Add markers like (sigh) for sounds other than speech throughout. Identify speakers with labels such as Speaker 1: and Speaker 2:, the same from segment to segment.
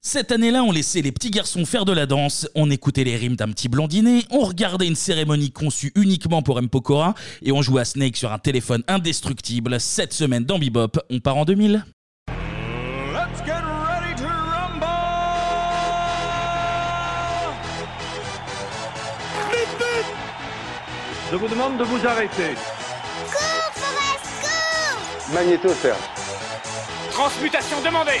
Speaker 1: Cette année-là, on laissait les petits garçons faire de la danse, on écoutait les rimes d'un petit blondinet, on regardait une cérémonie conçue uniquement pour M. Pokora et on jouait à Snake sur un téléphone indestructible. Cette semaine dans Bebop, on part en 2000.
Speaker 2: Let's get ready to rumble! Vite, vite!
Speaker 3: Je vous demande de vous arrêter.
Speaker 4: Magnétosphère.
Speaker 5: Transmutation demandée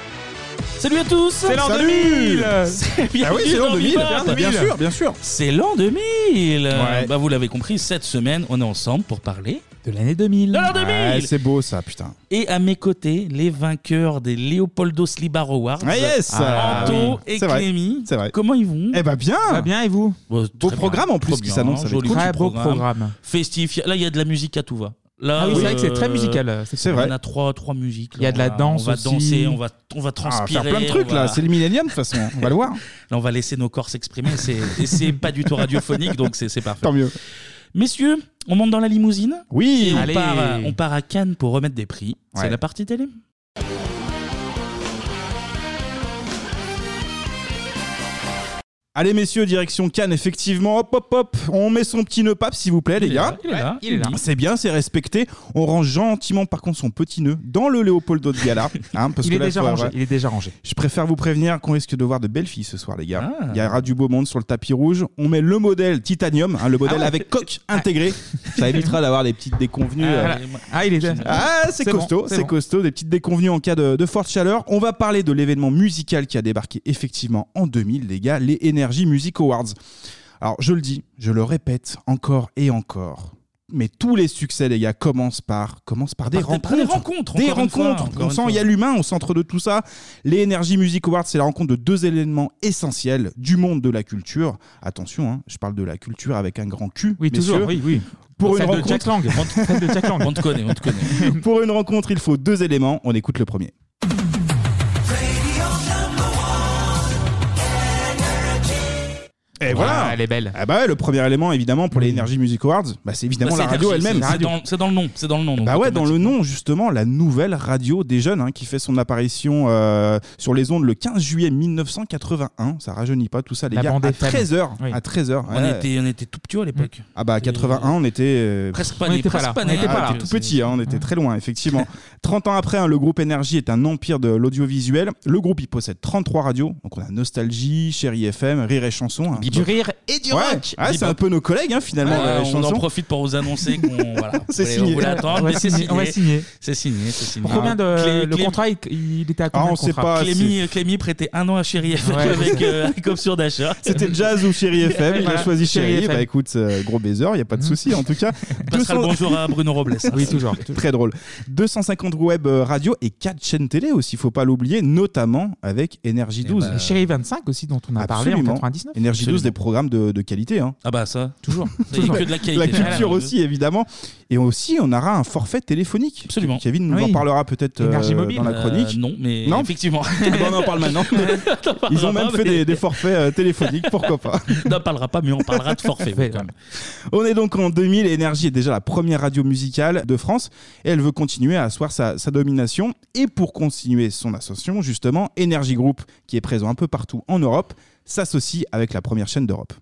Speaker 1: Salut à tous
Speaker 6: C'est l'an Ah
Speaker 1: Salut
Speaker 6: 2000
Speaker 1: Bienvenue dans Bebop.
Speaker 6: hein, Ah, sûr.
Speaker 1: C'est l'an 2000
Speaker 6: Ouais.
Speaker 1: Bah vous l'avez compris, cette semaine, on est ensemble pour parler
Speaker 6: De l'année 2000.
Speaker 1: de l'an 2000
Speaker 6: Ouais, c'est beau ça, putain.
Speaker 1: Et à mes côtés, les vainqueurs des Leopoldo Slibar Awards,
Speaker 6: Ah, yes Ah,
Speaker 1: Anto
Speaker 6: oui.
Speaker 1: et
Speaker 6: C'est vrai.
Speaker 1: Clémy.
Speaker 6: C'est vrai.
Speaker 1: Comment ils vont
Speaker 6: Eh bah bien
Speaker 7: bien et vous
Speaker 1: Bon, très
Speaker 6: Beau
Speaker 1: bien.
Speaker 6: programme en plus
Speaker 1: Très
Speaker 6: qui
Speaker 1: bien,
Speaker 6: s'annonce avec
Speaker 1: joli
Speaker 6: toi.
Speaker 1: petit
Speaker 7: Très beau
Speaker 1: programme.
Speaker 7: programme.
Speaker 1: Festif. Là, il y a de la musique à tout va. Là,
Speaker 7: Ah oui, c'est vrai
Speaker 1: euh,
Speaker 7: que c'est très musical.
Speaker 6: C'est
Speaker 1: On
Speaker 6: vrai.
Speaker 1: a trois, trois musiques. là.
Speaker 7: Il y a de la
Speaker 1: On va-
Speaker 7: danse
Speaker 1: On va
Speaker 7: aussi.
Speaker 1: danser, on va, on va
Speaker 6: Ah, on va
Speaker 1: transpirer.
Speaker 6: faire plein de trucs
Speaker 1: on
Speaker 6: là,
Speaker 1: va-
Speaker 6: c'est le millénium de toute façon, on va le voir.
Speaker 1: là, on va laisser nos corps s'exprimer. c'est- Et c'est pas du tout radiophonique, donc c'est c'est parfait.
Speaker 6: Tant mieux.
Speaker 1: Messieurs, on monte dans la limousine.
Speaker 6: Oui
Speaker 1: Et on
Speaker 7: Allez.
Speaker 1: part, euh, on part à Cannes pour remettre des prix. C'est
Speaker 6: Ouais.
Speaker 1: la partie télé.
Speaker 6: (laughs) Allez messieurs, direction Cannes, effectivement, hop hop hop, on met son petit nœud pape s'il vous plaît les gars.
Speaker 1: Il est là.
Speaker 7: il est là.
Speaker 6: C'est bien, c'est respecté. On range gentiment par contre son petit nœud dans le Léopoldo de Gala. hein, parce
Speaker 7: Il
Speaker 6: que
Speaker 7: est
Speaker 6: là,
Speaker 7: déjà
Speaker 6: faut-
Speaker 7: rangé.
Speaker 6: ouais.
Speaker 7: Il est déjà rangé.
Speaker 6: Je préfère vous prévenir qu'on risque de voir de belles filles ce soir, les gars.
Speaker 1: Ah.
Speaker 6: Il y aura du beau monde sur le tapis rouge. On met le modèle titanium, hein, le modèle
Speaker 7: ouais.
Speaker 6: avec coque intégrée. Ça (laughs) évitera d'avoir des petites déconvenues. euh.
Speaker 7: voilà. Ah, il est
Speaker 6: Ah, c'est
Speaker 7: C'est bon,
Speaker 6: costaud,
Speaker 7: c'est
Speaker 6: c'est
Speaker 7: bon.
Speaker 6: costaud, des petites déconvenues en cas de, de forte chaleur. On va parler de l'événement musical qui a débarqué effectivement en 2000, les gars, les Energy Music Awards. Alors, je le dis, je le répète encore et encore, mais tous les succès, les gars, commencent par, commencent par, des,
Speaker 1: Par-
Speaker 6: rencontres.
Speaker 1: par des rencontres,
Speaker 6: Des
Speaker 1: encore une fois,
Speaker 6: rencontres.
Speaker 1: encore
Speaker 6: On
Speaker 1: une
Speaker 6: sent,
Speaker 1: fois.
Speaker 6: il y a l'humain au centre de tout ça. Les Energy Music Awards, c'est la rencontre de deux événements essentiels du monde de la culture. Attention, hein, je parle de la culture avec un grand Q.
Speaker 7: Oui, toujours.
Speaker 6: messieurs.
Speaker 7: Oui, oui.
Speaker 6: Pour une
Speaker 7: Celle de
Speaker 6: rencontre.
Speaker 7: Jack Lang.
Speaker 6: (laughs)
Speaker 7: Celle de Jack Lang.
Speaker 1: On te connaît, on te connaît.
Speaker 6: Pour une rencontre, il faut deux éléments. On écoute le premier. Et voilà
Speaker 7: Ah, Elle est belle.
Speaker 6: Ah bah ouais, le premier élément, évidemment, pour les Energy Music Awards, bah c'est évidemment
Speaker 1: Bah,
Speaker 6: la
Speaker 1: c'est
Speaker 6: radio
Speaker 1: énergie,
Speaker 6: elle-même.
Speaker 1: c'est- C'est dans, c'est dans le nom. C'est dans le nom. donc,
Speaker 6: Bah ouais, dans le
Speaker 1: automatiquement.
Speaker 6: nom, justement, la nouvelle radio des jeunes hein, qui fait son apparition euh, sur les ondes le 15 juillet 1981. Ça rajeunit pas tout ça, les
Speaker 7: La
Speaker 6: gars.
Speaker 7: bande
Speaker 6: À
Speaker 7: FM.
Speaker 6: 13h.
Speaker 7: Oui.
Speaker 6: À 13h.
Speaker 1: On, était, on était tout petits à l'époque.
Speaker 6: Ah bah, 81, on était. euh,
Speaker 1: Presque pas
Speaker 7: On
Speaker 1: nés.
Speaker 7: était pas
Speaker 1: presque
Speaker 7: là,
Speaker 1: pas
Speaker 7: on
Speaker 1: nés.
Speaker 7: était pas
Speaker 6: Ah,
Speaker 7: là.
Speaker 6: t'es tout petit, hein, on était très loin,
Speaker 1: (laughs)
Speaker 6: effectivement. 30 ans après, hein, le groupe Énergie est un empire de l'audiovisuel. Le groupe, il possède 33 radios. Donc, on a Nostalgie, Chéri FM, Rire et Chanson. hein.
Speaker 7: Du rire et du
Speaker 6: Ouais,
Speaker 7: rock.
Speaker 6: ouais, c'est un peu nos collègues, hein, finalement,
Speaker 1: Ouais,
Speaker 6: Rire et
Speaker 1: on en
Speaker 6: Chanson.
Speaker 1: profite pour vous annoncer
Speaker 6: (laughs)
Speaker 1: qu'on voilà,
Speaker 6: C'est
Speaker 1: vous allez-
Speaker 6: signé.
Speaker 1: vous l'attendre,
Speaker 7: On
Speaker 1: mais
Speaker 7: va
Speaker 1: c'est
Speaker 7: signer. On va
Speaker 1: signé.
Speaker 7: signer.
Speaker 1: C'est signé, c'est signé.
Speaker 7: Pour combien de
Speaker 1: Clé-
Speaker 7: le
Speaker 1: Clé-
Speaker 7: contrat il- Il était à
Speaker 6: Ah,
Speaker 7: combien
Speaker 6: on
Speaker 7: le
Speaker 6: sait
Speaker 7: contrat
Speaker 6: pas. c'est-
Speaker 1: Clémy, Clémy prêtait un an à Chéri FM
Speaker 7: Ouais.
Speaker 1: avec, euh, avec option
Speaker 6: (laughs)
Speaker 1: d'achat.
Speaker 6: (laughs) C'était jazz ou Chéri FM. Il a
Speaker 7: Voilà.
Speaker 6: choisi Chéri.
Speaker 7: Chéri FM.
Speaker 6: Bah écoute, euh, gros baiser, il n'y a pas de souci en tout
Speaker 1: (laughs)
Speaker 6: cas.
Speaker 1: On passera Mm. le
Speaker 6: 200
Speaker 1: bonjour à
Speaker 6: (laughs)
Speaker 1: Bruno Robles. hein.
Speaker 7: Oui, toujours.
Speaker 6: Très drôle. 250 web euh, radio et 4 chaînes télé aussi, faut pas l'oublier, notamment avec Énergie
Speaker 1: Eh
Speaker 6: 12.
Speaker 1: ben,
Speaker 7: Euh, Chérie 25 aussi dont on a parlé en
Speaker 6: Absolument.
Speaker 7: 99.
Speaker 6: Énergie 12,
Speaker 1: absolument.
Speaker 6: des programmes de, de qualité. hein.
Speaker 1: Ah bah ça, (laughs)
Speaker 7: Toujours.
Speaker 1: ça y est, que de la
Speaker 6: La
Speaker 1: qualité.
Speaker 6: culture
Speaker 1: Voilà.
Speaker 6: aussi, évidemment. Et aussi, on aura un forfait téléphonique.
Speaker 1: Absolument.
Speaker 6: Kevin nous
Speaker 7: Oui.
Speaker 6: en parlera peut-être euh,
Speaker 7: Énergie mobile.
Speaker 6: dans la
Speaker 1: Euh,
Speaker 6: chronique.
Speaker 1: non, mais
Speaker 6: Non.
Speaker 1: effectivement.
Speaker 6: (laughs) Bon, on en parle
Speaker 1: (laughs)
Speaker 6: maintenant. Ils ont même fait des, des forfaits euh, téléphoniques, pourquoi pas.
Speaker 1: (laughs) On n'en parlera pas, mais on parlera
Speaker 6: (laughs)
Speaker 1: de forfait. oui, quand même.
Speaker 6: On est donc en 2000 et Énergie est déjà la première radio musicale de France et elle veut continuer à asseoir sa, sa domination. Et pour continuer son ascension, justement, Énergie Group, qui est présent un peu partout en Europe, s'associe avec la première chaîne d'Europe.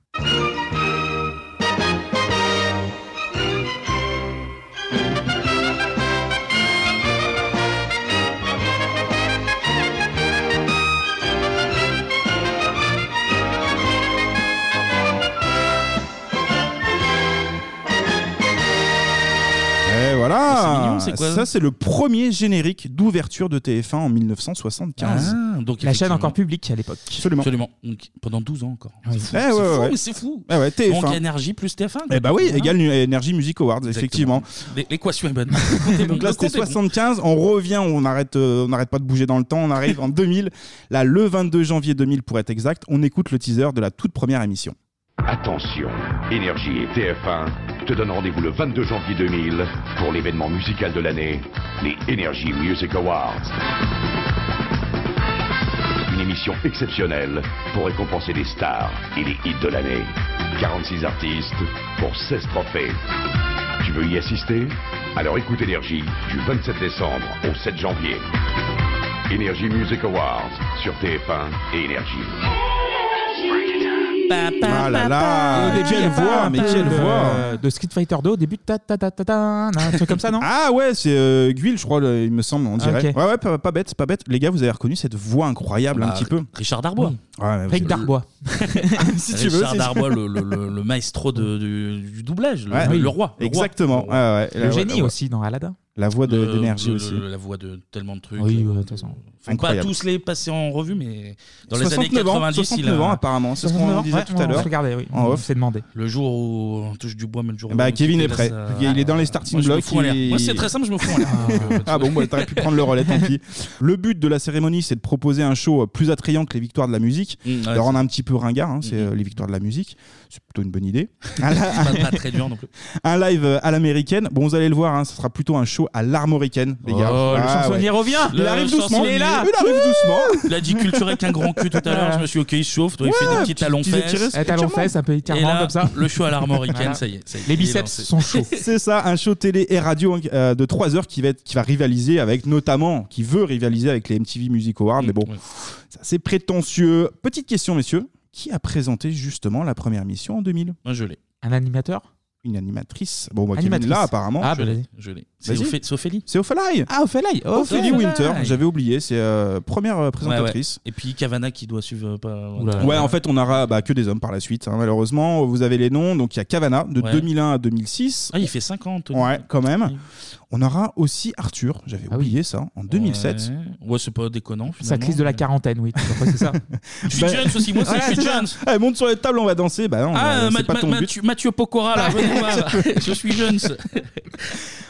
Speaker 6: Et
Speaker 1: C'est
Speaker 6: voilà
Speaker 1: mignon, c'est quoi, ça
Speaker 6: Ça, c'est le premier générique d'ouverture de TF1 en 1975.
Speaker 1: Ah, donc
Speaker 7: La chaîne
Speaker 1: effectivement.
Speaker 7: encore publique à l'époque.
Speaker 6: Absolument.
Speaker 1: Absolument. Donc, pendant 12 ans encore.
Speaker 7: Oui.
Speaker 1: C'est fou,
Speaker 6: Eh, ouais,
Speaker 1: c'est
Speaker 6: ouais,
Speaker 1: fou,
Speaker 6: ouais.
Speaker 1: mais c'est fou. hein,
Speaker 6: Ah ouais, TF1.
Speaker 1: Donc énergie plus TF1. quoi.
Speaker 6: Eh bah oui,
Speaker 1: Voilà.
Speaker 6: égale Energy Music Awards, effectivement.
Speaker 1: L'é- L'équation est bonne. (laughs) Comptez bon,
Speaker 6: Donc là, c'était
Speaker 1: comptez bon.
Speaker 6: 75. On revient, on arrête, euh, on n'arrête pas de bouger dans le temps. On arrive en 2000. Là, le 22 janvier 2000, pour être exact, on écoute le teaser de la toute première émission.
Speaker 8: Attention, Énergie et TF1 te donnent rendez-vous le 22 janvier 2000 pour l'événement musical de l'année, les Energy Music Awards. Une émission exceptionnelle pour récompenser les stars et les hits de l'année. 46 artistes pour 16 trophées. Tu veux y assister Alors écoute Énergie du 27 décembre au 7 janvier. Energy Music Awards sur TF1 et Énergie.
Speaker 6: Ah là là,
Speaker 7: Au début, il y
Speaker 6: quelle
Speaker 7: a pas
Speaker 6: voix,
Speaker 7: un
Speaker 6: mais
Speaker 7: peu
Speaker 6: quelle
Speaker 7: de-
Speaker 6: voix.
Speaker 7: De Street Fighter 2 au début, ta ta ta ta ta, un truc comme ça, non Ah,
Speaker 6: Ah ouais, c'est euh, Guil, je crois, le- il me semble, on dirait.
Speaker 7: Ok.
Speaker 6: Ouais, ouais, pas, pas bête, pas bête. Les gars, vous avez reconnu cette voix incroyable un
Speaker 1: Bah,
Speaker 6: petit peu.
Speaker 1: Richard Darbois.
Speaker 6: Ouais, mais vous
Speaker 7: Rick
Speaker 6: avez-
Speaker 7: Darbois.
Speaker 6: (laughs) si tu veux.
Speaker 1: Richard
Speaker 6: si-
Speaker 1: Darbois, le, le- le- le maestro de- du, du doublage, le,
Speaker 6: Ouais.
Speaker 1: le
Speaker 6: Oui.
Speaker 1: roi. le roi.
Speaker 6: Exactement.
Speaker 1: Le
Speaker 6: Ouais,
Speaker 1: roi.
Speaker 6: ouais, la-
Speaker 7: Le génie
Speaker 6: la-
Speaker 7: aussi dans Aladdin.
Speaker 6: La voix de-
Speaker 1: Le-
Speaker 6: d'énergie
Speaker 1: le-
Speaker 6: aussi.
Speaker 1: le- La voix de tellement de trucs.
Speaker 7: Oui, ouais, de
Speaker 1: Euh,
Speaker 7: toute façon.
Speaker 1: Faut pas
Speaker 6: Incroyable.
Speaker 1: tous les passer en revue, mais dans les années
Speaker 6: 69 ans,
Speaker 1: 90, il
Speaker 6: 69 ans
Speaker 1: a,
Speaker 6: apparemment, c'est ce qu'on disait
Speaker 7: Ouais,
Speaker 6: tout
Speaker 7: on-
Speaker 6: à
Speaker 7: on
Speaker 6: l'heure.
Speaker 7: se regardait, oui.
Speaker 6: En
Speaker 7: On
Speaker 6: off.
Speaker 7: s'est demandé.
Speaker 1: le jour où on touche du bois, mais le jour où.
Speaker 6: Bah,
Speaker 1: on
Speaker 6: Kevin
Speaker 1: quitte,
Speaker 6: est
Speaker 1: là,
Speaker 6: prêt.
Speaker 1: ça-
Speaker 6: Il est dans les starting
Speaker 1: Moi, je me
Speaker 6: blocks.
Speaker 1: fous en l'air.
Speaker 6: il-
Speaker 1: Moi, c'est très simple, je me fous en l'air. Donc, euh,
Speaker 6: (laughs) Ah bon, bah, t'aurais pu prendre le relais, tant pis. Le but de la cérémonie, c'est de proposer un show plus attrayant que les victoires de la musique,
Speaker 1: Mm, ouais,
Speaker 6: de rendre un petit peu ringard, hein, c'est
Speaker 1: Mhm.
Speaker 6: euh, les victoires de la musique, c'est plutôt une bonne idée. Un, li-
Speaker 1: (laughs) c'est pas, pas très dur non plus.
Speaker 6: un live euh, à l'américaine, bon, vous allez le voir, hein, ce sera plutôt un show à l'armoricaine, les gars.
Speaker 1: Oh, le
Speaker 6: Ah,
Speaker 7: chansonnier revient
Speaker 6: Il
Speaker 1: Le
Speaker 6: arrive doucement,
Speaker 1: chansonnier est là.
Speaker 6: il arrive doucement.
Speaker 1: Il a dit culture avec un grand cul tout à l'heure. Je me suis dit, ok, il chauffe. toi, Il fait des petits talons
Speaker 6: petits étirés.
Speaker 1: fesses.
Speaker 7: Un talon fesse, un peu
Speaker 1: Et
Speaker 7: étirant
Speaker 1: là,
Speaker 7: comme ça.
Speaker 1: le show à l'armoricaine,
Speaker 7: Voilà.
Speaker 1: ça y est. ça y est, il
Speaker 7: Les
Speaker 1: est
Speaker 7: biceps
Speaker 1: lancé.
Speaker 7: sont chauds.
Speaker 6: (laughs) C'est ça, un show télé et radio euh, de 3 heures qui va, être, qui va rivaliser avec, notamment, qui veut rivaliser avec les MTV Music Awards, mais bon,
Speaker 1: Ouais.
Speaker 6: c'est assez prétentieux. Petite question, messieurs, qui a présenté justement la première mission en 2000
Speaker 1: Moi, je l'ai.
Speaker 7: Un animateur
Speaker 6: Une animatrice. Bon, moi, Kevin
Speaker 7: Animatrice.
Speaker 6: là, apparemment.
Speaker 7: Ah,
Speaker 1: je
Speaker 7: bah
Speaker 1: l'ai.
Speaker 7: vas-y.
Speaker 1: Je l'ai. C'est
Speaker 6: Vas-y.
Speaker 1: Ophé- c'est Ophélie.
Speaker 6: C'est Ophélie.
Speaker 7: Ah, Ophélie oh,
Speaker 6: Ophélie
Speaker 1: Ophélie.
Speaker 6: Winter, j'avais oublié, c'est euh, première euh, présentatrice.
Speaker 1: Et puis Cavana qui doit suivre. euh, Pas...
Speaker 7: Ouh là là.
Speaker 6: Ouais, en fait, on n'aura bah, que des hommes par la suite, hein, malheureusement. Vous avez les noms. Donc, il y a Cavana de
Speaker 1: Ouais.
Speaker 6: 2001 à 2006.
Speaker 1: Ah, il fait 50.
Speaker 6: Ouais, quand même. On aura aussi Arthur, j'avais
Speaker 7: Ah oui.
Speaker 6: oublié ça, en 2007.
Speaker 1: Ouais, c'est pas déconnant.
Speaker 7: Sa
Speaker 1: finalement.
Speaker 7: crise de la quarantaine, oui. Après, c'est
Speaker 6: (laughs)
Speaker 7: ça.
Speaker 1: Je suis
Speaker 6: Bah-
Speaker 1: Jones aussi. Moi,
Speaker 6: (laughs)
Speaker 1: c'est
Speaker 6: Voilà,
Speaker 1: je suis
Speaker 6: c'est ça.
Speaker 1: Jones.
Speaker 6: Eh, monte sur les tables, on va danser. Bah non,
Speaker 1: Ah,
Speaker 6: euh,
Speaker 1: euh,
Speaker 6: c'est
Speaker 1: Ma-
Speaker 6: pas
Speaker 1: Ma-
Speaker 6: ton but.
Speaker 1: Mathieu, Mathieu Pokora,
Speaker 6: (laughs)
Speaker 1: là, venez voir. je suis Jones.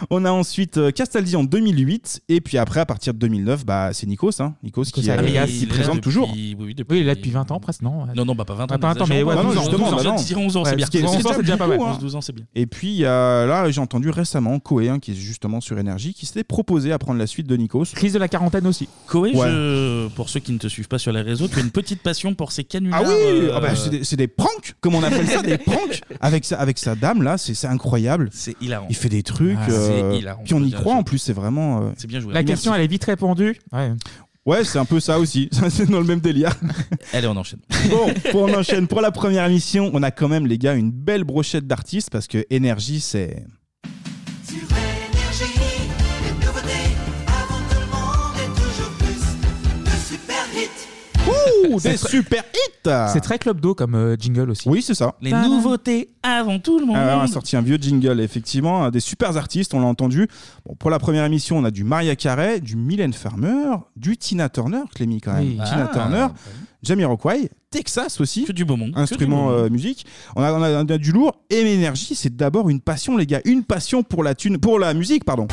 Speaker 6: On a ensuite euh, Castaldi en 2008. Et puis après, à partir de 2009, bah, c'est Nikos. Hein. Nikos,
Speaker 7: Nikos
Speaker 6: qui, euh,
Speaker 7: Alias,
Speaker 6: qui
Speaker 1: Ah, il est là
Speaker 6: présente
Speaker 1: depuis-
Speaker 6: toujours.
Speaker 1: Oui, oui, depuis...
Speaker 7: Oui, il est là depuis 20 ans presque, non
Speaker 1: Non, non, bah, pas 20 ans.
Speaker 7: Ah, pas 20 ans, mais
Speaker 1: exagérons.
Speaker 7: ouais,
Speaker 6: Bah non,
Speaker 1: 12 ans,
Speaker 6: justement,
Speaker 1: 12 ans.
Speaker 6: bah non.
Speaker 1: Je dirais 11 ans,
Speaker 7: Ouais,
Speaker 1: c'est bien.
Speaker 7: ce qui est-
Speaker 1: 11
Speaker 7: c'est
Speaker 1: ans,
Speaker 7: déjà pas mal.
Speaker 1: beaucoup, hein. 12 ans, c'est bien.
Speaker 6: Et puis il y a- là, j'ai entendu récemment Coé, hein, qui est justement sur Énergie, qui s'était proposé à prendre la suite de Nikos.
Speaker 7: Crise de la quarantaine aussi.
Speaker 1: Koé,
Speaker 6: Ouais.
Speaker 1: je- pour ceux qui ne te suivent pas sur les réseaux, tu as une petite passion pour ces canulars.
Speaker 6: Ah oui
Speaker 1: euh,
Speaker 6: Ah bah, C'est des, c'est des pranks, comme on appelle
Speaker 1: (laughs)
Speaker 6: ça, des pranks. Avec sa, avec sa dame, là, c'est c'est incroyable.
Speaker 1: C'est hilarant.
Speaker 6: Il fait des trucs.
Speaker 1: Ah, c'est
Speaker 6: euh,
Speaker 1: hilarant,
Speaker 6: puis on y
Speaker 1: bien
Speaker 6: croit
Speaker 1: joué.
Speaker 6: en plus, c'est vraiment. euh,
Speaker 1: C'est bien joué.
Speaker 7: La question, elle est vite répondue. Ouais.
Speaker 6: Ouais, c'est un peu ça aussi. (laughs) c'est dans le même délire.
Speaker 1: Allez, on enchaîne.
Speaker 6: Bon, pour on enchaîne pour la première émission, on a quand même les gars une belle brochette d'artistes parce que énergie c'est
Speaker 9: Sur énergie, les nouveautés avant tout le monde et toujours plus de super hits.
Speaker 6: Ouh, des super hits.
Speaker 7: C'est très club d'eau comme euh, jingle aussi.
Speaker 6: Oui, c'est ça.
Speaker 1: Les nouveautés avant tout le monde.
Speaker 6: Ah, Alors, on a sorti un vieux jingle, effectivement, des super artistes, on l'a entendu. Bon, pour la première émission, on a du Maria Carey, du Mylène Farmer, du Tina Turner, Clémy quand même.
Speaker 7: Oui.
Speaker 6: Tina
Speaker 1: Ah,
Speaker 6: Turner, Jamiroquai, Texas aussi.
Speaker 1: Que du beau monde. que du
Speaker 6: instrument
Speaker 1: beau monde.
Speaker 6: euh, musique. On a, on a- on a du lourd et l'énergie, c'est d'abord une passion, les gars, une passion pour la thune, pour la
Speaker 7: (laughs)
Speaker 6: musique, pardon.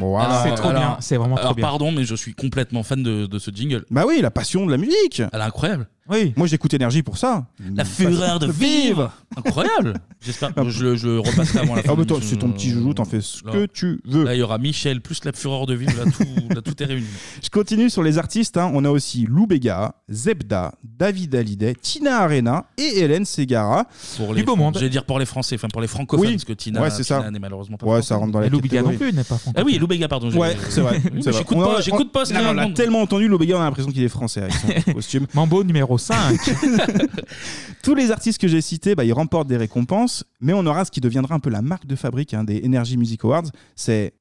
Speaker 6: Wow.
Speaker 1: Alors,
Speaker 7: C'est trop
Speaker 1: alors-
Speaker 7: bien, c'est vraiment trop
Speaker 1: Alors,
Speaker 7: bien.
Speaker 1: pardon, mais je suis complètement fan de, de ce jingle.
Speaker 6: Bah oui, la passion de la musique.
Speaker 1: Elle est incroyable.
Speaker 7: Oui.
Speaker 6: Moi, j'écoute énergie pour ça.
Speaker 1: La fureur de vivre. Incroyable. J'espère que je
Speaker 6: (laughs)
Speaker 1: le, je le repasserai avant la fin.
Speaker 6: Ah, bah,
Speaker 1: de
Speaker 6: toi,
Speaker 1: l'émission.
Speaker 6: c'est ton petit joujou, t'en fais ce
Speaker 1: Là.
Speaker 6: que tu veux.
Speaker 1: Là, il y aura Michel plus la fureur de vivre. Là, tout, là, tout est réuni.
Speaker 6: Je continue sur les artistes. hein. On a aussi Lou Bega, Zebda, David Hallyday, Tina Arena et Hélène Segara.
Speaker 1: Pour
Speaker 7: Du
Speaker 1: les,
Speaker 7: beau monde.
Speaker 1: J'allais dire pour les Français, enfin pour les francophones,
Speaker 6: Oui.
Speaker 1: parce que Tina,
Speaker 6: Ouais, c'est ça.
Speaker 1: Tina n'est malheureusement pas.
Speaker 6: Ouais,
Speaker 1: française.
Speaker 6: ça rentre dans la
Speaker 7: Et Loubiga non
Speaker 6: catégorie.
Speaker 7: plus n'est pas franco.
Speaker 1: Ah oui, Loubega, pardon. j'ai-
Speaker 6: Ouais, c'est
Speaker 1: (laughs)
Speaker 6: vrai.
Speaker 1: Oui,
Speaker 6: c'est
Speaker 1: mais
Speaker 6: vrai.
Speaker 1: J'écoute
Speaker 6: On
Speaker 1: pas,
Speaker 6: a-
Speaker 1: j'écoute pas ce
Speaker 6: Non, mais
Speaker 1: qu'il
Speaker 6: on a
Speaker 1: raconte.
Speaker 6: tellement entendu Lou Bega, on a l'impression qu'il est français avec
Speaker 1: (laughs)
Speaker 6: son (laughs) costume.
Speaker 7: Mambo numéro 5.
Speaker 6: (laughs) Tous les artistes que j'ai cités, bah, ils remportent des récompenses, mais on aura ce qui deviendra un peu la marque de fabrique hein, des Energy Music Awards. C'est.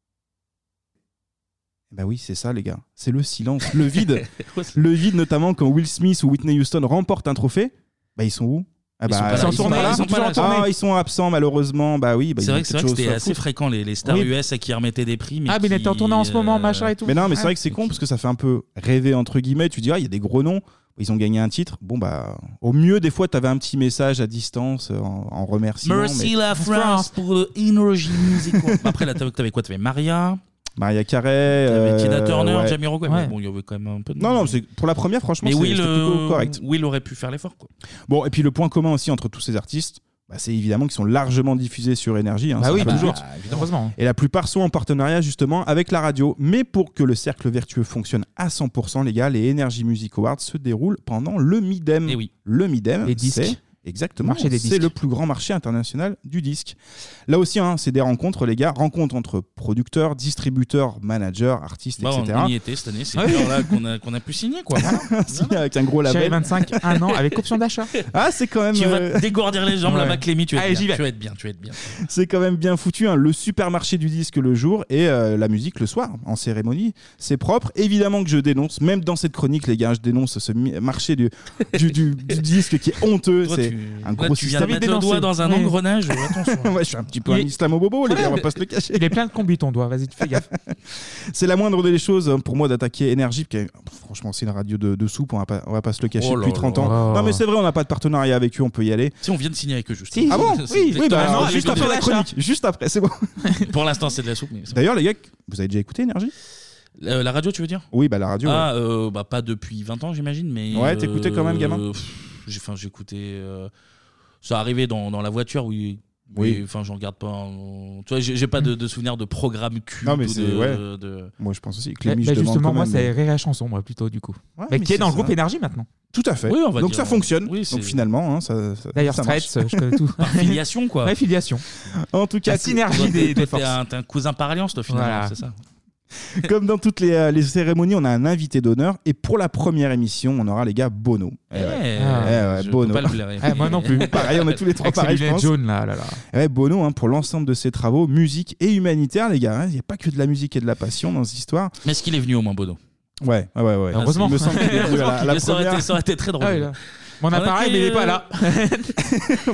Speaker 6: Bah oui, c'est ça, les gars. C'est le silence, le vide.
Speaker 1: (laughs) Ouais, c'est-
Speaker 6: le vide, notamment quand Will Smith ou Whitney Houston remportent un trophée. Bah, ils sont où ah
Speaker 1: Ils sont pas là,
Speaker 7: ils sont en tournée,
Speaker 6: pas là.
Speaker 7: ils sont toujours en tournée.
Speaker 6: Ah, ils sont absents, malheureusement. Bah oui, bah,
Speaker 1: C'est
Speaker 6: ils ont
Speaker 1: vrai que c'est
Speaker 6: quelque
Speaker 1: vrai que
Speaker 6: chose
Speaker 1: c'était
Speaker 6: à
Speaker 1: assez
Speaker 6: foutre.
Speaker 1: fréquent les, les stars
Speaker 7: Oui.
Speaker 1: US à qui remettaient des prix. Mais
Speaker 7: Ah, mais il
Speaker 1: qui,
Speaker 7: est en tournée en ce moment,
Speaker 1: euh,
Speaker 7: machin et tout.
Speaker 6: Mais non, mais c'est
Speaker 7: Ah.
Speaker 6: vrai que c'est con parce que ça fait un peu rêver entre guillemets. Tu dis, ah, il y a des gros noms, ils ont gagné un titre. Bon, bah, au mieux, des fois, t'avais un petit message à distance euh, en, en remerciement.
Speaker 1: Mercy
Speaker 6: mais
Speaker 1: la France pour le Energy Music. Award. Après, là, t'avais t'avais quoi T'avais Maria,
Speaker 6: Maria Carey,
Speaker 1: t'avais
Speaker 6: euh,
Speaker 1: (laughs) Tina Turner,
Speaker 6: ouais.
Speaker 1: Jamiroquai.
Speaker 7: Ouais.
Speaker 1: Mais Bon, il y avait quand même un peu de.
Speaker 6: Non, non, c'est- pour la première, franchement,
Speaker 1: Mais
Speaker 6: c'est
Speaker 1: Will,
Speaker 6: c'était plutôt
Speaker 1: euh,
Speaker 6: correct.
Speaker 1: Will aurait pu faire l'effort. quoi.
Speaker 6: Bon, et puis le point commun aussi entre tous ces artistes, bah, c'est évidemment qu'ils sont largement diffusés sur énergie. hein,
Speaker 7: Bah oui, bah,
Speaker 6: toujours.
Speaker 7: bah, évidemment. Heureusement.
Speaker 6: Et la plupart sont en partenariat justement avec la radio. Mais pour que le cercle vertueux fonctionne à 100%, les gars, les Energy Music Awards se déroulent pendant le Midem.
Speaker 1: Eh
Speaker 6: Le Midem,
Speaker 7: Les disques.
Speaker 6: c'est- Exactement,
Speaker 7: Marché des
Speaker 6: c'est
Speaker 7: disques.
Speaker 6: le plus grand marché international du disque. Là aussi, hein, c'est des rencontres, les gars, rencontres entre producteurs, distributeurs, managers, artistes,
Speaker 1: Bah, on,
Speaker 6: etc. (laughs)
Speaker 1: on y était cette année, c'est
Speaker 6: Ouais.
Speaker 1: l'heure là qu'on a, qu'on a pu signer
Speaker 6: (laughs)
Speaker 1: quoi.
Speaker 6: Signé avec un gros label.
Speaker 1: Chérie 25, un an, avec option
Speaker 6: d'achat. Ah, c'est quand même.
Speaker 1: Tu
Speaker 6: euh,
Speaker 1: vas dégourdir les jambes
Speaker 6: Ouais.
Speaker 1: là-bas, Clémy, tu vas
Speaker 6: Allez,
Speaker 1: être
Speaker 6: j'y
Speaker 1: bien.
Speaker 6: vais.
Speaker 1: Tu vas être bien, tu vas être bien.
Speaker 6: C'est quand même bien foutu, hein. le supermarché du disque le jour et euh, la musique le soir, en cérémonie. C'est propre. Évidemment que je dénonce, même dans cette chronique, les gars, je dénonce ce mi- marché du, du, du- du disque qui est honteux.
Speaker 1: Toi,
Speaker 6: C'est
Speaker 1: tu-
Speaker 6: un
Speaker 1: là,
Speaker 6: gros
Speaker 1: tu viens de
Speaker 6: système.
Speaker 1: mettre le doigt dans un
Speaker 6: Ouais.
Speaker 1: engrenage, euh, attention.
Speaker 6: (laughs) Ouais, je suis un petit peu un
Speaker 7: Il est-
Speaker 6: islamo-bobo, les
Speaker 7: Ouais,
Speaker 6: gars, on va
Speaker 7: mais-
Speaker 6: pas se le cacher.
Speaker 7: hein. Il est plein de combis ton doigt, vas-y, fais gaffe.
Speaker 6: (laughs) C'est la moindre des choses hein, pour moi d'attaquer Énergie, qui est- franchement, c'est une radio de, de soupe, on va, pas, on va pas se le cacher
Speaker 1: Oh là
Speaker 6: depuis 30 ans.
Speaker 1: là.
Speaker 6: Non, mais
Speaker 7: Oh.
Speaker 6: c'est vrai, on n'a pas de partenariat avec eux, on peut y aller.
Speaker 1: Si on vient de signer avec eux juste.
Speaker 6: Ah bon
Speaker 1: C'est
Speaker 6: Oui, oui, bah,
Speaker 1: exactement
Speaker 6: non,
Speaker 1: ça.
Speaker 6: juste après la chronique. Juste
Speaker 7: (laughs)
Speaker 6: après, c'est bon.
Speaker 1: Pour l'instant, c'est de la soupe. mais c'est-
Speaker 6: D'ailleurs, les gars, vous avez déjà écouté Énergie
Speaker 1: Euh, la radio, tu veux dire
Speaker 6: Oui, bah la radio.
Speaker 1: Ah, euh, bah pas depuis 20 ans, j'imagine, mais.
Speaker 6: Ouais, t'écoutais quand même, gamin
Speaker 1: pff, J'ai, enfin, j'écoutais. euh, ça arrivait dans, dans la voiture, oui.
Speaker 6: Oui.
Speaker 1: Mais, Enfin, j'en garde pas. un- Tu vois, j'ai, j'ai pas de, de souvenir de programme culte.
Speaker 6: Non, mais
Speaker 1: ou
Speaker 6: c'est-
Speaker 1: de-
Speaker 6: ouais.
Speaker 1: de-
Speaker 6: Moi, je pense aussi.
Speaker 7: Bah,
Speaker 6: Clémy, je
Speaker 7: bah,
Speaker 6: demande
Speaker 7: justement,
Speaker 6: quand
Speaker 7: moi,
Speaker 6: même,
Speaker 7: c'est
Speaker 6: mais-
Speaker 7: Réa Chanson, moi, plutôt, du coup.
Speaker 6: Ouais,
Speaker 7: mais
Speaker 6: mais
Speaker 7: qui est dans
Speaker 6: c'est
Speaker 7: le groupe
Speaker 6: ça.
Speaker 7: Énergie maintenant.
Speaker 6: Tout à fait.
Speaker 7: Oui, on va
Speaker 6: Donc
Speaker 7: dire,
Speaker 6: ça
Speaker 1: euh,
Speaker 7: on-
Speaker 6: fonctionne.
Speaker 7: oui, c'est-
Speaker 6: Donc finalement, hein, ça, ça-
Speaker 7: D'ailleurs,
Speaker 6: ça
Speaker 7: Straits,
Speaker 6: marche.
Speaker 7: je connais
Speaker 1: (laughs)
Speaker 7: tout.
Speaker 1: Par filiation, quoi.
Speaker 7: Ouais, filiation.
Speaker 6: En tout cas,
Speaker 7: La synergie des,
Speaker 1: Toi,
Speaker 7: des
Speaker 1: t'es
Speaker 7: forces.
Speaker 1: un, t'es un cousin par alliance, toi, finalement,
Speaker 7: Voilà.
Speaker 1: c'est ça
Speaker 6: (laughs) Comme dans toutes les, euh, les cérémonies, on a un invité d'honneur. Et pour la première émission, on aura les gars Bono. Eh ouais.
Speaker 1: Eh,
Speaker 6: Eh ouais,
Speaker 1: je
Speaker 6: Bono.
Speaker 1: peux pas le blairer.
Speaker 7: Eh, moi non plus.
Speaker 6: (laughs) pareil, on est tous les trois
Speaker 7: Avec ses
Speaker 6: pareils, je
Speaker 7: lunettes
Speaker 6: pense.
Speaker 7: jaunes, là, là, là.
Speaker 6: Ouais, Bono, hein, pour l'ensemble de ses travaux, musique et humanitaire, les gars. hein. Il n'y a pas que de la musique et de la passion dans cette histoire.
Speaker 1: Mais est-ce qu'il est venu au moins, Bono
Speaker 6: Ouais, ouais, ouais. ouais.
Speaker 7: Heureusement.
Speaker 6: Il me semble qu'il est venu à la, à la
Speaker 1: Mais ça, aurait
Speaker 6: première.
Speaker 1: été, ça aurait été très drôle.
Speaker 7: Ah oui, là. Mon appareil, mais il est pas là.
Speaker 1: euh.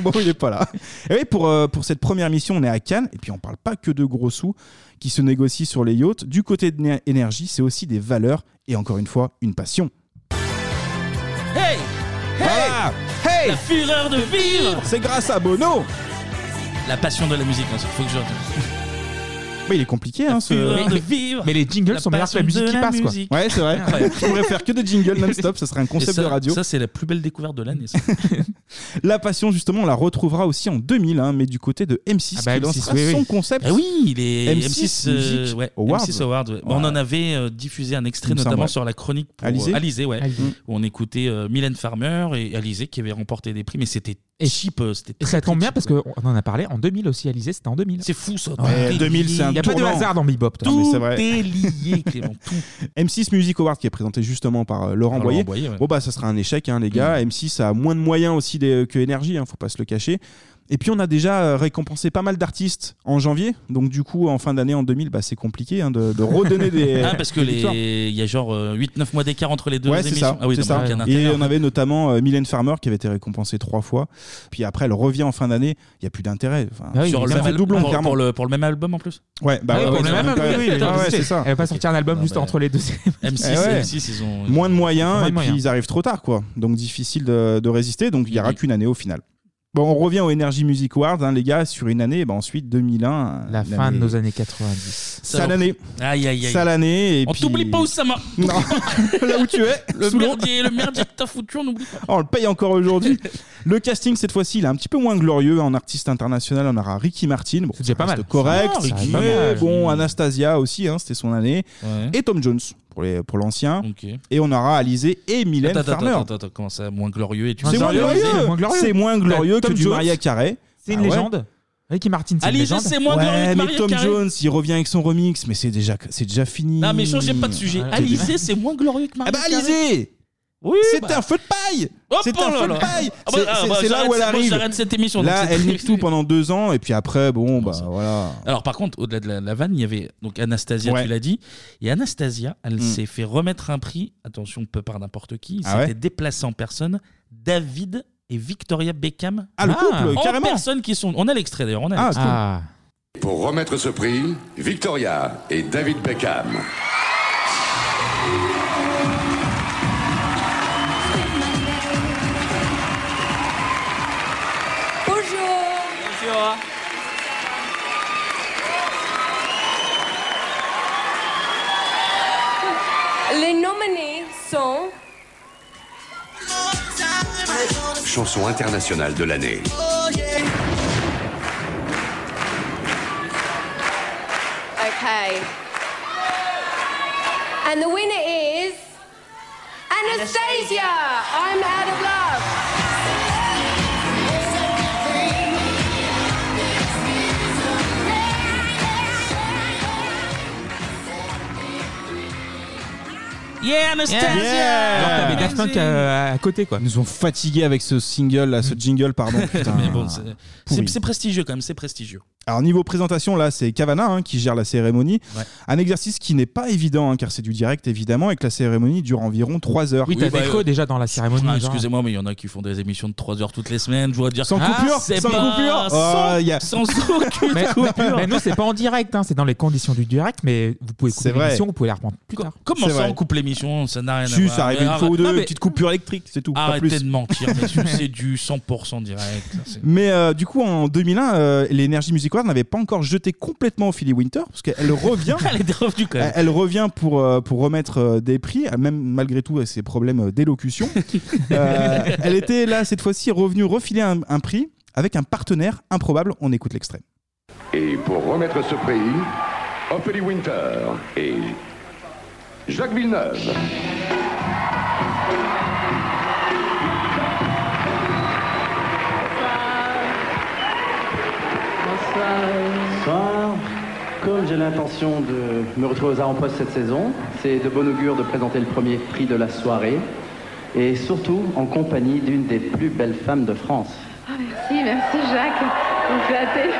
Speaker 6: (laughs) bon, il n'est pas là. Et oui, pour, euh, pour cette première mission, on est à Cannes. Et puis, on parle pas que de gros sous qui se négocient sur les yachts. Du côté de Né- énergie, c'est aussi des valeurs et encore une fois, une passion.
Speaker 1: Hey
Speaker 6: Voilà Hey
Speaker 1: La fureur de vivre
Speaker 6: C'est grâce à Bono
Speaker 1: La passion de la musique, il faut que je.
Speaker 6: Mais il est compliqué, hein, ce.
Speaker 1: Fureur de vivre
Speaker 7: Mais les jingles sont meilleurs que la musique qui passe, quoi.
Speaker 6: Ouais, c'est vrai. (laughs)
Speaker 1: Incroyable.
Speaker 6: Je pourrais faire que des jingles non-stop, ce serait un
Speaker 1: Et
Speaker 6: concept
Speaker 1: ça,
Speaker 6: de radio. Ah
Speaker 1: Ça, c'est la plus belle découverte de l'année. ça.
Speaker 6: La passion, justement, on la retrouvera aussi en 2000, hein, mais du côté de M6,
Speaker 7: Ah bah,
Speaker 6: qui
Speaker 7: M6,
Speaker 6: lancera
Speaker 7: oui, oui.
Speaker 6: son concept.
Speaker 1: Ah oui, les
Speaker 6: M6
Speaker 1: M6, euh,
Speaker 6: Music
Speaker 1: ouais,
Speaker 6: Awards.
Speaker 1: M6 Awards, ouais. Bah, On en avait euh, diffusé un
Speaker 6: Il
Speaker 1: extrait,
Speaker 6: me semble,
Speaker 1: notamment
Speaker 6: ouais.
Speaker 1: sur la chronique pour,
Speaker 6: Alizé
Speaker 1: euh, Alizé, ouais,
Speaker 7: Alizé.
Speaker 1: où on écoutait euh, Mylène Farmer et Alizé qui avait remporté des prix, mais c'était
Speaker 7: Et-
Speaker 1: cheap. euh, C'était
Speaker 7: Et
Speaker 1: très,
Speaker 7: ça tombe
Speaker 1: très
Speaker 7: bien
Speaker 1: cheap,
Speaker 7: parce
Speaker 1: quoi.
Speaker 7: qu'on en a parlé en 2000 aussi, Alizé, c'était en 2000.
Speaker 1: C'est fou ça.
Speaker 6: Ouais,
Speaker 1: Tout est
Speaker 6: 2000,
Speaker 1: lié.
Speaker 6: c'est un
Speaker 7: Il n'y a pas de
Speaker 6: tournant.
Speaker 7: hasard dans Bebop. toi.
Speaker 6: mais
Speaker 1: Tout
Speaker 6: c'est vrai.
Speaker 1: est lié, Clément. Tout.
Speaker 6: M6 Music Award qui est présenté justement par euh, Laurent
Speaker 1: Par
Speaker 6: Boyer.
Speaker 1: Laurent Boyer, ouais. Mm.
Speaker 6: Bon bah ça sera un échec hein, les gars. M6 a moins de moyens aussi des- que Énergie, hein, faut pas se le cacher. Et puis on a déjà euh, récompensé pas mal d'artistes en janvier, donc du coup en fin d'année en 2000, bah, c'est compliqué hein, de, de
Speaker 1: (laughs)
Speaker 6: redonner des.
Speaker 1: Ah, parce que
Speaker 6: des victoires.
Speaker 1: les... il y a genre 8-9 mois d'écart entre les deux
Speaker 6: Ouais, c'est
Speaker 1: émissions.
Speaker 6: ça.
Speaker 1: ah oui,
Speaker 6: c'est ça.
Speaker 1: donc, il y en a un
Speaker 6: Et
Speaker 1: intérêt.
Speaker 6: on avait notamment euh, Mylène Farmer qui avait été récompensée trois fois. Puis après, elle revient en fin d'année. Il n'y a plus d'intérêt. Enfin,
Speaker 7: Ah oui,
Speaker 1: Sur
Speaker 7: mais
Speaker 1: le
Speaker 7: ça
Speaker 1: même
Speaker 6: fait
Speaker 1: album-
Speaker 6: doublon,
Speaker 1: pour-
Speaker 6: clairement.
Speaker 1: pour le- pour le même album en plus
Speaker 6: Ouais, bah
Speaker 7: Ah oui,
Speaker 6: ouais,
Speaker 7: pour
Speaker 6: ouais,
Speaker 7: le même
Speaker 6: donc,
Speaker 7: album,
Speaker 6: euh,
Speaker 7: oui, oui,
Speaker 6: ouais, ouais, c'est ça.
Speaker 7: Elle va pas sortir un album
Speaker 1: Non,
Speaker 7: juste
Speaker 1: mais-
Speaker 7: entre les deux.
Speaker 1: M6,
Speaker 7: (laughs)
Speaker 6: Eh ouais.
Speaker 1: M6, ils ont.
Speaker 6: Moins de moyens
Speaker 7: Moins de
Speaker 6: et
Speaker 7: moyens.
Speaker 6: puis ils arrivent trop tard, quoi. Donc difficile de, de résister. Donc il n'y aura
Speaker 1: Oui.
Speaker 6: qu'une année au final. Bon, on revient au Energy Music Awards, hein, les gars, sur une année. Bah, ensuite, 2001.
Speaker 7: La
Speaker 6: une
Speaker 7: fin de
Speaker 6: année-
Speaker 7: nos années 90.
Speaker 6: Sale année.
Speaker 1: Aïe, aïe, aïe.
Speaker 6: Sale année. Et
Speaker 1: on
Speaker 6: puis-
Speaker 1: t'oublie pas, Oussama. (laughs)
Speaker 6: Non, là où tu es,
Speaker 1: Le
Speaker 6: sous l'eau.
Speaker 1: merdier, le merdier que t'as foutu, on oublie pas.
Speaker 6: Oh, (laughs) on le paye encore aujourd'hui. le casting, cette fois-ci, il est un petit peu moins glorieux. En artiste international, on aura Ricky Martin. Bon,
Speaker 7: C'est déjà
Speaker 6: ça
Speaker 7: pas
Speaker 6: reste
Speaker 7: mal.
Speaker 6: Correct.
Speaker 7: Ah, Ricky,
Speaker 6: mais
Speaker 7: pas mal.
Speaker 6: bon, Anastasia aussi, hein, c'était son année.
Speaker 1: Ouais.
Speaker 6: Et Tom Jones, pour les- pour l'ancien.
Speaker 1: Ok.
Speaker 6: et on aura Alizé et Mylène
Speaker 1: Attends,
Speaker 6: Farmer.
Speaker 1: attends, attends, attends, comment ça, moins glorieux et tu
Speaker 7: Moins
Speaker 6: C'est moins
Speaker 7: glorieux,
Speaker 6: glorieux.
Speaker 7: c'est moins glorieux.
Speaker 6: C'est moins glorieux
Speaker 7: Tom
Speaker 6: que du
Speaker 7: Jones.
Speaker 6: Maria Carré.
Speaker 7: C'est une
Speaker 6: Ah ouais.
Speaker 7: légende. Ricky Martin, c'est une
Speaker 1: Allez, je
Speaker 7: légende.
Speaker 1: sais moins glorieux
Speaker 6: Ouais,
Speaker 1: que
Speaker 6: mais
Speaker 1: Maria
Speaker 6: Tom
Speaker 1: Carré.
Speaker 6: Jones, il revient avec son remix, mais c'est déjà, c'est déjà fini.
Speaker 1: Non, mais changez pas de sujet.
Speaker 7: Ouais.
Speaker 1: Alizé, c'est moins glorieux que Maria
Speaker 6: Ah bah
Speaker 1: Carré.
Speaker 6: Alizé
Speaker 1: Oui,
Speaker 6: C'est
Speaker 1: bah.
Speaker 6: un feu de paille
Speaker 1: Hop,
Speaker 6: C'est
Speaker 1: oh
Speaker 6: un
Speaker 1: là
Speaker 6: feu
Speaker 1: là.
Speaker 6: de paille
Speaker 1: Ah bah,
Speaker 6: C'est-
Speaker 1: ah
Speaker 6: C'est
Speaker 1: bah,
Speaker 6: c'est là
Speaker 1: j'arrête-
Speaker 6: où elle
Speaker 1: moi,
Speaker 6: arrive.
Speaker 1: J'arrête cette émission. donc
Speaker 6: Là,
Speaker 1: c'est
Speaker 6: elle
Speaker 1: très-
Speaker 6: nique tout pendant deux ans, et puis après, bon, bah
Speaker 1: c'est-
Speaker 6: voilà.
Speaker 1: Alors par contre, au-delà de la, la vanne, il y avait donc Anastasia,
Speaker 6: Ouais.
Speaker 1: tu l'as dit, et Anastasia, elle
Speaker 6: Mm.
Speaker 1: s'est fait remettre un prix, attention, peu par n'importe qui, il
Speaker 6: Ah
Speaker 1: s'était
Speaker 6: ouais
Speaker 1: déplacé en personne, David et Victoria Beckham,
Speaker 6: Ah, le
Speaker 7: Ah,
Speaker 6: couple,
Speaker 1: en
Speaker 6: carrément
Speaker 1: personne qui sont... On a l'extrait d'ailleurs, on a
Speaker 6: Ah,
Speaker 1: l'extrait.
Speaker 7: Ah,
Speaker 8: Pour remettre ce prix, Victoria et David Beckham.
Speaker 10: Les nominés sont
Speaker 8: Chanson internationale de l'année.
Speaker 10: Okay. And the winner is Anastasia. I'm out of love.
Speaker 1: Yeah, Anastasia
Speaker 6: Yeah.
Speaker 7: Alors, t'avais Daft Punk à, à côté, quoi.
Speaker 6: Ils nous ont fatigués avec ce single, là, ce jingle, pardon. Putain.
Speaker 1: Mm. (laughs) Mais bon, c'est- c'est
Speaker 6: Pourri.
Speaker 1: c'est prestigieux quand même, c'est prestigieux.
Speaker 6: Alors niveau présentation, là, c'est Cavana hein, qui gère la cérémonie.
Speaker 1: Ouais.
Speaker 6: Un exercice qui n'est pas évident, hein, car c'est du direct évidemment, et que la cérémonie dure environ 3 heures.
Speaker 1: Oui, t'as Oui, bah, des creux euh,
Speaker 7: déjà dans la
Speaker 1: cérémonie. Excusez-moi, mais il y en a qui font des émissions de 3 heures toutes les semaines. Je voudrais dire
Speaker 6: Sans
Speaker 1: Ah,
Speaker 6: coupure,
Speaker 1: c'est
Speaker 6: Oh, sans
Speaker 1: pas-
Speaker 6: coupure.
Speaker 1: sans-
Speaker 6: Oh, y a-
Speaker 1: sans aucune
Speaker 7: mais,
Speaker 1: coupure.
Speaker 7: mais nous, c'est pas en direct, hein, c'est dans les conditions du direct, mais vous pouvez couper
Speaker 1: C'est vrai.
Speaker 7: l'émission, vous pouvez la reprendre plus tard.
Speaker 1: Comment ça, on coupe l'émission Ça n'a rien à
Speaker 7: Si,
Speaker 1: voir.
Speaker 7: ça arrive
Speaker 1: Mais
Speaker 7: une
Speaker 1: arrête-
Speaker 7: fois ou deux,
Speaker 1: Non, mais-
Speaker 7: petite
Speaker 6: coupure électrique, c'est tout. pas
Speaker 1: Arrêtez
Speaker 6: plus.
Speaker 1: de mentir, messieurs, c'est du 100% direct. ça, c'est-
Speaker 6: Mais euh, du coup, en 2001, euh, l'Energy Music Award n'avait pas encore jeté complètement Philly Winter, parce qu'elle revient.
Speaker 1: (laughs) elle est revenue quand même.
Speaker 6: Elle, elle revient pour, euh, pour remettre euh, des prix, euh, même malgré tout euh, ses problèmes euh,
Speaker 1: (laughs)
Speaker 6: d'élocution. Euh, elle était là, cette fois-ci, revenue refiler un, un prix avec un partenaire improbable. On écoute l'extrait.
Speaker 8: Et pour remettre ce prix, Ophélie Winter et Jacques Villeneuve.
Speaker 11: Bonsoir. Comme j'ai l'intention de me retrouver aux arts en poste cette saison, c'est de bon augure de présenter le premier prix de la soirée et surtout en compagnie d'une des plus belles femmes de France.
Speaker 12: Ah, merci, merci Jacques. Vous me flattez.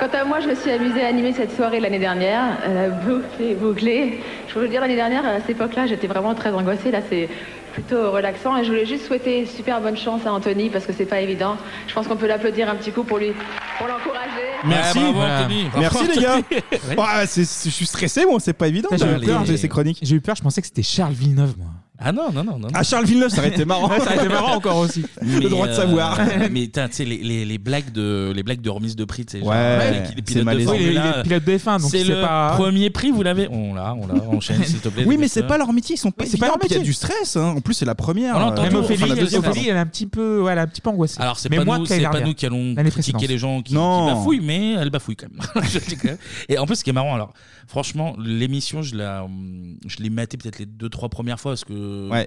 Speaker 12: Quant à moi, je me suis amusée à animer cette soirée l'année dernière, euh, bouclée, bouclée. Je voulais dire, l'année dernière, à cette époque-là, j'étais vraiment très angoissée. Là, c'est plutôt relaxant. Et je voulais juste souhaiter super bonne chance à Anthony, parce que c'est pas évident. Je pense qu'on peut l'applaudir un petit coup pour lui, pour l'encourager.
Speaker 6: Merci,
Speaker 1: Ouais, bravo, Anthony.
Speaker 6: merci
Speaker 1: Bravo,
Speaker 6: les
Speaker 1: (laughs)
Speaker 6: gars.
Speaker 1: Anthony.
Speaker 6: Ouais, c'est- c'est- je suis stressé, moi, c'est pas évident.
Speaker 7: Putain,
Speaker 6: de-
Speaker 7: J'ai eu peur,
Speaker 6: de- de- ces chroniques.
Speaker 7: J'ai eu peur, je pensais que c'était Charles Villeneuve, moi.
Speaker 1: Ah non, non, non. non.
Speaker 6: Ah, Charles Villeneuve, ça aurait été
Speaker 1: (laughs)
Speaker 6: marrant.
Speaker 7: Ouais, ça aurait été marrant encore aussi.
Speaker 1: Mais,
Speaker 6: (laughs) Le droit de
Speaker 1: euh,
Speaker 6: savoir.
Speaker 1: mais putain, tu sais, les, les, les blagues de, les blagues de remise de prix, tu sais, genre,
Speaker 6: Ouais,
Speaker 1: les- les,
Speaker 6: c'est
Speaker 1: pilotes de
Speaker 6: malaisant.
Speaker 1: Formule
Speaker 6: Oui, les-
Speaker 1: 1,
Speaker 6: les pilotes de F1, donc
Speaker 1: c'est
Speaker 6: c'est
Speaker 1: le
Speaker 6: pas-
Speaker 1: premier prix, vous l'avez On l'a, on l'a, enchaîne, s'il te plaît.
Speaker 6: Oui,
Speaker 1: les
Speaker 6: mais c'est
Speaker 1: metteurs.
Speaker 6: pas leur métier, ils sont pas
Speaker 1: Oui, c'est pas
Speaker 6: évidents,
Speaker 1: leur
Speaker 6: puis Il y a
Speaker 1: métier.
Speaker 6: du stress. hein. En plus, c'est la première.
Speaker 1: On l'entend
Speaker 6: euh,
Speaker 1: tout,
Speaker 6: enfin,
Speaker 1: Ophélie,
Speaker 6: la deuxième,
Speaker 1: Ophélie,
Speaker 6: pardon.
Speaker 7: Elle est un petit peu, ouais, elle est un petit peu angoissée.
Speaker 1: Alors, c'est
Speaker 7: Mais
Speaker 1: pas,
Speaker 7: moins
Speaker 1: nous,
Speaker 7: que l'année
Speaker 1: c'est pas
Speaker 7: dernière.
Speaker 1: nous qui allons
Speaker 7: L'année
Speaker 1: critiquer
Speaker 7: précédente.
Speaker 1: les gens qui, qui
Speaker 7: Non.
Speaker 1: bafouillent, mais elle bafouille quand même. (laughs) Je dis que- Et en plus, ce qui est marrant, alors, franchement, l'émission, je la, hum, je l'ai maté peut-être les deux, trois premières fois, parce que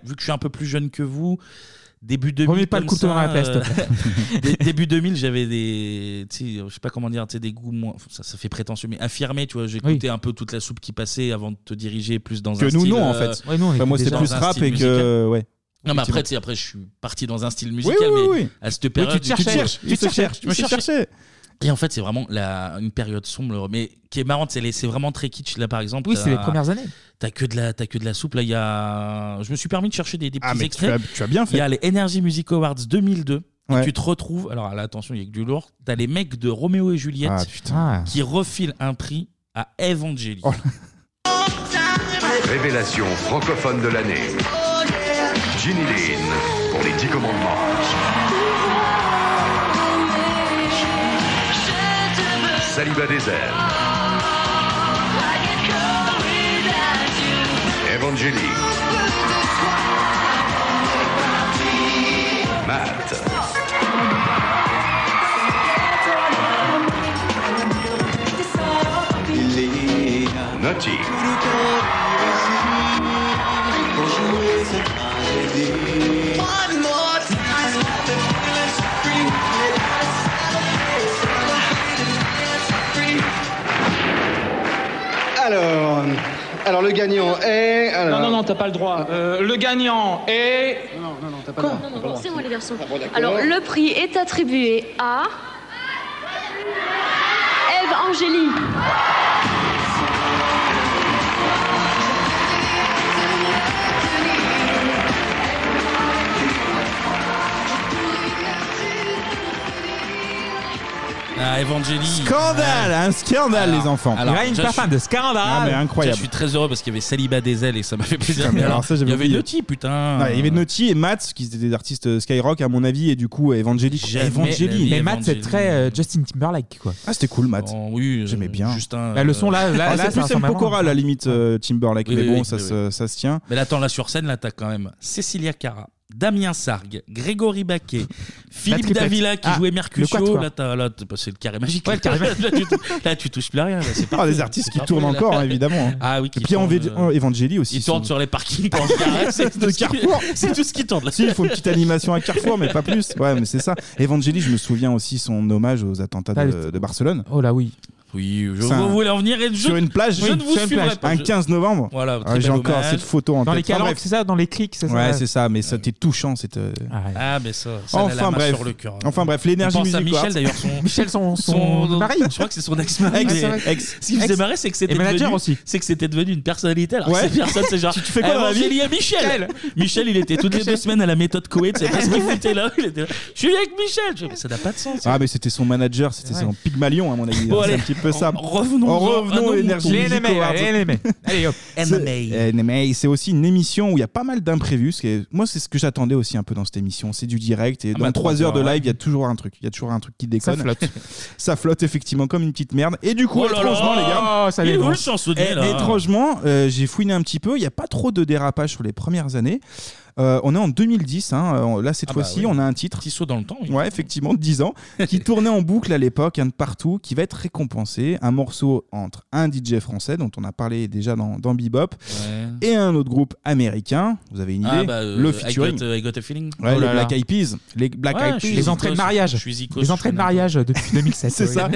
Speaker 1: vu que je suis un peu plus jeune que vous, début 2000.
Speaker 7: Remets pas le
Speaker 1: comme
Speaker 7: couteau
Speaker 1: ça,
Speaker 7: dans la plaie, s'il te plaît.
Speaker 1: euh, (laughs) dé- début 2000, j'avais des. tu sais, Je sais pas comment dire, tu sais, des goûts moins. Ça, ça fait prétentieux, mais affirmé, tu vois. J'écoutais un peu toute la soupe qui passait avant de te diriger plus dans
Speaker 6: Que
Speaker 1: un
Speaker 6: nous,
Speaker 1: style.
Speaker 6: non, en
Speaker 1: euh,
Speaker 6: fait. Ouais, nous, on Enfin, moi, était c'était
Speaker 1: dans
Speaker 6: plus
Speaker 1: un
Speaker 6: rap
Speaker 1: style
Speaker 6: et
Speaker 1: musical.
Speaker 6: que- euh, ouais.
Speaker 1: Non, mais après,
Speaker 6: Effectivement.
Speaker 1: tu sais, après, je suis parti dans un style musical,
Speaker 6: oui,
Speaker 1: mais
Speaker 6: oui.
Speaker 1: à cette période, euh,
Speaker 6: Oui, tu te cherchais. Tu te cherchais.
Speaker 1: Je me
Speaker 6: Tu te cherchais.
Speaker 1: Et en fait, c'est vraiment la, une période sombre, mais qui est marrante. C'est les- c'est vraiment très kitsch, là, par exemple.
Speaker 7: Oui,
Speaker 1: t'as-
Speaker 7: c'est les premières années.
Speaker 1: T'as que, de la- t'as que de la soupe. Là, il y a. Je me suis permis de chercher des, des petits
Speaker 6: Ah, mais tu
Speaker 1: extraits.
Speaker 6: as- tu as bien fait.
Speaker 1: Il y a les Energy Music Awards 2002. et
Speaker 6: Ouais.
Speaker 1: tu te retrouves. Alors, là, attention, il y a que du lourd. T'as les mecs de Roméo et Juliette
Speaker 6: Ah, Oh putain.
Speaker 1: qui refilent un prix à Evangélie.
Speaker 8: Révélation francophone de l'année. Ginny Lynn pour les 10 commandements. Saliba désert. Evangélie. Matt. Naughty.
Speaker 4: Alors, alors le gagnant est. alors-
Speaker 13: Non, non, non, t'as pas le droit. Euh, le gagnant est.
Speaker 4: Non, non, non, t'as pas
Speaker 13: Quoi
Speaker 4: le droit, t'as pas le droit.
Speaker 13: C'est moi, les garçons.
Speaker 12: Alors, le prix est attribué à. Eve Angélie.
Speaker 1: Ah, Evangélie.
Speaker 6: Scandale, un scandale, les enfants. Il y a une
Speaker 1: déjà,
Speaker 6: pas
Speaker 1: je
Speaker 6: fan
Speaker 1: suis-
Speaker 6: de scandale. Ah, mais incroyable.
Speaker 1: Déjà, Je suis très heureux parce qu'il y avait Saliba des ailes et ça m'a fait plaisir.
Speaker 6: Putain, mais
Speaker 1: Mais
Speaker 6: alors
Speaker 1: alors,
Speaker 6: ça, j'avais
Speaker 1: il y avait
Speaker 6: oublié.
Speaker 1: Naughty, putain.
Speaker 6: Non, il y avait Naughty et Matt, qui étaient des artistes euh, Skyrock, à mon avis, et du coup, Evangélie. Evangélie.
Speaker 7: Mais Matt, c'est très euh, Justin Timberlake, quoi.
Speaker 6: Ah, c'était cool, Matt.
Speaker 1: Oh, oui, euh,
Speaker 6: j'aimais bien.
Speaker 1: Justin,
Speaker 7: Bah, le son, là- là-
Speaker 6: Ah,
Speaker 7: là,
Speaker 6: c'est
Speaker 7: ça
Speaker 6: plus
Speaker 7: ressemble
Speaker 6: M.
Speaker 7: à moi.
Speaker 6: Pokora, à la limite, euh, Timberlake.
Speaker 1: Oui,
Speaker 6: mais
Speaker 1: oui,
Speaker 6: bon,
Speaker 1: oui,
Speaker 6: ça
Speaker 1: oui,
Speaker 6: se- ça se tient.
Speaker 1: Mais là, attends, là sur scène, là, t'as quand même Cécilia Cara, Damien Sargue, Grégory Baquet, Philippe
Speaker 7: triplette.
Speaker 1: Davila qui
Speaker 7: Ah,
Speaker 1: jouait
Speaker 7: le
Speaker 1: Mercutio.
Speaker 7: quatuor.
Speaker 1: Là, t'as- là, t'as- bah, c'est le carré magique.
Speaker 7: Ouais, le carré
Speaker 1: (laughs) là,
Speaker 7: magique.
Speaker 1: tu, là, tu touches plus à rien. là, c'est
Speaker 6: Ah,
Speaker 1: parfait,
Speaker 6: des artistes
Speaker 1: c'est
Speaker 6: qui
Speaker 1: parfait,
Speaker 6: tournent
Speaker 1: là.
Speaker 6: encore,
Speaker 1: (laughs)
Speaker 6: hein, évidemment.
Speaker 1: Ah oui, qui
Speaker 6: Et puis
Speaker 1: tournent,
Speaker 6: Evangeli-
Speaker 1: euh,
Speaker 6: Evangeli aussi.
Speaker 1: Ils tournent sur les
Speaker 6: (laughs)
Speaker 1: parkings pendant le carré, c'est tout
Speaker 6: De
Speaker 1: ce qui-
Speaker 6: Carrefour.
Speaker 1: (laughs) C'est tout ce qui tourne. là.
Speaker 6: hein. Si, il faut une petite animation à Carrefour, mais pas plus. Ouais, mais c'est ça. Evangeli, je me souviens aussi son hommage aux attentats
Speaker 1: Ah,
Speaker 6: de, de Barcelone.
Speaker 7: Oh là oui.
Speaker 1: Oui, je
Speaker 6: C'est un-
Speaker 1: vous voulez en venir et je,
Speaker 6: Sur une plage,
Speaker 1: je ne vous suivrai pas.
Speaker 6: Un
Speaker 1: Je-
Speaker 6: 15 novembre.
Speaker 1: Voilà,
Speaker 6: Ah, J'ai
Speaker 1: très bel
Speaker 6: encore
Speaker 1: hommage.
Speaker 6: cette photo en
Speaker 1: Dans les
Speaker 6: tête. Enfin,
Speaker 1: calanques,
Speaker 6: bref.
Speaker 1: c'est ça, dans les clics, c'est ça
Speaker 6: Ouais,
Speaker 1: Ouais.
Speaker 6: c'est ça, mais c'était touchant. C'était.
Speaker 1: Ah, mais ça, ça elle a la
Speaker 6: Enfin
Speaker 1: main
Speaker 6: bref.
Speaker 1: sur le cœur.
Speaker 6: Enfin bref, l'énergie
Speaker 1: On pense à
Speaker 6: musicale.
Speaker 1: Michel d'ailleurs, son.
Speaker 7: Michel, son- son mari.
Speaker 1: Je crois que c'est son ex-mari.
Speaker 7: Ex,
Speaker 1: mais-
Speaker 7: c'est vrai.
Speaker 1: ex. Ce qui me
Speaker 7: Ex.
Speaker 1: faisait marrer, c'est que c'était
Speaker 7: Et manager
Speaker 1: devenu-
Speaker 7: aussi.
Speaker 1: C'est que c'était devenu une personnalité. Alors
Speaker 7: Ouais.
Speaker 1: cette personne, c'est genre. Eh,
Speaker 7: Tu- tu fais quoi dans la vie
Speaker 1: Evangélie à Michel. Michel, il était toutes les deux semaines à la méthode Coé. Tu sais pas ce qu'il foutait là. Il était là, Je suis avec Michel. Je fais, mais ça n'a pas de sens.
Speaker 6: Ah, mais c'était son manager, c'était
Speaker 1: Ouais.
Speaker 6: son Pygmalion, à mon avis. hein.
Speaker 1: Bon,
Speaker 6: c'est un
Speaker 1: allez,
Speaker 6: petit peu ça.
Speaker 1: revenons-
Speaker 6: Oh, revenons à
Speaker 1: à nos
Speaker 6: l'énergie.
Speaker 1: moutons. Les
Speaker 6: Music
Speaker 1: NMA,
Speaker 6: Awards.
Speaker 1: les NMA. Allez, hop.
Speaker 6: (laughs) C'est- eh, NMA, C'est aussi une émission où il y a pas mal d'imprévus. ce qui est- Moi, c'est ce que j'attendais aussi un peu dans cette émission. C'est du direct. Et
Speaker 7: Ah,
Speaker 6: dans
Speaker 7: bah,
Speaker 6: 3 heures de
Speaker 7: ouais.
Speaker 6: live, il y a toujours un truc. Il y a toujours un truc qui déconne.
Speaker 7: Ça flotte.
Speaker 6: (laughs) ça flotte, effectivement, comme une petite merde. Et du coup,
Speaker 1: Oh là
Speaker 6: étrangement,
Speaker 1: là,
Speaker 6: les gars.
Speaker 1: ça y est, Il est où bon. le chansonnier,
Speaker 6: Et-
Speaker 1: là
Speaker 6: Étrangement, euh, j'ai fouiné un petit peu. Il n'y a pas trop de dérapage sur les premières années. Euh, on est en 2010, hein, euh, là cette
Speaker 1: Ah bah
Speaker 6: fois-ci,
Speaker 1: oui.
Speaker 6: on a un titre.
Speaker 1: Petit saut dans le temps.
Speaker 6: Ouais, effectivement, de 10 ans,
Speaker 1: (laughs)
Speaker 6: qui tournait en boucle à l'époque, un de partout, qui va être récompensé. Un morceau entre un DJ français, dont on a parlé déjà dans, dans Bebop, et un autre groupe américain. Vous avez une idée
Speaker 1: Ah, bah, euh,
Speaker 6: Le
Speaker 1: I
Speaker 6: featuring.
Speaker 1: got, euh, I got a feeling.
Speaker 6: Ouais,
Speaker 1: Oh
Speaker 6: les
Speaker 1: là là.
Speaker 6: Black Eyed Peas. Les Black
Speaker 1: Ouais,
Speaker 6: Eyed
Speaker 1: je
Speaker 6: Peas.
Speaker 1: suis Les entrées de zikos, mariage. je suis zikos,
Speaker 7: Les entrées de mariage depuis (laughs) 2007.
Speaker 6: C'est
Speaker 7: oui.
Speaker 6: ça.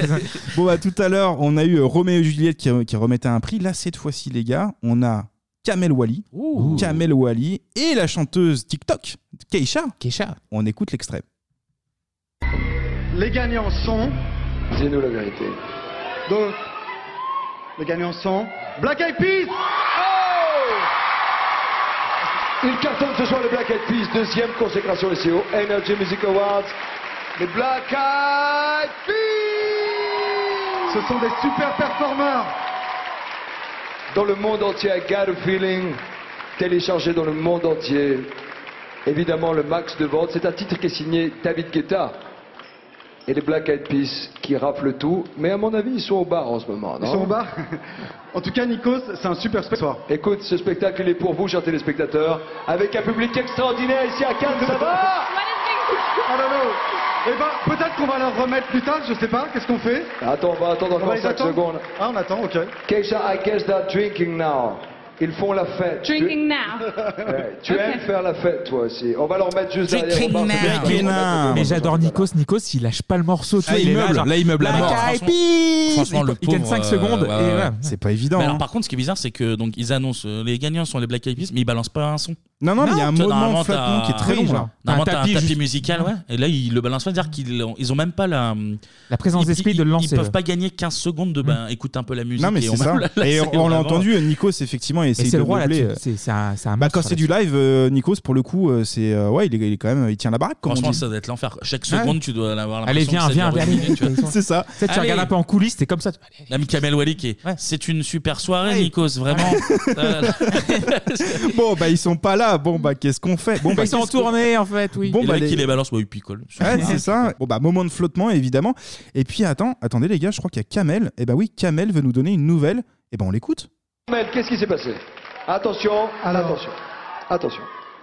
Speaker 6: bon, bah, tout à l'heure, on a eu euh, Roméo et Juliette qui, qui remettait un prix. Là, cette fois-ci, les gars, on a Kamel Wally. Kamel Wally et la chanteuse TikTok, Keisha.
Speaker 7: Keisha.
Speaker 6: On écoute l'extrait.
Speaker 4: Les gagnants sont.
Speaker 11: Dis-nous la vérité.
Speaker 4: Donc, les gagnants sont. Black Eyed Peas
Speaker 14: Oh Il cartonne ce soir les Black Eyed Peas, deuxième consécration des CO Energy Music Awards. Les Black Eyed Peas Ce sont des super performeurs Dans le monde entier, I Got a Feeling, téléchargé dans le monde entier. Évidemment, le max de ventes. C'est un titre qui est signé David Guetta. Et les Black Eyed Peas qui raflent tout. Mais à mon avis, ils sont au bar en ce moment.
Speaker 4: Ils
Speaker 14: non
Speaker 4: sont au bar (laughs) En tout cas, Nikos, c'est un super spectacle.
Speaker 14: Écoute, ce spectacle, il est pour vous, chers téléspectateurs, avec un public extraordinaire ici à Cannes, ça va
Speaker 4: Oh là là Eh ben, peut-être qu'on va leur remettre plus tard, je sais pas, qu'est-ce qu'on fait
Speaker 14: Attends, on va attendre
Speaker 4: On va
Speaker 14: encore
Speaker 4: les
Speaker 14: 5
Speaker 4: attendre
Speaker 14: secondes.
Speaker 4: Ah, on attend, ok.
Speaker 14: Keisha, I guess they're drinking now. Ils font la fête. Tu,
Speaker 10: Drinking now.
Speaker 14: (laughs) Ouais, tu aimes faire la fête, toi aussi. On va leur mettre juste derrière.
Speaker 7: Drinking
Speaker 14: au bar, c'est bien.
Speaker 7: now.
Speaker 14: On va leur mettre-
Speaker 7: Mais j'adore Nikos. Nikos, il lâche pas le morceau. tu vois, il est là, genre, Black Eyed Peas.
Speaker 1: Franchement,
Speaker 7: Il-
Speaker 1: le
Speaker 7: Il gagne
Speaker 1: pauvre,
Speaker 7: 5
Speaker 1: euh,
Speaker 7: secondes.
Speaker 1: ouais,
Speaker 7: et
Speaker 1: ouais.
Speaker 7: voilà.
Speaker 6: C'est pas évident.
Speaker 1: Mais
Speaker 6: hein.
Speaker 1: alors, par contre, ce qui est bizarre, c'est que donc ils annoncent euh, les gagnants sont les Black Eyed Peas, mais ils balancent pas un son.
Speaker 6: Non, non, mais il y a un
Speaker 1: tu
Speaker 6: moment
Speaker 1: vois,
Speaker 6: de
Speaker 1: normalement,
Speaker 6: flottement
Speaker 1: t'as-
Speaker 6: qui est très long, là.
Speaker 1: Normalement,
Speaker 6: T'as un
Speaker 1: t'as un
Speaker 6: tapis
Speaker 1: tapis,
Speaker 6: juste-
Speaker 1: musical, ouais. Et là, ils le balancent pas, c'est-à-dire qu'ils ont, ils ont même pas la, hum,
Speaker 7: la présence d'esprit de le lancer, Mmh.
Speaker 1: Ils peuvent
Speaker 7: ouais.
Speaker 1: pas gagner 15 secondes de ben écoute un peu la musique.
Speaker 6: Non, mais
Speaker 1: et
Speaker 6: c'est
Speaker 1: on va (laughs)
Speaker 6: ça.
Speaker 7: (laughs)
Speaker 1: la laisser
Speaker 6: Et on l'a
Speaker 1: vraiment.
Speaker 6: entendu, Nikos, effectivement,
Speaker 7: Et
Speaker 6: essaye
Speaker 7: c'est
Speaker 6: de
Speaker 7: le roi
Speaker 6: doubler.
Speaker 7: là-dessus. C'est- C'est un, c'est un
Speaker 6: Bah,
Speaker 7: monstre,
Speaker 6: quand c'est du
Speaker 7: là-dessus.
Speaker 6: live, euh, Nikos, pour le coup, euh, c'est euh, ouais, il est, il est quand même, il tient la baraque. Comme on
Speaker 1: Franchement,
Speaker 6: dit.
Speaker 1: ça doit être l'enfer. Chaque seconde,
Speaker 6: Ouais.
Speaker 1: tu dois avoir
Speaker 6: Allez,
Speaker 1: l'impression
Speaker 6: viens,
Speaker 1: que c'est de la
Speaker 6: viens,
Speaker 1: bonne
Speaker 6: viens,
Speaker 1: idée,
Speaker 7: (laughs)
Speaker 1: tu vois.
Speaker 6: C'est ça.
Speaker 7: Tu sais, tu
Speaker 1: Allez.
Speaker 7: regardes un peu en coulisses, t'es comme (laughs) ça. tu-
Speaker 1: L'ami Kamel Wally qui est. C'est une super soirée, Nikos, vraiment.
Speaker 6: (laughs)
Speaker 1: Euh,
Speaker 6: bon, bah ils sont pas là. Bon, bah qu'est-ce qu'on fait Bon, bah
Speaker 7: Ils sont en
Speaker 6: qu'est-ce qu'on-
Speaker 7: tournée en fait, oui.
Speaker 6: Bon,
Speaker 1: Et
Speaker 6: bah,
Speaker 1: le mec,
Speaker 6: les-
Speaker 1: il les balance, ouais, il picole.
Speaker 6: Ouais, c'est ça. Bon, bah, moment de flottement, évidemment. Et puis, attends, attendez, les gars, je crois qu'il y a Kamel. Et bah oui, Kamel veut nous donner une nouvelle. Et ben, on l'écoute.
Speaker 14: Ahmed, qu'est-ce qui s'est passé Attention, attention, attention.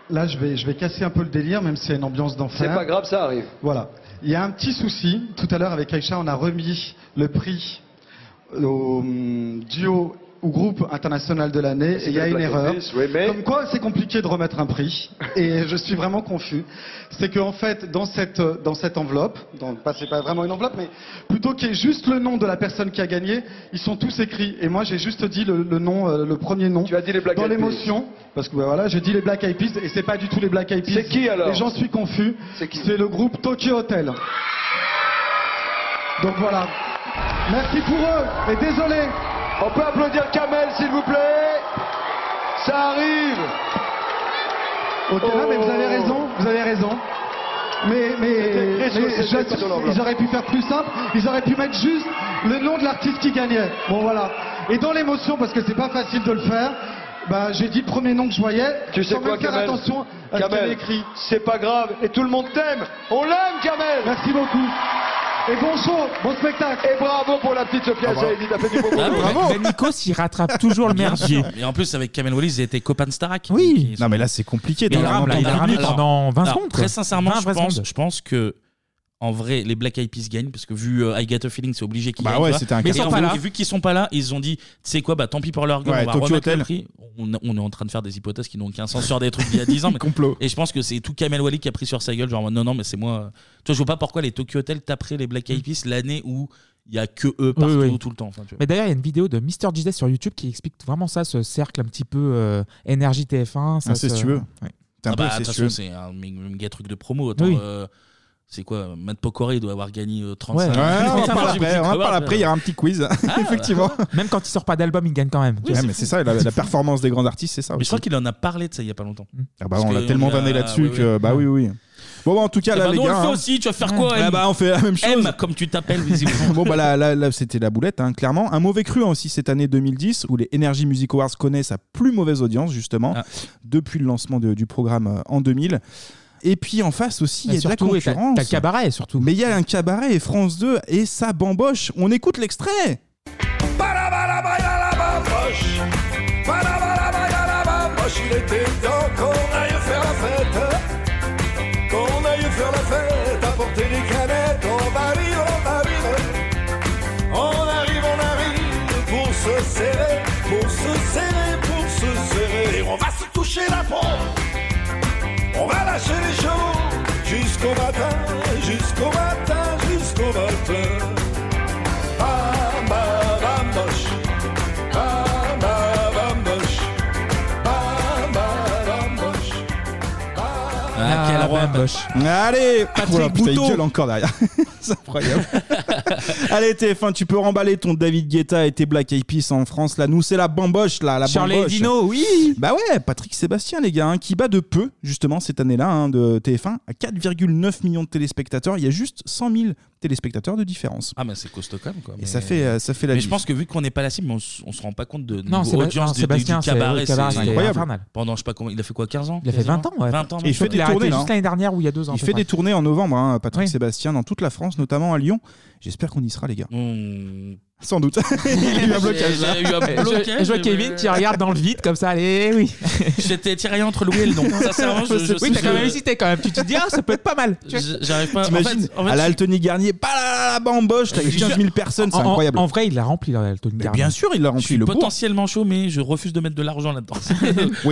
Speaker 4: Là, je vais, je vais casser un peu le délire, même si c'est une ambiance d'enfer.
Speaker 14: C'est pas grave, ça arrive.
Speaker 4: Voilà. Il y a un petit souci. Tout à l'heure, avec Aïcha, on a remis le prix au hum, duo ou groupe international de l'année.
Speaker 14: C'est
Speaker 4: Et il y a
Speaker 14: le
Speaker 4: une
Speaker 14: Black
Speaker 4: erreur.
Speaker 14: Eyed Peas, oui, mais-
Speaker 4: Comme quoi, c'est compliqué de remettre un prix. Et je suis vraiment confus. C'est qu'en fait, dans cette, euh, dans cette enveloppe, dans, pas, c'est pas vraiment une enveloppe, mais plutôt qu'il y ait juste le nom de la personne qui a gagné, ils sont tous écrits. Et moi, j'ai juste dit le, le nom, euh, le premier nom. Tu as dit les
Speaker 14: Black
Speaker 4: Dans
Speaker 14: Eyed Peas.
Speaker 4: l'émotion. Parce que bah, voilà, je dis les Black Eyed Peas et c'est pas du tout les Black Eyed Peas.
Speaker 14: C'est qui, alors
Speaker 4: Et j'en suis confus. C'est le groupe Tokyo Hotel. Donc voilà. Merci pour eux et désolé.
Speaker 14: On peut applaudir Kamel, s'il vous plaît Ça arrive
Speaker 4: Ok, non, mais vous avez
Speaker 14: Oh.
Speaker 4: raison, vous avez raison. Mais, mais,
Speaker 14: C'était écrit sur-
Speaker 4: mais
Speaker 14: c'était
Speaker 4: j'assume,
Speaker 14: écrit sur l'enveloppe.
Speaker 4: ils auraient pu faire plus simple, ils auraient pu mettre juste le nom de l'artiste qui gagnait. Bon voilà. Et dans l'émotion, parce que c'est pas facile de le faire, bah, j'ai dit le premier nom que je voyais.
Speaker 14: Tu sais
Speaker 4: sans
Speaker 14: quoi,
Speaker 4: même faire
Speaker 14: Kamel
Speaker 4: attention à ce qu'il y
Speaker 14: Kamel,
Speaker 4: avait écrit.
Speaker 14: C'est pas grave, et tout le monde t'aime. On l'aime, Kamel.
Speaker 4: Merci beaucoup. Et bon show, bon spectacle.
Speaker 14: Et Ah, bravo pour la petite Sophia Zaidi, t'as fait du bon boulot.
Speaker 7: Mais Nikos, il rattrape toujours le
Speaker 1: Bien
Speaker 7: merdier.
Speaker 1: sûr. Et en plus, avec Kamel Wallis, ils étaient copains de hein, Starak.
Speaker 6: Oui. Non, mais là, c'est compliqué.
Speaker 1: Mais
Speaker 6: T'as
Speaker 1: il
Speaker 6: vraiment
Speaker 1: rame, là,
Speaker 6: pas
Speaker 1: il
Speaker 6: de
Speaker 1: a ramé
Speaker 6: public.
Speaker 7: pendant 20 secondes, quoi.
Speaker 1: Très sincèrement,
Speaker 7: 20,
Speaker 1: je
Speaker 7: 20
Speaker 1: pense,
Speaker 7: secondes.
Speaker 1: je pense que. En vrai, les Black Eyed Peas gagnent parce que vu euh, I Got a Feeling, c'est obligé qu'ils
Speaker 6: Bah
Speaker 1: gagnent.
Speaker 6: ouais,
Speaker 1: tu vois.
Speaker 6: c'était un
Speaker 1: Mais ils
Speaker 6: carton.
Speaker 1: sont pas
Speaker 6: Ils sont
Speaker 1: là.
Speaker 6: pas là.
Speaker 1: Vu qu'ils sont pas là, ils ont dit, tu sais quoi, bah tant pis pour leur gueule,
Speaker 6: Ouais,
Speaker 1: on va
Speaker 6: Tokyo
Speaker 1: remettre
Speaker 6: Hotel.
Speaker 1: le prix. On, on est en train de faire des hypothèses qui n'ont aucun sens sur des trucs d'il y a 10
Speaker 6: (laughs)
Speaker 1: ans. Mais...
Speaker 6: Complot.
Speaker 1: Et je pense que c'est tout Kamel Wally qui a pris sur sa gueule, genre non, non, mais c'est moi. euh. Toi, je vois pas pourquoi les Tokyo Hotel taperaient les Black
Speaker 6: Mm.
Speaker 1: Eyed Peas l'année où il y a que eux partout
Speaker 7: Oui, oui.
Speaker 1: tout le temps. Enfin, tu vois.
Speaker 7: Mais d'ailleurs, il y a une vidéo de Mister Jesus sur YouTube qui explique vraiment ça, ce cercle un petit peu euh, énergie TF1. Ça,
Speaker 1: Ah, c'est
Speaker 7: se-
Speaker 1: si tu veux.
Speaker 7: Ouais.
Speaker 1: Ah bah, de toute façon, c'est un mé- méga truc de promo. Attends,
Speaker 7: Oui.
Speaker 1: euh, c'est quoi Matt Pocoré doit avoir gagné euh,
Speaker 7: Ouais,
Speaker 1: (laughs) 35
Speaker 6: on en
Speaker 1: 35
Speaker 6: parle après, on en parle
Speaker 1: Awards,
Speaker 6: après, il y aura un petit quiz,
Speaker 1: Ah,
Speaker 6: (laughs) effectivement.
Speaker 7: Même quand il sort pas d'album, il gagne quand même.
Speaker 6: Ouais, mais c'est ça, la, la performance des grands artistes, c'est ça.
Speaker 1: Mais
Speaker 6: aussi.
Speaker 1: je crois qu'il en a parlé de ça il y a pas longtemps.
Speaker 7: Hmm.
Speaker 6: Ah bah, (laughs)
Speaker 1: Parce
Speaker 6: on
Speaker 1: que
Speaker 6: l'a tellement
Speaker 1: lui a-
Speaker 6: vanné là-dessus
Speaker 1: ouais,
Speaker 6: que
Speaker 1: ouais.
Speaker 6: bah oui oui. Bon bah en tout cas
Speaker 1: Eh
Speaker 6: là
Speaker 1: ben,
Speaker 6: les
Speaker 1: nous, on
Speaker 6: gars.
Speaker 1: le fait
Speaker 6: hein.
Speaker 1: aussi, tu vas faire quoi
Speaker 6: Ah
Speaker 1: M
Speaker 6: bah, on fait la même chose.
Speaker 1: M comme tu t'appelles
Speaker 6: (laughs)
Speaker 1: visiblement.
Speaker 6: bon bah là, là, là, c'était la boulette hein, clairement un mauvais cru hein, aussi cette année 2010 où les Energy Music Awards connaissent sa plus mauvaise audience justement
Speaker 1: Ah.
Speaker 6: depuis le lancement de- du programme euh, en 2000 et puis en face aussi il y
Speaker 7: Mais
Speaker 6: a de la
Speaker 7: surtout, oui, t'as-
Speaker 6: concurrence
Speaker 7: t'as le cabaret,
Speaker 6: surtout mais il y a un cabaret et France 2 et ça bamboche on écoute l'extrait
Speaker 9: Bamboche, il était temps qu'on aille faire la fête. Qu'on aille faire la fête, apporter des canettes. On va vivre, on va vivre. On arrive, on arrive pour se serrer, pour se serrer, pour se serrer. Et on va se toucher la peau. On va lâcher les chevaux jusqu'au matin, jusqu'au matin, jusqu'au matin. Bam, bam, bamboche. Bam, bam, bamboche. Bam, bam, bamboche.
Speaker 1: Ah, quel roi.
Speaker 6: Allez,
Speaker 1: Patrick
Speaker 6: Voilà, putain, il
Speaker 1: Bouteau.
Speaker 6: gueule encore derrière. (laughs) C'est
Speaker 1: (laughs)
Speaker 6: incroyable. Allez, TF1, tu peux remballer ton David Guetta et tes Black Eyed Peas en France. Là, nous, c'est la bamboche, là, la
Speaker 7: Charlie
Speaker 6: bamboche.
Speaker 7: Dino,
Speaker 6: oui. Bah ouais, Patrick Sébastien, les gars, hein, qui bat de peu, justement, cette année-là, hein, de TF1, à 4,9 millions de téléspectateurs. Il y a juste 100 000 téléspectateurs de différence.
Speaker 1: Ah, mais c'est costaud quand même. Quoi.
Speaker 6: Et ça fait, euh, ça fait la
Speaker 1: Mais
Speaker 6: diff.
Speaker 1: je pense que vu qu'on n'est pas la cible, on, s- on se rend pas compte de
Speaker 6: Non,
Speaker 1: l'audience
Speaker 6: Séba- non,
Speaker 1: du,
Speaker 6: Sébastien,
Speaker 1: du
Speaker 6: c'est-
Speaker 1: cabaret.
Speaker 6: le cabaret, c'était
Speaker 1: incroyable.
Speaker 6: infernal.
Speaker 1: Pendant je sais pas combien, il a fait quoi 15 ans
Speaker 7: Il a fait 20 ans, ouais.
Speaker 1: 20 ans.
Speaker 6: Et il fait des
Speaker 7: Il a arrêté
Speaker 6: tournées.
Speaker 7: juste
Speaker 6: là.
Speaker 7: l'année dernière ou il y a deux ans, à
Speaker 6: Il
Speaker 7: peu
Speaker 6: fait
Speaker 7: près.
Speaker 6: des tournées en novembre, hein, Patrick Sébastien, dans toute la France, notamment à Lyon. J'espère qu'on y sera, les gars.
Speaker 1: Hmm.
Speaker 6: Sans
Speaker 1: (laughs)
Speaker 6: doute. il a eu un blocage. là.
Speaker 1: J'ai- j'ai eu un
Speaker 7: Et je-
Speaker 1: blocage,
Speaker 7: et je vois
Speaker 1: mais-
Speaker 7: Kevin qui regarde dans le vide comme ça, allez,
Speaker 1: (laughs)
Speaker 7: oui.
Speaker 1: J'étais tiré entre le oui et le non. Sincèrement, je, je-
Speaker 7: (laughs) oui, t'as
Speaker 1: je-
Speaker 7: quand même hésité quand même. Tu te dis, ah, ça peut être pas mal. Tu vois.
Speaker 1: je- J'arrive pas.
Speaker 6: T'imagines,
Speaker 1: en fait, en fait,
Speaker 6: à la Altony Garnier, pas la, la bamboche, t'as
Speaker 1: Je suis
Speaker 6: 15 000
Speaker 1: sûr-
Speaker 6: personnes, c'est
Speaker 1: en- en-
Speaker 6: incroyable.
Speaker 1: en
Speaker 7: vrai, il l'a rempli, l'Altony
Speaker 6: Garnier.
Speaker 1: Garnier.
Speaker 6: Bien sûr, il l'a
Speaker 1: je
Speaker 6: rempli,
Speaker 1: suis
Speaker 6: le bourg.
Speaker 1: potentiellement chaud, mais je refuse de mettre de
Speaker 6: (laughs)
Speaker 1: l'argent là-dedans.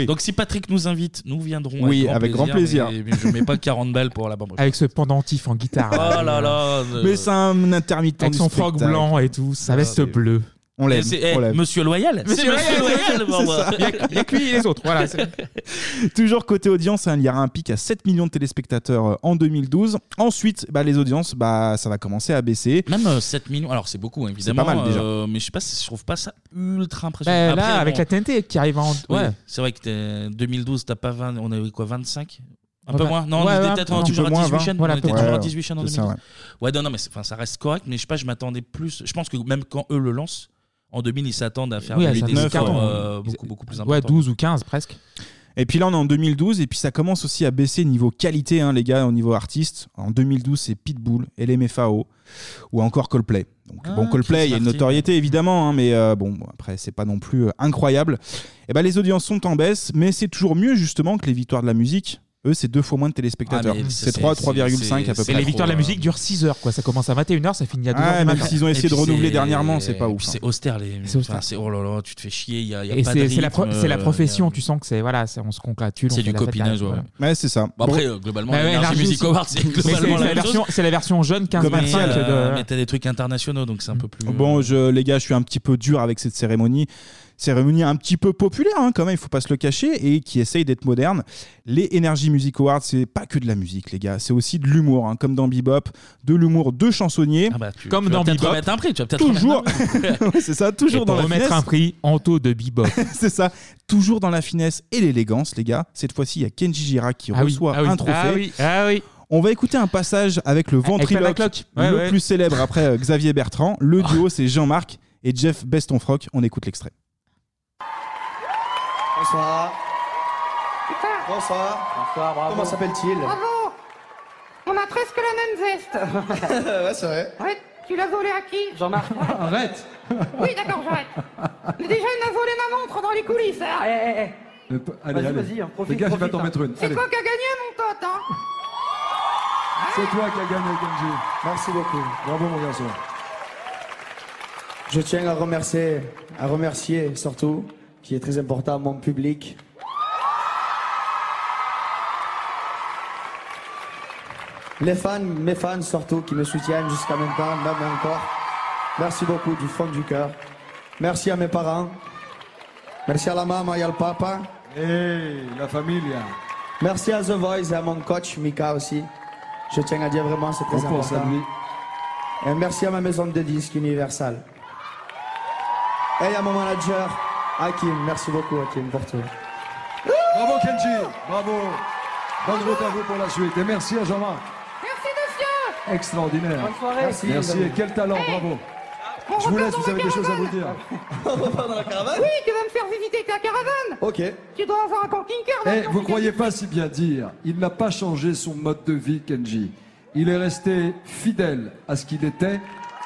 Speaker 1: Donc si Patrick nous invite, nous viendrons.
Speaker 6: Oui, avec grand plaisir.
Speaker 1: mais- mais je mets pas 40 balles pour la bamboche.
Speaker 7: Avec ce pendentif en guitare.
Speaker 1: Oh là là. euh,
Speaker 6: Mais c'est un intermittent
Speaker 7: Avec
Speaker 6: du
Speaker 7: son froc
Speaker 6: spectacle. Ah,
Speaker 7: blanc et tout, sa veste
Speaker 6: c'est-
Speaker 7: bleue.
Speaker 6: On l'aime,
Speaker 1: c'est- eh,
Speaker 6: on l'aime.
Speaker 1: Monsieur Loyal. C'est
Speaker 7: Monsieur
Speaker 1: Monsieur
Speaker 7: Loyal,
Speaker 1: Loyal.
Speaker 7: c'est ça.
Speaker 1: bon, bah.
Speaker 7: Il y a que lui et les autres. Voilà. c'est-
Speaker 6: (laughs) Toujours côté audience, hein, il y aura un pic à 7 millions de téléspectateurs euh, en 2012. Ensuite, bah, les audiences, bah, ça va commencer à baisser.
Speaker 1: Même euh, 7 millions, alors c'est beaucoup hein, évidemment,
Speaker 6: pas mal, déjà.
Speaker 1: euh, mais je sais pas, si je trouve pas ça ultra impressionnant.
Speaker 7: Bah,
Speaker 1: Après,
Speaker 7: là,
Speaker 1: bon,
Speaker 7: avec la TNT qui arrive en.
Speaker 1: oui,
Speaker 7: Ouais.
Speaker 1: c'est vrai que t'es- 2012, t'as pas 20, on avait quoi 25 un peu
Speaker 7: Ouais,
Speaker 1: moins Non,
Speaker 7: ouais,
Speaker 1: on était
Speaker 7: ouais,
Speaker 1: peut-être
Speaker 7: un peu
Speaker 1: toujours à
Speaker 7: moins,
Speaker 1: 18
Speaker 7: 20.
Speaker 1: chaînes.
Speaker 7: Voilà,
Speaker 1: on était
Speaker 7: ouais,
Speaker 1: toujours à
Speaker 7: ouais,
Speaker 1: 18 chaînes en
Speaker 6: c'est ça,
Speaker 1: 2012. Ouais, non, non, mais c'est- enfin, ça reste correct, mais je sais pas, je m'attendais plus. Je pense que même quand eux le lancent, en 2000, ils s'attendent à faire
Speaker 7: Oui, à
Speaker 1: des,
Speaker 7: faire
Speaker 1: des
Speaker 7: des
Speaker 1: scores,
Speaker 7: cartons.
Speaker 1: euh, beaucoup, beaucoup plus importants.
Speaker 7: Ouais, 12 ou 15 presque.
Speaker 6: Et puis là, on est en 2012, et puis ça commence aussi à baisser niveau qualité, hein, les gars, au niveau artiste. En 2012, c'est Pitbull, LMFAO, ou encore Coldplay. Donc,
Speaker 7: Ah,
Speaker 6: bon, Coldplay, il y a une notoriété, évidemment, hein, mais euh, bon, après, c'est pas non plus euh, incroyable. Et ben, les audiences sont en baisse, mais c'est toujours mieux, justement, que les victoires de la musique. Eux, c'est deux fois moins de téléspectateurs.
Speaker 7: Ah, mais c'est-
Speaker 6: c'est 3,
Speaker 7: c'est-
Speaker 6: 3,5 à peu près. euh,
Speaker 7: Et les victoires de la musique durent 6 heures, quoi. Ça commence à 21h, ça finit à 2
Speaker 6: Ah,
Speaker 7: heures.
Speaker 6: même s'ils ont essayé de renouveler dernièrement, c'est pas
Speaker 1: Et
Speaker 6: ouf.
Speaker 1: puis
Speaker 6: hein.
Speaker 1: C'est austère, les.
Speaker 7: C'est austère.
Speaker 1: enfin, C'est oh là là, tu te fais chier, il y a, il y a
Speaker 7: Et
Speaker 1: pas de
Speaker 7: c'est c'est la,
Speaker 1: rythme,
Speaker 7: pro- c'est la
Speaker 1: euh,
Speaker 7: profession, tu sens que c'est voilà, c'est- on se congratule. on
Speaker 1: C'est
Speaker 7: fait
Speaker 1: du
Speaker 7: la fête
Speaker 1: copinage,
Speaker 7: derrière,
Speaker 1: ouais,
Speaker 7: voilà.
Speaker 6: Ouais, c'est ça.
Speaker 1: Bon, après, euh, globalement,
Speaker 7: Bah ouais,
Speaker 1: Energy
Speaker 7: Energy
Speaker 1: Music
Speaker 7: aussi.
Speaker 1: Awards, c'est
Speaker 7: (laughs) Mais c'est-
Speaker 1: globalement
Speaker 7: c'est
Speaker 1: la
Speaker 7: la
Speaker 1: même
Speaker 7: version-
Speaker 1: chose.
Speaker 7: c'est la version jeune 15
Speaker 1: Mais,
Speaker 7: 25
Speaker 1: euh,
Speaker 7: de- Mm.
Speaker 1: mais t'as des trucs internationaux, donc c'est un peu plus. euh,
Speaker 6: Bon, je, les gars, je suis un petit peu dur avec cette cérémonie. Cérémonie un petit peu populaire, hein, quand même, il faut pas se le cacher, et qui essaye d'être moderne. Les Energy Music Awards, c'est pas que de la musique, les gars, c'est aussi de l'humour, hein, comme dans Bebop, de l'humour de chansonniers.
Speaker 1: Ah bah, tu- Comme tu vas dans peut-être Bebop. remettre un prix, tu vas peut-être
Speaker 6: Toujours,
Speaker 7: (laughs)
Speaker 6: (laughs) Ouais, c'est ça, toujours
Speaker 7: Et
Speaker 6: dans
Speaker 7: pour
Speaker 6: la
Speaker 7: remettre
Speaker 6: finesse.
Speaker 7: un prix en taux de bebop.
Speaker 6: (laughs) c'est ça, toujours dans la finesse et l'élégance, les gars. Cette fois-ci, il y a Kenji Girac qui
Speaker 7: Ah oui,
Speaker 6: reçoit
Speaker 7: ah oui,
Speaker 6: un trophée.
Speaker 7: ah oui, ah oui.
Speaker 6: On va écouter un passage avec le ventriloque,
Speaker 7: Panacloc. Ouais,
Speaker 6: le
Speaker 7: ouais.
Speaker 6: plus célèbre après euh, Xavier Bertrand.
Speaker 7: (laughs)
Speaker 6: Le duo, c'est Jean-Marc et Jeff Bestonfrock. On écoute l'extrait.
Speaker 15: Bonsoir. Bonsoir. Bonsoir. Comment s'appelle-t-il
Speaker 10: Bravo. On
Speaker 4: a presque la même veste.
Speaker 15: (laughs) ouais, c'est vrai.
Speaker 4: Ouais, tu l'as volée à qui
Speaker 15: Jean-Marc. (laughs) Arrête
Speaker 4: Oui, d'accord, j'arrête. Mais déjà, il m'a volé ma montre dans les coulisses. hein.
Speaker 14: Mais p- Euh, Allez,
Speaker 4: Vas-y,
Speaker 14: allez.
Speaker 4: vas-y, hein, profite,
Speaker 14: Les gars, je vais
Speaker 4: profite,
Speaker 14: t'en
Speaker 4: hein.
Speaker 14: mettre une.
Speaker 4: C'est
Speaker 14: Allez.
Speaker 4: toi qui as gagné, mon pote, hein
Speaker 14: C'est toi qui as gagné, Kenji. Merci beaucoup. Bravo, mon garçon.
Speaker 15: Je tiens à remercier, à remercier surtout, qui est très important, mon public. Les fans, mes fans surtout, qui me soutiennent jusqu'à maintenant, même encore. Merci beaucoup du fond du cœur. Merci à mes parents. Merci à la maman et au papa. Et la famille. Merci à The Voice et à mon coach Mika aussi. Je tiens à dire vraiment c'est très
Speaker 14: On pense à
Speaker 15: important.
Speaker 14: lui.
Speaker 15: Et merci à ma maison de disques Universal. Et à mon manager, Hakim. Merci beaucoup, Hakim, pour tout.
Speaker 14: Bravo, Kenji. Bravo. Bonne route à vous pour la suite. Et merci à Jean-Marc.
Speaker 4: Merci, monsieur
Speaker 14: Extraordinaire.
Speaker 4: Bonne soirée.
Speaker 14: Merci. Merci. Et quel talent. Bravo.
Speaker 4: On
Speaker 14: Je vous
Speaker 4: repart
Speaker 14: laisse,
Speaker 4: dans
Speaker 14: vous
Speaker 4: la
Speaker 14: avez des choses à vous dire. (laughs)
Speaker 4: Oui, tu vas me faire visiter ta caravane
Speaker 14: Ok.
Speaker 4: Tu dois avoir un camping-car
Speaker 14: Eh,
Speaker 4: d'avion.
Speaker 14: vous croyez pas si bien dire. Il n'a pas changé son mode de vie, Kenji. Il est resté fidèle à ce qu'il était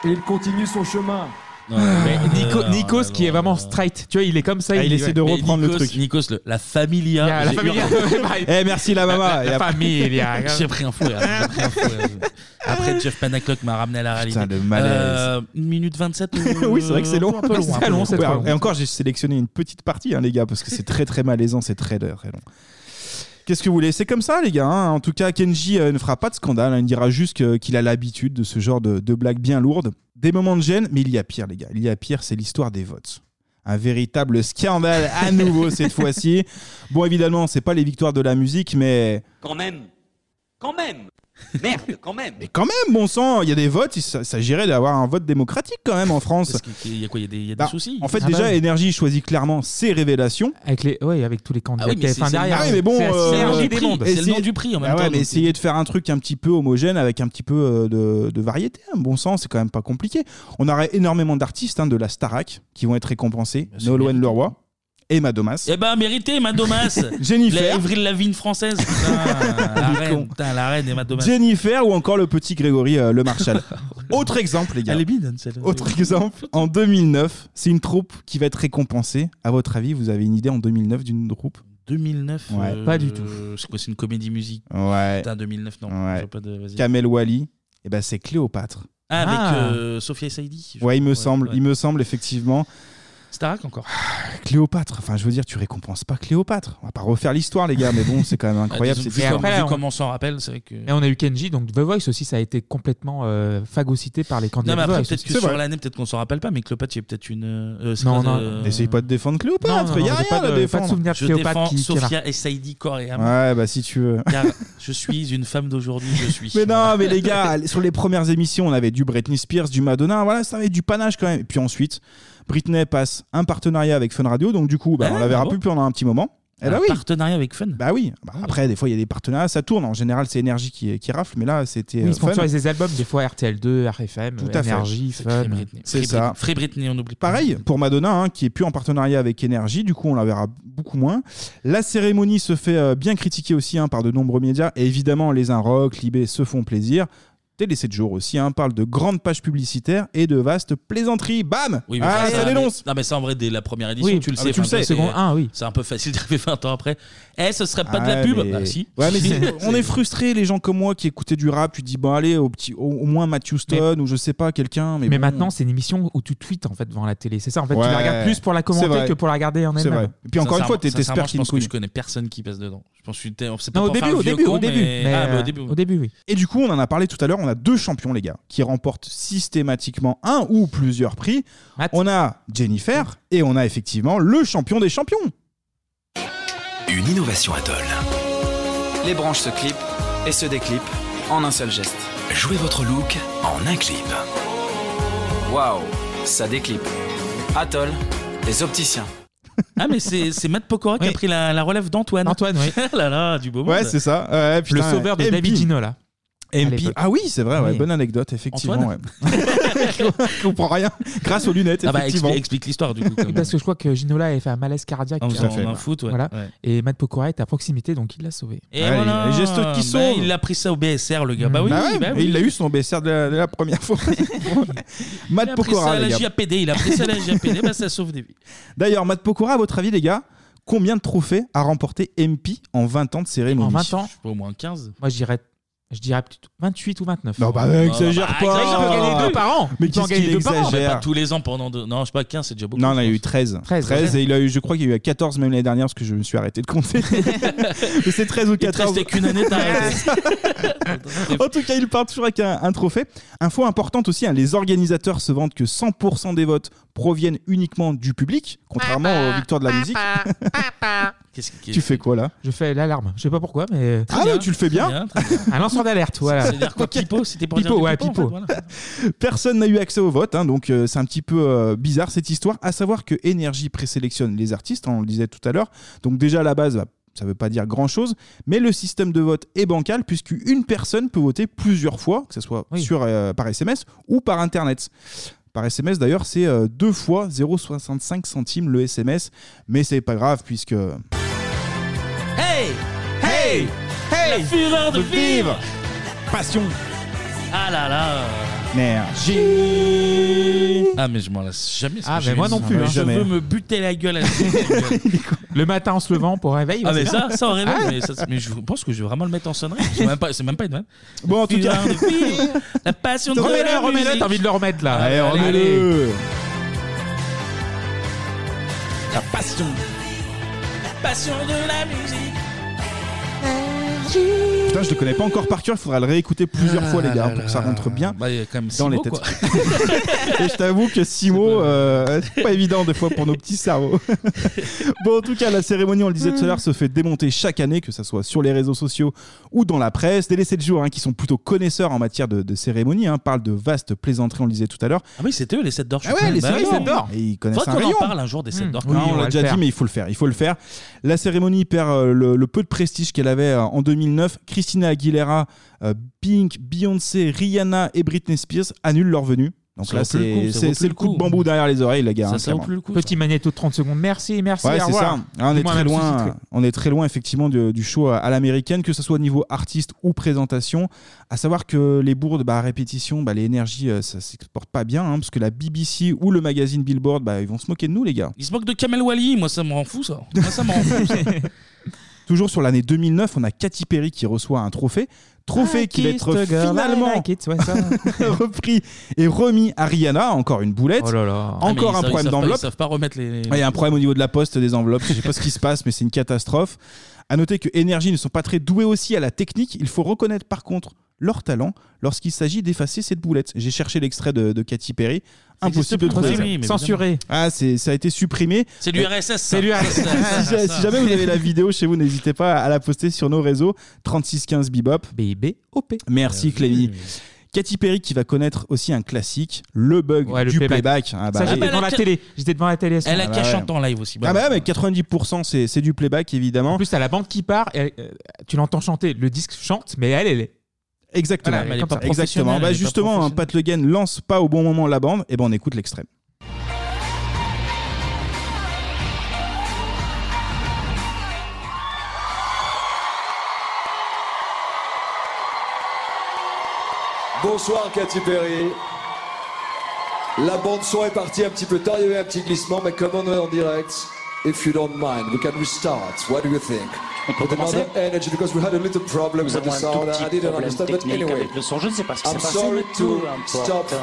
Speaker 14: et il continue son chemin.
Speaker 7: Mais Ah, euh, Nico- Nikos qui est vraiment straight, tu vois, il est comme ça.
Speaker 14: Ah, il essaie de
Speaker 7: ouais.
Speaker 14: reprendre le
Speaker 7: Nikos-
Speaker 14: truc.
Speaker 1: Nikos, le- la familia.
Speaker 7: Yeah, Ah, la
Speaker 1: J'ai-
Speaker 7: familia. (laughs)
Speaker 6: Eh, merci, la maman.
Speaker 1: La,
Speaker 6: Et après-
Speaker 1: familia. (laughs) J'ai pris un fou. rire, j'ai pris un fou rire. Après, Jeff Panaclock m'a ramené à la réalité.
Speaker 6: Putain, le malaise.
Speaker 1: Euh, une minute 27.
Speaker 6: (laughs)
Speaker 1: euh,
Speaker 6: oui, c'est vrai que c'est long.
Speaker 1: Un peu long. un peu long,
Speaker 6: Ouais,
Speaker 1: c'est trop long.
Speaker 6: Et encore, j'ai sélectionné une petite partie, hein, les gars, parce que c'est très très malaisant, c'est très, très long. Qu'est-ce que vous voulez C'est comme ça, les gars. hein. En tout cas, Kenji euh, ne fera pas de scandale. hein. Il dira juste que- qu'il a l'habitude de ce genre de, de blagues bien lourdes. Des moments de gêne, mais il y a pire, les gars. Il y a pire, c'est l'histoire des votes. Un véritable scandale (laughs) à nouveau cette fois-ci. Bon, évidemment, c'est pas les victoires de la musique, mais
Speaker 16: Quand même. Quand même. Merde, quand même.
Speaker 6: mais quand même, bon sang, il y a des votes. Il s- s'agirait d'avoir un vote démocratique quand même en France.
Speaker 1: Il y a quoi Il y a des, il y a des
Speaker 6: Bah,
Speaker 1: soucis.
Speaker 6: En fait, déjà, Énergie choisit clairement ses révélations.
Speaker 7: Ah Avec les, ouais, avec tous les candidats
Speaker 1: Ah oui, mais
Speaker 7: TF1
Speaker 1: c'est-
Speaker 7: derrière.
Speaker 6: Ah oui, mais bon,
Speaker 7: C'est la
Speaker 6: euh,
Speaker 7: synergie des mondes.
Speaker 1: c'est le
Speaker 6: essayez-
Speaker 1: nom du prix, en même
Speaker 6: Ah ouais,
Speaker 1: temps,
Speaker 6: mais
Speaker 1: donc- euh.
Speaker 6: essayer de faire un truc un petit peu homogène avec un petit peu euh, de, de variété. Un bon sens, c'est quand même pas compliqué. On aurait énormément d'artistes hein, de la Starac qui vont être récompensés. Nolwenn Leroy, Emma Domas.
Speaker 1: Eh ben, mérité, Emma Domas.
Speaker 6: Jennifer.
Speaker 1: La Avril Lavigne française. Putain, la reine, putain, la reine Emma Domas.
Speaker 6: Jennifer ou encore le petit Grégory euh, Le
Speaker 1: (laughs)
Speaker 6: Marchal.
Speaker 1: Oh,
Speaker 6: Autre exemple, les gars.
Speaker 1: Elle est bide, celle-là.
Speaker 6: Autre exemple, en 2009, c'est une troupe qui va être récompensée. À votre avis, vous avez une idée en 2009 d'une troupe
Speaker 1: 2009.
Speaker 6: Ouais.
Speaker 1: euh,
Speaker 6: Pas du tout.
Speaker 1: C'est quoi C'est une comédie musique
Speaker 6: Ouais.
Speaker 1: Putain, 2009, non.
Speaker 6: Ouais.
Speaker 1: j'ai Pas de, vas-y.
Speaker 6: Kamel Wally, et ben c'est Cléopâtre.
Speaker 1: Ah, avec euh, Sophia Saidi.
Speaker 6: Ouais, il me semble, il me semble effectivement. Ah,
Speaker 1: Starak encore.
Speaker 6: Cléopâtre, enfin je veux dire, tu récompenses pas Cléopâtre. On va pas refaire l'histoire, les gars, mais bon, c'est quand
Speaker 1: (laughs)
Speaker 6: même incroyable.
Speaker 1: Bah, Ah, Disons que
Speaker 6: cette
Speaker 1: vu
Speaker 6: histoire.
Speaker 1: comme- vu comment on s'en rappelle, c'est vrai que.
Speaker 7: Et on a eu Kenji, donc The Voice aussi, ça a été complètement euh, phagocyté par les candidats
Speaker 1: Non, mais
Speaker 7: The
Speaker 1: après,
Speaker 7: Voice.
Speaker 1: peut-être que
Speaker 7: C'est
Speaker 1: sur
Speaker 7: vrai.
Speaker 1: l'année, peut-être qu'on s'en rappelle pas, mais Cléopâtre, il y a peut-être une. euh, c'est
Speaker 7: Non,
Speaker 1: quoi,
Speaker 7: non,
Speaker 1: euh,
Speaker 6: N'essaye pas de défendre Cléopâtre,
Speaker 1: Non, non,
Speaker 6: il y a
Speaker 1: non,
Speaker 6: rien
Speaker 1: j'ai pas
Speaker 6: à
Speaker 1: de-
Speaker 6: défendre.
Speaker 1: pas de souvenir de Je Cléopâtre défends qui- qui Sophia marche. Saidi Coréam.
Speaker 6: Ouais, bah si tu veux.
Speaker 1: Car je suis une femme d'aujourd'hui, je suis.
Speaker 6: (laughs) Mais non, mais les
Speaker 1: (laughs)
Speaker 6: gars, sur les premières émissions, on avait du Britney Spears, du Madonna, voilà, ça avait du panache quand même. Et puis ensuite, Britney passe un partenariat avec Fun Radio, donc du coup, bah, on la verra plus pendant un petit moment. Eh
Speaker 1: Ah, Un
Speaker 6: bah oui.
Speaker 1: partenariat avec Fun
Speaker 6: Bah oui. Bah, après, des fois, il y a des partenariats, ça tourne. En général, c'est Énergie qui, qui rafle, mais là, c'était.
Speaker 7: Oui,
Speaker 6: euh,
Speaker 7: ils
Speaker 6: Fun.
Speaker 7: sponsorisent des albums, des fois RTL2, RFM,
Speaker 6: Tout à fait.
Speaker 7: Energy, Fun.
Speaker 6: C'est ça.
Speaker 1: Free Britney,
Speaker 6: (laughs)
Speaker 1: on oublie
Speaker 6: Pareil pour Madonna, hein, qui est plus en partenariat avec Énergie, du coup on la verra beaucoup moins. La cérémonie se fait euh, bien critiquer aussi hein, par de nombreux médias, et évidemment les Inrocks, Libé se font plaisir. Télé 7 jours aussi hein, parle de grandes pages publicitaires et de vastes plaisanteries. Bam
Speaker 1: Oui, mais
Speaker 6: Ah,
Speaker 1: ça,
Speaker 6: ça
Speaker 1: mais-
Speaker 6: dénonce
Speaker 1: Non, mais ça, en vrai, dès la première édition,
Speaker 6: Oui,
Speaker 1: tu le
Speaker 6: ah,
Speaker 1: sais.
Speaker 6: mais tu le
Speaker 1: enfin,
Speaker 6: sais.
Speaker 1: c'est-
Speaker 6: Seconde un, oui.
Speaker 1: C'est un peu facile d'arriver 20 ans après. Eh, ce serait pas de
Speaker 6: Ah,
Speaker 1: la pub
Speaker 6: mais-
Speaker 1: Bah, si.
Speaker 6: Ouais,
Speaker 7: (laughs)
Speaker 6: mais
Speaker 1: (laughs)
Speaker 6: c'est- on est frustrés, les gens comme moi qui écoutaient du rap. Tu dis, bon, allez, au, petit, au, au moins Matthew Stone ou je sais pas, quelqu'un. Mais,
Speaker 7: Mais
Speaker 6: bon.
Speaker 7: maintenant, c'est une émission où tu tweets en fait devant la télé. C'est ça, en fait, tu
Speaker 6: Ouais.
Speaker 7: la regardes plus pour la
Speaker 6: C'est vrai.
Speaker 7: commenter que pour la regarder en
Speaker 6: C'est
Speaker 7: elle-même.
Speaker 6: vrai. Et puis encore une fois, t'es-
Speaker 1: Sincèrement,
Speaker 6: t'espères qu'il
Speaker 1: Je
Speaker 6: me
Speaker 1: pense que
Speaker 6: couille.
Speaker 1: je connais personne qui passe dedans. Je pense que tu t'es- c'est pas
Speaker 6: Non, au
Speaker 1: pour faire
Speaker 6: début,
Speaker 1: le
Speaker 6: au
Speaker 1: vieux
Speaker 6: début,
Speaker 1: con,
Speaker 6: au début.
Speaker 1: mais- Ah, bah, au début.
Speaker 7: oui.
Speaker 6: Et du coup, on en a parlé tout à l'heure, on a deux champions, les gars, qui remportent systématiquement un ou plusieurs prix. On a Jennifer et on a effectivement le champion des champions.
Speaker 5: Une innovation Atoll. Les branches se clipent et se déclipent en un seul geste. Jouez votre look en un clip. Waouh, ça déclipe. Atoll, les opticiens.
Speaker 1: Ah, mais c'est c'est Matt Pokora qui a pris la, la relève d'Antoine. Antoine, (laughs)
Speaker 7: oui.
Speaker 1: là là, du beau monde.
Speaker 6: Ouais, c'est ça. Ouais, putain,
Speaker 7: Le sauveur de
Speaker 6: MP.
Speaker 7: David Ginola.
Speaker 6: MP.
Speaker 7: À l'époque.
Speaker 6: Ah oui, c'est vrai, ouais,
Speaker 7: Oui.
Speaker 6: bonne anecdette, effectivement.
Speaker 7: Antoine
Speaker 6: ouais. (laughs) Je comprends rien. Grâce aux lunettes,
Speaker 1: Ah bah,
Speaker 6: effectivement.
Speaker 1: explique- explique
Speaker 7: (laughs)
Speaker 1: l'histoire, du coup, quand même.
Speaker 7: Parce que je crois que Ginola avait fait un malaise cardiaque.
Speaker 1: Ah, on
Speaker 7: euh,
Speaker 1: s'en fait un foot, ouais.
Speaker 7: Voilà.
Speaker 1: Ouais.
Speaker 7: Et Matt Pokora était à proximité, donc il l'a sauvé.
Speaker 1: Et voilà. Bah, il a pris ça au BSR, le gars. Bah oui,
Speaker 6: ouais,
Speaker 1: bah
Speaker 6: et
Speaker 1: oui.
Speaker 6: il a eu son BSR de la, de la première fois. (laughs) Matt
Speaker 1: Il a pris ça
Speaker 6: Pokora,
Speaker 1: à la
Speaker 6: les gars.
Speaker 1: JAPD, il a pris ça à la
Speaker 6: (laughs)
Speaker 1: JAPD, bah ça sauve des vies.
Speaker 6: D'ailleurs, Matt Pokora, à votre avis, les gars, combien de trophées a remporté MP en 20 ans de cérémonie
Speaker 7: En 20 ans
Speaker 1: Au moins 15.
Speaker 7: Moi, je dirais, je dirais plutôt 28 ou 29.
Speaker 6: Non, bah,
Speaker 1: Ah,
Speaker 6: exagère
Speaker 1: bah,
Speaker 6: pas.
Speaker 1: exagère
Speaker 6: Il peut gagner deux par an. Ah, Mais
Speaker 1: Il peut en
Speaker 6: qu'est-ce qu'il
Speaker 1: gagner deux par an, mais
Speaker 6: exagère.
Speaker 1: Pas tous les ans pendant deux. Non, je sais pas, 15, c'est déjà beaucoup. (laughs)
Speaker 6: Non, il a eu 13. 13,
Speaker 1: 13,
Speaker 6: et il a eu, je crois qu'il y a eu à 14 même l'année dernière parce que je me suis arrêté de
Speaker 1: (laughs)
Speaker 6: compter. Mais c'est 13 ou
Speaker 1: Il te
Speaker 6: 14.
Speaker 1: restait qu'une année, t'as arrêté.
Speaker 6: en tout cas, il part toujours avec un, un trophée. Info importante aussi, hein, les organisateurs se vantent que 100% des votes proviennent uniquement du public, contrairement aux victoires de la musique. (laughs) tu fais quoi là
Speaker 7: Je fais l'alarme. Je sais pas pourquoi, mais. euh,
Speaker 6: Ah ouais, tu le fais bien.
Speaker 7: Un lanceur d'alerte, voilà.
Speaker 1: C'est-à-dire quoi, Pipo C'était pour
Speaker 7: Pipo,
Speaker 1: dire
Speaker 7: ouais,
Speaker 1: du pipo, en
Speaker 7: Pipo.
Speaker 1: fait, voilà.
Speaker 6: (laughs) Personne n'a eu accès au vote, hein, donc euh, c'est un petit peu euh, bizarre cette histoire. À savoir que Energy présélectionne les artistes, hein, on le disait tout à l'heure. Donc déjà à la base, bah, ça ne veut pas dire grand-chose, mais le système de vote est bancal puisqu'une personne peut voter plusieurs fois, que ce soit sur, euh, par SMS ou par Internet. Par SMS d'ailleurs, c'est euh, deux fois 0,65 centimes le SMS, mais c'est pas grave puisque euh,
Speaker 1: Hey Hey Hey La fureur de vivre
Speaker 6: Passion
Speaker 1: Ah là là
Speaker 6: Energy
Speaker 1: Ah mais je m'en lasse jamais. ce
Speaker 7: Ah,
Speaker 1: que
Speaker 7: mais
Speaker 1: j'ai
Speaker 7: moi
Speaker 1: dit.
Speaker 7: non plus,
Speaker 1: Je
Speaker 7: hein. Bah Jamais.
Speaker 1: veux me buter la
Speaker 7: (laughs)
Speaker 1: gueule à ce
Speaker 7: Le matin en se levant pour réveil.
Speaker 1: Ah
Speaker 7: bah,
Speaker 1: mais
Speaker 7: c'est
Speaker 1: ça,
Speaker 7: bien.
Speaker 1: ça aurait
Speaker 7: Ah.
Speaker 1: mais, ça, c'est- mais je pense que je vais vraiment le mettre en sonnerie. C'est même pas, c'est même pas une vanne.
Speaker 6: Bon en tout cas,
Speaker 1: la passion de
Speaker 7: Remets-le,
Speaker 1: la
Speaker 7: remets-le,
Speaker 1: musique.
Speaker 7: t'as envie de le remettre là.
Speaker 6: Bah, Allez, remets-le. la passion.
Speaker 1: La passion de la musique.
Speaker 6: Putain, je le connais pas encore par cœur, il faudra le réécouter plusieurs fois, les gars, hein, pour que ça rentre bien dans les
Speaker 1: mots,
Speaker 6: têtes.
Speaker 1: quoi. Ah
Speaker 6: Et je t'avoue que six mots, euh, c'est pas évident des fois pour nos petits
Speaker 1: (laughs)
Speaker 6: cerveaux. bon, en tout cas, la cérémonie, on le disait tout à l'heure,
Speaker 1: Mm.
Speaker 6: se fait démonter chaque année, que ce soit sur les réseaux sociaux ou dans la presse. Les laissés de jour, hein, qui sont plutôt connaisseurs en matière de, de cérémonie, hein, parlent de vastes plaisanteries, on le disait tout à l'heure.
Speaker 1: Ah oui, c'était eux les 7 d'or. je
Speaker 6: Ah ouais,
Speaker 1: crois.
Speaker 6: les
Speaker 1: Bah
Speaker 6: séries
Speaker 1: oui.
Speaker 6: 7 d'or. Et ils connaissent
Speaker 1: Faudrait
Speaker 6: un
Speaker 1: qu'on en
Speaker 6: rayon.
Speaker 1: parle un jour des 7 d'or.
Speaker 6: Non, on l'a déjà dit, mais il faut le faire. Il faut le faire. La cérémonie perd euh, le, le peu de prestige qu'elle avait euh, en 2009. Christina Aguilera, euh, Pink, Beyoncé, Rihanna et Britney Spears annulent leur venue. Donc
Speaker 7: Ça
Speaker 6: là,
Speaker 7: vaut plus le
Speaker 6: c'est
Speaker 7: coup, ça
Speaker 6: c'est-
Speaker 7: vaut
Speaker 6: c'est
Speaker 7: plus
Speaker 6: le
Speaker 7: le
Speaker 6: coup de
Speaker 7: coup.
Speaker 6: bambou derrière les oreilles, les gars. hein,
Speaker 7: Ça, ça vaut
Speaker 6: clairement.
Speaker 7: plus le coup. Petit magnéto de 30 secondes. Merci, merci.
Speaker 6: Ouais,
Speaker 7: au
Speaker 6: c'est ça. Ah,
Speaker 7: revoir.
Speaker 6: On est
Speaker 7: Dis-moi
Speaker 6: très
Speaker 7: même
Speaker 6: loin.
Speaker 7: sous-titré.
Speaker 6: On est très loin effectivement du, du show à- à l'américaine, que ce soit au niveau artiste ou présentation. À savoir que les bourdes bah, à répétition, bah, les énergies, euh, ça s'exporte pas bien, hein, parce que la BBC ou le magazine Billboard, bah, ils vont se moquer de nous, les gars.
Speaker 1: Ils se moquent de Kamel Wally, moi ça me rend fou ça.
Speaker 6: (laughs)
Speaker 1: Moi ça me rend fou ça.
Speaker 6: Toujours sur l'année 2009, on a Katy Perry qui reçoit un trophée. Trophée
Speaker 7: I
Speaker 6: qui va
Speaker 7: kissed
Speaker 6: être
Speaker 7: a girl, I
Speaker 6: finalement
Speaker 7: like it, ouais, ça.
Speaker 6: (laughs) repris et remis à Rihanna. Encore une boulette.
Speaker 7: Oh là là.
Speaker 1: Ah, mais ils
Speaker 6: Encore
Speaker 1: savent-
Speaker 6: un problème
Speaker 1: ils savent pas-
Speaker 6: d'enveloppe.
Speaker 1: Ils savent pas remettre les.
Speaker 6: Ouais, Ah, Il y a un problème au niveau de la poste des enveloppes. Je sais pas ce qui se passe, mais c'est une catastrophe. À noter que Energy ne sont pas très doués aussi à la technique. Il faut reconnaître par contre leur talent lorsqu'il s'agit d'effacer cette boulette. J'ai cherché l'extrait de, de Katy Perry. Impossible de
Speaker 7: plus,
Speaker 6: trouver.
Speaker 7: oui,
Speaker 6: ça.
Speaker 7: oui, mais Censuré. évidemment.
Speaker 6: Ah, c'est- ça a été supprimé.
Speaker 1: C'est du RSS, ça.
Speaker 6: C'est du RSS.
Speaker 1: (laughs) Ça,
Speaker 6: si,
Speaker 1: ça.
Speaker 6: si jamais vous avez la vidéo chez vous, n'hésitez pas à la poster sur nos réseaux 3615 Bebop.
Speaker 7: B-I-B-O-P. Euh,
Speaker 6: Merci Clémy. Katy Perry qui va connaître aussi un classique, le bug
Speaker 7: Ouais, le
Speaker 6: du
Speaker 7: playback.
Speaker 6: playback. Ah
Speaker 7: ça,
Speaker 6: bah, oui.
Speaker 7: j'étais devant la télé. J'étais devant la télé. à ce
Speaker 6: Elle a
Speaker 7: moment-là.
Speaker 6: qu'à chanter en live aussi. Ah bah ouais, mais 90% c'est c'est du playback évidemment.
Speaker 7: En plus, t'as la bande qui part, et, euh, tu l'entends chanter, le disque chante, mais elle, elle est.
Speaker 6: Exactement.
Speaker 7: Voilà, elle est comme ça.
Speaker 6: Exactement. Bah,
Speaker 7: Elle est pas
Speaker 6: justement, hein, Pat Le Guen lance pas au bon moment la bande, et ben on écoute l'extrême.
Speaker 14: Bonsoir Katy Perry. La bande son est partie un petit peu tard, il y avait un petit glissement, mais comme on est en direct, if you don't mind, we can restart. What do you think? With another energy, because we had a little problem
Speaker 17: Nous
Speaker 14: with the
Speaker 17: avons un tout
Speaker 14: sound.
Speaker 17: petit
Speaker 14: I didn't
Speaker 17: problème
Speaker 14: understand, but
Speaker 17: technique
Speaker 14: anyway.
Speaker 17: avec le son. Je ne sais pas ce qui
Speaker 14: I'm
Speaker 17: s'est passé,
Speaker 14: sorry
Speaker 17: mais
Speaker 14: to
Speaker 17: peu importe.
Speaker 14: stop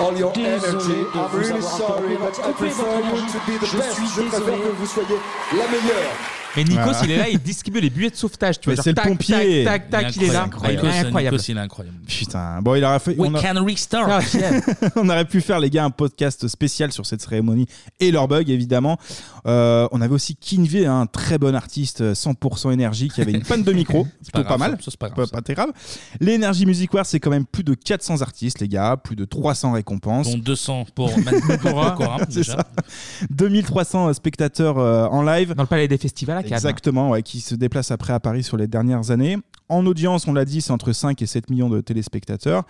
Speaker 14: all your
Speaker 17: euh, Désolé
Speaker 14: energy.
Speaker 17: de
Speaker 14: I'm
Speaker 17: vous
Speaker 14: really
Speaker 17: avoir
Speaker 14: sorry,
Speaker 17: interrompu
Speaker 14: but
Speaker 17: votre-
Speaker 14: I prefer you to be the
Speaker 17: Je
Speaker 14: best.
Speaker 17: suis
Speaker 14: Je préfère
Speaker 17: désolé.
Speaker 14: que vous soyez la meilleure.
Speaker 7: Mais Nikos,
Speaker 1: Voilà.
Speaker 7: il est là, il distribue les buées de sauvetage. Tu vois,
Speaker 6: Mais
Speaker 7: genre,
Speaker 6: c'est le
Speaker 7: tac,
Speaker 6: pompier.
Speaker 7: Tac, tac, tac, il est là. Il
Speaker 6: Incroyable.
Speaker 7: est incroyable.
Speaker 1: Nikos, il est incroyable.
Speaker 6: Putain, bon, il aurait fait.
Speaker 1: We
Speaker 6: on a-
Speaker 1: can restart.
Speaker 6: (laughs) on aurait pu faire, les gars, un podcast spécial sur cette cérémonie et leurs bugs, évidemment. Euh, on avait aussi Kinvey, hein, un très bon artiste, euh, 100% énergie, qui avait une panne de micro. c'est
Speaker 1: pas
Speaker 6: plutôt pas mal.
Speaker 1: grave, ça, (laughs) c'est pas grave,
Speaker 6: pas très grave. L'Energy Music War, c'est quand même plus de 400 artistes, les gars, plus de 300 récompenses.
Speaker 1: Dont 200 pour Manu Pokora, Pokora,
Speaker 6: (laughs) C'est
Speaker 1: déjà.
Speaker 6: ça. (laughs) 2300 spectateurs euh, en live.
Speaker 7: Dans le palais des festivals à Cannes.
Speaker 6: Exactement, ouais, qui se déplacent après à Paris sur les dernières années. En audience, on l'a dit, c'est entre 5 et 7 millions de téléspectateurs.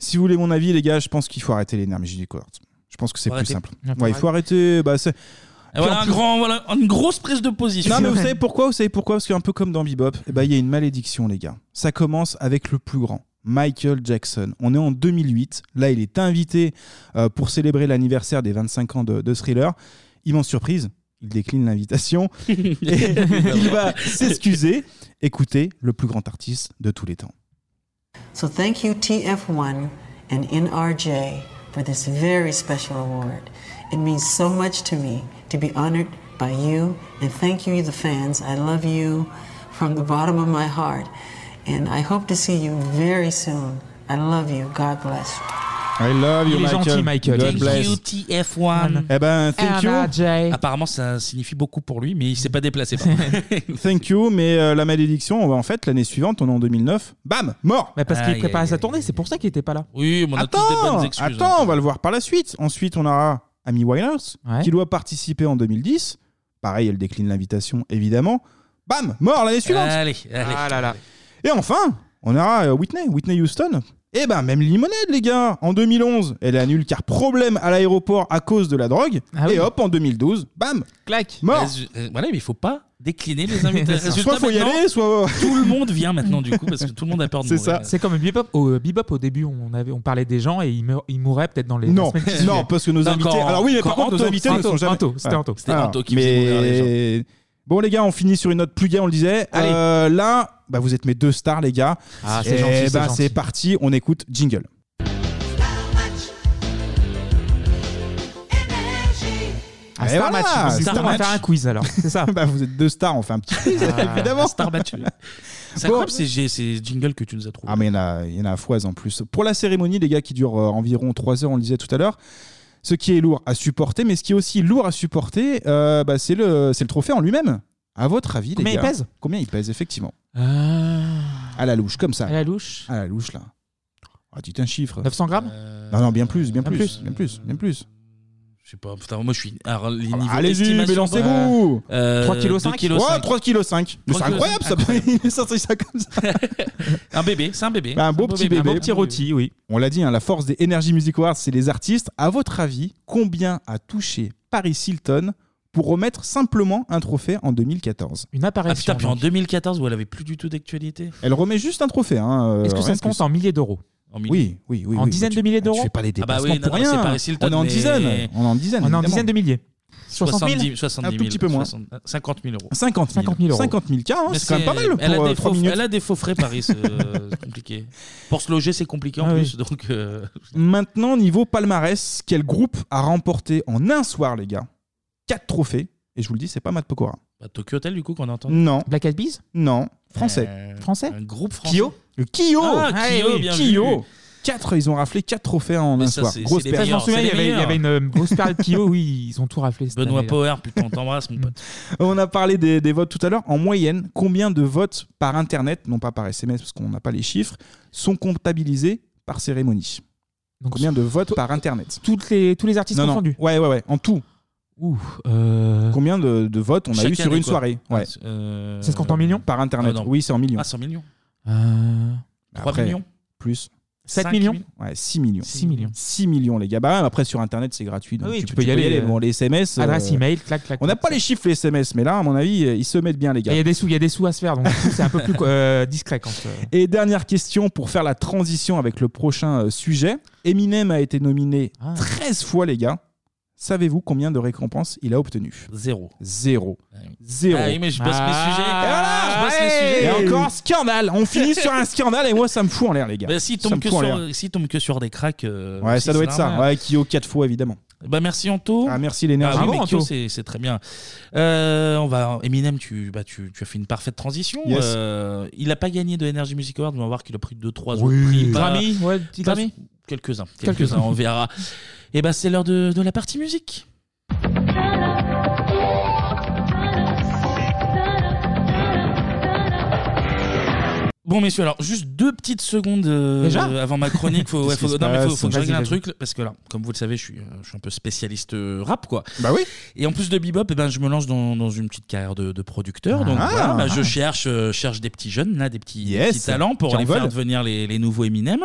Speaker 6: Si vous voulez mon avis, les gars, je pense qu'il faut arrêter l'énergie du cohorte. Je pense que c'est
Speaker 1: Faut
Speaker 6: plus
Speaker 1: arrêter.
Speaker 6: simple.
Speaker 1: Il faut
Speaker 6: Ouais, il faut arrêter. Bah, c'est-
Speaker 1: Et voilà,
Speaker 6: Puis en
Speaker 1: un
Speaker 6: plus-
Speaker 1: grand, voilà, une grosse prise de position.
Speaker 6: Non, mais vous savez pourquoi Vous savez pourquoi Parce qu'un peu comme dans Bebop, eh ben, il y a une malédiction, les gars. Ça commence avec le plus grand, Michael Jackson. On est en 2008. Là, il est invité euh, pour célébrer l'anniversaire des 25 ans de, de Thriller. Immense surprise, il décline (laughs) l'invitation. Et il va s'excuser. Écoutez, le plus grand artiste de tous les temps.
Speaker 17: So thank you, TF1 and NRJ, for this very special award. It means so much to me to be honored by you, and thank you, the fans. I love you from the bottom of my heart, and I hope to see you very soon. I love you. God bless.
Speaker 6: I love you,
Speaker 1: Il est
Speaker 6: Michael.
Speaker 1: gentil, Michael.
Speaker 6: God
Speaker 1: Thank
Speaker 6: bless.
Speaker 1: you, TF1.
Speaker 6: Eh ben, thank you.
Speaker 1: Apparemment, ça signifie beaucoup pour lui, mais il s'est pas déplacé.
Speaker 6: (laughs) Thank you, mais euh, la malédiction, en fait, l'année suivante, on est en 2009, bam, mort
Speaker 1: Mais parce qu'il Aïe, préparait aïe,
Speaker 6: sa tournée, c'est pour ça qu'il n'était pas là.
Speaker 1: (laughs) Oui, mais on a
Speaker 6: attends,
Speaker 1: tous des bonnes excuses. hein,
Speaker 6: Attends, on va le voir par la suite. Ensuite, on aura Amy Winehouse, qui doit participer en 2010. Pareil, elle décline l'invitation, évidemment. Bam, mort l'année suivante
Speaker 1: Allez, allez.
Speaker 7: Ah
Speaker 6: Et enfin, on aura euh, Whitney, Whitney Houston. Et ben même Limonade, les gars, en 2011, elle annule car problème à l'aéroport à cause de la drogue.
Speaker 1: Ah
Speaker 6: et hop, en 2012, bam, clac, mort.
Speaker 1: Euh, Voilà, mais il faut pas décliner les (laughs) invitations. Résultat,
Speaker 6: Soit faut y
Speaker 1: maintenant,
Speaker 6: aller, soit
Speaker 1: Tout le monde vient maintenant, du coup, parce que tout le monde a peur de
Speaker 7: C'est
Speaker 1: mourir.
Speaker 7: ça. C'est comme Bebop. Au, euh, Bebop, au début, on, avait, on parlait des gens et ils, meur- ils mouraient peut-être dans les.
Speaker 6: Non,
Speaker 7: la semaine qui
Speaker 6: non,
Speaker 7: suivait.
Speaker 6: parce que nos invités. Alors oui, mais par contre, nos invités ne sont jamais. Ah.
Speaker 7: Anto, c'était
Speaker 6: Ouais.
Speaker 7: Anto.
Speaker 6: Alors, mais... Bon les gars, on finit sur une note plus gaie, on le disait. Euh, là, bah, vous êtes mes deux stars les gars.
Speaker 7: Ah, c'est
Speaker 6: Et
Speaker 7: gentil, c'est
Speaker 6: bah,
Speaker 7: gentil.
Speaker 6: c'est parti, on écoute jingle.
Speaker 7: Ah,
Speaker 1: Ah,
Speaker 6: Et
Speaker 7: Star
Speaker 6: voilà,
Speaker 7: Match. Du coup,
Speaker 6: Star
Speaker 7: Ah, on va
Speaker 6: Match.
Speaker 7: faire un quiz alors. C'est ça.
Speaker 6: (laughs)
Speaker 7: Ah.
Speaker 6: bah, vous êtes deux stars, on fait un petit quiz (laughs) évidemment.
Speaker 1: Ah, Star Match. C'est incroyable ces, g- ces jingles que tu nous as trouvés.
Speaker 6: Ah mais il y en a, il y en a à foise en plus. Pour la cérémonie, les gars, qui dure euh, environ 3 heures, on le disait tout à l'heure, ce qui est lourd à supporter, mais ce qui est aussi lourd à supporter, euh, bah, c'est le, c'est le trophée en lui-même. À votre avis,
Speaker 7: Combien
Speaker 6: les
Speaker 7: il
Speaker 6: gars
Speaker 7: pèse
Speaker 6: Combien il pèse, effectivement À la louche, comme ça. À la louche À la louche, là. Ah, dites un chiffre.
Speaker 7: 900 grammes
Speaker 6: Non, non, bien plus, bien
Speaker 1: Bien
Speaker 6: plus,
Speaker 1: plus.
Speaker 6: bien plus, bien plus.
Speaker 1: Je sais pas, putain, moi je suis. Alors, les
Speaker 6: Ah bah,
Speaker 1: niveaux
Speaker 6: Allez-y,
Speaker 1: d'estimation-
Speaker 6: lancez-vous
Speaker 1: Euh, 2,5 kg.
Speaker 6: Ouais, 3,5 kg. Mais c'est
Speaker 1: 3,5.
Speaker 6: incroyable, ça. (laughs) Il a sorti ça comme ça.
Speaker 1: (laughs) Un bébé, c'est un bébé.
Speaker 6: Bah, un beau
Speaker 1: C'est
Speaker 6: petit bébé.
Speaker 1: Un beau petit rôti.
Speaker 6: oui. On l'a dit, hein, la force des Energy Music Awards, c'est les artistes. À votre avis, combien a touché Paris Hilton pour remettre simplement un trophée en 2014
Speaker 7: Une
Speaker 1: Ah putain,
Speaker 7: apparition.
Speaker 1: puis en 2014 où elle avait plus du tout d'actualité.
Speaker 6: Elle remet juste un trophée. hein, euh,
Speaker 7: Est-ce que ça
Speaker 6: rien
Speaker 7: se
Speaker 6: de
Speaker 7: compte
Speaker 6: plus.
Speaker 7: en milliers d'euros
Speaker 6: Oui, oui, oui.
Speaker 7: En
Speaker 6: oui.
Speaker 7: dizaines
Speaker 6: Tu-
Speaker 7: de milliers
Speaker 6: Tu
Speaker 7: d'euros
Speaker 6: fais pas les
Speaker 7: Ah bah
Speaker 6: dépassements
Speaker 7: oui, non,
Speaker 6: pour
Speaker 7: non, c'est
Speaker 6: rien.
Speaker 7: Paris Hilton,
Speaker 6: on est en
Speaker 7: mais-
Speaker 6: dizaines. On est en
Speaker 7: On est en
Speaker 6: dizaines. évidemment.
Speaker 7: dizaines de milliers. 60 000
Speaker 1: 70 70
Speaker 6: Un
Speaker 1: 000.
Speaker 6: tout petit peu moins.
Speaker 1: 60 50 000 euros.
Speaker 6: 50 000, 50 000 euros. 50 000 cas, hein,
Speaker 1: Mais
Speaker 6: c'est quand même pas mal
Speaker 1: elle
Speaker 6: pour,
Speaker 1: a,
Speaker 6: euh,
Speaker 1: des
Speaker 6: trois
Speaker 1: faux-
Speaker 6: minutes.
Speaker 1: elle a des faux frais Paris, c'est euh, c'est
Speaker 7: (laughs)
Speaker 1: compliqué. Pour se loger, c'est compliqué en
Speaker 6: Ah oui.
Speaker 1: plus. Donc, euh,
Speaker 6: Maintenant, niveau palmarès, quel groupe a remporté en un soir, les gars, 4 trophées Et je vous le dis, c'est pas Matt Pokora.
Speaker 1: bah, Tokyo Hotel, du coup, qu'on entend.
Speaker 6: Non. Black Eyed Peas Non. Français.
Speaker 7: Français
Speaker 1: Euh, Un groupe français.
Speaker 6: Kyo Kyo
Speaker 1: Ah, Kyo, bien vu.
Speaker 6: Quatre, ils ont raflé 4 trophées en un
Speaker 1: ça,
Speaker 6: soir.
Speaker 1: c'est-
Speaker 6: Grosse
Speaker 1: c'est les
Speaker 6: perte.
Speaker 1: meilleurs,
Speaker 6: Je m'en souviens,
Speaker 1: c'est les
Speaker 6: il y avait- il y avait
Speaker 7: une euh, grosse période Kyo, oui, ils ont tout raflé. cette
Speaker 1: Benoît
Speaker 7: année-là.
Speaker 1: Power, Ah, putain, on t'embrasse, mon
Speaker 6: (laughs)
Speaker 1: pote.
Speaker 6: On a parlé des, des votes tout à l'heure. En moyenne, combien de votes par Internet, non pas par SMS parce qu'on n'a pas les chiffres, sont comptabilisés par cérémonie Combien de votes par Internet
Speaker 7: Toutes les, Tous les artistes
Speaker 6: non, non.
Speaker 7: confondus.
Speaker 6: Ouais, ouais, ouais, en tout. Combien de, de votes on a
Speaker 7: Chaque
Speaker 6: eu sur
Speaker 7: année,
Speaker 6: une
Speaker 7: quoi.
Speaker 6: soirée ouais.
Speaker 1: Euh,
Speaker 6: Ça se compte en millions Par Internet,
Speaker 1: Ah, non.
Speaker 6: oui, c'est en millions.
Speaker 1: Ah, 100 millions.
Speaker 7: Euh,
Speaker 1: 3
Speaker 6: Bah Après,
Speaker 1: millions.
Speaker 6: Plus.
Speaker 1: Sept Cinq millions millions
Speaker 6: Ouais, 6 millions.
Speaker 7: 6 millions.
Speaker 6: 6 millions, les gars. Bah, après, sur Internet, c'est gratuit. donc
Speaker 7: Ah oui, tu peux y aller, euh,
Speaker 6: Bon, les SMS.
Speaker 7: adresse email, clac, clac,
Speaker 6: On n'a pas les chiffres, les SMS, mais là, à mon avis, euh, ils se mettent bien, les
Speaker 7: Et
Speaker 6: gars.
Speaker 7: Il y a des sous, il y a des sous à se faire, donc du coup, c'est un peu plus euh, discret quand. euh,
Speaker 6: Et dernière question pour faire la transition avec le prochain euh, sujet. Eminem a été nominé
Speaker 7: Ah.
Speaker 6: 13 fois, les gars. Savez-vous combien de récompenses il a obtenu
Speaker 1: Zéro.
Speaker 6: Zéro. Zéro.
Speaker 1: Ah oui, mais je bosse mes sujets.
Speaker 6: Ah,
Speaker 1: je bosse mes
Speaker 6: ouais.
Speaker 1: sujets.
Speaker 6: Et encore scandale. On finit sur un scandale et moi, ça me fout en l'air, les gars.
Speaker 1: Bah, S'il
Speaker 6: Ça
Speaker 1: tombe,
Speaker 6: me
Speaker 1: que
Speaker 6: fout en
Speaker 1: sur-
Speaker 6: l'air.
Speaker 1: s'il tombe que sur des cracks. euh,
Speaker 6: Ouais,
Speaker 1: aussi,
Speaker 6: ça doit
Speaker 1: c'est
Speaker 6: être ça.
Speaker 1: normal.
Speaker 6: Ouais, Kyo 4 fois, évidemment.
Speaker 1: Bah merci Anto.
Speaker 6: Ah, merci l'énergie.
Speaker 1: Ah oui,
Speaker 6: Bravo,
Speaker 1: mais Kyo,
Speaker 6: Anto.
Speaker 1: c'est c'est très bien. Euh, on va Eminem, tu bah tu, tu as fait une parfaite transition.
Speaker 6: Yes.
Speaker 1: Euh, il a pas gagné de Energy Music Award, mais on va voir qu'il a pris deux trois
Speaker 6: Oui.
Speaker 1: autres prix. Bah,
Speaker 7: Grammy, ouais, petit
Speaker 1: pas-
Speaker 7: Grammy.
Speaker 1: Quelques uns, quelques uns,
Speaker 7: Quelques-uns.
Speaker 1: on verra. Et bah c'est l'heure de, de la partie musique. Bon messieurs, alors juste deux petites secondes euh,
Speaker 7: Déjà
Speaker 1: euh, avant ma chronique, faut, ouais,
Speaker 7: (laughs) Qu'est-ce
Speaker 1: faut-
Speaker 7: qui se
Speaker 1: non, mais faut-
Speaker 7: passe
Speaker 1: faut que je
Speaker 7: Vas-y,
Speaker 1: règle un
Speaker 7: vas-y.
Speaker 1: truc parce que là, comme vous le savez, je suis, euh, je suis un peu spécialiste euh, rap quoi.
Speaker 6: Bah oui.
Speaker 1: Et en plus de bebop, eh ben je me lance dans, dans une petite carrière de, de producteur, donc
Speaker 6: Ah.
Speaker 1: voilà, bah, je cherche euh, cherche des petits jeunes là, des petits, des
Speaker 6: Yes.
Speaker 1: petits talents pour
Speaker 6: Qui
Speaker 1: les
Speaker 6: en veulent.
Speaker 1: faire devenir les, les nouveaux Eminem.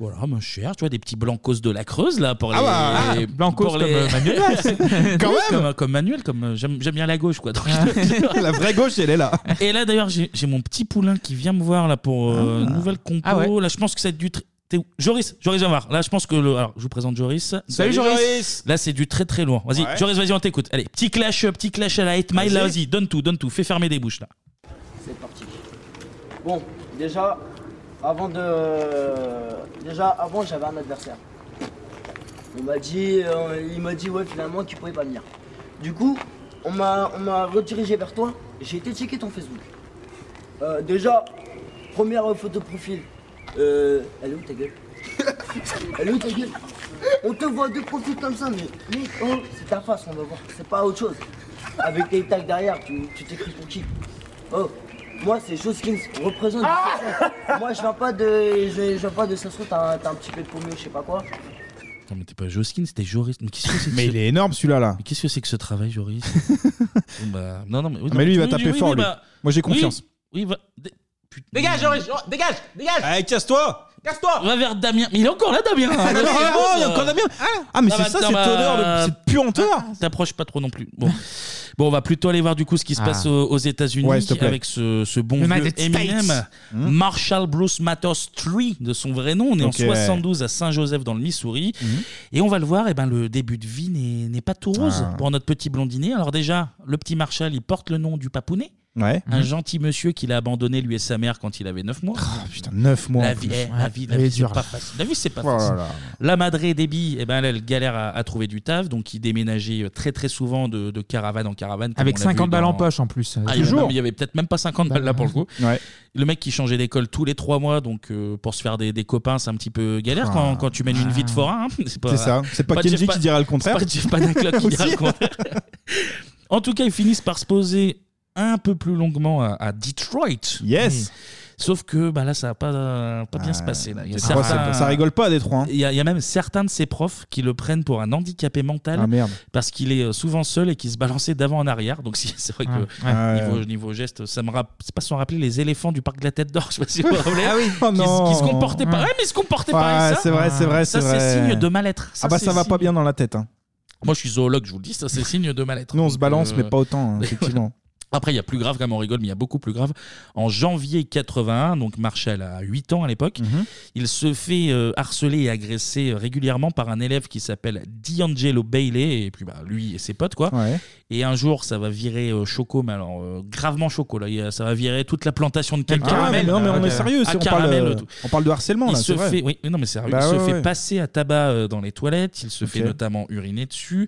Speaker 1: Voilà, ma chère, tu vois, des petits blancos de la Creuse, là, pour les.
Speaker 7: Ah bah, ah, blancos
Speaker 1: pour
Speaker 7: comme, euh, Manuel
Speaker 1: (laughs)
Speaker 7: Valls. Quand
Speaker 1: Oui,
Speaker 7: même.
Speaker 1: Comme, comme Manuel, comme. euh, J'aime j'aime bien la gauche, quoi. donc-
Speaker 6: (laughs) La vraie gauche, elle est là.
Speaker 1: Et là, d'ailleurs, j'ai j'ai mon petit poulain qui vient me voir, là, pour euh,
Speaker 6: Ah.
Speaker 1: nouvelle compo.
Speaker 6: Ah ouais.
Speaker 1: Là, je pense que c'est du. tr- t'es où Joris, Joris Jamar. Là, je pense que le. Alors, je vous présente Joris.
Speaker 7: Salut, Joris.
Speaker 1: Là, c'est du très très loin. Vas-y,
Speaker 7: Ouais.
Speaker 1: Joris, vas-y, on t'écoute. Allez, petit clash, euh, petit clash à la hate mile. Là,
Speaker 11: Vas-y.
Speaker 1: vas-y, donne tout, donne tout. Fais fermer des bouches, là.
Speaker 11: C'est parti. Bon, déjà, avant de. Déjà, avant, j'avais un adversaire. On m'a dit, euh, il m'a dit, ouais, finalement, qu'il pouvait pas venir. Du coup, on m'a, on m'a redirigé vers toi. J'ai été checker ton Facebook. Euh, déjà, première euh, photo de profil. Euh, elle est où ta gueule Elle est où ta gueule On te voit deux profils comme ça, mais mec, oh, c'est ta face, on va voir. C'est pas autre chose. Avec tes tags derrière, tu tu t'écris pour qui Oh, moi c'est Joskins, représente. moi je viens pas de. Je, je viens pas de ça se trouve, t'as un- t'as un petit peu paumé, je sais pas quoi.
Speaker 1: Non, mais t'es pas Joskin, c'était Joris. Mais qu'est-ce que c'est que
Speaker 6: Mais
Speaker 1: ce-
Speaker 6: il est énorme celui-là. là.
Speaker 1: Mais qu'est-ce que c'est que ce
Speaker 6: (laughs)
Speaker 1: travail, Joris Bon, bah, non, non, mais, oui,
Speaker 6: Ah,
Speaker 1: non,
Speaker 6: mais lui, il
Speaker 1: tout
Speaker 6: va
Speaker 1: le monde
Speaker 6: taper
Speaker 1: dit,
Speaker 6: fort,
Speaker 1: oui,
Speaker 6: lui.
Speaker 1: bah,
Speaker 6: Moi, j'ai
Speaker 1: oui,
Speaker 6: confiance.
Speaker 1: Oui, va- dé-
Speaker 7: Dégage, Joris, Joris, dégage, dégage.
Speaker 6: Allez, casse-toi
Speaker 7: Casse-toi
Speaker 1: Va vers Damien. Mais il est encore là, Damien
Speaker 6: Ah, mais vraiment, il y a encore Damien. Ah, mais c'est ça, cette odeur de- cette puanteur
Speaker 1: Ah, T'approches pas trop non plus. Bon. bon, on va plutôt aller voir du coup ce qui se
Speaker 6: Ah.
Speaker 1: passe aux, aux États-Unis
Speaker 6: Ouais, s'il te plaît.
Speaker 1: avec ce, ce bon vieux
Speaker 6: United States.
Speaker 1: Eminem.
Speaker 6: Hmm.
Speaker 1: Marshall Bruce Mathers III, de son vrai nom. On est
Speaker 6: Ok. Hmm.
Speaker 1: en 72 à Saint-Joseph dans le Missouri. Et on va le voir, et ben, le début de vie n'est n'est pas tout rose
Speaker 6: Ah.
Speaker 1: pour notre petit blondinet. Alors déjà, le petit Marshall, il porte le nom du papounet.
Speaker 6: Ouais. Hmm.
Speaker 1: Un gentil monsieur qu'il a abandonné lui et sa mère quand il avait 9 mois.
Speaker 6: Oh, Putain, 9 mois.
Speaker 1: La
Speaker 6: en
Speaker 1: vie,
Speaker 6: plus.
Speaker 1: eh, la vie, la
Speaker 6: Elle
Speaker 1: vie,
Speaker 6: est
Speaker 1: c'est
Speaker 6: dure,
Speaker 1: pas
Speaker 6: là.
Speaker 1: facile. La vie, c'est pas
Speaker 6: Oh là
Speaker 1: facile.
Speaker 6: là.
Speaker 1: La Madré Déby, eh ben, elle, elle galère à, à trouver du taf, donc il déménageait euh, très très souvent de, de caravane en caravane. comme
Speaker 7: Avec
Speaker 1: on l'a vu
Speaker 7: 50 balles
Speaker 1: dans-
Speaker 7: en poche, en plus.
Speaker 1: Ah, il y avait-
Speaker 7: Toujours.
Speaker 1: non, mais Il y avait peut-être même pas 50 balles là pour le coup. Le mec qui changeait d'école tous les 3 mois, donc euh, pour se faire des, des copains, c'est un petit peu galère
Speaker 6: Ah.
Speaker 1: quand, quand tu mènes une vie de forain. hein. (laughs)
Speaker 6: C'est ça. C'est pas Kenji
Speaker 1: Jeff
Speaker 6: qui
Speaker 1: Pa-
Speaker 6: dira le contraire.
Speaker 1: C'est pas Jeff
Speaker 6: (laughs)
Speaker 1: Panaclock qui dira le
Speaker 6: Aussi.
Speaker 1: contraire. En tout cas, ils finissent par se poser un peu plus longuement à, à Detroit.
Speaker 6: Yes. Ah,
Speaker 1: Sauf que bah là, ça va pas, euh, pas bien se passer. Là. Il y a
Speaker 6: Détroit,
Speaker 1: certains-
Speaker 6: ça- ça rigole pas, Détroit, hein.
Speaker 1: Il y, a, il y a même certains de ses profs qui le prennent pour un handicapé mental
Speaker 6: Ah, merde.
Speaker 1: parce qu'il est euh, souvent seul et qu'il se balançait d'avant en arrière. Donc (laughs) si- c'est vrai que
Speaker 6: Ah, ouais.
Speaker 1: niveau, niveau geste, ça me rappelle, c'est pas sans rappeler les éléphants du parc de la Tête d'Or, (laughs) je sais pas si vous vous rappelez,
Speaker 6: Ah oui. Oh
Speaker 1: qui, se-
Speaker 6: non.
Speaker 1: qui se comportaient pas.
Speaker 6: Ouais.
Speaker 1: Ouais, mais ils se comportaient
Speaker 6: Ouais,
Speaker 1: pas. et ça-
Speaker 6: c'est vrai, c'est vrai,
Speaker 1: ça,
Speaker 6: c'est vrai.
Speaker 1: signe de mal-être.
Speaker 6: Ah bah
Speaker 1: c'est
Speaker 6: ça va pas
Speaker 1: signe-
Speaker 6: bien dans la tête. hein.
Speaker 1: Moi, je suis zoologue, je vous le dis, ça c'est signe de mal-être.
Speaker 6: Nous on se
Speaker 1: Donc,
Speaker 6: balance
Speaker 1: euh,
Speaker 6: mais pas
Speaker 1: (laughs)
Speaker 6: autant hein,
Speaker 1: mais
Speaker 6: effectivement.
Speaker 1: Après, il y a plus grave comme on rigole, mais il y a beaucoup plus grave. En janvier 81, donc Marshall a 8 ans à l'époque,
Speaker 6: Mhm.
Speaker 1: il se fait euh, harceler et agresser euh, régulièrement par un élève qui s'appelle D'Angelo Bailey, et puis bah, lui et ses potes, quoi. Et un jour, ça va virer euh, Choco, mais alors euh, gravement Choco, là, Il y a- ça va virer toute la plantation de cacao.
Speaker 6: Ah, mais non, mais on est sérieux, si
Speaker 1: à
Speaker 6: on parle,
Speaker 1: caramel,
Speaker 6: euh,
Speaker 1: tout.
Speaker 6: on parle de harcèlement,
Speaker 1: il
Speaker 6: là,
Speaker 1: se
Speaker 6: c'est vrai.
Speaker 1: fait, oui, non, mais sérieux,
Speaker 6: Bah
Speaker 1: il se
Speaker 6: ouais,
Speaker 1: fait
Speaker 6: ouais.
Speaker 1: passer à tabac euh, dans les toilettes, il se fait
Speaker 6: Ok.
Speaker 1: notamment uriner dessus,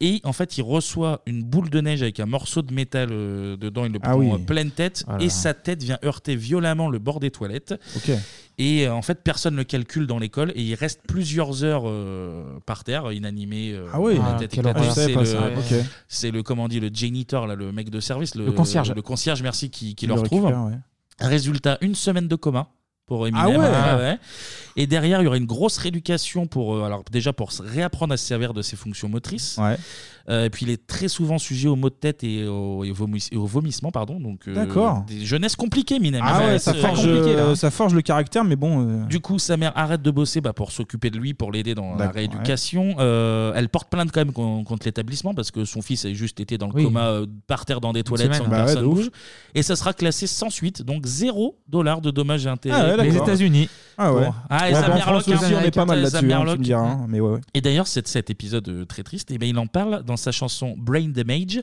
Speaker 1: et en fait, il reçoit une boule de neige avec un morceau de métal euh, dedans, il le
Speaker 6: Ah
Speaker 1: prend
Speaker 6: oui.
Speaker 1: euh, pleine tête,
Speaker 6: Oh là
Speaker 1: et
Speaker 6: là.
Speaker 1: sa tête vient heurter violemment le bord des toilettes.
Speaker 6: Ok.
Speaker 1: Et euh, en fait, personne ne le calcule dans l'école, et il reste plusieurs heures euh, par terre, inanimé. euh,
Speaker 6: Ah oui.
Speaker 1: la
Speaker 6: Ah,
Speaker 1: tête
Speaker 6: quelle
Speaker 1: éclatée.
Speaker 6: horreur. Je savais
Speaker 1: C'est
Speaker 6: pas
Speaker 1: le-
Speaker 6: ça, ok.
Speaker 1: C'est le, comment on dit, le janitor, là, le mec de service, le,
Speaker 6: Le concierge.
Speaker 1: le concierge, merci, qui, qui
Speaker 6: Il
Speaker 1: le
Speaker 6: le
Speaker 1: retrouve.
Speaker 6: récupère, ouais.
Speaker 1: Résultat, une semaine de coma pour Eminem.
Speaker 6: Ah ouais.
Speaker 1: Et derrière, il y aurait une grosse rééducation pour, euh, alors déjà pour se réapprendre à se servir de ses fonctions motrices. Euh, et puis il est très souvent sujet aux maux de tête et aux, et aux vomis- et aux vomissements, pardon. Donc, euh,
Speaker 6: D'accord.
Speaker 1: Des jeunesses compliquées, Eminem.
Speaker 6: Ah
Speaker 1: Enfin,
Speaker 6: ouais, ça
Speaker 1: c'est-
Speaker 6: forge,
Speaker 1: hein.
Speaker 6: euh, ça forge le caractère mais bon euh,
Speaker 1: du coup, sa mère arrête de bosser bah, pour s'occuper de lui, pour l'aider dans la
Speaker 6: D'accord,
Speaker 1: rééducation. Euh, elle porte plainte quand même con- contre l'établissement parce que son fils a juste été dans le
Speaker 6: Oui.
Speaker 1: coma euh, par terre dans des toilettes
Speaker 6: semaine.
Speaker 1: sans que
Speaker 6: Bah ouais,
Speaker 1: personne
Speaker 6: de ouf.
Speaker 1: bouge. Et ça sera classé sans suite, donc 0 dollars de dommages et intérêts.
Speaker 6: Ah ouais,
Speaker 1: pour-
Speaker 6: d'accord. Ah ouais.
Speaker 1: Pour- Ah, et
Speaker 6: Ouais,
Speaker 1: Sam
Speaker 6: bah, en
Speaker 1: Merlock,
Speaker 6: France aussi
Speaker 1: hein,
Speaker 6: on est pas mal
Speaker 1: Sam
Speaker 6: là-dessus, hein, tu
Speaker 1: Merlock.
Speaker 6: me diras, hein, mais ouais, ouais.
Speaker 1: Et d'ailleurs, cet, cet épisode euh, très triste, eh ben, il en parle dans sa chanson Brain Damage.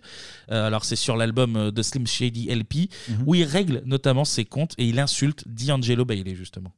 Speaker 1: Euh, alors, c'est sur l'album euh, de Slim Shady LP,
Speaker 6: Mhm.
Speaker 1: où il règle notamment ses comptes et il insulte D'Angelo Bailey, justement.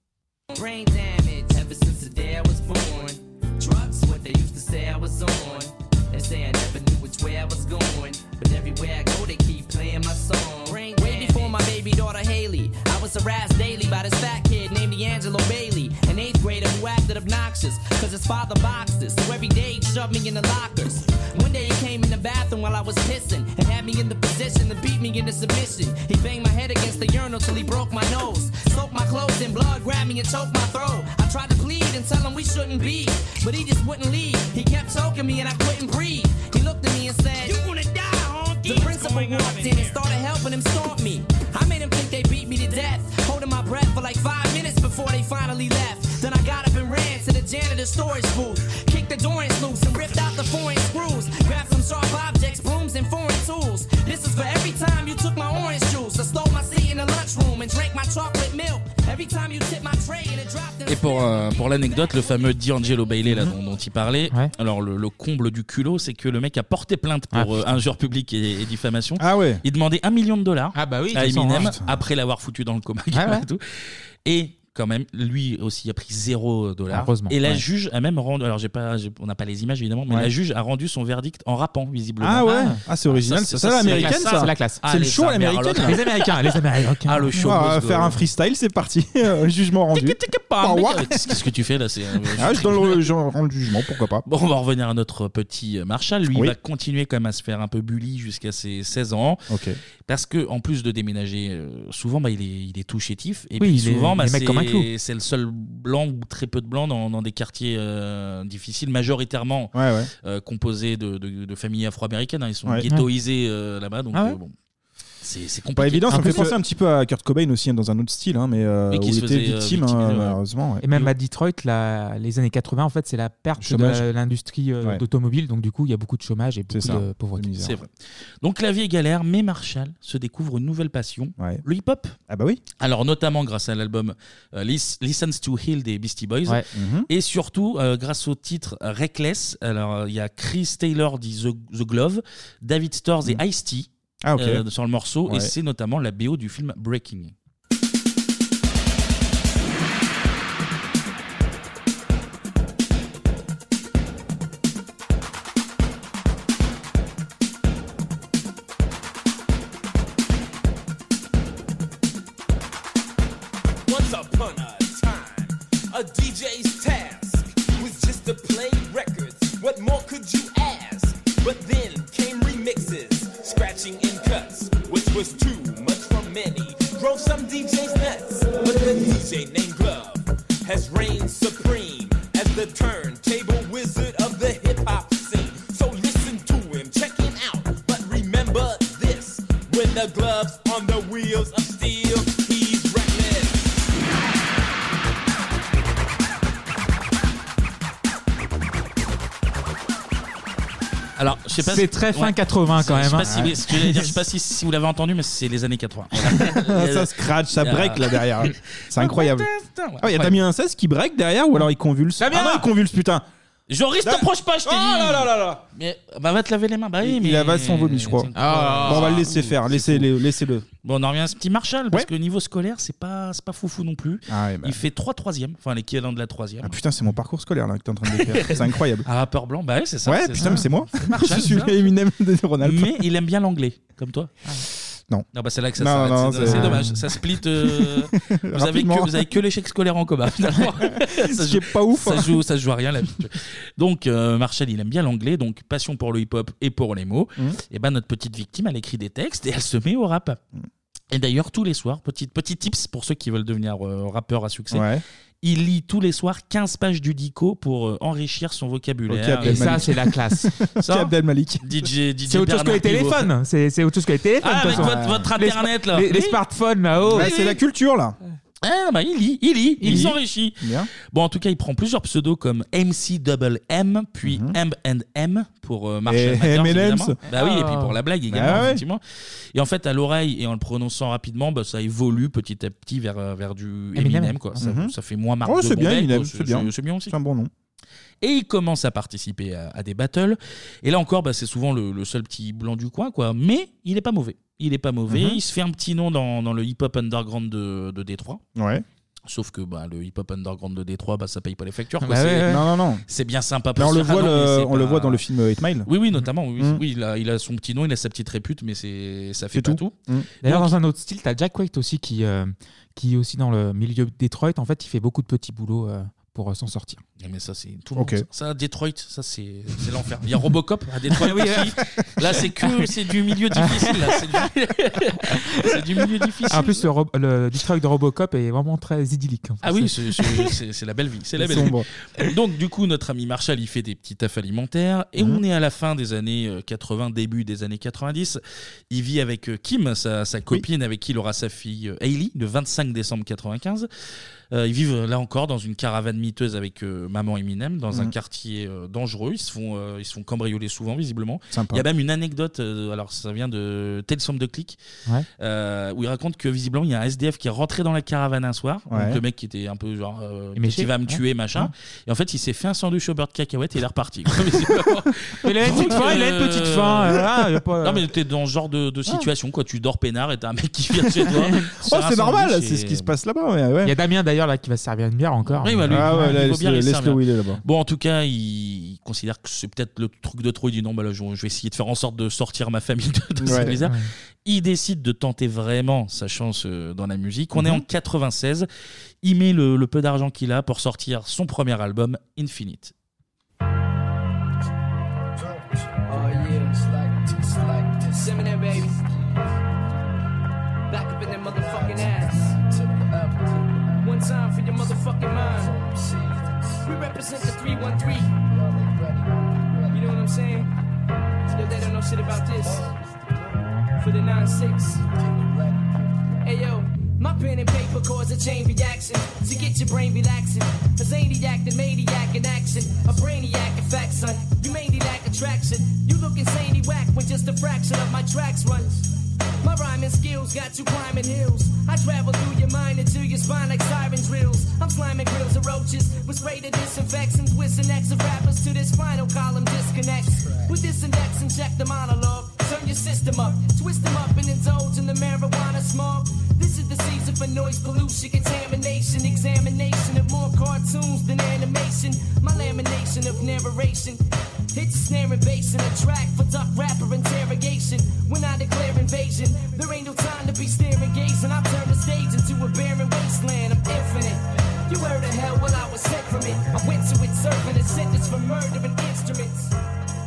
Speaker 18: Brain damage ever since the day I was born. Drugs, what they used to say I was on. They say I never knew which way I was going. But everywhere I go, they keep playing my song. Brain Way before my baby daughter Haley, I was harassed daily by this fat kid named D'Angelo Bailey, an eighth grader who acted obnoxious. Cause his father boxed us, so every day he'd shove me in the lockers. One day he came in the bathroom while I was pissing and had me in the position to beat me into submission. He banged my head against the urinal till he broke my nose. Soaked my clothes in blood, grabbed me and choked my throat. I tried to plead and tell him we shouldn't be, but he just wouldn't leave. He kept choking me and I couldn't breathe. He looked at me and said, You gonna die, honky? The principal walked in and started helping him stomp me. I made him think they beat me to death, holding my breath for like five minutes before they finally left. Then I got up and ran
Speaker 1: Et pour, euh, pour l'anecdote, le fameux D'Angelo Bailey là, dont, dont il parlait,
Speaker 7: Mhm. Ouais.
Speaker 1: alors le, le comble du culot, c'est que le mec a porté plainte pour
Speaker 7: Ah,
Speaker 1: euh,
Speaker 7: putain.
Speaker 1: injure publique et, et diffamation.
Speaker 6: Ah ouais
Speaker 1: Il demandait un million de dollars
Speaker 7: Ah bah oui,
Speaker 1: à
Speaker 7: tu sens,
Speaker 1: Eminem
Speaker 7: hein.
Speaker 1: après l'avoir foutu dans le coma.
Speaker 7: Ah ouais.
Speaker 1: (laughs) Et, tout. Et quand même, lui aussi a pris zéro dollar.
Speaker 7: Heureusement,
Speaker 1: Et la
Speaker 7: ouais.
Speaker 1: juge a même rendu, alors j'ai pas, j'ai- on n'a pas les images évidemment, mais
Speaker 6: Ouais.
Speaker 1: la juge a rendu son verdict en rappant visiblement.
Speaker 6: Ah ouais Ah, c'est original, ça, ça, l'américaine,
Speaker 1: la classe, Ah,
Speaker 6: ça.
Speaker 1: c'est la classe.
Speaker 6: C'est le
Speaker 1: Allez,
Speaker 6: show
Speaker 1: ça,
Speaker 6: à l'américaine.
Speaker 1: merde, alors. Ah le show.
Speaker 6: On va
Speaker 1: must go.
Speaker 6: faire un freestyle, c'est
Speaker 1: (laughs)
Speaker 6: parti. Euh, Jugement rendu.
Speaker 1: Ah,
Speaker 6: Bah,
Speaker 1: mec,
Speaker 6: ouais.
Speaker 1: Qu'est-ce que tu fais là C'est euh, un-
Speaker 6: Ah, je donne le je rends le jugement, pourquoi pas.
Speaker 1: Bon, on va revenir à notre petit Marshall. Lui,
Speaker 6: Oui.
Speaker 1: il va continuer quand même à se faire un peu bully jusqu'à ses 16 ans.
Speaker 6: Ok.
Speaker 1: Parce que en plus de déménager, euh, souvent, bah, il, est, il est tout chétif. Et
Speaker 7: Oui,
Speaker 1: puis
Speaker 7: il est-
Speaker 1: souvent, bah,
Speaker 7: il est mec
Speaker 1: c'est,
Speaker 7: comme un clou.
Speaker 1: c'est le seul blanc ou très peu de blancs dans, dans des quartiers euh, difficiles, majoritairement
Speaker 6: Ouais, ouais.
Speaker 1: euh, composés de, de- de familles afro-américaines. hein. Ils sont
Speaker 6: Ouais.
Speaker 1: ghettoisés euh, là-bas. Donc,
Speaker 6: Ah ouais.
Speaker 1: euh, bon, c'est, c'est
Speaker 6: Pas
Speaker 1: compliqué.
Speaker 6: évident, ça me fait
Speaker 1: Impossible.
Speaker 6: penser un petit peu à Kurt Cobain aussi, hein, dans un autre style, hein, mais euh,
Speaker 1: Et
Speaker 6: où
Speaker 1: qui
Speaker 6: il
Speaker 1: se
Speaker 6: était
Speaker 1: faisait, euh,
Speaker 6: victime,
Speaker 1: victime,
Speaker 6: hein,
Speaker 1: ouais.
Speaker 6: malheureusement. ouais.
Speaker 7: Et même à Detroit, la- les années 80, en fait, c'est la perte
Speaker 6: Chômage.
Speaker 7: de l'industrie euh,
Speaker 1: Ouais.
Speaker 7: d'automobile. Donc, du coup, il y a beaucoup de chômage et beaucoup
Speaker 1: ça,
Speaker 7: de pauvreté.
Speaker 1: C'est vrai. Donc la vie est galère, mais Marshall se découvre une nouvelle passion, le hip-hop.
Speaker 6: Ah bah oui.
Speaker 1: Alors notamment grâce à l'album euh, Lis- Listens to Heal des Beastie Boys.
Speaker 7: Ouais.
Speaker 6: Mhm.
Speaker 1: Et surtout euh, grâce au titre Reckless. Alors euh, il y a Chris Taylor dit The, The Glove, David Storrs et Ice-T
Speaker 6: Ah, ok.
Speaker 1: euh, sur le morceau.
Speaker 6: Ouais.
Speaker 1: Et c'est notamment la BO du film Breaking.
Speaker 2: Once upon a time, a DJ's task was just to play records. What more could you ask? But then came remixes, scratching and cuts, which was too much for many. Drove some DJs nuts, but the DJ named Glove has reigned supreme as the turntable wizard of the hip hop scene. So listen to him, check him out, but remember this: when the gloves on the wheels of steel, he's reckless.
Speaker 1: Alors, je sais pas.
Speaker 7: C'est
Speaker 1: si-
Speaker 7: très fin 80 quand
Speaker 1: Je sais
Speaker 7: même,
Speaker 1: pas,
Speaker 7: hein.
Speaker 1: si,
Speaker 7: Ouais.
Speaker 1: ce que j'allais dire,
Speaker 7: (laughs)
Speaker 1: je sais pas si, si vous l'avez entendu, mais c'est les
Speaker 6: (laughs)
Speaker 1: années 80.
Speaker 6: ça scratch, ça break là
Speaker 1: (laughs)
Speaker 6: derrière. C'est incroyable. Ah, il y a
Speaker 1: Ouais.
Speaker 6: Damien Incès qui break derrière ou alors il convulse. ah non, il convulse, putain.
Speaker 1: Joris, t'approches pas, je t'ai dit.
Speaker 6: là là là là.
Speaker 1: Mais bah va te laver les mains. Bah oui,
Speaker 6: Il
Speaker 1: mais
Speaker 6: il avale son vomi, je crois.
Speaker 1: Ah.
Speaker 6: Bon, on va le laisser faire, laissez-le. laissez-le.
Speaker 1: Bon, on en revient à ce petit Marshall, parce que niveau scolaire, c'est pas, c'est pas foufou non plus.
Speaker 6: Ah ouais, bah.
Speaker 1: Il fait 3 troisièmes, enfin l'équivalent de la troisième.
Speaker 6: Ah putain, c'est mon parcours scolaire là que t'es en train
Speaker 1: (laughs)
Speaker 6: de décrire. C'est incroyable.
Speaker 1: Un rappeur blanc, bah ouais, c'est ça.
Speaker 6: Ouais, putain,
Speaker 1: ça.
Speaker 6: mais c'est moi.
Speaker 1: C'est
Speaker 6: (laughs) (laughs)
Speaker 1: Marshall,
Speaker 6: Je suis
Speaker 1: ça.
Speaker 6: le Eminem de Ronald.
Speaker 1: Mais il aime bien l'anglais, comme toi.
Speaker 7: Ah
Speaker 6: Non.
Speaker 1: Non, bah c'est là que ça
Speaker 6: Non,
Speaker 1: s'arrête.
Speaker 6: non,
Speaker 1: c'est,
Speaker 6: c'est-
Speaker 1: c'est dommage. Ça split. euh,
Speaker 6: (laughs)
Speaker 1: vous, avez
Speaker 6: Rapidement.
Speaker 1: que, vous avez que l'échec scolaire en commun.
Speaker 6: (laughs)
Speaker 1: finalement. ça joue,
Speaker 6: pas ouf. hein.
Speaker 1: Ça joue, ça se joue à rien la vie. Donc euh, Marshall, il aime bien l'anglais, donc passion pour le hip-hop et pour les mots.
Speaker 6: Mhm.
Speaker 1: Et ben notre petite victime, elle écrit des textes et elle se met au rap. Et d'ailleurs tous les soirs, petit petit tips pour ceux qui veulent devenir euh, rappeurs à succès.
Speaker 6: Ouais.
Speaker 1: Il lit tous les soirs 15 pages du dico pour euh, enrichir son vocabulaire.
Speaker 7: Ok, Et ça, Abdelmalik. c'est la classe.
Speaker 6: (laughs)
Speaker 1: Ça,
Speaker 7: Ok, Abdelmalik.
Speaker 1: DJ, DJ
Speaker 7: C'est autre chose que les
Speaker 1: Bernard Pivot.
Speaker 7: téléphones. C'est c'est autre chose que les téléphones.
Speaker 1: Ah,
Speaker 7: de toute
Speaker 1: avec
Speaker 7: façon.
Speaker 1: votre, votre
Speaker 7: Les spa-
Speaker 1: internet là.
Speaker 7: Les, les
Speaker 1: Oui.
Speaker 7: smartphones là-haut.
Speaker 1: Ouais, c'est la
Speaker 6: Bah, culture là.
Speaker 1: Ah, bah, il lit, il lit, il,
Speaker 7: Il lit.
Speaker 1: s'enrichit. Bon, en tout cas, il prend plusieurs pseudos comme MC Double M, puis M and M pour euh, Marshall
Speaker 6: Mhm. Et
Speaker 1: Mathers,
Speaker 6: M&M's.
Speaker 1: évidemment. Bah oui, et
Speaker 6: Ah.
Speaker 1: puis pour la blague également,
Speaker 6: Bah ouais.
Speaker 1: effectivement. Et en fait, à l'oreille et en le prononçant rapidement, bah, ça évolue petit à petit vers, euh, vers du
Speaker 6: Eminem.
Speaker 1: Eminem, quoi. Ça,
Speaker 6: Mhm.
Speaker 1: ça fait moins marque
Speaker 6: Oh,
Speaker 1: de
Speaker 6: c'est bien,
Speaker 1: Bombay,
Speaker 6: Eminem,
Speaker 1: quoi.
Speaker 6: c'est bien.
Speaker 1: C'est bien aussi.
Speaker 6: C'est un bon nom.
Speaker 1: Et il commence à participer à, à des battles. Et là encore, bah, c'est souvent le, le seul petit blanc du coin, quoi. Mais il est pas mauvais. Il est pas mauvais.
Speaker 6: Mhm.
Speaker 1: Il se fait un petit nom dans, dans le hip-hop underground de, de Détroit.
Speaker 6: Ouais.
Speaker 1: Sauf que bah, le hip-hop underground de Détroit, bah, ça paye pas les factures.
Speaker 6: Bah
Speaker 1: quoi.
Speaker 6: ouais,
Speaker 1: C'est-
Speaker 6: ouais. Non, non, non.
Speaker 1: C'est bien sympa pour
Speaker 6: Là, on le
Speaker 1: ça. Ah
Speaker 6: voit,
Speaker 1: non, mais
Speaker 6: le-
Speaker 1: c'est
Speaker 6: on le
Speaker 1: pas-
Speaker 6: voit dans le film euh, Eight Mile.
Speaker 1: Oui, oui, notamment. Oui,
Speaker 6: Mm.
Speaker 1: oui il, a, il a son petit nom, il a sa petite répute, mais c'est ça fait
Speaker 7: C'est
Speaker 1: pas
Speaker 7: tout.
Speaker 1: tout.
Speaker 6: Mm.
Speaker 7: D'ailleurs,
Speaker 1: Donc-
Speaker 7: dans un autre style, t'as Jack White aussi qui, euh, qui est aussi dans le milieu de Detroit. En fait, il fait beaucoup de petits boulots euh, pour euh, s'en sortir.
Speaker 1: Eh, Mais ça, c'est tout le monde. Ça, à Detroit, ça, c'est c'est l'enfer. Il y a Robocop à Detroit
Speaker 7: (laughs) Oui, euh.
Speaker 1: aussi. Là,
Speaker 7: (laughs)
Speaker 1: c'est que c'est du milieu difficile. là. C'est du... (laughs) c'est du milieu difficile.
Speaker 7: En plus, le, Ro- le Detroit de Robocop est vraiment très idyllique. en fait.
Speaker 1: Ah oui,
Speaker 7: C'est-
Speaker 1: c'est- c'est c'est- c'est la belle vie. C'est la
Speaker 7: C'est
Speaker 1: belle
Speaker 7: sombre.
Speaker 1: vie. Donc, du coup, notre ami Marshall, il fait des petits tafs alimentaires. Et
Speaker 7: Mhm.
Speaker 1: on est à la fin des années euh, 80, début des années 90. Il vit avec euh, Kim, sa, sa copine, avec qui il aura sa fille euh, Hailey, le 25 décembre 95. Euh, ils vivent euh, là encore dans une caravane miteuse avec euh, maman Eminem dans un
Speaker 6: Mhm.
Speaker 1: quartier euh, dangereux. Ils se font, euh, ils se font cambrioler souvent, visiblement.
Speaker 6: Sympa.
Speaker 1: Il y a même une anecdote, euh, alors ça vient de Telle Somme de Click,
Speaker 7: Ouais.
Speaker 1: euh, où il raconte que visiblement il y a un SDF qui est rentré dans la caravane un soir. Donc,
Speaker 7: Ouais.
Speaker 1: le mec qui était un peu genre, euh,
Speaker 7: Éméché,
Speaker 1: qui va me
Speaker 7: ouais.
Speaker 1: tuer, machin.
Speaker 7: Ouais.
Speaker 1: Et en fait, il s'est fait un sandwich au beurre de cacahuète et il est reparti.
Speaker 7: (laughs)
Speaker 1: quoi, visiblement.
Speaker 7: Il a une petite
Speaker 1: Donc,
Speaker 7: faim, il a une
Speaker 1: euh,
Speaker 7: petite faim, euh, Ah. voilà, il y a pas-
Speaker 1: Non, mais t'es dans ce genre de, de situation, quoi. Tu dors peinard et t'as un mec qui vient
Speaker 7: (laughs)
Speaker 1: de chez toi.
Speaker 6: (laughs) Oh,
Speaker 1: sert un
Speaker 6: c'est normal,
Speaker 1: sandwich
Speaker 6: c'est
Speaker 1: et-
Speaker 6: ce qui se passe là-bas. ouais, ouais.
Speaker 7: Il y a Damien d'ailleurs là qui va se servir une bière encore.
Speaker 1: Oui, bah, lui,
Speaker 6: Ah ouais,
Speaker 1: il
Speaker 6: là,
Speaker 1: faut
Speaker 6: laisse-le-
Speaker 1: bien les
Speaker 6: laisse-le
Speaker 1: servir.
Speaker 6: où il est, là-bas.
Speaker 1: Bon, en tout cas, il, il considère que c'est peut-être le truc de trop. Il dit non, bah là, je, je vais essayer de faire en sorte de sortir ma famille de, de ce
Speaker 6: Ouais.
Speaker 1: blizzard.
Speaker 6: Ouais.
Speaker 1: Il décide de tenter vraiment sa chance euh, dans la musique. On est
Speaker 6: Mhm.
Speaker 1: en 96. Il met le, le peu d'argent qu'il a pour sortir son premier album, Infinite.
Speaker 18: Oh yeah, it's like it's like Simming it, baby. Back up in that motherfucking ass. One time for your motherfucking mind. We represent the 313. You know what I'm saying? Yo, they don't know shit about this. For the 9-6. Hey yo, my pen and paper cause a chain reaction to get your brain relaxing. A zaniac, the maniac in action, a brainiac in fact, son. You mainly lack attraction. You look insanely whack when just a fraction of my tracks run. My rhyming skills got you climbing hills. I travel through your mind into your spine like siren drills. I'm sliming grills and roaches with spray to disinfects and twists and X of rappers to this spinal column disconnects. With this index and check the monologue. Turn your system up, twist them up and indulge in the marijuana smog. This is the season for noise pollution, contamination, examination of more cartoons than animation. My lamination of narration. It's a snare and bass in a track for duck rapper interrogation. When I declare invasion, there ain't no time to be staring gazing. I turn the stage into a barren wasteland. I'm infinite. You heard of hell, well I was sent from it. I went to it serving a sentence for murdering instruments.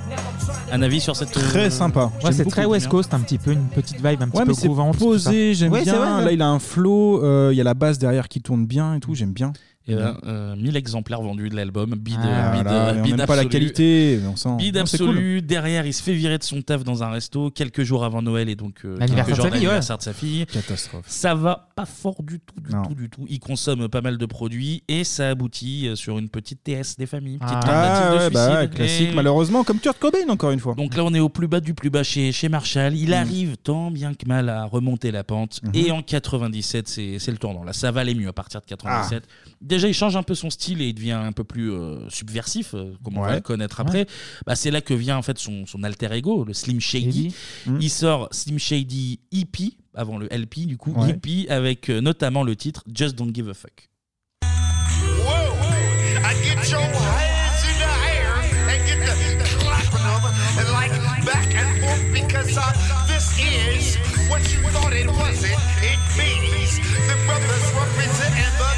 Speaker 18: Now I'm trying
Speaker 1: Un avis sur cette.
Speaker 6: Très sympa.
Speaker 7: Ouais,
Speaker 6: J'aime
Speaker 7: c'est
Speaker 6: beaucoup,
Speaker 7: très West
Speaker 6: Damien.
Speaker 7: Coast, un petit peu une petite vibe un petit
Speaker 6: Ouais,
Speaker 7: peu
Speaker 6: mais c'est
Speaker 7: groovante. tout
Speaker 6: posé,
Speaker 7: ça.
Speaker 6: j'aime
Speaker 7: Ouais, c'est
Speaker 6: bien.
Speaker 7: vrai, ouais.
Speaker 6: Là, il a un flow, euh, il y a la basse derrière qui tourne bien et tout, j'aime bien.
Speaker 1: Et ben, euh, 1000 exemplaires vendus de l'album. Bid,
Speaker 6: Ah
Speaker 1: bid-
Speaker 6: là, mais on
Speaker 1: bid
Speaker 6: n'aime pas la
Speaker 1: absolu.
Speaker 6: qualité, mais on sent-
Speaker 1: Bid
Speaker 6: Non, c'est cool.
Speaker 1: absolu. Derrière, il se fait virer de son taf dans un resto quelques jours avant Noël et donc euh,
Speaker 7: L'anniversaire
Speaker 1: quelques
Speaker 7: de
Speaker 1: jours
Speaker 7: sa fille, ouais.
Speaker 1: l'anniversaire de sa fille.
Speaker 6: Catastrophe.
Speaker 1: Ça va pas fort du tout, du
Speaker 6: Non.
Speaker 1: tout, du tout. Il consomme pas mal de produits et ça aboutit euh, sur une petite TS des familles, petite
Speaker 6: Ah
Speaker 1: tentative de
Speaker 6: ouais, bah ouais,
Speaker 1: suicide.
Speaker 6: classique,
Speaker 1: Et-
Speaker 6: malheureusement, comme Kurt Cobain, encore une fois.
Speaker 1: donc là, on est au plus bas du plus bas chez, chez Marshall. Il
Speaker 6: Mm.
Speaker 1: arrive tant bien que mal à remonter la pente.
Speaker 6: Mhm.
Speaker 1: Et en 97, c'est c'est le tournant. Là, ça va aller mieux à partir de 97. Déjà, il change un peu son style et il devient un peu plus euh, subversif, euh, comme on va
Speaker 6: Ouais.
Speaker 1: le connaître après. Bah, c'est là que vient en fait son, son alter ego, le Slim Shady.
Speaker 6: Mm.
Speaker 1: Il sort Slim Shady hippie avant le LP du coup,
Speaker 6: Ouais.
Speaker 1: hippie avec euh, notamment le titre Just Don't Give a Fuck.
Speaker 9: I get your hands in the air and get the clapping of it and like back and forth because uh, this is what you thought it wasn't. It means the brothers represent and the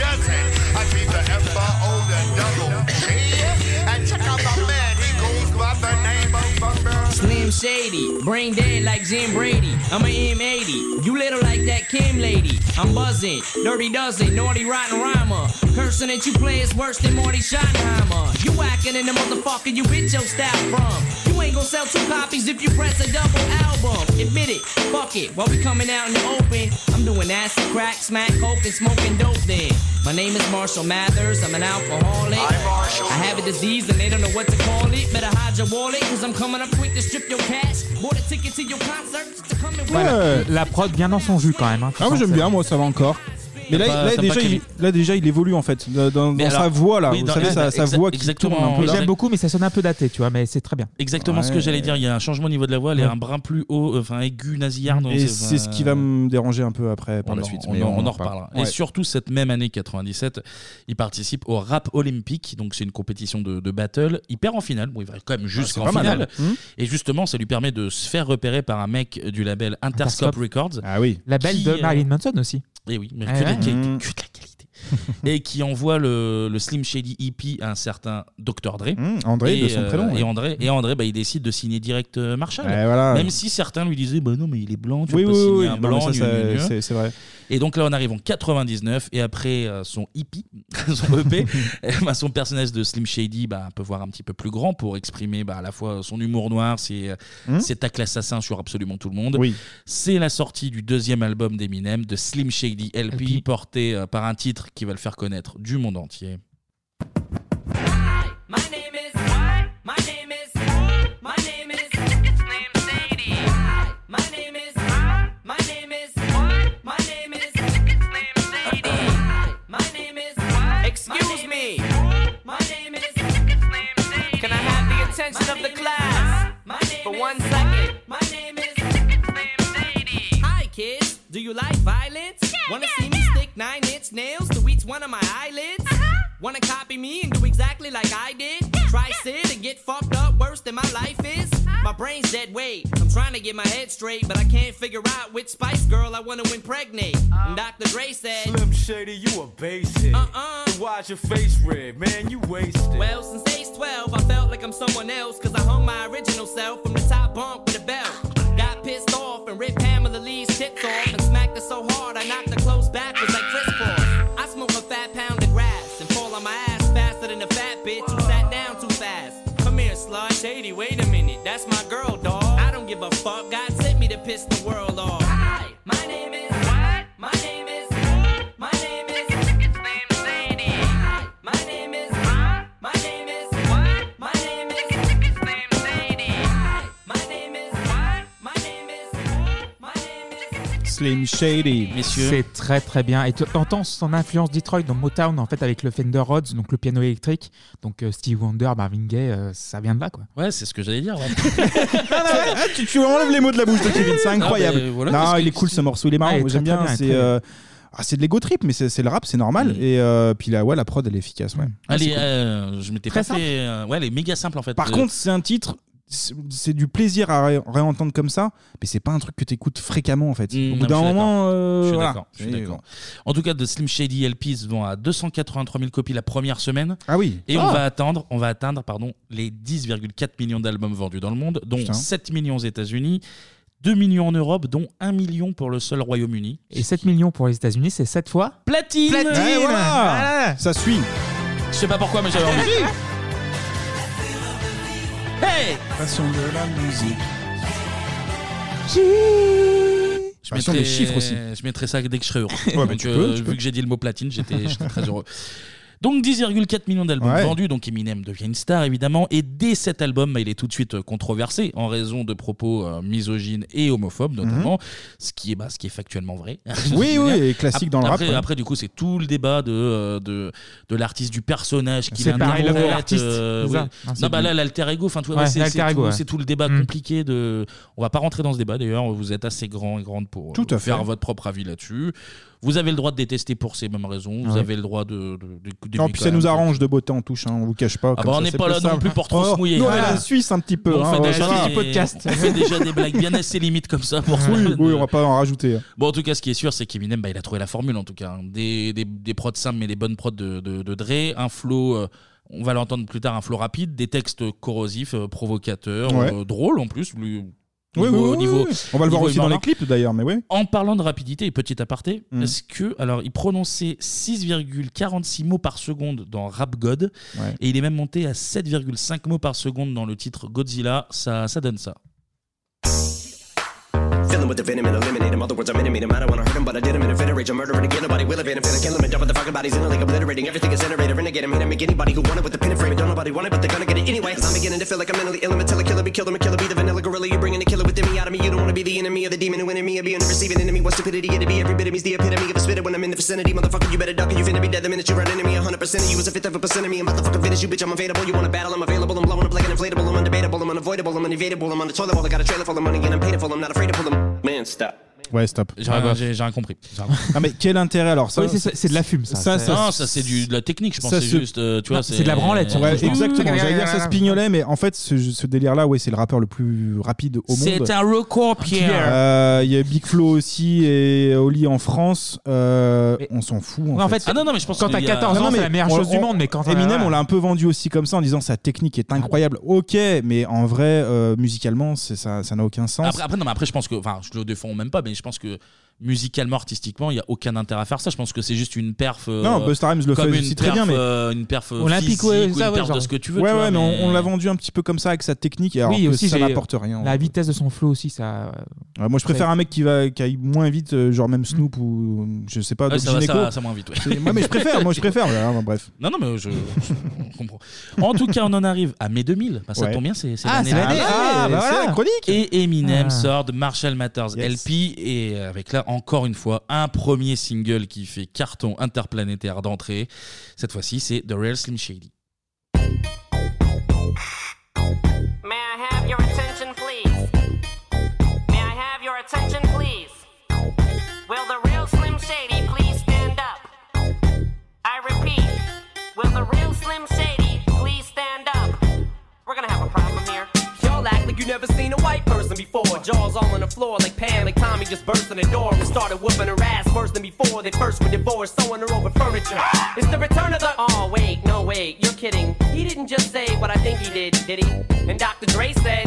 Speaker 9: 30 dozen. I be the ever on the double yeah. And check out my man, he goes by the name of Bummer.
Speaker 18: Slim Shady, brain dead like Jim Brady. I'm a M80, you little like that Kim lady. I'm buzzing, dirty dozen, naughty rotten rhymer. Cursing that you play is worse than Morty Schottenheimer. You whacking in the motherfucker you bitch your style from. You ain't gonna sell two copies if you press a double album. Admit it, fuck it, while we coming out in the open. I'm doing acid, crack, smack, coke, and smoking dope then. My name is Marshall Mathers, I'm an alcoholic. I have a disease and they don't know what to call it. Better hide your wallet, cause I'm coming up quick to strip your cash. Bought a ticket to your concert just to come and
Speaker 7: Ouais,
Speaker 6: Ouais.
Speaker 7: La, la prod bien dans son jus quand même. hein. Tu
Speaker 6: Ah, moi
Speaker 7: sens
Speaker 6: j'aime
Speaker 7: que
Speaker 6: bien,
Speaker 7: ça-
Speaker 6: moi ça va encore. Mais là,
Speaker 7: T'as pas-
Speaker 6: là,
Speaker 7: t'as
Speaker 6: déjà,
Speaker 7: pas
Speaker 6: il, là déjà il évolue en fait, dans, dans
Speaker 1: Mais
Speaker 6: sa
Speaker 1: alors-
Speaker 6: voix là,
Speaker 1: oui,
Speaker 6: vous
Speaker 1: dans-
Speaker 6: savez, sa, sa
Speaker 1: exa-
Speaker 6: voix qui
Speaker 1: exactement.
Speaker 6: tourne un peu.
Speaker 1: Oui,
Speaker 7: J'aime beaucoup, mais ça sonne un peu daté, tu vois, mais c'est très bien.
Speaker 1: Exactement ce que j'allais dire. Il y a un changement au niveau de la voix. Elle est
Speaker 7: Ouais.
Speaker 1: un brin plus haut, euh, enfin aigu, nasillard. dans
Speaker 6: Et
Speaker 1: ses-
Speaker 6: c'est ce qui
Speaker 1: euh,
Speaker 6: va me déranger un peu après par
Speaker 1: on
Speaker 6: la
Speaker 1: en-
Speaker 6: suite.
Speaker 1: On,
Speaker 6: mais
Speaker 1: en, on en
Speaker 6: parle.
Speaker 1: reparlera.
Speaker 6: Ouais.
Speaker 1: Et surtout, cette même année 97, il participe au Rap Olympique. Donc, c'est une compétition de, de battle. Il perd en finale. Bon, il va quand même jusqu'en
Speaker 6: Ah, pas mal,
Speaker 1: finale.
Speaker 6: hein. Mhm.
Speaker 1: Et justement, ça lui permet de se faire repérer par un mec du label Interscope,
Speaker 7: Interscope.
Speaker 1: Records.
Speaker 6: Ah oui. Mmh. Hmm.
Speaker 7: Label
Speaker 1: Qui,
Speaker 7: de
Speaker 1: euh,
Speaker 7: Marilyn Manson aussi.
Speaker 1: Et oui, mais
Speaker 7: Ah
Speaker 1: que,
Speaker 7: ouais.
Speaker 1: de- qui- que de la qualité. et qui envoie le, le Slim Shady hippie à un certain Dr. Dre.
Speaker 6: Hmm, André,
Speaker 1: et, euh,
Speaker 6: de son prénom,
Speaker 1: Et
Speaker 6: ouais.
Speaker 1: André, et André bah, il décide de signer direct euh, Marshall.
Speaker 6: Ouais, voilà.
Speaker 1: Même si certains lui disaient bah, Non, mais il est blanc, tu
Speaker 6: Oui,
Speaker 1: peux
Speaker 6: oui,
Speaker 1: signer
Speaker 6: oui,
Speaker 1: un
Speaker 6: non, mais
Speaker 1: blanc.
Speaker 6: ça,
Speaker 1: gnu,
Speaker 6: ça,
Speaker 1: gnu, gnu.
Speaker 6: c'est- c'est vrai.
Speaker 1: Et donc là, on arrive en 99 et après euh, son hippie, (laughs) son
Speaker 6: (laughs)
Speaker 1: EP, eh ben, son personnage de Slim Shady, bah, on peut voir un petit peu plus grand pour exprimer bah, à la fois son humour noir, ses, euh,
Speaker 6: Hmm.
Speaker 1: ses tacles assassins sur absolument tout le monde. C'est la sortie du deuxième album d'Eminem, de Slim Shady LP, porté euh, par un titre qui va le faire connaître du monde entier.
Speaker 18: My name is what? My name is My name is Slim Shady. My name is My name is what? My name is Slim Shady. My name is what? Excuse me. My name is Slim Shady. Can I have the attention of the class for one second? My name is Slim Shady. Hi kids, do you like violence? Wanna see me stick nine inch nails to each one of my eyelids? Wanna copy me and do exactly like I did? Try sit and get fucked up worse than my life is? My brain's dead weight. I'm trying to get my head straight, but I can't figure out which Spice Girl I wanna impregnate. and Dr. Dre said,
Speaker 3: Slim Shady, you a basic.
Speaker 18: Uh-uh.
Speaker 3: Why's your face red, man? You wasted.
Speaker 18: Well, since age 12, I felt like I'm someone else, cause I hung my original self from the top bunk with a belt. Got pissed off and ripped Pamela Lee's tits off and smacked her so hard I knocked her clothes backwards like Chris Paul. I smoke a fat pound of grass and fall on my ass faster than a fat bitch who sat down too fast. Come here, slut. Shady, wait a minute, that's my girl, dog. I don't give a fuck, God sent me to piss the world off. Hi, my name is. What? My name is. My name (laughs) is. Slim Shady. Hi, My name is. My name is what? My name is Slim Shady. My name is what? My name is
Speaker 6: Slim Shady.
Speaker 7: C'est très très bien. Et tu entends son influence Detroit dans Motown, en fait, avec le Fender Rhodes, donc le piano électrique. Donc euh, Steve Wonder, Marvin Gaye, euh, ça vient de là, quoi.
Speaker 1: Ouais, c'est ce que j'allais dire. ouais.
Speaker 6: Ah, tu, tu enlèves les mots de la bouche de Kevin, c'est incroyable. Non,
Speaker 1: Non, Ah, mais voilà, parce Ah,
Speaker 6: il est cool ce morceau, il est marrant,
Speaker 7: Ouais,
Speaker 6: moi,
Speaker 7: très,
Speaker 6: j'aime
Speaker 7: très
Speaker 6: bien.
Speaker 7: bien,
Speaker 6: c'est
Speaker 7: très
Speaker 6: euh, ah, c'est de l'ego trip, mais c'est c'est le rap, c'est normal. Et euh, puis là, ouais, la prod, elle est efficace. Ouais.
Speaker 1: Allez, euh, je
Speaker 6: Ah,
Speaker 1: m'étais
Speaker 6: Très
Speaker 1: pas
Speaker 6: simple.
Speaker 1: fait. euh, ouais, elle est méga simple en fait.
Speaker 6: Par
Speaker 1: Euh,
Speaker 6: contre, c'est un titre, c'est c'est du plaisir à ré- réentendre comme ça, mais c'est pas un truc que t'écoutes fréquemment en fait. Au
Speaker 1: Mmh, non,
Speaker 6: bout d'un
Speaker 1: je suis
Speaker 6: moment,
Speaker 1: d'accord.
Speaker 6: euh,
Speaker 1: je suis
Speaker 6: voilà.
Speaker 1: d'accord. je suis
Speaker 6: Et,
Speaker 1: d'accord. En tout cas, de Slim Shady LP se vend à 283 000 copies la première semaine.
Speaker 6: Ah oui.
Speaker 1: Et
Speaker 6: Ah.
Speaker 1: on va attendre, on va atteindre, pardon, les 10,4 millions d'albums vendus dans le monde, dont
Speaker 6: Putain.
Speaker 1: 7 millions aux États-Unis. 2 millions en Europe, dont 1 million pour le seul Royaume-Uni.
Speaker 7: Et 7 millions pour les États-Unis, c'est 7 fois
Speaker 1: Platine, Eh,
Speaker 7: Platine Voilà.
Speaker 6: Ah, Ça suit.
Speaker 1: Je sais pas pourquoi, mais j'avais envie. Hey
Speaker 6: Passion de la musique.
Speaker 1: Je
Speaker 6: Passion des Bah, chiffres aussi.
Speaker 1: Je mettrai ça dès que je serai heureux.
Speaker 6: bah,
Speaker 1: Donc,
Speaker 6: tu
Speaker 1: euh,
Speaker 6: peux, tu
Speaker 1: vu
Speaker 6: peux.
Speaker 1: que j'ai dit le mot platine, j'étais j'étais très heureux. Donc 10,4 millions d'albums
Speaker 6: Ouais.
Speaker 1: vendus, donc Eminem devient une star évidemment, et dès cet album, bah, il est tout de suite euh, controversé en raison de propos euh, misogynes et homophobes notamment, ce, qui est, bah, ce qui est factuellement vrai.
Speaker 6: Mhm.
Speaker 1: (laughs)
Speaker 6: Oui, oui, et classique
Speaker 1: Ap-
Speaker 6: dans le rap,
Speaker 1: après,
Speaker 6: ouais.
Speaker 1: Après du coup, c'est tout le débat de, euh, de, de l'artiste, du personnage qui
Speaker 7: C'est pareil,
Speaker 1: interprète,
Speaker 7: le vrai artiste,
Speaker 1: euh,
Speaker 7: c'est
Speaker 1: oui.
Speaker 7: ça. Non, c'est
Speaker 1: Non, bah
Speaker 7: du-
Speaker 1: là, l'alter ego, enfin, tu vois, bah,
Speaker 7: Ouais,
Speaker 1: c'est c'est
Speaker 7: l'alter
Speaker 1: tout,
Speaker 7: ego, ouais.
Speaker 1: c'est tout le débat
Speaker 6: Mm.
Speaker 1: compliqué de. On va pas rentrer dans ce débat d'ailleurs. Vous êtes assez grand et grande pour euh,
Speaker 6: Tout à
Speaker 1: faire
Speaker 6: fait.
Speaker 1: votre propre avis là-dessus. Vous avez le droit de détester pour ces mêmes raisons. Vous
Speaker 6: Ouais.
Speaker 1: avez le droit de. de, de- d'aimer
Speaker 6: Non, puis
Speaker 1: quand
Speaker 6: ça
Speaker 1: même.
Speaker 6: nous arrange de botter en touche, hein, on vous cache pas.
Speaker 1: Ah
Speaker 6: comme
Speaker 1: bah,
Speaker 6: ça,
Speaker 1: on n'est
Speaker 6: c'est
Speaker 1: pas là non
Speaker 6: simple.
Speaker 1: plus pour trop
Speaker 6: Oh,
Speaker 1: se mouiller. hein.
Speaker 6: Nous, on est
Speaker 1: Voilà.
Speaker 6: la Suisse un petit peu.
Speaker 1: On
Speaker 6: hein,
Speaker 1: fait déjà-
Speaker 6: voilà.
Speaker 1: on fait déjà des blagues bien assez limites comme ça pour se
Speaker 6: Oui, oui, on va pas en rajouter. hein.
Speaker 1: Bon, en tout cas, ce qui est sûr, c'est qu'Eminem, bah, il a trouvé la formule, en tout cas. hein. Des, des, des prods simples, mais des bonnes prods de, de, de Dre. Un flow, euh, on va l'entendre plus tard, un flow rapide. Des textes corrosifs, euh, provocateurs,
Speaker 6: Ouais.
Speaker 1: euh, drôles en plus. Lui,
Speaker 6: Oui,
Speaker 1: niveau-
Speaker 6: oui, oui,
Speaker 1: niveau-
Speaker 6: oui. On va le voir
Speaker 1: niveau
Speaker 6: aussi dans les
Speaker 1: humour.
Speaker 6: clips d'ailleurs, mais oui.
Speaker 1: En parlant de rapidité et petit aparté,
Speaker 6: Mm.
Speaker 1: est-ce que. Alors, il prononçait 6,46 mots par seconde dans Rap God,
Speaker 6: Ouais.
Speaker 1: et il est même monté à 7,5 mots par seconde dans le titre Godzilla. Ça, ça donne ça.
Speaker 19: Filling with the venom and eliminate him. Other words, I'm intimate him. I don't want to hurt him, but I did him in a fit of rage. I'm murdering again. Nobody will evade him. Finna kill him and dump the fucking bodies in it like obliterating. Everything is iterated. Renegade him. Hit him. Make anybody who want it with the pin and frame. it. Don't nobody want it, but they're gonna get it anyway. i I'm beginning to feel like I'm mentally ill. I'm a killer, killer, be killed. I'm a killer, be the vanilla gorilla. You're bringing the killer within me out of me. You don't want to be the enemy of the demon who enemy of being the receiving enemy. What stupidity it'd be. Every bit of me's the epitome of a spitter when I'm in the vicinity. Motherfucker, you better duck it. You finna be dead the minute you run into me. 100% of you is a fifth of a percent of me. I'm about to fucking finish you, bitch. I'm available. You want to battle? I'm available. I'm blowing up like an inflatable. I'm undebatable. I'm unavoidable. I'm unevadable. I'm on the toilet bowl. I got a trailer full of money and I'm paid full. I'm not afraid to pull them. Man, stop.
Speaker 6: Ouais, stop.
Speaker 1: J'ai rien- j'ai- j'ai rien compris.
Speaker 6: Ah, mais quel intérêt alors ça
Speaker 1: Oui, c'est-
Speaker 7: c'est de la fume, ça.
Speaker 6: ça,
Speaker 1: non, ça, c'est du- de la technique, je pense.
Speaker 6: ça
Speaker 1: C'est
Speaker 6: se-
Speaker 1: juste, euh, tu vois,
Speaker 7: Non, c'est de la branlette, surtout,
Speaker 6: Ouais,
Speaker 7: je pense.
Speaker 6: exactement. J'allais dire ça se pignolait, mais en fait, ce, ce délire-là, ouais, c'est le rappeur le plus rapide au monde.
Speaker 1: C'est un record, Pierre.
Speaker 6: Euh, Il y a Big Flo aussi et Oli en France. Euh, on s'en fout. En
Speaker 7: Ouais, en
Speaker 6: fait,
Speaker 7: fait, Ah non, non, mais je pense quand qu'il t'as y a- 14 ans,
Speaker 6: mais
Speaker 7: c'est la meilleure
Speaker 6: on-
Speaker 7: chose du
Speaker 6: on-
Speaker 7: monde, mais quand t'as-
Speaker 6: Eminem,
Speaker 7: voilà.
Speaker 6: on l'a un peu vendu aussi comme ça en disant sa technique est incroyable. Ok, mais en vrai, euh, musicalement, c'est ça, ça n'a aucun sens.
Speaker 1: Après, après, non, mais après, je pense que. Enfin, je le défends même pas, mais je pense que musicalement, artistiquement, il n'y a aucun intérêt à faire ça. Je pense que c'est juste une perf. euh,
Speaker 6: Non, Busta Rhymes le
Speaker 1: comme
Speaker 6: fait
Speaker 1: une
Speaker 6: aussi très
Speaker 1: perf,
Speaker 6: bien, mais-
Speaker 1: euh, une perf euh,
Speaker 7: Olympique,
Speaker 1: physique,
Speaker 7: ouais,
Speaker 1: ou
Speaker 7: ça,
Speaker 1: une
Speaker 7: ouais,
Speaker 1: perf de
Speaker 7: genre.
Speaker 1: ce que tu veux.
Speaker 6: ouais,
Speaker 1: tu vois,
Speaker 6: ouais, mais on, on l'a vendu un petit peu comme ça avec sa technique. Et alors
Speaker 7: oui,
Speaker 6: que
Speaker 7: aussi,
Speaker 6: ça
Speaker 7: j'ai-
Speaker 6: n'apporte rien.
Speaker 7: La vitesse de son flow aussi, ça. euh,
Speaker 6: Ouais, moi, je préfère un mec qui va qui aille moins vite, euh, genre même Snoop ou euh, je sais pas,
Speaker 1: Mm. Ouais,
Speaker 6: Doc
Speaker 1: ça va- ça
Speaker 6: Gineco.
Speaker 1: va- ça va moins vite, ouais.
Speaker 6: C'est- Moi, mais je préfère, moi je préfère. voilà, enfin, bref.
Speaker 1: (laughs) Non, non, mais je, je-
Speaker 6: (laughs)
Speaker 1: on comprend. En tout cas, on en arrive à mai 2000. Bah, ça
Speaker 6: Ouais.
Speaker 1: tombe bien, c'est c'est
Speaker 6: Ah, c'est l'année. Ah, bah
Speaker 1: C'est
Speaker 6: voilà.
Speaker 1: Et Eminem
Speaker 6: Ah.
Speaker 1: sort de Marshall Matters
Speaker 6: Yes.
Speaker 1: LP. Et avec là, encore une fois, un premier single qui fait carton interplanétaire d'entrée. Cette fois-ci, c'est The Real Slim Shady.
Speaker 11: May I have your attention, please? May I have your attention, please? Will the real Slim Shady please stand up? I repeat, will the real Slim Shady please stand up? We're gonna have a problem here.
Speaker 12: Y'all act like you never seen a white person before. Jaws all on the floor like Pam, like Tommy just burst in the door and started whooping her ass worse than before. They first were divorced, sewing her over furniture. It's the return of the. Oh wait, no wait, you're kidding. He didn't just say what I think he did, did he? And Dr. Dre said.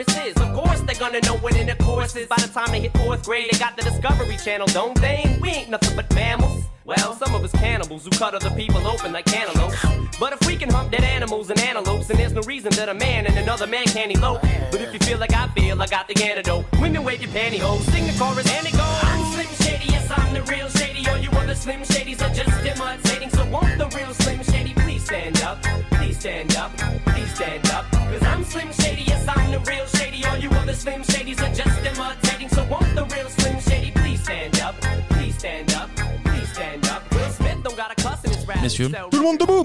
Speaker 12: is. Of course, they're gonna know what intercourse is. By the time they hit fourth grade, they got the Discovery Channel, don't they? We ain't nothing but mammals. Well, some of us cannibals who cut other people open like cantaloupes. But if we can hump dead animals and antelopes, then there's no reason that a man and another man can't elope. But if you feel like I feel, I got the antidote. Women wave your pantyhose, sing the chorus, and it goes. I'm Slim Shady, yes, I'm the real Shady. All you other Slim Shadys are just imitating. So won't the real Slim Shady please stand up? Please stand up, please stand up. Cause I'm Slim Shady, yes, I'm the real Shady. All you other Slim Shadys are just imitating. So won't the real Slim Shady please stand up? Please stand up, please stand up. Will Smith don't got a cuss in his rap.
Speaker 7: Messieurs.
Speaker 6: Tout le monde debout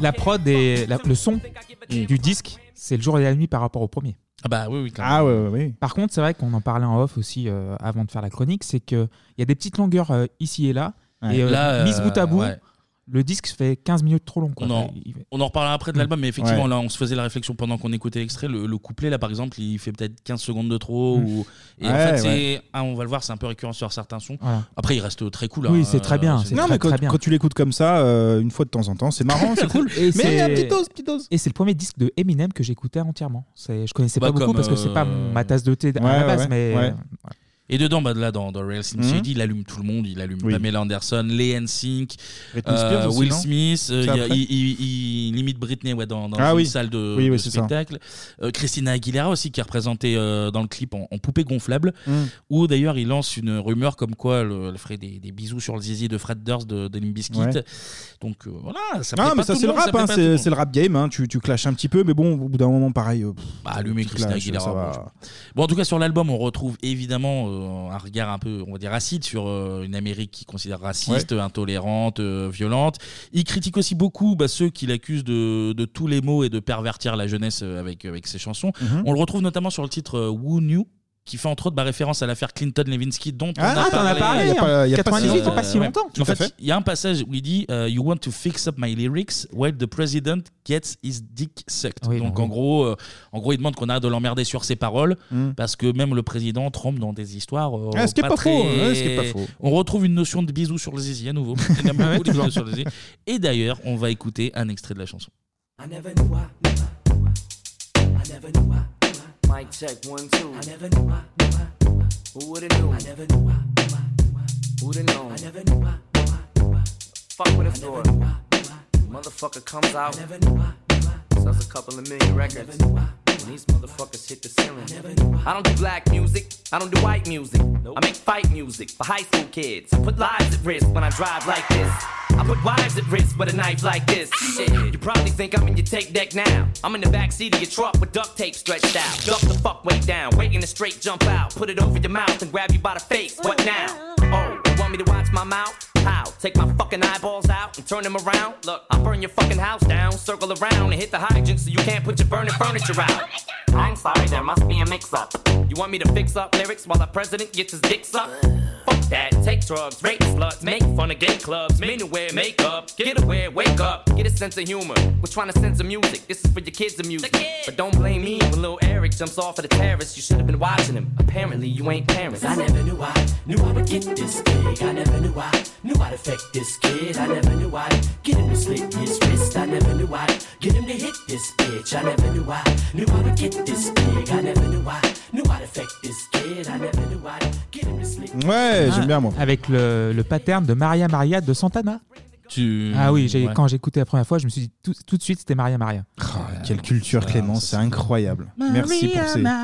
Speaker 7: La prod et la- le son du disque, c'est le jour et la nuit par rapport au premier.
Speaker 1: Ah bah oui, oui.
Speaker 6: Ah ouais, ouais, ouais.
Speaker 7: Par contre, c'est vrai qu'on en parlait en off aussi euh, avant de faire la chronique, c'est qu'il y a des petites longueurs euh, ici et là.
Speaker 1: Ouais.
Speaker 7: Et euh,
Speaker 1: Là, euh,
Speaker 7: mis bout à bout,
Speaker 1: ouais.
Speaker 7: le disque fait 15 minutes trop long. Quoi.
Speaker 1: On en,
Speaker 7: Il-
Speaker 1: on en reparlera après de l'album, mais effectivement,
Speaker 7: Ouais.
Speaker 1: là, on se faisait la réflexion pendant qu'on écoutait l'extrait. Le, le couplet, là, par exemple, il fait peut-être 15 secondes de trop.
Speaker 7: Mm.
Speaker 1: Ou... Et en
Speaker 7: Ouais,
Speaker 1: fait, c'est-
Speaker 7: ouais.
Speaker 1: ah, on va le voir, c'est un peu récurrent sur certains sons.
Speaker 7: Voilà.
Speaker 1: Après, il reste très cool.
Speaker 7: Oui,
Speaker 1: hein,
Speaker 7: c'est très bien,
Speaker 1: euh,
Speaker 7: c'est
Speaker 6: Non, mais quand, quand tu l'écoutes comme ça, euh, une fois de temps en temps, c'est marrant,
Speaker 1: (laughs)
Speaker 6: c'est cool.
Speaker 7: Et
Speaker 6: mais
Speaker 7: c'est-
Speaker 6: Eh, un petit dose, petite dose.
Speaker 7: Et c'est le premier disque de Eminem que j'écoutais entièrement. C'est- Je connaissais
Speaker 1: Bah,
Speaker 7: pas beaucoup
Speaker 1: comme,
Speaker 7: parce que c'est pas
Speaker 1: euh,
Speaker 7: ma tasse de thé à la base, mais euh,
Speaker 1: Et dedans, bah, là, dans, dans Real
Speaker 6: Hmm.
Speaker 1: Slim
Speaker 7: Mhm.
Speaker 1: Shady, il allume tout le monde. Il allume
Speaker 7: Oui.
Speaker 1: Pamela Anderson, Lee Hensink,
Speaker 6: Britney Spears aussi,
Speaker 1: Will
Speaker 6: non
Speaker 1: Smith.
Speaker 6: C'est
Speaker 1: euh, il y a-
Speaker 6: après
Speaker 1: il, il- il imite Britney ouais, dans, dans
Speaker 6: Ah
Speaker 1: une
Speaker 6: oui.
Speaker 1: salle de,
Speaker 6: Oui, oui,
Speaker 1: de
Speaker 6: c'est ça.
Speaker 1: spectacle. Euh, Christina Aguilera aussi, qui est représentée euh, dans le clip en, en poupée gonflable.
Speaker 6: Mhm.
Speaker 1: Où d'ailleurs, il lance une rumeur comme quoi le- elle ferait des, des bisous sur le zizi de Fred Durst de, de Limp Bizkit.
Speaker 6: Ouais.
Speaker 1: Donc euh, voilà, ça
Speaker 6: Ah,
Speaker 1: plaît
Speaker 6: mais
Speaker 1: pas
Speaker 6: ça
Speaker 1: tout
Speaker 6: c'est le
Speaker 1: monde,
Speaker 6: rap,
Speaker 1: plaît
Speaker 6: hein,
Speaker 1: pas tout le
Speaker 6: c'est
Speaker 1: monde.
Speaker 6: c'est le rap game, hein, tu, tu clashes un petit peu, mais bon, au bout d'un moment, pareil. euh, pff,
Speaker 1: Bah, allumer
Speaker 6: tu
Speaker 1: Christina
Speaker 6: clashes,
Speaker 1: Aguilera,
Speaker 6: ça va.
Speaker 1: bon, je- Bon, en tout cas, sur l'album, on retrouve évidemment euh, un regard un peu, on va dire, acide sur euh, une Amérique qui considère raciste, intolérante, euh, violente. Il critique aussi beaucoup bah, ceux qui l'accusent de, de tous les maux et de pervertir la jeunesse euh, avec, avec ses chansons.
Speaker 6: Mhm.
Speaker 1: On le retrouve notamment sur le titre euh, Who Knew qui fait entre autres bah, référence à l'affaire Clinton-Levinsky dont
Speaker 6: Ah,
Speaker 1: on a
Speaker 6: t'en as parlé,
Speaker 1: parlé.
Speaker 6: il y a pas- il y a pas 98, si longtemps.
Speaker 1: Euh,
Speaker 6: pas si
Speaker 1: ouais.
Speaker 6: longtemps. Tout
Speaker 1: En
Speaker 6: à
Speaker 1: fait,
Speaker 6: fait.
Speaker 1: il y a un passage où il dit euh, You want to fix up my lyrics while the president gets his dick sucked. Donc en gros, euh, en gros, il demande qu'on arrête de l'emmerder sur ses paroles
Speaker 6: Mm.
Speaker 1: parce que même le président trempe dans des histoires. euh,
Speaker 6: Ah, ce qui est pas
Speaker 1: très-
Speaker 6: faux, ouais, ce qui est pas faux.
Speaker 1: On retrouve une notion de bisous sur le zizi
Speaker 6: (laughs)
Speaker 1: à nouveau. Il aime beaucoup les
Speaker 6: toujours.
Speaker 1: bisous sur le zizi. Et d'ailleurs, on va écouter un extrait de la chanson.
Speaker 18: I never knew I, knew I, I never knew I, knew I. Mic check one two. I never knew I, knew I, knew I. Who woulda knew? I never knew I, knew I, knew I. Whoulda known? I never knew I, knew I, knew I. Fuck with a floor. Motherfucker comes out. I never knew I, knew I. Sells a couple of million records. And these motherfuckers hit the ceiling.
Speaker 12: I don't do black music. I don't do white music. I make fight music for high school kids. I put lives at risk when I drive like this. I put wives at risk with a knife like this. Shit, you probably think I'm in your tape deck now. I'm in the backseat of your truck with duct tape stretched out. Duck the fuck way down, waiting to straight jump out. Put it over your mouth and grab you by the face. What now? Oh, you want me to watch my mouth? How? Take my fucking eyeballs out and turn them around? Look, I'll burn your fucking house down, circle around, and hit the hydrant so you can't put your burning furniture out. I'm sorry, there must be a mix up.
Speaker 20: You want me to fix up lyrics while our president gets his dick sucked? Fuck that, take drugs, rape sluts, make fun of gay clubs, men who wear makeup, get aware, wake up, get a sense of humor. We're trying to sense of music, this is for your kids' music. But don't blame me when little Eric jumps off of the terrace, you should have been watching him. Apparently, you ain't parents.
Speaker 12: I never knew I knew I would get this big. I never knew I knew I'd affect this kid. I never knew I'd get him to slit his wrist. I never knew I'd get him to hit this bitch. I never knew I knew I would get this big. I never knew I knew I'd affect this kid. I never knew I'd get him to slit.
Speaker 6: Ouais,
Speaker 7: Ah,
Speaker 6: j'aime bien moi.
Speaker 7: Avec le, le pattern de Maria Maria de Santana.
Speaker 1: Tu...
Speaker 7: Ah oui, j'ai-
Speaker 6: Ouais.
Speaker 7: quand j'ai écouté la première fois, je me suis dit tout, tout de suite c'était Maria Maria.
Speaker 6: Ah, Quelle culture,
Speaker 1: Ah,
Speaker 6: Clément, c'est incroyable. Merci pour ces. (laughs)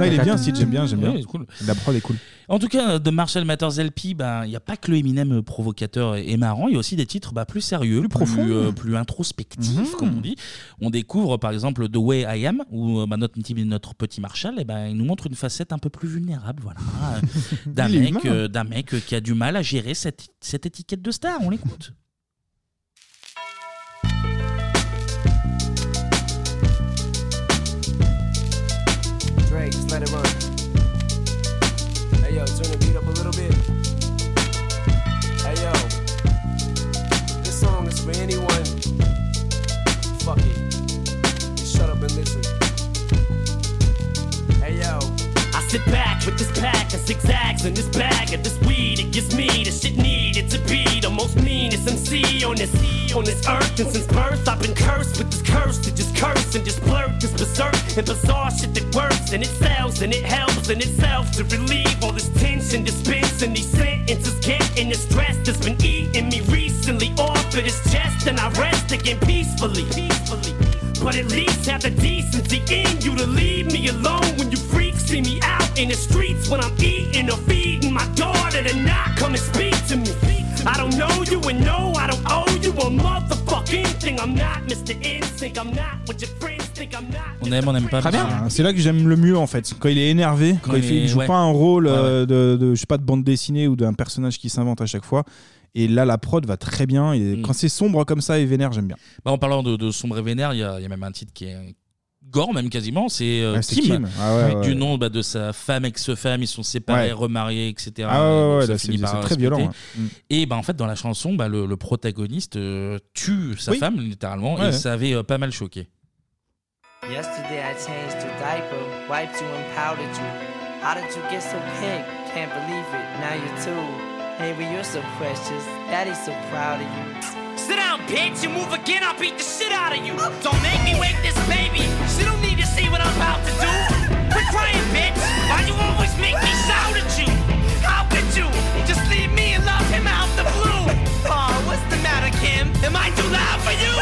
Speaker 6: Non, il est bien, Steve, j'aime bien, j'aime bien.
Speaker 1: Ouais, c'est cool.
Speaker 6: La prod est cool.
Speaker 1: En tout cas, de Marshall Matters LP, ben, il n'y a pas que le Eminem provocateur et et marrant, il y a aussi des titres bah, plus sérieux, plus,
Speaker 6: profonds. Mhm.
Speaker 1: euh, plus introspectifs, comme on dit. On découvre par exemple The Way I Am, où euh, bah, notre, petit, notre petit Marshall, eh ben, il nous montre une facette un peu plus vulnérable voilà, euh,
Speaker 6: (laughs)
Speaker 1: d'un
Speaker 6: Il est
Speaker 1: mec,
Speaker 6: humain.
Speaker 1: euh, d'un mec euh, qui a du mal à gérer cette, cette étiquette de star. On l'écoute.
Speaker 12: Drake, just let it run. Hey yo, turn the beat up a little bit. Hey yo, this song is for anyone. Fuck it. Just shut up and listen. Hey yo.
Speaker 20: I sit back with this pack of zigzags and this bag of this weed. It gives me the shit needed to be the most meanest MC on this on this earth. And since birth, I've been cursed with this curse to just curse and just blurt this berserk and bizarre shit that works and it sells and it helps and itself to relieve all this tension dispensing these sentences getting this stress that's been eating me recently off of this chest and I rest again peacefully. peacefully. But at least have the decency in you to leave me alone when you freaks see me out in the streets when I'm eating or feeding my daughter to not come and speak to me. I don't know you and no, I don't owe you a motherfucking thing. I'm not Mr. Instinct, I'm not what your friends think I'm not.
Speaker 1: On aime, on n'aime pas.
Speaker 6: Très
Speaker 1: parce
Speaker 6: bien. Ah, C'est là que j'aime le mieux en fait. Quand il est énervé, quand,
Speaker 1: Quand
Speaker 6: il,
Speaker 1: il
Speaker 6: fait- il
Speaker 1: est-
Speaker 6: joue
Speaker 1: ouais.
Speaker 6: pas un rôle euh, de, de- je sais pas de bande dessinée ou d'un personnage qui s'invente à chaque fois. Et là, la prod va très bien. Et
Speaker 1: Mm.
Speaker 6: quand c'est sombre comme ça et vénère, j'aime bien.
Speaker 1: Bah, en parlant de, de Sombre et Vénère, il y, a il y a même un titre qui est gore, même quasiment, c'est euh,
Speaker 6: Ah, c'est
Speaker 1: Kim,
Speaker 6: Kim. Ah ouais, ouais,
Speaker 1: du
Speaker 6: ouais.
Speaker 1: nom bah, de sa femme, ex-femme, ils sont séparés,
Speaker 6: Ouais.
Speaker 1: remariés, etc.
Speaker 6: Ah ouais,
Speaker 1: Donc
Speaker 6: ouais,
Speaker 1: ça
Speaker 6: là,
Speaker 1: finit
Speaker 6: c'est-
Speaker 1: par euh,
Speaker 6: c'est très
Speaker 1: se péter.
Speaker 6: violent, hein. Mm.
Speaker 1: Et bah, en fait, dans la chanson, bah, le, le protagoniste euh, tue sa
Speaker 6: Oui.
Speaker 1: femme, littéralement,
Speaker 6: Ouais.
Speaker 1: et ça avait euh, pas mal choqué.
Speaker 18: Yesterday I changed your diaper, wiped you and powdered you. How did you get so pink? Can't believe it, now you're two. Hey, but you're so precious, daddy's so proud of you.
Speaker 20: Sit down, bitch. You move again, I'll beat the shit out of you. Don't make me wake this baby. She don't need to see what I'm about to do. Quit crying, bitch. Why you always make me shout at you? How could you just leave me and love him out the blue? Aw, what's the matter, Kim? Am I too loud for you?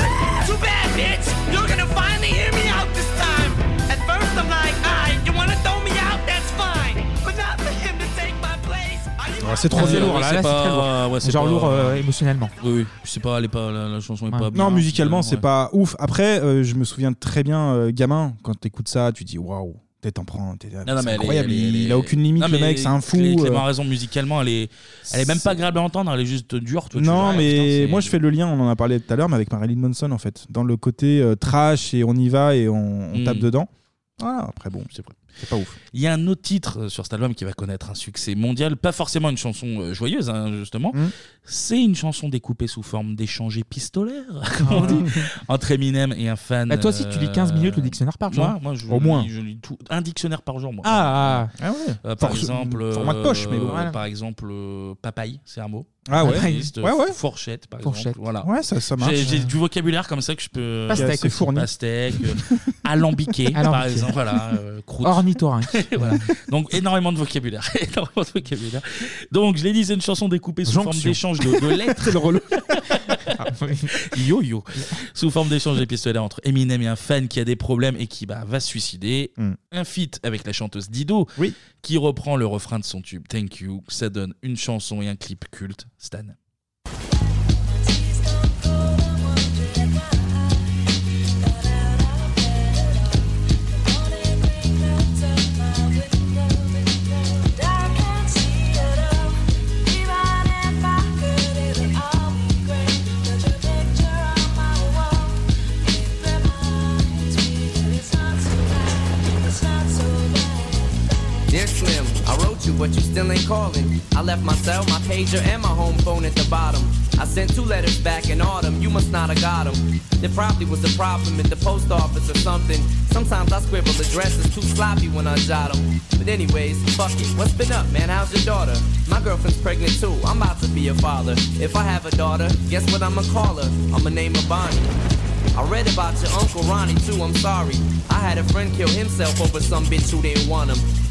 Speaker 20: Too bad, bitch. You're gonna finally hear me out this time. At first I'm like, aye, you wanna throw me out? That's fine. But not for him to take my place. Are you
Speaker 6: Ouais, c'est trop
Speaker 1: Euh,
Speaker 6: violent,
Speaker 1: ouais,
Speaker 6: là,
Speaker 1: c'est
Speaker 6: là, c'est
Speaker 1: pas-
Speaker 6: très lourd.
Speaker 1: ouais, c'est
Speaker 6: Genre
Speaker 1: pas-
Speaker 6: lourd, euh, émotionnellement.
Speaker 1: Oui, oui. Puis c'est pas, elle est pas, la, la chanson est pas. bien, euh,
Speaker 6: non, musicalement, c'est
Speaker 1: ouais.
Speaker 6: pas ouf. Après, euh, je me souviens très bien, euh, gamin, quand t'écoutes ça, tu dis waouh, t'es en prends. t'es-
Speaker 1: Non, non,
Speaker 6: Ah, C'est
Speaker 1: mais elle est-
Speaker 6: incroyable.
Speaker 1: elle est- elle
Speaker 6: il
Speaker 1: est-
Speaker 6: a aucune limite,
Speaker 1: Non,
Speaker 6: le
Speaker 1: mais
Speaker 6: mec, c'est un fou.
Speaker 1: Clé-
Speaker 6: euh.
Speaker 1: Clément a raison, musicalement, elle est, elle est même pas agréable à entendre, elle est juste dure. Toi, tu
Speaker 6: non,
Speaker 1: vois,
Speaker 6: mais
Speaker 1: putain, c'est-
Speaker 6: moi je fais le lien, on en a parlé tout à l'heure, mais avec Marilyn Manson en fait, dans le côté euh, trash et on y va et on, on
Speaker 1: Hmm.
Speaker 6: tape dedans. Voilà, Ah, après bon, c'est pas ouf.
Speaker 1: Il y a un autre titre euh, sur cet album qui va connaître un succès mondial, pas forcément une chanson euh, joyeuse, hein, justement.
Speaker 6: Hmm.
Speaker 1: C'est une chanson découpée sous forme d'échanges épistolaires, (laughs) comme
Speaker 6: Ah.
Speaker 1: on dit, entre Eminem et un fan. euh,
Speaker 7: Bah, toi aussi, tu lis 15 minutes le dictionnaire par jour.
Speaker 1: Moi, moi, je
Speaker 7: Au moins.
Speaker 1: lis- je lis tout, un dictionnaire par jour, moi.
Speaker 7: hein Ah, ah.
Speaker 6: Ah ouais.
Speaker 1: Euh, par
Speaker 6: Force-
Speaker 1: exemple. euh,
Speaker 6: format de poche, mais bon.
Speaker 1: Par exemple, euh, papaye, c'est un mot.
Speaker 6: Ah ouais.
Speaker 1: Ça existe.
Speaker 6: Ouais, ouais.
Speaker 1: Fourchette, par
Speaker 6: Fourchette.
Speaker 1: exemple. Voilà.
Speaker 6: Ouais, ça- ça marche.
Speaker 1: J'ai- J'ai du vocabulaire comme ça que je peux.
Speaker 6: Pastèque Assez aussi. fourni.
Speaker 1: Pastèque, euh,
Speaker 6: (laughs)
Speaker 1: alambiqué, par
Speaker 7: Alambiqué.
Speaker 1: exemple. Voilà. euh, croûte.
Speaker 7: Ornithorynque.
Speaker 1: (laughs) Voilà. Donc énormément de vocabulaire, (laughs) énormément de vocabulaire. Donc je l'ai dit, c'est une chanson découpée sous
Speaker 7: Jonction.
Speaker 1: forme d'échange de, de lettres.
Speaker 7: (laughs)
Speaker 1: Ah
Speaker 7: C'est le
Speaker 1: (laughs)
Speaker 7: relou.
Speaker 1: yo yo. Sous forme d'échange épistolaire entre Eminem et un fan qui a des problèmes et qui bah, va se suicider.
Speaker 7: Mm.
Speaker 1: Un feat avec la chanteuse Dido, qui reprend le refrain de son tube Thank You. Ça donne une chanson et un clip culte. Stan.
Speaker 4: It's not so bad.
Speaker 18: but you still ain't calling. I left my cell, my pager, and my home phone at the bottom. I sent two letters back in autumn, you must not have got 'em. There probably was a problem at the post office or something. Sometimes I scribble addresses too sloppy when I jot 'em. But anyways, fuck it. What's been up, man? How's your daughter? My girlfriend's pregnant too, I'm about to be a father. If I have a daughter, guess what I'ma call her? I'ma name her Bonnie. I read about your uncle Ronnie too, I'm sorry. I had a friend kill himself over some bitch who didn't want him.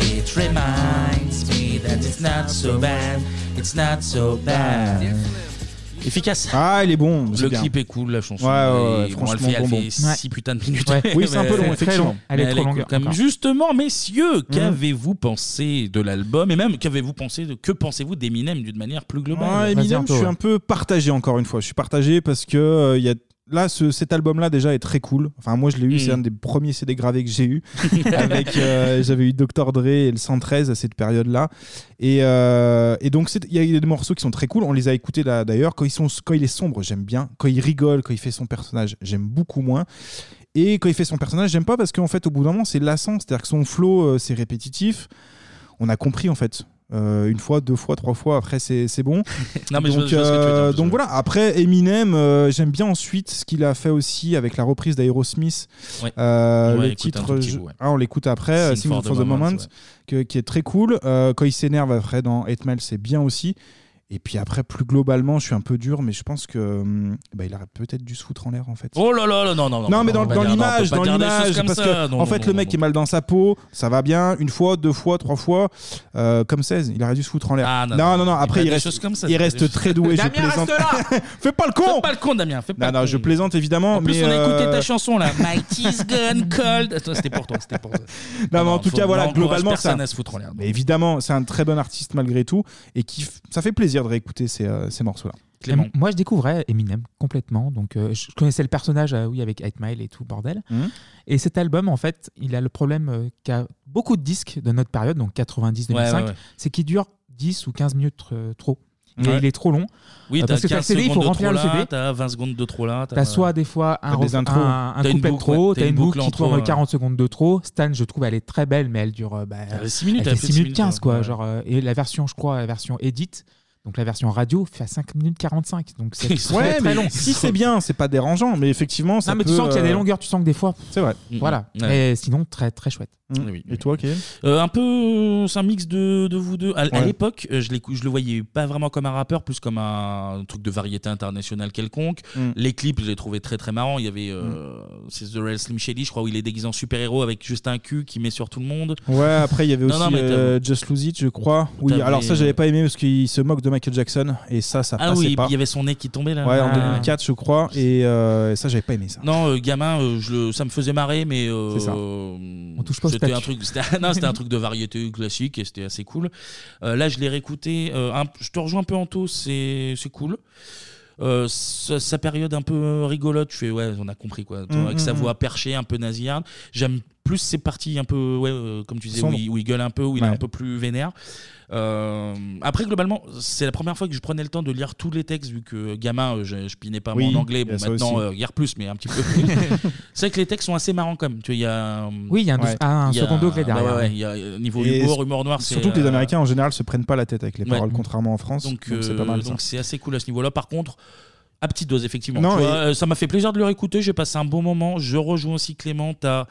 Speaker 1: It reminds me that it's not so bad. It's not so bad. Efficace.
Speaker 6: Ah, il est bon. c'est
Speaker 1: Le
Speaker 6: bien.
Speaker 1: clip est cool, la chanson.
Speaker 6: Ouais, ouais,
Speaker 1: est-
Speaker 6: ouais,
Speaker 1: bon, elle
Speaker 6: franchement,
Speaker 1: fait, elle
Speaker 6: bonbon.
Speaker 1: fait six
Speaker 6: Ouais.
Speaker 1: putains de minutes.
Speaker 6: Ouais. Oui, c'est un peu long,
Speaker 1: Mais-
Speaker 6: effectivement.
Speaker 1: Elle est trop longue.
Speaker 6: encore.
Speaker 1: Justement, messieurs,
Speaker 6: Mhm.
Speaker 1: qu'avez-vous pensé de l'album et même qu'avez-vous pensé de que pensez-vous d'Eminem d'une manière plus globale
Speaker 6: Ouais, Eminem, je suis un peu partagé encore une fois. Je suis partagé parce que euh, il y a là ce- cet album là déjà est très cool. Enfin moi je l'ai eu,
Speaker 1: Mm.
Speaker 6: c'est un des premiers CD gravés que j'ai eu. avec euh, j'avais eu Dr Dre et le 113 à cette période là. Et, euh, et donc c'est- il y a des morceaux qui sont très cool. On les a écoutés là d'ailleurs quand ils sont quand il est sombre j'aime bien. Quand il rigole, quand il fait son personnage j'aime beaucoup moins. Et quand il fait son personnage j'aime pas parce qu'en fait au bout d'un moment c'est lassant. C'est-à-dire que son flow euh, c'est répétitif. On a compris en fait. Euh, une fois, deux fois, trois fois, après c'est c'est bon.
Speaker 1: Non, mais je
Speaker 6: donc,
Speaker 1: vois- je vois ce que tu veux dire,
Speaker 6: euh, donc voilà, après Eminem, euh, j'aime bien ensuite ce qu'il a fait aussi avec la reprise d'Aerosmith.
Speaker 1: Ouais.
Speaker 6: Euh,
Speaker 1: On va
Speaker 6: le
Speaker 1: écouter un
Speaker 6: titre,
Speaker 1: tout petit
Speaker 6: je-
Speaker 1: bout, ouais.
Speaker 6: ah, on l'écoute après, euh, Sing for the Moment, que- qui est très cool. Euh, quand il s'énerve après dans 8 Mile, c'est bien aussi. Et puis après, plus globalement, je suis un peu dur, mais je pense que hum, bah, il aurait peut-être dû se foutre en l'air en fait.
Speaker 1: Oh là là, là, non, non, non.
Speaker 6: Non, mais dans,
Speaker 1: on va
Speaker 6: dans
Speaker 1: dire- non, on peut
Speaker 6: l'image,
Speaker 1: pas
Speaker 6: dans
Speaker 1: dire des
Speaker 6: l'image,
Speaker 1: choses comme
Speaker 6: parce
Speaker 1: ça.
Speaker 6: que
Speaker 1: Non,
Speaker 6: en
Speaker 1: non,
Speaker 6: fait,
Speaker 1: non,
Speaker 6: le
Speaker 1: non,
Speaker 6: mec est mal dans sa peau, ça va bien, une fois, deux fois, trois fois, euh, comme 16, il aurait dû se foutre en l'air.
Speaker 1: Ah,
Speaker 6: non, non, non, après, il
Speaker 1: pas des
Speaker 6: reste,
Speaker 1: choses comme ça,
Speaker 6: il
Speaker 1: c'est pas des
Speaker 6: reste
Speaker 1: choses-
Speaker 6: très doué, je
Speaker 1: Damien, reste
Speaker 6: plaisante.
Speaker 1: là
Speaker 6: Fais pas le con
Speaker 1: Fais pas le con, Damien. Fais pas
Speaker 6: Non,
Speaker 1: le
Speaker 6: non,
Speaker 1: con.
Speaker 6: je plaisante évidemment.
Speaker 1: En plus,
Speaker 6: mais,
Speaker 1: on a écouté
Speaker 6: euh,
Speaker 1: ta chanson là. My tea's gone cold. Attends, C'était pour toi, c'était pour toi.
Speaker 6: Non, mais en tout
Speaker 1: faut-
Speaker 6: cas, voilà,
Speaker 1: n'encourage
Speaker 6: globalement, ça.
Speaker 1: personne à se foutre en l'air.
Speaker 6: Mais évidemment, c'est un très bon artiste malgré tout, et qui, f- ça fait plaisir de réécouter ces, euh, ces morceaux-là.
Speaker 7: Et Moi, je découvrais Eminem complètement. Donc, euh, je connaissais le personnage, euh, oui, avec 8 Mile et tout, bordel.
Speaker 1: Mmh.
Speaker 6: Mhm.
Speaker 7: Et cet album, en fait, il a le problème euh, qu'a beaucoup de disques de notre période, donc 90-2005,
Speaker 1: Ouais, ouais, ouais.
Speaker 7: c'est qu'il dure 10 ou 15 minutes euh, trop. Et
Speaker 1: Ouais.
Speaker 7: il est trop long.
Speaker 1: Oui,
Speaker 7: Euh,
Speaker 1: t'as
Speaker 7: parce que t'as
Speaker 1: 15
Speaker 7: le CD, il faut
Speaker 1: secondes de
Speaker 7: remplir le
Speaker 1: trop là,
Speaker 7: CD.
Speaker 1: T'as 20 secondes de trop là.
Speaker 7: T'as soit des fois un, ref- un, un
Speaker 1: T'as
Speaker 7: couplet
Speaker 1: une
Speaker 7: de
Speaker 1: boucle, euh,
Speaker 7: trop,
Speaker 1: ouais,
Speaker 7: t'as une boucle qui
Speaker 1: en trop,
Speaker 7: tourne
Speaker 1: ouais.
Speaker 7: 40 secondes de trop. Stan, je trouve, elle est très belle, mais elle dure euh, bah,
Speaker 1: Elle fait six minutes,
Speaker 7: elle
Speaker 1: elle
Speaker 7: fait 6
Speaker 1: fait six
Speaker 7: minutes
Speaker 1: minutes,
Speaker 7: 15 quoi.
Speaker 1: ouais.
Speaker 7: Genre, euh, et la version, je crois, la version edit, donc la version radio, fait à 5 minutes 45. Donc c'est très,
Speaker 6: Ouais,
Speaker 7: très
Speaker 6: Eh, mais
Speaker 7: long.
Speaker 6: si c'est bien, c'est pas dérangeant, mais effectivement, ça
Speaker 7: Non, mais tu
Speaker 6: peut,
Speaker 7: sens qu'il y a des
Speaker 6: euh,
Speaker 7: longueurs, tu sens que des fois.
Speaker 6: C'est vrai. Mm.
Speaker 7: Voilà.
Speaker 1: Mm, Ouais.
Speaker 7: Mais sinon, très très chouette.
Speaker 6: Et toi, Kevin
Speaker 1: Euh, un peu, euh, c'est un mix de, de vous deux. À, à
Speaker 7: Ouais.
Speaker 1: l'époque, euh, je, l'écou- je le voyais pas vraiment comme un rappeur, plus comme un, truc de variété internationale quelconque.
Speaker 6: Mm.
Speaker 1: Les clips, je les trouvais très très marrants. Il y avait euh, c'est The Real Slim Shady, je crois, où il est déguisé en super-héros avec juste un cul qui met sur tout le monde.
Speaker 6: Ouais, après il y avait
Speaker 1: Non,
Speaker 6: aussi
Speaker 1: non, mais t'as-
Speaker 6: euh, Just Lose It, je crois. Oui,
Speaker 1: T'avais,
Speaker 6: alors ça
Speaker 1: euh,
Speaker 6: j'avais pas aimé parce qu'il se moque de Michael Jackson et ça, ça
Speaker 1: Ah
Speaker 6: passait
Speaker 1: oui, et
Speaker 6: pas.
Speaker 1: puis il y avait son nez qui tombait là.
Speaker 6: Ouais, en
Speaker 1: Ah.
Speaker 6: 2004, je crois, et euh, ça j'avais pas aimé ça.
Speaker 1: Non, euh, gamin, euh, je le- ça me faisait marrer, mais euh,
Speaker 6: C'est ça.
Speaker 1: euh,
Speaker 6: On touche pas aux
Speaker 1: C'était un
Speaker 6: statues.
Speaker 1: truc, c'était- non, c'était un truc de variété classique et c'était assez cool. Euh, là, je l'ai réécouté. euh, un- je te rejoins un peu en taux, c'est c'est cool. Euh, sa, sa période un peu rigolote, je fais ouais, on a compris quoi.
Speaker 6: Mm,
Speaker 1: Avec sa
Speaker 6: mm,
Speaker 1: voix
Speaker 6: mm.
Speaker 1: perchée, un peu nasillarde. J'aime plus ses parties un peu, ouais, euh, comme tu disais, où
Speaker 6: Sombre.
Speaker 1: il, où il gueule un peu, où il est
Speaker 6: Ouais.
Speaker 1: un peu plus vénère. Euh, après, globalement, c'est la première fois que je prenais le temps de lire tous les textes, vu que gamin, euh, je, je pinais pas
Speaker 6: Oui,
Speaker 1: mon
Speaker 6: il
Speaker 1: anglais.
Speaker 6: y
Speaker 1: Bon,
Speaker 6: a ça
Speaker 1: maintenant,
Speaker 6: aussi.
Speaker 1: euh, hier plus, mais
Speaker 6: (laughs)
Speaker 1: un petit peu plus. c'est vrai que les textes sont assez marrants quand même. Tu vois, il y a, euh,
Speaker 7: Oui, il y a un dou- un
Speaker 1: il y a-
Speaker 7: second degré
Speaker 1: bah
Speaker 7: derrière.
Speaker 1: ouais, ouais, il y a euh, niveau
Speaker 6: Et
Speaker 1: humour,
Speaker 6: s-
Speaker 1: humour noir. c'est,
Speaker 6: Surtout que les
Speaker 1: euh,
Speaker 6: Américains en général se prennent pas la tête avec les
Speaker 1: ouais.
Speaker 6: paroles, contrairement en France. Donc
Speaker 1: Donc,
Speaker 6: c'est
Speaker 1: euh,
Speaker 6: pas mal ça.
Speaker 1: donc c'est assez cool à ce niveau-là. Par contre, à petite dose, effectivement.
Speaker 6: Non,
Speaker 1: Tu vois,
Speaker 6: et-
Speaker 1: euh, ça m'a fait plaisir de le réécouter. J'ai passé un bon moment. Je rejoins aussi Clément. T'as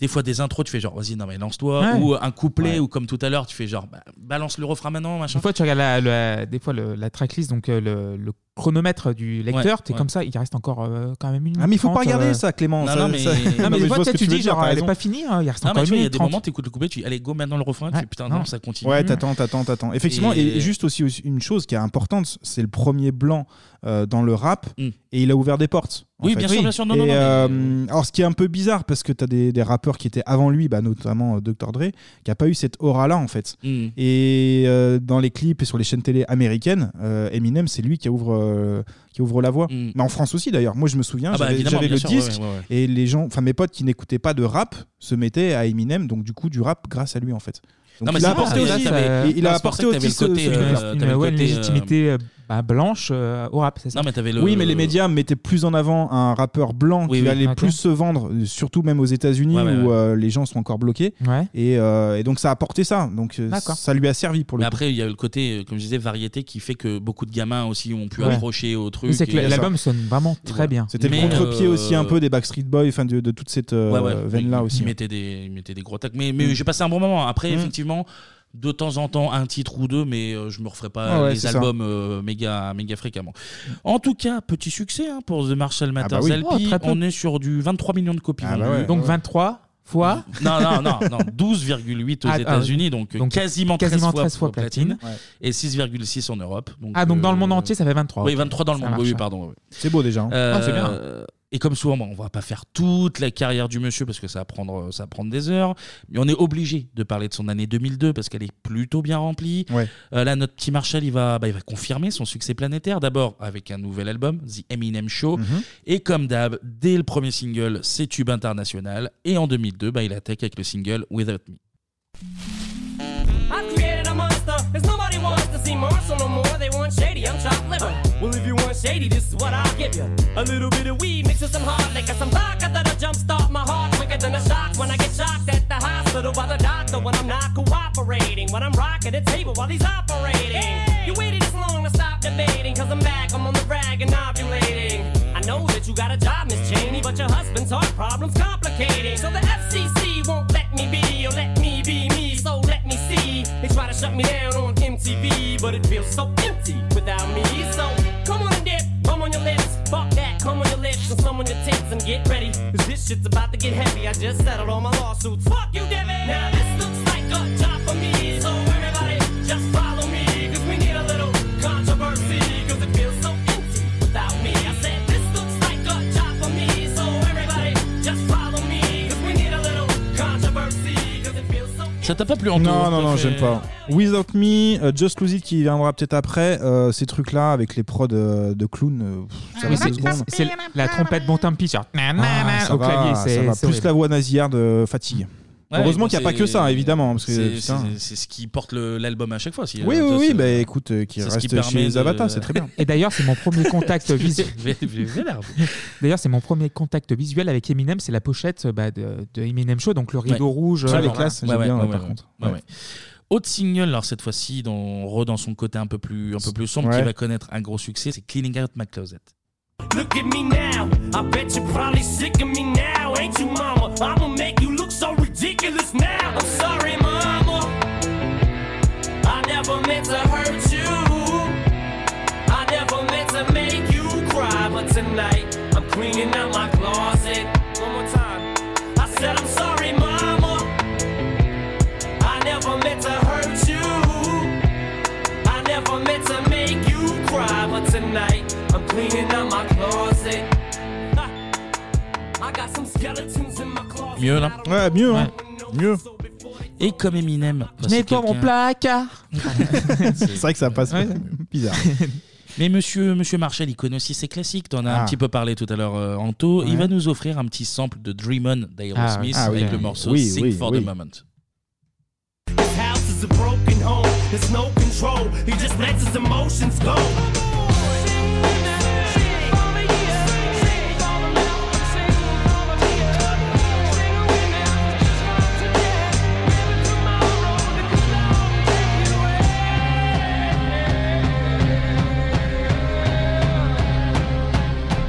Speaker 1: des fois des intros, tu fais genre, vas-y, non, mais lance-toi.
Speaker 7: Ouais.
Speaker 1: Ou un couplet,
Speaker 7: Ouais.
Speaker 1: ou comme tout à l'heure, tu fais genre, bah, balance le refrain maintenant, machin.
Speaker 7: Des fois, tu regardes la, la- des fois le- la tracklist, donc euh, le, le chronomètre du lecteur,
Speaker 6: Ouais,
Speaker 7: t'es
Speaker 6: ouais.
Speaker 7: comme ça, il reste encore euh, quand même une minute.
Speaker 6: Ah, mais il faut pas
Speaker 7: 30,
Speaker 6: regarder
Speaker 7: euh.
Speaker 6: ça, Clément. Ça- ça-
Speaker 7: Non,
Speaker 6: Non, mais
Speaker 7: des
Speaker 6: je
Speaker 7: fois,
Speaker 6: vois ce que
Speaker 7: tu
Speaker 6: tu veux
Speaker 7: dis,
Speaker 6: dire,
Speaker 7: genre,
Speaker 6: t'as
Speaker 7: elle est
Speaker 6: raison.
Speaker 7: pas finie, hein, il reste
Speaker 1: Non,
Speaker 7: encore
Speaker 1: mais tu
Speaker 7: une
Speaker 1: vois, il y a
Speaker 7: minute.
Speaker 1: des
Speaker 7: 30.
Speaker 1: moments, t'écoutes le coupé, tu dis, allez, go maintenant le refrain, tu dis, putain, non, ça continue.
Speaker 6: Ouais, t'attends, t'attends, t'attends. Effectivement, et, et juste aussi aussi une chose qui est importante, c'est le premier blanc euh, dans le rap, et il a ouvert des portes. en
Speaker 1: Mm. Oui,
Speaker 6: fait.
Speaker 1: bien sûr, bien sûr, non,
Speaker 6: Et,
Speaker 1: non, non, mais-
Speaker 6: euh, Alors, ce qui est un peu bizarre, parce que t'as des, des rappeurs qui étaient avant lui, bah, notamment euh, Dr. Dre, qui a pas eu cette aura-là, en fait.
Speaker 1: Mm.
Speaker 6: Et euh, dans les clips et sur les chaînes télé américaines, euh, Eminem, c'est lui qui ouvre, euh, qui ouvre la voie. Mais en France aussi, d'ailleurs. Moi, je me souviens,
Speaker 1: Mm. Ah bah,
Speaker 6: j'avais
Speaker 1: évidemment,
Speaker 6: j'avais
Speaker 1: bien
Speaker 6: le
Speaker 1: sûr, ouais,
Speaker 6: disque,
Speaker 1: ouais, ouais.
Speaker 6: et les gens, enfin mes potes qui n'écoutaient pas de rap se mettaient à Eminem, donc du coup du rap grâce à lui en fait. Donc,
Speaker 1: Non, mais
Speaker 6: il a
Speaker 1: c'est
Speaker 6: apporté
Speaker 1: pour ça,
Speaker 6: aussi,
Speaker 1: là,
Speaker 6: il
Speaker 1: t'avais-
Speaker 6: a
Speaker 1: c'est pour ça
Speaker 6: apporté
Speaker 1: que
Speaker 6: aussi
Speaker 1: t'avais
Speaker 6: ce,
Speaker 1: le côté,
Speaker 6: ce
Speaker 1: euh,
Speaker 6: truc-là.
Speaker 1: t'avais le
Speaker 7: ouais, une
Speaker 1: côté, euh,
Speaker 7: légitimité euh, bah, blanche euh, au rap, c'est ça
Speaker 1: Non, mais t'avais le-
Speaker 6: Oui, mais les médias mettaient plus en avant un rappeur blanc
Speaker 1: Oui,
Speaker 6: qui
Speaker 1: oui.
Speaker 6: allait
Speaker 1: Ok.
Speaker 6: plus se vendre, surtout même aux États-Unis
Speaker 1: Ouais, ouais,
Speaker 6: où euh, les gens sont encore bloqués.
Speaker 7: Ouais.
Speaker 6: Et, euh, et donc ça a apporté ça. Donc euh,
Speaker 1: D'accord.
Speaker 6: ça lui a servi pour le
Speaker 1: Mais
Speaker 6: coup.
Speaker 1: après, il y a le côté, euh, comme je disais, variété qui fait que beaucoup de gamins aussi ont pu
Speaker 6: Ouais.
Speaker 1: accrocher au truc.
Speaker 7: Mais c'est que
Speaker 1: et-
Speaker 7: l'album sonne vraiment
Speaker 1: Et
Speaker 7: très
Speaker 1: voilà.
Speaker 7: bien.
Speaker 6: C'était le
Speaker 1: Mais,
Speaker 6: contre-pied
Speaker 1: euh,
Speaker 6: aussi un peu des Backstreet Boys, enfin de, de toute cette euh,
Speaker 1: Ouais, ouais.
Speaker 6: veine-là
Speaker 1: Il-
Speaker 6: aussi.
Speaker 7: hein.
Speaker 1: Il mettait des, il mettait des gros tacs. Mais, mais j'ai passé un bon moment. Après,
Speaker 6: Mm.
Speaker 1: effectivement, de temps en temps, un titre ou deux, mais euh, je me referai pas
Speaker 6: Ah ouais,
Speaker 1: les
Speaker 6: c'est ça.
Speaker 1: albums euh, méga, méga fréquemment. En tout cas, petit succès hein, pour The Marshall
Speaker 6: Ah bah
Speaker 1: Matters
Speaker 7: oui.
Speaker 1: LP.
Speaker 7: Oh, très peu.
Speaker 1: on est sur du 23 millions de copies
Speaker 7: Ah bah
Speaker 1: vendues.
Speaker 7: ouais. Donc 23 fois.
Speaker 1: Non, non, non,
Speaker 7: (laughs)
Speaker 1: non. 12,8 aux
Speaker 7: Ah, ah,
Speaker 1: États-Unis, donc,
Speaker 7: donc
Speaker 1: quasiment,
Speaker 7: quasiment
Speaker 1: 13 fois,
Speaker 7: 13 fois
Speaker 1: platine,
Speaker 7: platine.
Speaker 1: et 6,6 en Europe. Donc,
Speaker 7: Ah, donc dans le
Speaker 1: euh,
Speaker 7: monde entier, ça fait 23.
Speaker 1: Oui,
Speaker 7: ok.
Speaker 1: 23 dans le
Speaker 7: Ça
Speaker 1: monde, oui,
Speaker 7: marche.
Speaker 1: oui, pardon. oui.
Speaker 6: C'est beau déjà. hein.
Speaker 1: Euh,
Speaker 7: Ah, c'est bien.
Speaker 1: Et comme souvent, bon, on va pas faire toute la carrière du monsieur parce que ça va prendre, ça va prendre des heures. Mais on est obligé de parler de son année 2002 parce qu'elle est plutôt bien remplie.
Speaker 6: Ouais.
Speaker 1: Euh, là, notre petit Marshall, il va, bah, il va confirmer son succès planétaire. D'abord avec un nouvel album, The Eminem Show.
Speaker 6: Mhm.
Speaker 1: Et comme d'hab, dès le premier single, c'est tube international. Et en 2002, bah, il attaque avec le single Without Me.
Speaker 12: I've created a monster, cause nobody wants to see Marshall no more. They want shady, I'm chopped liver. Well, if you want shady, this is what I'll give you. A little bit of weed mixed with some hard liquor, some vodka that'll jumpstart my heart quicker than a shock when I get shocked at the hospital by the doctor when I'm not cooperating. When I'm rocking the table while he's operating. You waited this long to stop debating, cause I'm back, I'm on the rag and ovulating. I know that you got a job, Miss Cheney, but your husband's heart problem's complicating. So the FCC won't let me be, or let me be me, so let me see. They try to shut me down on MTV, but it feels so empty without me. So come on and dip, bum on your lips, fuck that, come on your lips, and some on your tits, and get ready. Cause this shit's about to get heavy, I just settled all my lawsuits. Fuck you, Devin! Now this looks like a job for me, so everybody just follow me, cause we need a little controversy, cause it feels so empty without me. I said this looks like a job for me, so everybody just follow me, cause we need a little controversy, cause it feels so
Speaker 1: Ça t'a pas plu en
Speaker 6: Non, non, non, j'aime pas. Without Me, euh, Just Lose It qui viendra peut-être après, euh, ces trucs-là avec les prods euh, de clown, euh, pff, ça
Speaker 7: Oui,
Speaker 6: va
Speaker 7: Ah, c'est-
Speaker 6: deux secondes.
Speaker 7: c'est la trompette bon tempi, genre nanana,
Speaker 6: Ah, ça
Speaker 7: au
Speaker 6: va,
Speaker 7: clavier,
Speaker 6: ça
Speaker 7: c'est
Speaker 6: va.
Speaker 7: c'est
Speaker 6: Plus
Speaker 7: horrible.
Speaker 6: la voix nasillarde euh, fatigue.
Speaker 1: Ouais,
Speaker 6: Heureusement
Speaker 1: bon,
Speaker 6: qu'il n'y a pas
Speaker 1: c'est-
Speaker 6: que ça, évidemment. Parce que,
Speaker 1: c'est-
Speaker 6: putain.
Speaker 1: c'est- c'est ce qui porte le- l'album à chaque fois. si-
Speaker 6: Oui,
Speaker 1: ça,
Speaker 6: oui, oui,
Speaker 1: (laughs) c'est-
Speaker 6: bah écoute, euh, qui
Speaker 1: c'est ce
Speaker 6: reste
Speaker 1: qui
Speaker 6: chez
Speaker 1: permet
Speaker 6: les
Speaker 1: de-
Speaker 6: Avatar, c'est très bien.
Speaker 7: Et d'ailleurs, c'est mon
Speaker 1: (laughs)
Speaker 7: premier contact
Speaker 1: Je suis
Speaker 7: visuel.
Speaker 1: vé- vé- vénère.
Speaker 7: D'ailleurs, c'est mon premier contact visuel avec Eminem, c'est la pochette bah, de, de Eminem Show, donc le rideau
Speaker 1: Ouais.
Speaker 7: rouge.
Speaker 1: Ça,
Speaker 7: euh,
Speaker 1: les
Speaker 7: voilà.
Speaker 1: classes, j'aime bien, par contre. Ouais, ouais. Autre single, alors cette fois-ci, dans, re dans son côté un peu plus, un peu plus sombre, qui
Speaker 7: Ouais.
Speaker 1: va connaître un gros succès, c'est Cleaning Out My Closet.
Speaker 12: Look at me now. I bet you're probably sick of me now, ain't you, mama? I'ma make you look so ridiculous now. I'm sorry, mama. I never meant to hurt you. I never meant to make you cry, but tonight I'm cleaning out my closet. One more time. I said I'm sorry, mama. I never meant to hurt you. I never meant to make you cry, but tonight I'm cleaning out my closet. I got some skeletons in my closet.
Speaker 1: Mieux là
Speaker 6: Ouais, mieux, hein. Mieux.
Speaker 1: Et comme Eminem.
Speaker 7: Je nettoie mon
Speaker 1: (laughs)
Speaker 7: placard.
Speaker 6: C'est vrai que ça passe
Speaker 7: Ouais.
Speaker 6: bizarre.
Speaker 1: Mais monsieur, monsieur Marshall, il connaît aussi ses classiques. T'en as
Speaker 6: Ah.
Speaker 1: un petit peu parlé tout à l'heure, euh, Anto.
Speaker 6: Ouais.
Speaker 1: Il va nous offrir un petit sample de Dream On d'Aerosmith
Speaker 6: Ah, oui.
Speaker 1: avec
Speaker 6: Ah,
Speaker 1: le
Speaker 6: oui.
Speaker 1: morceau
Speaker 6: Oui,
Speaker 1: Sick
Speaker 6: oui,
Speaker 1: for
Speaker 6: oui.
Speaker 1: the Moment.
Speaker 12: His house is a broken home. There's no control. He just lets his emotions go.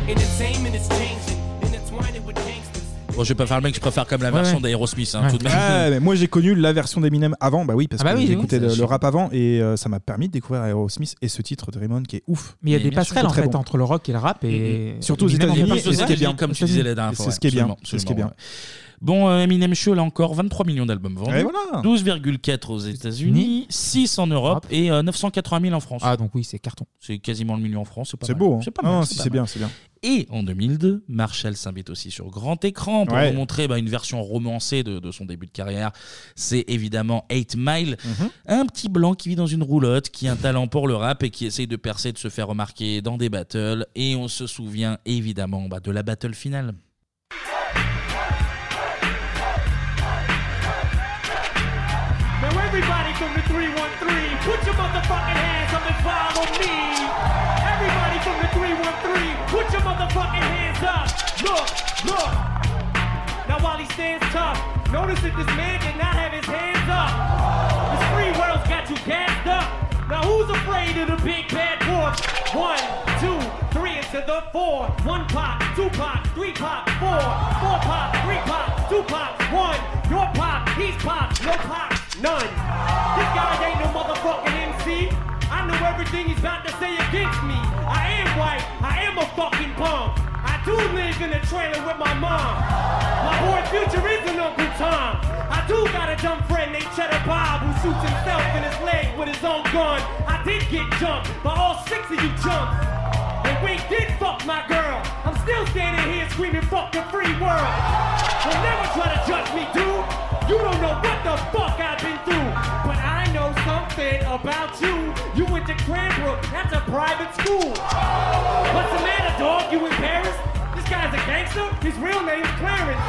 Speaker 12: Entertainment is changing, intertwining with gangsters.
Speaker 1: Bon, je vais pas faire le mec, je préfère comme la
Speaker 6: Ouais,
Speaker 1: version
Speaker 6: ouais.
Speaker 1: d'Aerosmith. hein,
Speaker 6: Ouais.
Speaker 1: tout de même.
Speaker 6: Ah, mais moi j'ai connu la version d'Eminem avant, bah oui, parce
Speaker 1: Ah bah
Speaker 6: que
Speaker 1: oui,
Speaker 6: j'écoutais
Speaker 1: oui,
Speaker 6: le,
Speaker 1: ça, je-
Speaker 6: le rap avant et euh, ça m'a permis de découvrir Aerosmith et ce titre de Raymond qui est ouf.
Speaker 7: Mais il y a des
Speaker 6: bien sûr,
Speaker 7: passerelles en
Speaker 6: très
Speaker 7: fait
Speaker 6: bon.
Speaker 7: entre le rock et le rap et
Speaker 6: Surtout aux
Speaker 7: Eminem en fait
Speaker 6: États-Unis,
Speaker 7: partie.
Speaker 6: et ce qui est bien,
Speaker 1: comme tu disais la dernière
Speaker 6: C'est
Speaker 1: fois.
Speaker 6: ce qui est bien,
Speaker 1: Absolument,
Speaker 6: c'est ce qui est bien.
Speaker 1: absolument, ouais. Bon, euh, Eminem Show, là encore, 23 millions d'albums vendus.
Speaker 6: Et Eh voilà.
Speaker 1: 12,4 aux États-Unis, 6 en Europe et euh, 980 000 en France. Ah,
Speaker 7: donc oui, c'est carton.
Speaker 1: C'est quasiment le million en France, c'est pas
Speaker 6: C'est
Speaker 1: mal.
Speaker 6: beau, hein.
Speaker 1: pas
Speaker 6: Non,
Speaker 1: mal,
Speaker 6: non, si,
Speaker 1: pas
Speaker 6: c'est
Speaker 1: mal.
Speaker 6: bien, c'est bien.
Speaker 1: Et en 2002, Marshall s'invite aussi sur grand écran pour
Speaker 6: Ouais.
Speaker 1: nous montrer bah, une version romancée de, de son début de carrière. C'est évidemment 8 Mile,
Speaker 6: Mhm.
Speaker 1: un petit blanc qui vit dans une roulotte, qui a un talent pour le rap et qui essaye de percer, de se faire remarquer dans des battles. Et on se souvient évidemment bah, de la battle finale.
Speaker 4: Now everybody from the 313, put your motherfucking hands up and follow me. Everybody from the 313, put your motherfucking hands up. Look, look. Now while he stands tough, notice that this man did not have his hands up. This free world's got you gassed up. Now who's afraid of the big bad wolf? One, two, three, into the four. One pop, two pop, three pop, four. Four pop, three pop, two pop, one. Your pop, he's pop, no pop, none. This guy ain't no motherfucking MC. I know everything he's about to say against me. I am white, I am a fucking bum. I do live in a trailer with my mom. My boy Future is an Uncle Tom. I do got a dumb friend named Cheddar Bob who shoots himself in his leg with his own gun. I did get jumped by all six of you chumps. And we did fuck my girl. I'm still standing here screaming, fuck the free world. Don't never try to judge me, dude. You don't know what the fuck I've been through. But I know something about you. You went to Cranbrook. That's a private school. What's the matter, dog? You embarrassed? This guy's a gangster. His real name's Clarence.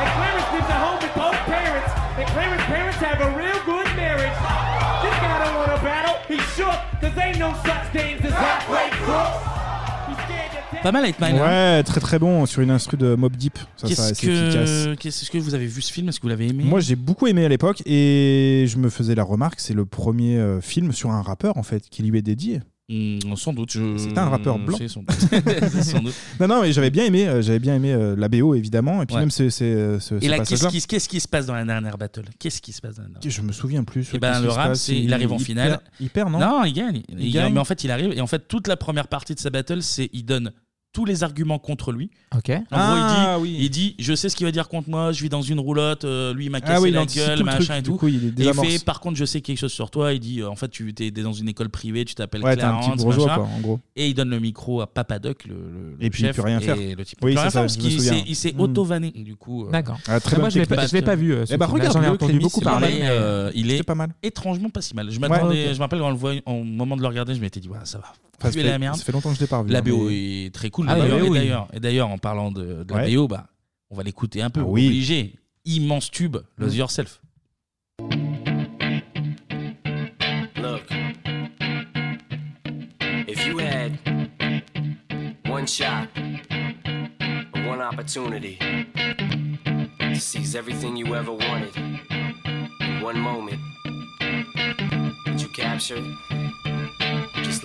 Speaker 4: And Clarence lives at home with both parents. And Clarence's parents have a real good marriage. This guy don't want to battle. He's shook. Cause ain't no such things as halfway crooks.
Speaker 1: Pas mal 8 Mile. hein.
Speaker 6: Ouais, très très bon sur une instru de Mob Deep. Ça, ça,
Speaker 1: Qu'est-ce
Speaker 6: c'est efficace.
Speaker 1: que, qu'est-ce que vous avez vu ce film Est-ce que vous l'avez aimé
Speaker 6: Moi j'ai beaucoup aimé à l'époque et je me faisais la remarque, c'est le premier euh, film sur un rappeur en fait qui lui est dédié.
Speaker 1: Hmm, sans doute. Je...
Speaker 6: C'est un rappeur blanc. (laughs)
Speaker 1: C'est sans doute. (laughs) C'est sans doute.
Speaker 6: Non non mais j'avais bien aimé, euh, j'avais bien aimé euh, la BO évidemment et puis
Speaker 1: Ouais.
Speaker 6: même c'est c'est ce,
Speaker 1: Et là, qu'est-ce
Speaker 6: passage-là.
Speaker 1: qui, qu'est-ce qui se passe dans la dernière battle Qu'est-ce qui se passe dans la dernière
Speaker 6: Je me souviens plus.
Speaker 1: Et ben,
Speaker 6: qu'est-ce
Speaker 1: le
Speaker 6: qui se
Speaker 1: rap,
Speaker 6: passe,
Speaker 1: c'est il arrive en
Speaker 6: perd-
Speaker 1: finale.
Speaker 6: Il perd non
Speaker 1: Non, il gagne.
Speaker 6: Il
Speaker 1: Il, gagne.
Speaker 6: gagne.
Speaker 1: Mais en fait, il arrive. Et en fait, toute la première partie de sa battle, c'est il donne tous les arguments contre lui.
Speaker 7: Ok.
Speaker 1: En
Speaker 6: Ah,
Speaker 1: gros, il dit, il dit, je sais ce qu'il va dire contre moi. Je vis dans une roulotte. euh, lui, il m'a
Speaker 6: Ah
Speaker 1: cassé
Speaker 6: oui, il
Speaker 1: la
Speaker 6: anticipe tout
Speaker 1: gueule,
Speaker 6: le
Speaker 1: machin
Speaker 6: truc,
Speaker 1: et
Speaker 6: du
Speaker 1: tout.
Speaker 6: coup, il
Speaker 1: Et
Speaker 6: désamorce.
Speaker 1: fait, par contre, je sais quelque chose sur toi. Il dit, euh, en fait, tu es dans une école privée, tu t'appelles
Speaker 6: Ouais, t'es un
Speaker 1: Clarence,
Speaker 6: petit bourgeois,
Speaker 1: machin.
Speaker 6: quoi, en gros.
Speaker 1: Et il donne le micro à Papadoc, le, le- le
Speaker 6: Et puis, il
Speaker 1: chef,
Speaker 6: peut rien faire.
Speaker 1: Et le type.
Speaker 6: Oui,
Speaker 1: il peut
Speaker 6: c'est
Speaker 1: rien
Speaker 6: ça,
Speaker 1: faire parce
Speaker 6: je me
Speaker 1: qu'il
Speaker 6: souviens.
Speaker 1: s'est- il s'est
Speaker 6: Hmm.
Speaker 1: auto-vanné. Du coup, euh,
Speaker 7: D'accord.
Speaker 6: Ah, très Ah, bonne moi, je l'ai pas- technique. je l'ai pas vu, euh, ce
Speaker 1: Eh ben,
Speaker 7: film-là.
Speaker 1: regarde-le,
Speaker 7: J'en ai entendu
Speaker 1: Clémy,
Speaker 7: beaucoup
Speaker 1: s'il vous
Speaker 7: parler,
Speaker 1: plaît.
Speaker 7: mais,
Speaker 1: Euh, Il est
Speaker 6: pas mal.
Speaker 1: étrangement pas si mal. Je
Speaker 6: Ouais,
Speaker 1: m'attendais,
Speaker 6: ok.
Speaker 1: je me rappelle quand on le voit, au moment de le regarder, je m'étais dit, voilà, ça va.
Speaker 6: Enfin, ça
Speaker 1: puer
Speaker 6: fait-
Speaker 1: la merde.
Speaker 6: ça fait longtemps que je l'ai pas revu,
Speaker 1: La
Speaker 6: hein,
Speaker 1: BO
Speaker 6: mais-
Speaker 1: est très cool.
Speaker 6: Ah, la
Speaker 1: d'ailleurs.
Speaker 6: BO,
Speaker 1: Et
Speaker 6: oui.
Speaker 1: d'ailleurs- et d'ailleurs, en parlant de, de la
Speaker 6: Ouais. Ah
Speaker 1: BO, bah, on va l'écouter un peu.
Speaker 6: oui.
Speaker 1: Obligé. Immense tube, Lose
Speaker 6: Mm.
Speaker 1: Yourself.
Speaker 12: Look, if you had one shot, or one opportunity to seize everything you ever wanted in one moment that you captured, just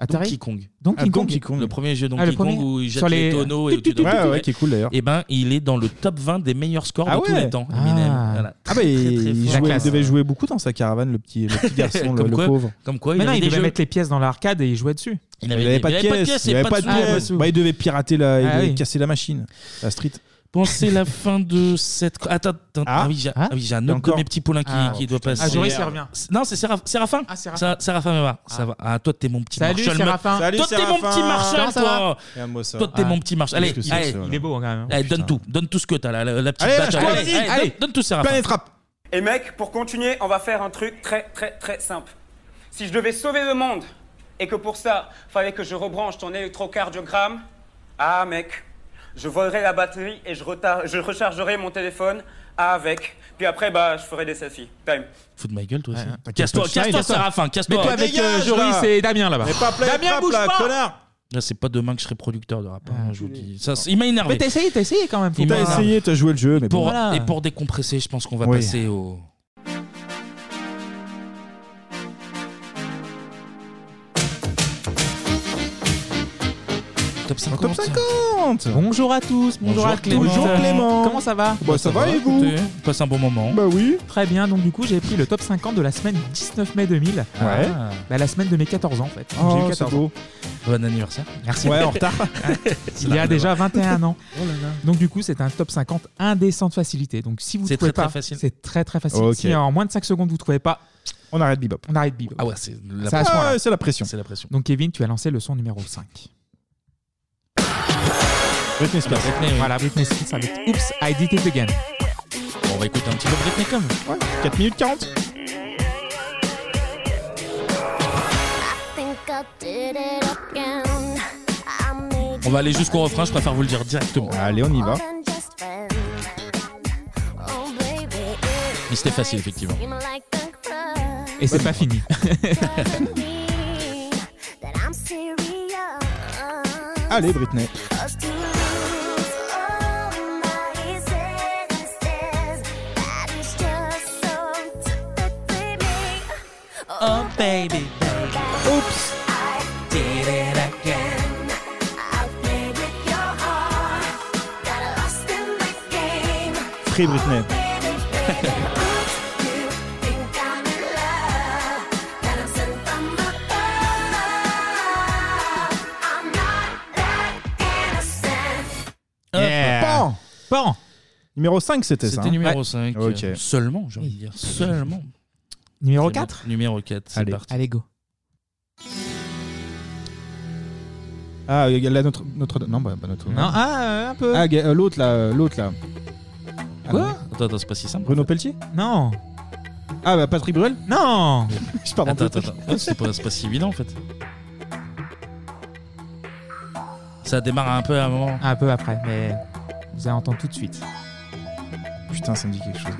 Speaker 7: Atari
Speaker 1: Donkey Kong.
Speaker 7: Donkey Ah, Kong. Donkey Kong.
Speaker 1: Le premier jeu Donkey
Speaker 7: Ah, le premier.
Speaker 1: Kong où il jette
Speaker 7: Sur
Speaker 1: les...
Speaker 7: les-
Speaker 1: tonneaux et où tu dois-
Speaker 6: Ouais, ouais, qui est cool d'ailleurs.
Speaker 1: Et ben, il est dans le top 20 des meilleurs scores
Speaker 6: Ah
Speaker 1: de tous
Speaker 6: ouais.
Speaker 1: les temps.
Speaker 6: Ah.
Speaker 1: Eminem. Voilà.
Speaker 6: Ah bah,
Speaker 1: Très, très, très
Speaker 6: il,
Speaker 1: fort.
Speaker 6: jouait- il devait jouer beaucoup dans sa caravane, le petit, le
Speaker 1: (laughs)
Speaker 6: petit garçon, le,
Speaker 1: Comme
Speaker 6: le
Speaker 1: quoi-
Speaker 6: pauvre.
Speaker 1: comme quoi, il
Speaker 7: Maintenant,
Speaker 1: avait
Speaker 7: il
Speaker 1: des
Speaker 7: devait
Speaker 1: jeux.
Speaker 7: mettre les pièces dans l'arcade et il jouait dessus.
Speaker 1: Il
Speaker 6: Il avait pas de pièces, il avait pas de pièces. Bah, il devait pirater la, il
Speaker 7: Ah
Speaker 6: devait
Speaker 7: oui.
Speaker 6: casser la machine, la street.
Speaker 1: Bon, c'est la fin de cette. Attends, attends. Ah, oui, j'ai ah oui, j'ai un autre
Speaker 6: Encore
Speaker 1: de mes petits poulains qui,
Speaker 7: Ah,
Speaker 1: qui doit
Speaker 7: putain.
Speaker 1: passer.
Speaker 7: Ah, Joris, il revient.
Speaker 1: C'est- Non, c'est Séraph- Séraphin. Ah, Séraphin. Séraphin Meva. Ça va. Ah, toi, t'es mon petit
Speaker 7: Salut,
Speaker 1: Marshall.
Speaker 7: Séraphin.
Speaker 1: Toi,
Speaker 7: Salut,
Speaker 1: t'es mon
Speaker 7: Séraphin.
Speaker 1: petit Marshall,
Speaker 7: Comment ça va
Speaker 1: toi.
Speaker 6: Et un mot, ça.
Speaker 1: Toi, t'es
Speaker 6: Ah.
Speaker 1: mon petit Marshall. Allez,
Speaker 6: Qu'est-ce que c'est que
Speaker 1: allez,
Speaker 6: ça, là
Speaker 7: Il est beau, hein. quand même.
Speaker 1: Allez, donne tout. Donne tout ce que t'as, là, la, la petite
Speaker 6: Allez,
Speaker 1: batterie.
Speaker 6: lâche-toi,
Speaker 1: Allez,
Speaker 6: vas-y,
Speaker 1: allez,
Speaker 6: allez.
Speaker 1: donne- Donne tout, Séraphin.
Speaker 6: Planète rap.
Speaker 15: Et mec, pour continuer, on va faire un truc très très très simple. Si je devais sauver le monde, et que pour ça, fallait que je rebranche ton électrocardiogramme, Ah, mec, je volerai la batterie et je, retar- je rechargerai mon téléphone avec. Puis après, bah, je ferai des selfies. Time.
Speaker 1: Fous de ma gueule, toi aussi.
Speaker 7: t'inquiète,
Speaker 1: casse-toi,
Speaker 7: Punchline,
Speaker 1: casse-toi,
Speaker 7: casse-toi.
Speaker 1: Séraphin, casse-toi.
Speaker 7: Mets-toi avec, euh, Dégage, Joris là. et Damien, là-bas.
Speaker 1: Mais
Speaker 7: Mais pas play, Damien, pas bouge play, pas. connard.
Speaker 1: Là, c'est pas demain que je serai producteur de rap. hein, je vous le dis. Ça, c'est- il m'a énervé.
Speaker 7: Ah, Mais t'as essayé, t'as essayé quand même. faut
Speaker 1: Il
Speaker 7: pas-
Speaker 1: m'a
Speaker 6: T'as essayé, t'as joué le jeu, mais
Speaker 1: Pour-
Speaker 6: bon.
Speaker 1: Et pour décompresser, je pense qu'on va
Speaker 6: Oui.
Speaker 1: passer au. Top 50.
Speaker 6: Top 50
Speaker 7: Bonjour à tous, bonjour, à Clément.
Speaker 6: Bonjour Clément
Speaker 7: Comment ça va
Speaker 6: Bah, ça, va, et vous
Speaker 1: écoutez, on passe un bon moment.
Speaker 6: Bah oui.
Speaker 7: Très bien, donc du coup j'ai pris le top 50 de la semaine du 19 mai 2000. Ouais. Bah, la semaine de mes 14 ans en fait.
Speaker 6: Oh,
Speaker 7: j'ai eu
Speaker 6: c'est
Speaker 7: 14
Speaker 6: beau.
Speaker 7: ans.
Speaker 1: Bon anniversaire.
Speaker 7: Merci.
Speaker 6: Ouais, en
Speaker 1: (laughs)
Speaker 7: (laughs)
Speaker 6: retard.
Speaker 7: Il y a déjà 21 ans.
Speaker 1: Oh là là.
Speaker 7: Donc du coup, c'est un top 50 indécent de facilité. Donc si vous
Speaker 1: C'est
Speaker 7: trouvez
Speaker 1: très,
Speaker 7: pas,
Speaker 1: très facile.
Speaker 7: c'est très très facile.
Speaker 1: Ok.
Speaker 7: Si en moins de 5 secondes vous trouvez pas,
Speaker 6: on arrête bebop.
Speaker 7: On arrête bebop.
Speaker 1: Ah ouais, c'est la
Speaker 7: C'est à ce
Speaker 1: pression.
Speaker 7: point-là.
Speaker 1: Ouais,
Speaker 6: c'est la pression.
Speaker 1: C'est la pression.
Speaker 7: Donc Kevin, tu as lancé le son numéro 5.
Speaker 6: Britney
Speaker 1: Spears.
Speaker 7: Voilà, Britney Spears avec Oops, I Did It Again.
Speaker 1: Bon, on va écouter un petit peu Britney quand même.
Speaker 6: Ouais, 4 minutes 40.
Speaker 21: think I did it again. I made
Speaker 1: On va aller jusqu'au refrain, je préfère vous le dire directement.
Speaker 6: Allez, on y va.
Speaker 21: than just friends. Oh, baby, it
Speaker 1: Mais c'était facile, effectivement.
Speaker 21: seemed like a crush.
Speaker 1: Et c'est pas fini. (laughs)
Speaker 21: Telling me that I'm serious.
Speaker 6: Allez, Britney.
Speaker 21: Us to lose all my senses. That is just so typically me.
Speaker 20: Oh baby, baby. Oops. I did it again. I played with your heart. Got lost in the game.
Speaker 6: Free Britney.
Speaker 20: Think I'm in love. That I'm sent from above. I'm not that innocent.
Speaker 6: Pan
Speaker 7: Pan
Speaker 6: Numéro 5, c'était ça.
Speaker 1: C'était
Speaker 6: hein
Speaker 1: numéro
Speaker 6: Ouais.
Speaker 1: 5.
Speaker 6: Ok.
Speaker 1: euh, Seulement, j'ai envie de dire. Seulement.
Speaker 7: Numéro
Speaker 1: C'est bon.
Speaker 7: 4
Speaker 1: Numéro 4, c'est
Speaker 7: Allez.
Speaker 1: parti.
Speaker 7: Allez, go.
Speaker 6: Ah, il y a la notre, notre. Non, bah, pas notre.
Speaker 7: Non, ah, euh, un peu.
Speaker 6: Ah, ga- euh, l'autre là, euh, l'autre là. Ah,
Speaker 7: Quoi
Speaker 1: Attends, attends, c'est pas si simple.
Speaker 6: Bruno Pelletier
Speaker 7: Non.
Speaker 6: Ah, bah Patrick Bruel
Speaker 7: Non
Speaker 6: Je pars dans
Speaker 1: Attends,
Speaker 6: tout
Speaker 1: attends,
Speaker 6: le
Speaker 1: attends. Ouais, C'est pas, c'est pas si évident en fait. Ça démarre un peu à un moment.
Speaker 7: Un peu après, mais vous allez entendre tout de suite.
Speaker 6: Putain, ça me dit quelque chose.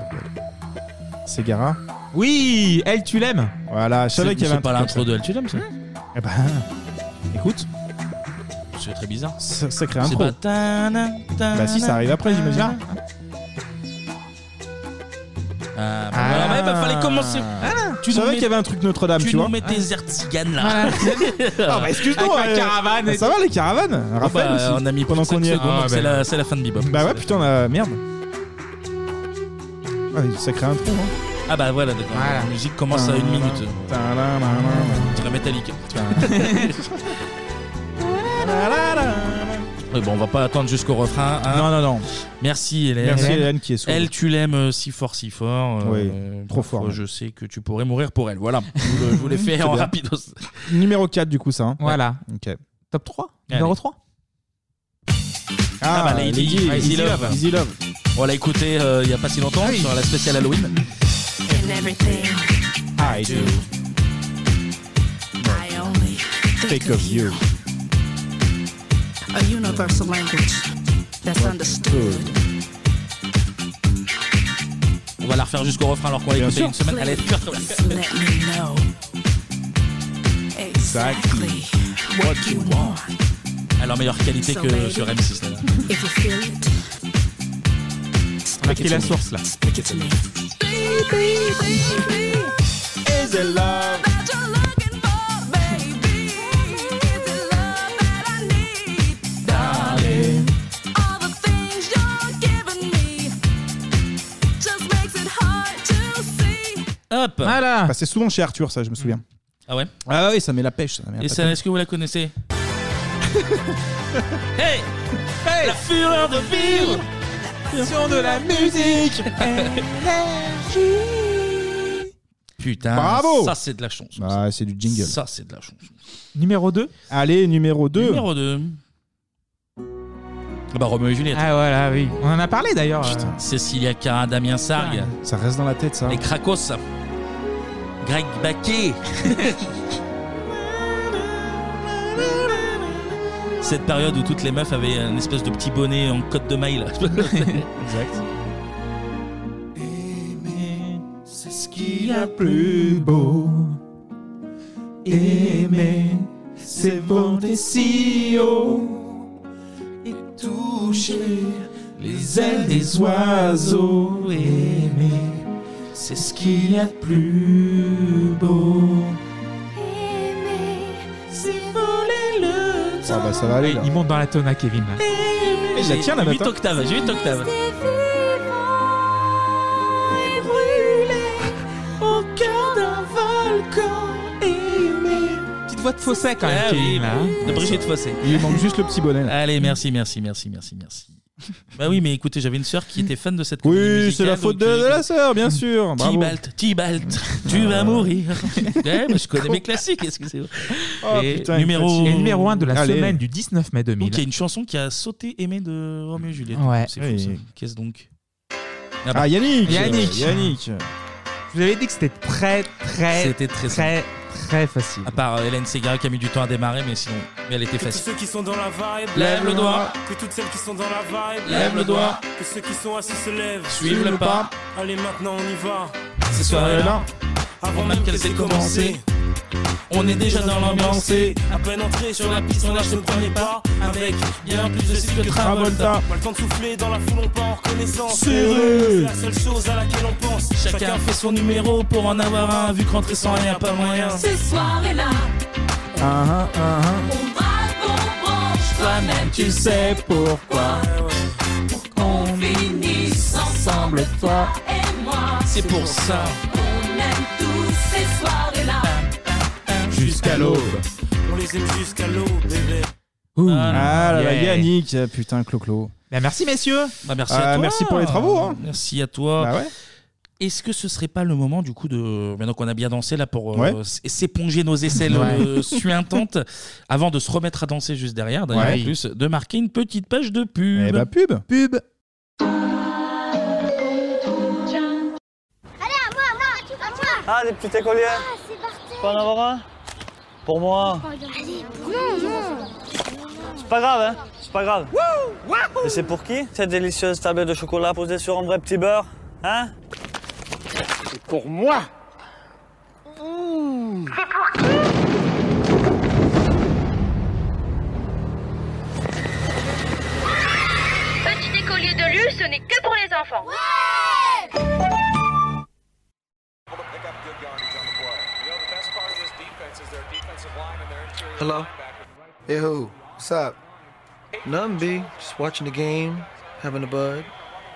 Speaker 6: Segara
Speaker 7: Oui Elle, tu l'aimes
Speaker 6: Voilà, je savais
Speaker 1: C'est-
Speaker 6: qu'il y avait
Speaker 1: c'est
Speaker 6: un
Speaker 1: pas
Speaker 6: truc
Speaker 1: l'intro
Speaker 6: comme
Speaker 1: de Tu l'aimes ça
Speaker 6: Eh bah, écoute.
Speaker 1: C'est très bizarre.
Speaker 6: Ça, ça crée un
Speaker 1: C'est
Speaker 6: pro.
Speaker 1: pas ta- na- ta-
Speaker 6: Bah, si, ça arrive après, j'imagine.
Speaker 1: Ah, bah, voilà, ouais, bah, fallait commencer.
Speaker 6: Tu Ah, savais qu'il y avait un truc Notre-Dame, tu,
Speaker 1: Tu nous
Speaker 6: vois
Speaker 1: mets tes Ertigan là. (laughs)
Speaker 6: Ah, bah, excuse-moi.
Speaker 1: Avec
Speaker 6: euh,
Speaker 1: la caravane
Speaker 6: bah,
Speaker 1: et
Speaker 6: Ça
Speaker 1: tout.
Speaker 6: va, les caravanes
Speaker 1: Oh,
Speaker 6: Raphaël
Speaker 1: bah,
Speaker 6: aussi.
Speaker 1: on a mis
Speaker 6: pendant qu'on y est. Ah,
Speaker 1: secondes, donc c'est la, c'est la fin de Bebop.
Speaker 6: Bah, ouais, putain, la merde. Ah, ça crée un trou, hein.
Speaker 1: Ah bah voilà, d'accord. La musique commence à une minute. On dirait
Speaker 6: (laughs)
Speaker 1: Metallica. Mais bon, on va pas attendre jusqu'au refrain. hein.
Speaker 6: Non, non, non.
Speaker 1: Merci Hélène.
Speaker 6: Merci, Hélène, qui est sourde.
Speaker 1: Elle, tu l'aimes euh, si fort, si fort. euh,
Speaker 6: Oui, trop
Speaker 1: parfois,
Speaker 6: fort,
Speaker 1: Je sais que tu pourrais mourir pour
Speaker 6: (laughs)
Speaker 1: elle. Voilà. Je voulais- je voulais faire en
Speaker 6: C'est bien.
Speaker 1: rapidos.
Speaker 6: Numéro 4, du coup, ça. hein.
Speaker 7: Voilà.
Speaker 6: Ok.
Speaker 7: Top 3
Speaker 1: Allez.
Speaker 7: Numéro 3
Speaker 1: Ah, bah Lady,
Speaker 6: Lady,
Speaker 1: Easy
Speaker 6: Easy
Speaker 1: Love.
Speaker 6: Love. Easy Love. Ah
Speaker 1: On l'a écouté euh, il y a pas si longtemps sur la spéciale Halloween.
Speaker 20: In everything
Speaker 6: I do
Speaker 20: I only
Speaker 6: think of you.
Speaker 20: a universal language that's understood.
Speaker 1: On va la refaire jusqu'au refrain alors qu'on l'a écouté une semaine. Allez,
Speaker 20: Please let me know exactly what you want.
Speaker 1: Elle est en meilleure qualité que sur M6. là.
Speaker 20: If you feel it,
Speaker 1: On a pris la source là.
Speaker 20: speak it to me.
Speaker 21: Baby, baby,
Speaker 6: is it love?
Speaker 21: That you're looking for, baby. Is it love that I need? Darling. All the things you're giving me just makes it hard to see.
Speaker 1: Hop
Speaker 6: Voilà Bah, C'est souvent chez Arthur, ça, je me souviens.
Speaker 1: Ah ouais
Speaker 6: Ah oui, ça met la pêche. Ça met la
Speaker 1: Et
Speaker 6: patate.
Speaker 1: ça, est-ce que vous la connaissez Hey La fureur de vivre
Speaker 7: Passion de la
Speaker 21: (laughs)
Speaker 7: musique
Speaker 1: Putain,
Speaker 6: Bravo
Speaker 1: ça c'est de la chance.
Speaker 6: Ah, c'est du jingle.
Speaker 1: Ça c'est de la chance.
Speaker 7: Numéro 2
Speaker 6: Allez, numéro 2.
Speaker 1: Numéro 2. Ah bah Roméo et Juliette.
Speaker 7: Ah voilà, oui. On en a parlé d'ailleurs. euh,
Speaker 1: Cécilia Cara, Damien Sargue.
Speaker 6: Ça reste dans la tête, ça.
Speaker 1: Les Krakos. Greg
Speaker 7: (laughs)
Speaker 1: Baquet. cette période où toutes les meufs avaient un espèce de petit bonnet en cote
Speaker 7: (laughs)
Speaker 1: de maille. là.
Speaker 7: Exact. C'est ce qu'il y a de plus beau. Aimer, c'est monter si haut et toucher les ailes des oiseaux. Aimer, c'est ce qu'il y a de plus beau.
Speaker 4: Si voler le temps.
Speaker 6: bah ça va aller.
Speaker 22: Il monte dans la tona, Kevin. là.
Speaker 1: Et
Speaker 22: la
Speaker 1: j'ai
Speaker 22: tiens, la
Speaker 1: huit
Speaker 22: bâtarde.
Speaker 1: octaves, j'ai 8 octaves.
Speaker 7: Au cœur d'un volcan, aimer.
Speaker 22: Petite voix de fausset quand même,
Speaker 1: Ah oui,
Speaker 22: Kevin. là, hein.
Speaker 1: de Brigitte Fossé.
Speaker 6: Il manque juste le petit bonnet.
Speaker 1: Allez, merci, merci, merci, merci, merci. Bah oui, mais écoutez, j'avais une sœur qui était fan de cette
Speaker 6: Oui, c'est la faute de,
Speaker 7: euh,
Speaker 6: de la sœur, bien sûr.
Speaker 22: Ah,
Speaker 6: Bravo.
Speaker 1: Tibalt, Tibalt, tu vas mourir. ouais, mais je connais mes classiques, excusez-moi.
Speaker 22: Oh,
Speaker 1: Et
Speaker 22: putain,
Speaker 1: numéro...
Speaker 22: et numéro 1 de la
Speaker 1: Allez.
Speaker 22: semaine du 19 mai 2000.
Speaker 1: Donc il y a une chanson qui a sauté aimé de Roméo et Juliette.
Speaker 22: Ouais.
Speaker 1: C'est fou
Speaker 22: Oui.
Speaker 1: ça. Qu'est-ce donc
Speaker 22: Ah,
Speaker 1: bah.
Speaker 22: Yannick Je vous avais dit que c'était très, très,
Speaker 1: C'était très
Speaker 22: très, très facile.
Speaker 1: À part euh, Hélène Ségara qui a mis du temps à démarrer, mais sinon, mais elle était
Speaker 23: Que tous
Speaker 1: facile.
Speaker 23: ceux qui sont dans la vibe,
Speaker 1: Lève le doigt.
Speaker 23: Que toutes celles qui sont dans la vibe,
Speaker 1: Lève le doigt.
Speaker 23: Que ceux qui sont assis se lèvent,
Speaker 1: Suivent le pas.
Speaker 23: Allez, maintenant on y va.
Speaker 1: Ces soirées-là, avant même qu'elles aient commencé, on est déjà dans l'ambiance. et
Speaker 23: À peine entré sur la piste, on lâche le premier pas. Avec bien plus de style que Travolta. Pas le temps de souffler dans la foule, on part en reconnaissance.
Speaker 1: Serré.
Speaker 23: C'est la seule chose à laquelle on pense.
Speaker 1: Chacun fait son numéro pour en avoir un, vu que rentrer sans rien, pas moyen.
Speaker 4: Ces soirées-là,
Speaker 7: Ah, ah, ah.
Speaker 4: on va comprendre. Toi-même, tu sais
Speaker 7: pourquoi.
Speaker 4: qu'on finit ensemble, toi et moi.
Speaker 1: C'est pour ça.
Speaker 4: On aime tous ces soirées-là.
Speaker 6: Jusqu'à l'aube.
Speaker 23: On les aime jusqu'à l'eau, bébé.
Speaker 6: Ah là là,
Speaker 1: Yeah.
Speaker 6: Yannick, putain, Clo-Clo.
Speaker 1: merci messieurs. Bah, merci
Speaker 6: Euh,
Speaker 1: à toi.
Speaker 6: merci pour les travaux, hein.
Speaker 1: Merci à toi.
Speaker 6: Bah ouais.
Speaker 1: Est-ce que ce serait pas le moment du coup de maintenant qu'on a bien dansé là pour euh,
Speaker 6: Ouais.
Speaker 1: s- s'éponger nos aisselles
Speaker 6: Ouais.
Speaker 1: euh, suintantes avant de se remettre à danser juste derrière d'ailleurs
Speaker 6: Ouais.
Speaker 1: en plus de marquer une petite page de pub.
Speaker 6: Eh bah, pub. Pub.
Speaker 4: Allez, à moi, à moi, tu vas moi.
Speaker 24: Ah, les petits écoliers
Speaker 4: c'est parti.
Speaker 24: Pas en avoir un Pour moi
Speaker 4: Allez, non, non.
Speaker 24: C'est pas grave, hein C'est pas grave. Et c'est pour qui Cette délicieuse tablette de chocolat posée sur un vrai petit beurre Hein C'est pour moi
Speaker 25: Petit écolier de luxe, ce n'est que pour les enfants.
Speaker 24: Hello? Hey, who? What's up? Nothing, B. Just watching the game, having a bud.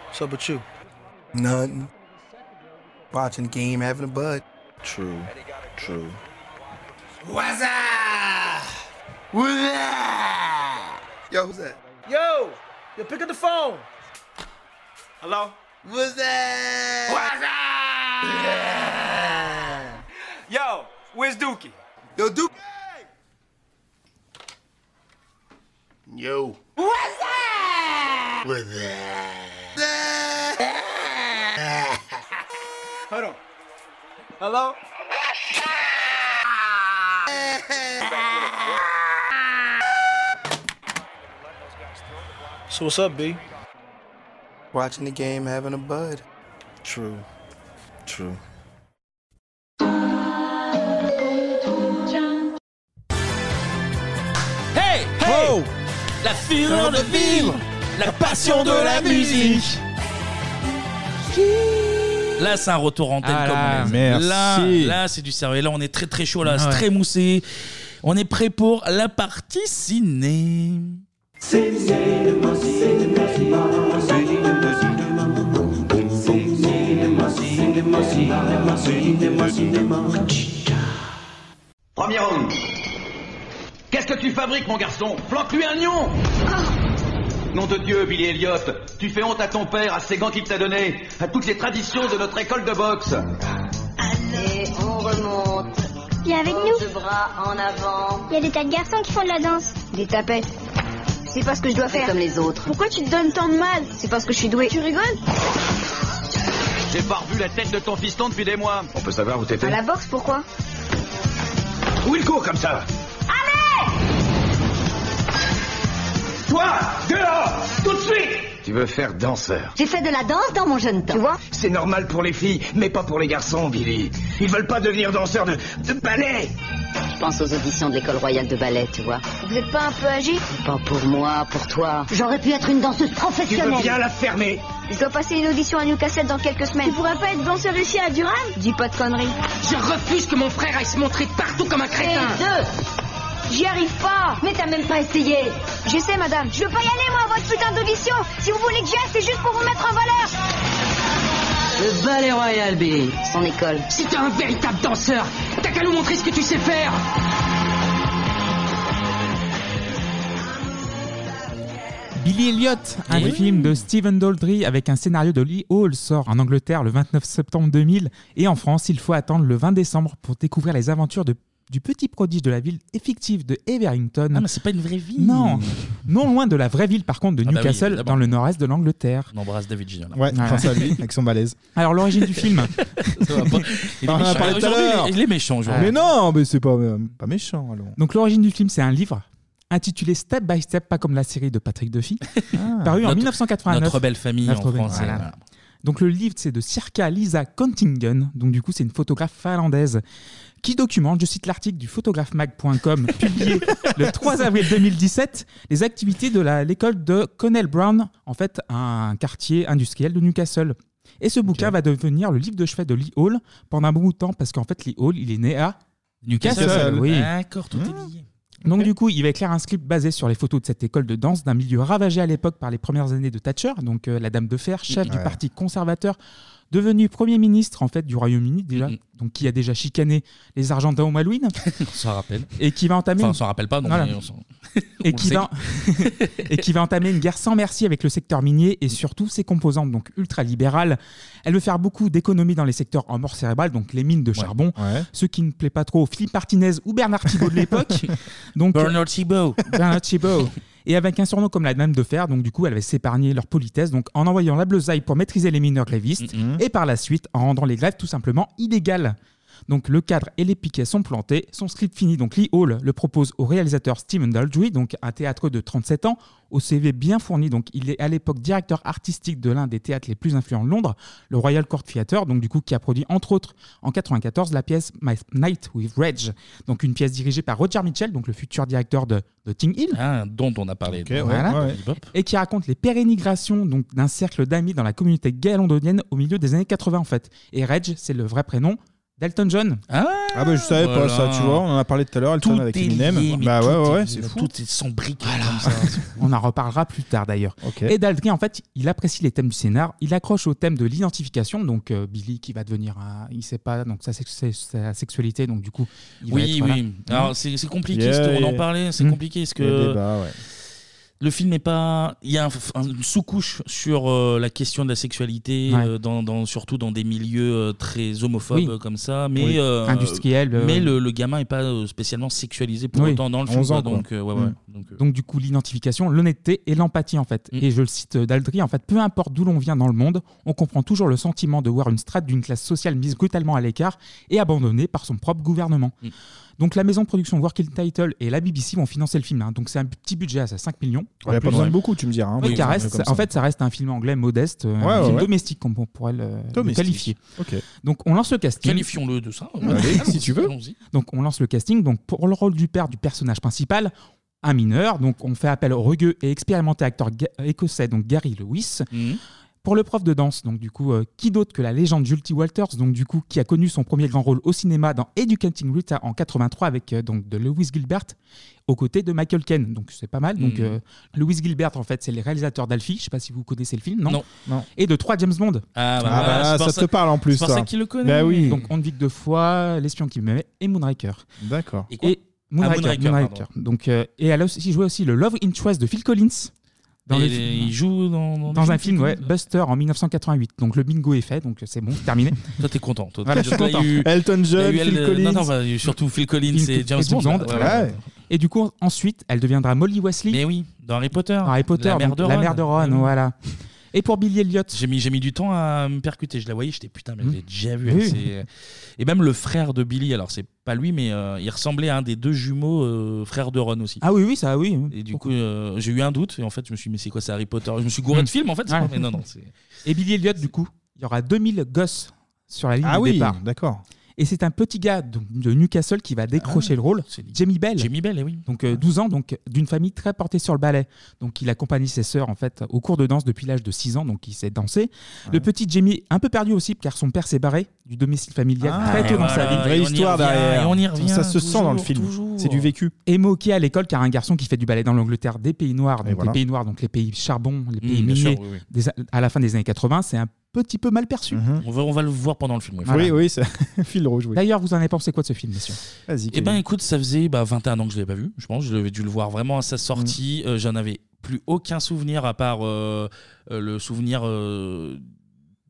Speaker 24: What's up with you?
Speaker 15: Nothing. Watching the game, having a bud.
Speaker 24: True. True.
Speaker 15: What's up? What's
Speaker 14: Ah.
Speaker 15: up? Yo, who's that?
Speaker 24: Yo! Yo, pick up the phone!
Speaker 15: Hello? What's that? What's up? Yo, where's Dookie? Yo, Dookie! Yo. What's up? What's up? Hold on. (laughs) Hello?
Speaker 24: So what's up, B?
Speaker 15: Watching the game, having a bud.
Speaker 24: True. True.
Speaker 1: Hey, hey La fureur de vivre, la passion de la musique. Là, c'est un retour en tête
Speaker 6: Ah
Speaker 1: comme
Speaker 6: là,
Speaker 1: on les aime.
Speaker 6: merci.
Speaker 1: Là, là, c'est du sérieux. Là, on est très très chaud là,
Speaker 7: Ah
Speaker 1: c'est
Speaker 6: Ouais.
Speaker 1: très moussé. On est prêt pour la partie ciné.
Speaker 5: Premier round. Qu'est-ce que tu fabriques, mon garçon Flanque-lui un lion Nom de Dieu, Billy Elliott, tu fais honte à ton père, à ses gants qu'il t'a donnés, à toutes les traditions de notre école de boxe.
Speaker 26: Et on remonte.
Speaker 10: Viens avec nous.
Speaker 26: Bras en avant.
Speaker 10: Il y a des tas de garçons qui font de la danse. Des tapettes. C'est pas ce que je dois faire.
Speaker 26: Comme les autres.
Speaker 10: Pourquoi tu te donnes tant de mal C'est parce que je suis douée. Tu rigoles
Speaker 5: J'ai pas revu la tête de ton fiston depuis des mois. On peut savoir où t'étais
Speaker 10: À la boxe, pourquoi
Speaker 5: Où il court comme ça
Speaker 10: Allez
Speaker 27: veux faire danseur.
Speaker 26: J'ai fait de la danse dans mon jeune temps. Tu vois
Speaker 27: C'est normal pour les filles, mais pas pour les garçons, Billy. Ils veulent pas devenir danseurs de, de ballet.
Speaker 26: Je pense aux auditions de l'école royale de ballet, tu vois.
Speaker 28: Vous êtes pas un peu âgé
Speaker 26: Pas pour moi, pour toi. J'aurais pu être une danseuse
Speaker 27: Tu
Speaker 26: professionnelle.
Speaker 27: veux bien la fermer
Speaker 28: Je dois passer une audition à Newcastle dans quelques semaines. Tu pourrais pas être danseur ici à Durham Dis pas de conneries.
Speaker 2: Je refuse que mon frère aille se montrer partout comme un crétin.
Speaker 28: Et deux J'y arrive pas Mais t'as même pas essayé J'essaie, madame. Je veux pas y aller, moi, à votre Oh, putain d'audition Si vous voulez que j'y aille, c'est juste pour vous mettre en valeur
Speaker 2: Le ballet royal, Billy.
Speaker 26: Son école.
Speaker 2: Si t'es un véritable danseur, t'as qu'à nous montrer ce que tu sais faire.
Speaker 7: Billy Elliot, un
Speaker 1: Oui.
Speaker 7: film de Stephen Daldry avec un scénario de Lee Hall sort en Angleterre le 29 septembre 2000 et en France il faut attendre le 20 décembre pour découvrir les aventures de- du petit prodige de la ville effective de Everington.
Speaker 1: Ah, mais c'est pas une vraie ville.
Speaker 7: Non, non loin de la vraie ville par contre de
Speaker 1: Ah bah oui,
Speaker 7: Newcastle
Speaker 1: évidemment.
Speaker 7: dans le nord-est de l'Angleterre.
Speaker 1: On embrasse David Ginola.
Speaker 7: Ouais, grâce à lui,
Speaker 6: avec son balèze.
Speaker 7: Alors l'origine du film.
Speaker 6: (laughs) On en a parlé tout à l'heure. Mais non, mais c'est pas, euh, pas méchant, alors.
Speaker 7: Donc l'origine du film, c'est un livre intitulé Step by Step, pas comme la série de Patrick Duffy,
Speaker 6: Ah.
Speaker 7: paru en
Speaker 1: Notre-
Speaker 7: 1989.
Speaker 1: Notre belle famille en
Speaker 7: belle-
Speaker 1: français, voilà.
Speaker 7: Donc le livre, c'est de Circa Lisa Contingen, donc du coup c'est une photographe finlandaise, qui documente, je cite l'article du photographemag.com, publié le 3 avril 2017, les activités de la- l'école de Connell Brown, en fait un quartier industriel de Newcastle. Et ce bouquin va devenir le livre de chevet de Lee Hall pendant un bon bout de temps, parce qu'en fait Lee Hall, il est né à Newcastle. oui.
Speaker 4: Ah,
Speaker 1: D'accord, tout est
Speaker 6: Mmh.
Speaker 1: lié.
Speaker 7: Donc du coup, il va écrire un script basé sur les photos de cette école de danse d'un milieu ravagé à l'époque par les premières années de Thatcher, donc euh, la dame de fer, chef du
Speaker 1: Ouais.
Speaker 7: parti conservateur, devenu premier ministre en fait du Royaume-Uni déjà, donc qui a déjà chicané les Argentins au Halloween
Speaker 1: (laughs) On s'en rappelle.
Speaker 7: et qui va entamer
Speaker 1: Enfin, on
Speaker 7: une-
Speaker 1: s'en rappelle pas, non,
Speaker 7: Voilà.
Speaker 1: mais on s'en- on
Speaker 7: et
Speaker 1: le
Speaker 7: qui
Speaker 1: sait.
Speaker 7: va (laughs) et qui va entamer une guerre sans merci avec le secteur minier et surtout ses composantes donc ultra libérales. Elle veut faire beaucoup d'économies dans les secteurs en mort cérébrale, donc les mines de charbon, ce qui ne plaît pas trop aux Philippe Martinez ou Bernard Thibault de
Speaker 1: (laughs)
Speaker 7: l'époque. donc
Speaker 1: Bernard Thibault.
Speaker 7: (laughs) Bernard Thibault. Et avec un surnom comme la dame de fer, donc du coup, elle va s'épargner leur politesse, donc en envoyant la bleusaille pour maîtriser les mineurs grévistes,
Speaker 1: Mm,
Speaker 7: et par la suite en rendant les grèves tout simplement illégales. Donc le cadre et les piquets sont plantés, son script fini, donc Lee Hall le propose au réalisateur Stephen Daldry, donc un théâtre de 37 ans, au CV bien fourni, donc il est à l'époque directeur artistique de l'un des théâtres les plus influents de Londres, le Royal Court Theatre, donc du coup qui a produit entre autres en 94 la pièce My Night with Rage, donc une pièce dirigée par Roger Mitchell, donc le futur directeur de, de Ting Hill,
Speaker 1: Ah, dont on a parlé. ouais, ouais, ouais.
Speaker 7: et qui raconte les pérénigrations donc d'un cercle d'amis dans la communauté gay londonienne au milieu des années 80 en fait. Et Reg, c'est le vrai prénom d'Elton John.
Speaker 1: Ah,
Speaker 6: Ah, bah, je savais pas
Speaker 7: voilà.
Speaker 6: ça, tu vois. On en a parlé tout à l'heure, le
Speaker 7: Tout
Speaker 6: train avec
Speaker 7: est
Speaker 6: Eminem.
Speaker 7: lié, mais
Speaker 6: bah,
Speaker 7: tout
Speaker 6: ouais, ouais,
Speaker 7: est
Speaker 6: ouais,
Speaker 7: lié,
Speaker 6: c'est
Speaker 7: tout
Speaker 6: fou.
Speaker 1: est sans briques comme ça.
Speaker 7: (laughs) On en reparlera plus tard d'ailleurs. Et Daldry, en fait, il apprécie les thèmes du scénar, il accroche au thème de l'identification, donc euh, Billy qui va devenir un. Il sait pas, donc sa, sex- sa sexualité, donc du coup. il va
Speaker 1: Oui,
Speaker 7: être,
Speaker 1: oui.
Speaker 7: voilà. Mmh.
Speaker 1: Alors, c'est c'est compliqué,
Speaker 7: Yeah,
Speaker 1: ce- on en
Speaker 7: yeah.
Speaker 1: parlait, c'est
Speaker 7: Mm.
Speaker 1: compliqué. Parce
Speaker 7: Il y a
Speaker 1: que
Speaker 7: débat, ouais.
Speaker 1: le film n'est pas. Il y a un f- un- une sous-couche sur euh, la question de la sexualité,
Speaker 7: Ouais.
Speaker 1: euh, dans, dans- surtout dans des milieux euh, très homophobes
Speaker 7: Oui.
Speaker 1: euh, comme ça, mais.
Speaker 7: Oui.
Speaker 1: euh,
Speaker 7: Industriel, euh.
Speaker 1: Mais le, le gamin n'est pas euh, spécialement sexualisé pour
Speaker 7: Oui.
Speaker 1: autant dans le film. quoi. donc, euh, Mm. ouais, ouais.
Speaker 7: Mm.
Speaker 1: Donc,
Speaker 7: Donc, du coup, l'identification, l'honnêteté et l'empathie, en fait. Et je le cite euh, d'Aldry, en fait, peu importe d'où l'on vient dans le monde, on comprend toujours le sentiment de voir une strate d'une classe sociale mise brutalement à l'écart et abandonnée par son propre gouvernement.
Speaker 1: Mm.
Speaker 7: Donc la maison de production Working Title et la BBC vont financer le film. hein. Donc c'est un petit budget, à 5 millions.
Speaker 6: Il n'y a pas besoin de beaucoup, tu me diras. hein,
Speaker 7: Oui,
Speaker 6: pour
Speaker 7: ça
Speaker 6: un film
Speaker 7: reste-
Speaker 6: comme
Speaker 7: en
Speaker 6: ça.
Speaker 7: fait, ça reste un film anglais modeste, euh,
Speaker 6: Ouais,
Speaker 7: un
Speaker 6: ouais,
Speaker 7: film
Speaker 6: ouais.
Speaker 7: domestique, comme on pourrait le, le
Speaker 6: Domestique.
Speaker 7: qualifier.
Speaker 6: Ok.
Speaker 7: Donc, on lance le casting.
Speaker 1: Qualifions-le de ça.
Speaker 7: Allez,
Speaker 1: Allons-y,
Speaker 7: si tu veux.
Speaker 1: allons-y.
Speaker 7: Donc, on lance le casting. Donc, pour le rôle du père du personnage principal, un mineur. Donc, on fait appel au rugueux et expérimenté acteur ga- écossais, donc Gary Lewis.
Speaker 1: Mhm.
Speaker 7: Pour le prof de danse, donc du coup, euh, qui d'autre que la légende Julie Walters, donc du coup, qui a connu son premier grand rôle au cinéma dans Educating Rita en 83 avec euh, donc de Lewis Gilbert, aux côtés de Michael Ken. Donc c'est pas mal. Donc
Speaker 1: Mhm.
Speaker 7: euh, Lewis Gilbert, en fait, c'est le réalisateur d'Alfie. Je sais pas si vous connaissez le film, non,
Speaker 1: Non.
Speaker 6: Non.
Speaker 7: Et de trois James Bond.
Speaker 1: Ah, bah, Ah, voilà, bah, c'est pour ça ça- te parle en plus, c'est pour ça ça. qu'il le connaît.
Speaker 7: Bah oui.
Speaker 1: Mm.
Speaker 7: Donc On ne vit que deux fois, L'espion qui m'aimait et Moonraker.
Speaker 6: D'accord.
Speaker 7: Et,
Speaker 1: quoi
Speaker 7: Moonraker.
Speaker 1: Ah, Moonraker,
Speaker 7: Moonraker. Donc euh, et elle a aussi joué aussi le Love Interest de Phil Collins.
Speaker 1: Et
Speaker 7: le
Speaker 1: il est-
Speaker 7: film.
Speaker 1: il joue dans- dans-
Speaker 7: un
Speaker 1: dans-
Speaker 7: film, ouais, Buster en 1988. Donc le bingo est fait, donc euh, c'est bon, c'est terminé.
Speaker 1: (laughs) Toi, t'es content. Toi,
Speaker 7: Voilà,
Speaker 1: t'as-
Speaker 7: je suis
Speaker 1: t'as
Speaker 7: content.
Speaker 1: eu- Elton t'as John, eu Phil El- Collins. non, non, bah, surtout Phil Collins et James Bond, là, ouais, ouais. Ouais.
Speaker 7: hein. Et du coup, ensuite, elle deviendra Molly Wesley.
Speaker 1: Mais oui, Eh dans Harry Potter.
Speaker 7: Harry Potter,
Speaker 1: La mère
Speaker 7: donc
Speaker 1: de
Speaker 7: la
Speaker 1: Ron. Eh
Speaker 7: mère de Ron, voilà. Et pour Billy Elliott
Speaker 1: J'ai mis, j'ai mis du temps à me percuter. Je la voyais, j'étais putain, mais je l'ai déjà vu.
Speaker 7: Oui.
Speaker 1: c'est- euh, Et même le frère de Billy, alors c'est pas lui, mais euh, il ressemblait à un des deux jumeaux euh, frères de Ron aussi.
Speaker 7: Ah oui, oui, ça, oui.
Speaker 1: Et du coup, euh, j'ai eu un doute, et en fait, je me suis dit, mais c'est quoi, c'est Harry Potter Je me suis gouré de film, en fait c'est
Speaker 7: Hmm. Mm. Ouais.
Speaker 1: pas- mais non, non, c'est-
Speaker 7: Et Billy Elliott, du coup, il y aura 2000 gosses sur la ligne
Speaker 1: Ah
Speaker 7: de
Speaker 1: oui,
Speaker 7: départ.
Speaker 6: d'accord. Ah,
Speaker 7: Et c'est un petit gars donc, de Newcastle qui va décrocher le rôle, Jamie Bell.
Speaker 1: Jamie
Speaker 6: eh
Speaker 1: Bell, oui.
Speaker 7: Donc euh, 12 ans, donc d'une famille très portée sur le ballet. Donc il accompagne ses sœurs en fait au cours de danse depuis l'âge de 6 ans, donc il sait danser. Le petit Jamie, un peu perdu aussi, car son père s'est barré du domicile familial
Speaker 6: Ah,
Speaker 7: très tôt dans sa
Speaker 6: voilà,
Speaker 7: vie.
Speaker 6: Une vraie et on y histoire revient, derrière. et on y revient Ça se sent dans le toujours, film. toujours. C'est du vécu.
Speaker 7: Et moqué à l'école car un garçon qui fait du ballet dans l'Angleterre des pays noirs, donc
Speaker 6: voilà.
Speaker 7: les pays noirs, donc les pays charbon,
Speaker 6: Mmh,
Speaker 7: les pays
Speaker 1: bien sûr,
Speaker 7: miniers,
Speaker 1: oui, oui.
Speaker 7: des- à la fin des années 80, c'est un petit peu mal perçu.
Speaker 1: On, va, on va le voir pendant le film. oui.
Speaker 7: Voilà.
Speaker 6: Mmh. Oui, oui, c'est (laughs) fil rouge. Oui.
Speaker 7: D'ailleurs, vous en avez pensé quoi de ce film, monsieur
Speaker 6: Vas-y.
Speaker 1: Eh ben écoute, ça faisait bah, 21 ans que je l'avais pas vu. Je pense que je devais dû le voir vraiment à sa sortie.
Speaker 7: Mm.
Speaker 1: Euh, J'en avais plus aucun souvenir à part euh, euh, le souvenir euh,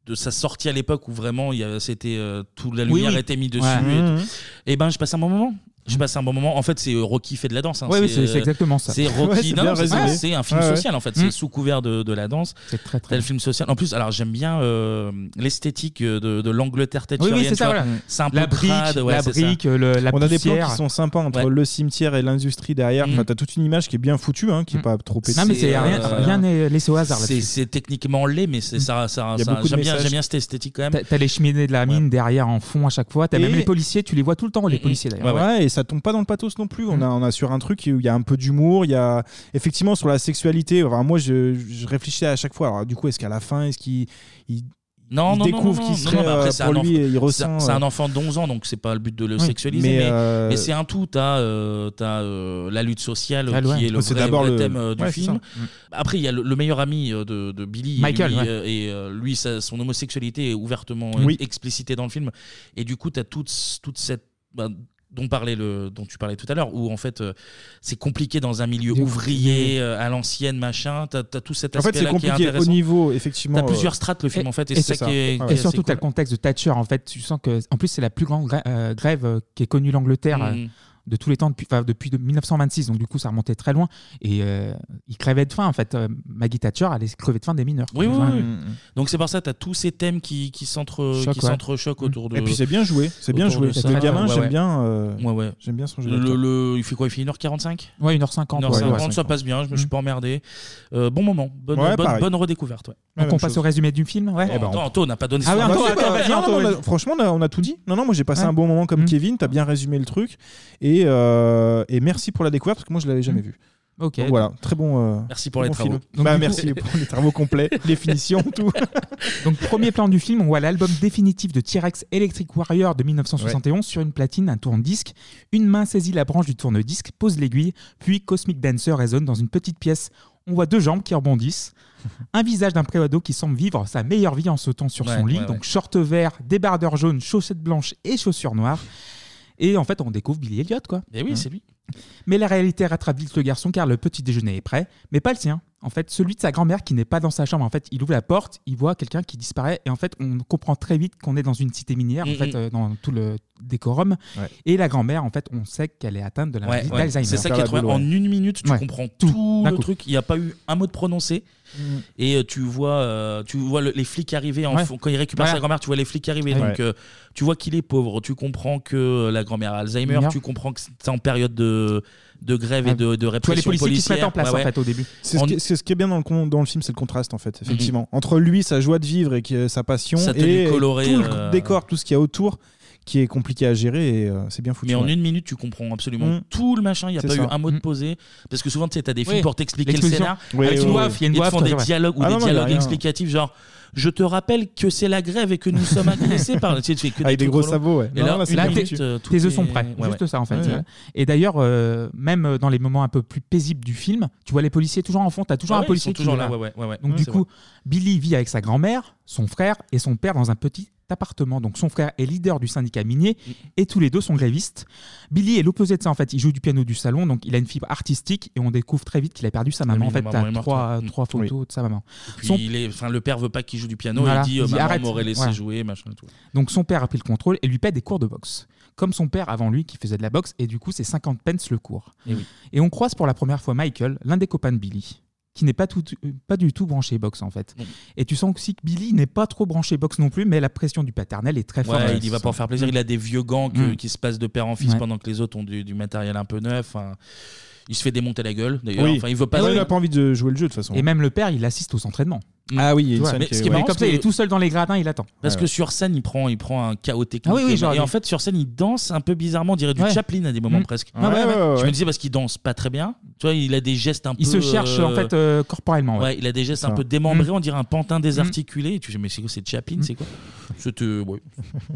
Speaker 1: de sa sortie à l'époque où vraiment il y avait- c'était euh, tout la
Speaker 7: Oui,
Speaker 1: lumière
Speaker 7: oui.
Speaker 1: était mise dessus.
Speaker 7: Ouais.
Speaker 1: Et,
Speaker 7: Mhm.
Speaker 1: tout. Eh ben je passe un bon moment. Je passe un bon moment. En fait, c'est euh, Rocky fait de la danse. hein.
Speaker 7: Mm. Ouais, oui, c'est- c'est exactement ça.
Speaker 1: C'est
Speaker 7: (laughs) Ouais,
Speaker 1: Rocky.
Speaker 7: c'est
Speaker 1: Non,
Speaker 7: bien
Speaker 1: c'est-
Speaker 7: résumé.
Speaker 1: c'est un film
Speaker 7: Ouais, ouais.
Speaker 1: social en fait.
Speaker 7: Mhm.
Speaker 1: C'est sous couvert de, de la danse.
Speaker 7: C'est très
Speaker 1: le film social. En plus, alors j'aime bien euh, l'esthétique euh, de, de l'Angleterre
Speaker 7: Oui,
Speaker 1: Thatcherienne.
Speaker 7: oui, c'est
Speaker 1: tu
Speaker 7: ça.
Speaker 1: vois.
Speaker 7: Voilà.
Speaker 1: C'est un peu
Speaker 7: la brique,
Speaker 1: crade, ouais,
Speaker 7: la
Speaker 1: c'est ça.
Speaker 7: brique, euh, le- la
Speaker 6: on a des plans
Speaker 7: poussière.
Speaker 6: qui sont sympas entre
Speaker 1: Ouais.
Speaker 6: le cimetière et l'industrie derrière. Enfin, t'as toute une image qui est bien foutue, hein, qui est pas trop pétée.
Speaker 7: Non, mais c'est rien,
Speaker 1: euh,
Speaker 7: rien n'est laissé au hasard.
Speaker 1: C'est,
Speaker 7: là-dessus.
Speaker 1: c'est techniquement laid, mais c'est ça, ça,
Speaker 7: Il y a
Speaker 1: ça-
Speaker 7: beaucoup de
Speaker 1: j'aime, bien,
Speaker 7: messages.
Speaker 1: j'aime bien cette esthétique quand même.
Speaker 7: T'as t'as les cheminées de la mine derrière en fond à chaque fois. T'as
Speaker 6: Euh, Et-
Speaker 7: même les policiers, tu les vois tout le temps, les policiers
Speaker 6: Ouais,
Speaker 7: d'ailleurs.
Speaker 6: ouais, et ça tombe pas dans le pathos non plus. On, a, on a sur un truc où il y a un peu d'humour, il y a effectivement sur la sexualité. Enfin, moi, je, je réfléchissais à chaque fois. Alors, du coup, est-ce qu'à la fin, est-ce qu'il il- il découvre qu'il serait
Speaker 1: mais après,
Speaker 6: euh,
Speaker 1: c'est
Speaker 6: pour
Speaker 1: un
Speaker 6: lui,
Speaker 1: enfant-
Speaker 6: et il ressent.
Speaker 1: C'est, c'est un
Speaker 6: euh,
Speaker 1: enfant d'11 ans, donc c'est pas le but de le
Speaker 6: Oui,
Speaker 1: sexualiser,
Speaker 6: mais,
Speaker 1: mais,
Speaker 6: euh,
Speaker 1: mais c'est un tout. T'as, euh, t'as euh, la lutte sociale
Speaker 6: Ah, ouais.
Speaker 1: qui est le
Speaker 6: C'est
Speaker 1: vrai,
Speaker 6: d'abord
Speaker 1: vrai
Speaker 6: le-
Speaker 1: thème euh, du
Speaker 6: Ouais, c'est
Speaker 1: film.
Speaker 6: ça. Mm.
Speaker 1: Après, il y a le, le meilleur ami euh, de, de Billy,
Speaker 7: Michael,
Speaker 1: lui,
Speaker 7: ouais.
Speaker 1: euh, et euh, lui, sa- son homosexualité est ouvertement euh,
Speaker 7: Oui.
Speaker 1: explicitée dans le film. Et du coup, t'as toute, toute cette. bah, dont, parlait le, dont tu parlais tout à l'heure, où en fait euh, c'est compliqué dans un milieu
Speaker 6: Des
Speaker 1: ouvrier, euh, à l'ancienne, machin, t'as as tout cet
Speaker 6: En fait,
Speaker 1: aspect-là
Speaker 6: c'est
Speaker 1: qui est
Speaker 6: compliqué au
Speaker 1: intéressant.
Speaker 6: niveau, effectivement.
Speaker 1: T'as plusieurs
Speaker 6: euh,
Speaker 1: strates le film en fait, et, c'est ça, qui est.
Speaker 7: Et,
Speaker 1: qui est
Speaker 7: surtout,
Speaker 1: assez
Speaker 7: t'as le
Speaker 1: cool.
Speaker 7: contexte de Thatcher. En fait, tu sens que, en plus, c'est la plus grande gra- euh, grève euh, qui est connue l'Angleterre euh,
Speaker 1: Mhm.
Speaker 7: de tous les temps depuis, enfin, depuis de- 1926. Donc, du coup, ça remontait très loin. Et euh, il crevait de faim, en fait. Euh, Maggie Thatcher, elle est crevée de faim des mineurs.
Speaker 1: Oui, oui,
Speaker 7: Enfin,
Speaker 6: Mm,
Speaker 1: oui. Donc c'est pour ça, t'as tous ces thèmes qui, qui s'entre-
Speaker 7: Choc,
Speaker 1: qui
Speaker 7: ouais.
Speaker 1: s'entrechoquent autour de.
Speaker 6: Mm. Et puis c'est bien joué, c'est bien
Speaker 1: autour
Speaker 6: joué.
Speaker 1: de ça.
Speaker 6: Le gamin,
Speaker 1: Ouais,
Speaker 6: j'aime
Speaker 1: ouais.
Speaker 6: bien. euh,
Speaker 1: Ouais, ouais.
Speaker 6: J'aime bien son jeu.
Speaker 1: Le-
Speaker 6: d'acteur.
Speaker 1: le- il fait quoi Il fait 1h45
Speaker 7: Ouais, 1h50,
Speaker 1: 1h50,
Speaker 7: ouais, ouais.
Speaker 1: ça passe bien, je
Speaker 6: Mm.
Speaker 1: me suis pas emmerdé. Euh, bon moment, bonne,
Speaker 7: Ouais,
Speaker 1: bonne,
Speaker 7: pareil.
Speaker 1: bonne redécouverte. Ouais.
Speaker 7: Donc, on passe au résumé du film. Ouais.
Speaker 1: Eh ben, Anto- Anto n'a pas donné
Speaker 7: Ah
Speaker 1: son
Speaker 7: ouais,
Speaker 1: avis.
Speaker 7: Anto,
Speaker 1: Vas-y, Mhm.
Speaker 7: attends,
Speaker 1: bah,
Speaker 7: vas-y,
Speaker 6: Non,
Speaker 7: Anto,
Speaker 6: non,
Speaker 7: vas-y.
Speaker 6: on a- franchement, on a, on a tout dit. Non, non, moi j'ai passé
Speaker 7: Ouais.
Speaker 6: un bon moment comme Kevin. T'as bien résumé le truc. Et, euh, et merci pour la découverte parce que moi je l'avais jamais vu.
Speaker 7: Ok.
Speaker 6: Donc voilà, très bon. euh,
Speaker 1: Mhm. Merci pour les
Speaker 6: bon film.
Speaker 1: travaux.
Speaker 7: Donc,
Speaker 6: Bah,
Speaker 7: du coup-
Speaker 6: merci pour les travaux complets, les finitions, tout.
Speaker 7: (laughs) Donc premier plan du film, on voit l'album définitif de T-Rex Electric Warrior de 1971 sur une platine, un tourne-disque. Une main saisit la branche du tourne-disque, pose l'aiguille, puis Cosmic Dancer résonne dans une petite pièce. On voit deux jambes qui rebondissent, un visage d'un préado qui semble vivre sa meilleure vie en sautant sur
Speaker 1: Ouais,
Speaker 7: son lit,
Speaker 1: ouais, ouais.
Speaker 7: donc short vert, débardeur jaune, chaussettes blanches et chaussures noires. Et en fait, on découvre Billy Elliot, quoi. Hein
Speaker 1: Eh oui, c'est lui.
Speaker 7: Mais la réalité rattrape vite le garçon car le petit déjeuner est prêt, mais pas le sien. En fait, celui de sa grand-mère qui n'est pas dans sa chambre. En fait, il ouvre la porte, il voit quelqu'un qui disparaît et en fait, on comprend très vite qu'on est dans une cité minière, en
Speaker 1: Mhm.
Speaker 7: fait, euh, dans tout le décorum.
Speaker 1: Ouais.
Speaker 7: Et la grand-mère, en fait, on sait qu'elle est atteinte de la
Speaker 1: Ouais,
Speaker 7: maladie
Speaker 1: ouais.
Speaker 7: d'Alzheimer.
Speaker 1: C'est ça qui est trop bien. En une minute, tu
Speaker 7: Ouais.
Speaker 1: comprends
Speaker 7: Tout,
Speaker 1: tout,
Speaker 7: d'un
Speaker 1: le
Speaker 7: coup.
Speaker 1: truc. Il n'y a pas eu un mot de prononcé.
Speaker 6: Mm.
Speaker 1: Et euh, tu vois, euh, tu vois le- les flics arriver en
Speaker 7: Ouais.
Speaker 1: fond. quand ils récupèrent
Speaker 7: Voilà.
Speaker 1: sa grand-mère. Tu vois les flics arriver.
Speaker 7: Ouais.
Speaker 1: Donc euh, tu vois qu'il est pauvre. Tu comprends que euh, la grand-mère a Alzheimer.
Speaker 7: Merde.
Speaker 1: Tu comprends que c'est en période de, de grève
Speaker 7: Ouais.
Speaker 1: et de, de
Speaker 7: Tu vois les
Speaker 1: répression
Speaker 7: policiers qui se
Speaker 1: policière.
Speaker 7: mettent en place,
Speaker 1: Ouais,
Speaker 7: en
Speaker 1: ouais.
Speaker 7: fait, au début.
Speaker 6: C'est ce,
Speaker 1: On-
Speaker 6: qui- c'est ce qui est bien dans le, con- dans le film, c'est le contraste en fait, effectivement. Entre lui, sa joie de vivre et qui- euh, sa passion,
Speaker 1: Mhm. Sa tenue
Speaker 6: et
Speaker 1: colorée,
Speaker 6: tout le
Speaker 1: euh,
Speaker 6: décor, tout ce qu'il y a autour, qui est compliqué à gérer et euh, c'est bien foutu.
Speaker 1: Mais en
Speaker 6: ouais.
Speaker 1: une minute, tu comprends absolument
Speaker 6: Mm.
Speaker 1: tout le machin. Il n'y a
Speaker 6: C'est
Speaker 1: pas
Speaker 6: ça.
Speaker 1: eu un mot de posé. Parce que souvent, tu sais, t'as des films
Speaker 7: Oui.
Speaker 1: pour t'expliquer le
Speaker 7: L'exposition.
Speaker 1: scénar.
Speaker 7: Oui,
Speaker 1: avec
Speaker 7: oui,
Speaker 1: une
Speaker 7: oui.
Speaker 1: waf, il y a une
Speaker 7: Ils te
Speaker 1: waf,
Speaker 7: font
Speaker 1: t'as
Speaker 7: des
Speaker 1: raison.
Speaker 7: dialogues ou
Speaker 1: Ah
Speaker 7: des
Speaker 1: non, non, il y a
Speaker 7: dialogues
Speaker 1: rien.
Speaker 7: explicatifs,
Speaker 1: genre. Je te rappelle que c'est la grève et que nous sommes agressés par. Tu sais, tu fais que
Speaker 7: Ah,
Speaker 6: Avec des
Speaker 1: trucs
Speaker 6: gros
Speaker 1: trop longs.
Speaker 6: sabots, ouais.
Speaker 1: Et
Speaker 6: Non,
Speaker 1: là,
Speaker 6: là, c'est
Speaker 1: une
Speaker 6: bien
Speaker 1: minute,
Speaker 6: foutu.
Speaker 1: euh, tout
Speaker 7: tes œufs
Speaker 1: est-
Speaker 7: sont prêts,
Speaker 1: Ouais,
Speaker 7: juste
Speaker 1: ouais.
Speaker 7: ça en fait.
Speaker 1: Ouais, ouais.
Speaker 7: Et d'ailleurs, euh, même dans les moments un peu plus paisibles du film, tu vois les policiers toujours en fond, t'as toujours
Speaker 1: Ah
Speaker 7: un
Speaker 1: ouais, ils
Speaker 7: policier
Speaker 1: sont
Speaker 7: qui
Speaker 1: toujours
Speaker 7: est
Speaker 1: là, ouais, ouais, ouais, ouais.
Speaker 7: Donc
Speaker 1: Ouais,
Speaker 7: du
Speaker 1: c'est
Speaker 7: coup, Billy vit avec sa grand-mère, son frère et son père dans un petit appartement. Donc son frère est leader du syndicat minier
Speaker 1: Mm.
Speaker 7: et tous les deux sont grévistes. Billy est l'opposé de ça en fait, il joue du piano du salon, donc il a une fibre artistique et on découvre très vite qu'il a perdu sa maman.
Speaker 1: Ah oui,
Speaker 7: En fait,
Speaker 1: la maman
Speaker 7: t'as
Speaker 1: est morte,
Speaker 7: trois,
Speaker 1: ouais.
Speaker 7: trois
Speaker 1: Mm.
Speaker 7: photos de sa maman.
Speaker 1: Puis
Speaker 7: Son-
Speaker 1: il est, enfin, le père veut pas qu'il joue du piano.
Speaker 7: Voilà,
Speaker 1: il dit,
Speaker 7: il
Speaker 1: euh,
Speaker 7: dit,
Speaker 1: maman
Speaker 7: arrête.
Speaker 1: m'aurait laissé
Speaker 7: Voilà.
Speaker 1: jouer, machin et tout.
Speaker 7: Donc son père a pris le contrôle et lui paie des cours de boxe. Comme son père avant lui qui faisait de la boxe et du coup c'est 50 pence le cours.
Speaker 1: Eh oui.
Speaker 7: on croise pour la première fois Michael, l'un des copains de Billy. qui n'est pas, tout- pas du tout branchée boxe en fait. Et tu sens aussi que Billy n'est pas trop branché boxe non plus, mais la pression du paternel est très forte.
Speaker 1: Ouais, il y va pour faire plaisir. Il a des vieux gants que-
Speaker 7: Mm.
Speaker 1: qui se passent de père en fils
Speaker 7: Ouais.
Speaker 1: pendant que les autres ont du, du matériel un peu neuf. Enfin, il se fait démonter la gueule. D'ailleurs,
Speaker 7: Oui.
Speaker 1: enfin, Ah il veut pas.
Speaker 7: Ouais, il a
Speaker 6: pas envie de jouer le jeu de toute façon.
Speaker 7: Et même le père, il assiste aux entraînements.
Speaker 6: Ah oui,
Speaker 1: il y a une
Speaker 7: Tu vois,
Speaker 1: scène
Speaker 7: mais
Speaker 1: Mm. qui est-
Speaker 7: ce qui est
Speaker 1: ouais.
Speaker 7: marrant,
Speaker 1: Parce
Speaker 7: comme ça, il
Speaker 1: que-
Speaker 7: est tout seul dans les gradins, il attend.
Speaker 1: Parce
Speaker 7: Ouais,
Speaker 1: que
Speaker 7: ouais.
Speaker 1: sur scène, il prend, il prend un chaos technique.
Speaker 7: Ah oui, oui,
Speaker 1: Et-
Speaker 7: j'aurais
Speaker 1: et en
Speaker 7: dit.
Speaker 1: fait, sur scène, il danse un peu bizarrement. On dirait du
Speaker 7: Ouais.
Speaker 1: Chaplin à des moments
Speaker 7: Mm.
Speaker 1: presque.
Speaker 7: Ah ouais, ouais, ouais,
Speaker 1: Je me
Speaker 7: ouais.
Speaker 1: disais parce qu'il danse pas très bien. Tu vois, il a des gestes un
Speaker 7: Il
Speaker 1: peu.
Speaker 7: se cherche
Speaker 1: euh,
Speaker 7: en fait euh, corporellement. Ouais.
Speaker 1: Ouais, il a des gestes
Speaker 7: Ça.
Speaker 1: un peu démembrés.
Speaker 7: Mm.
Speaker 1: On dirait un pantin désarticulé. Et Tu dis, mais c'est quoi C'est Chaplin C'est quoi C'était. ouais.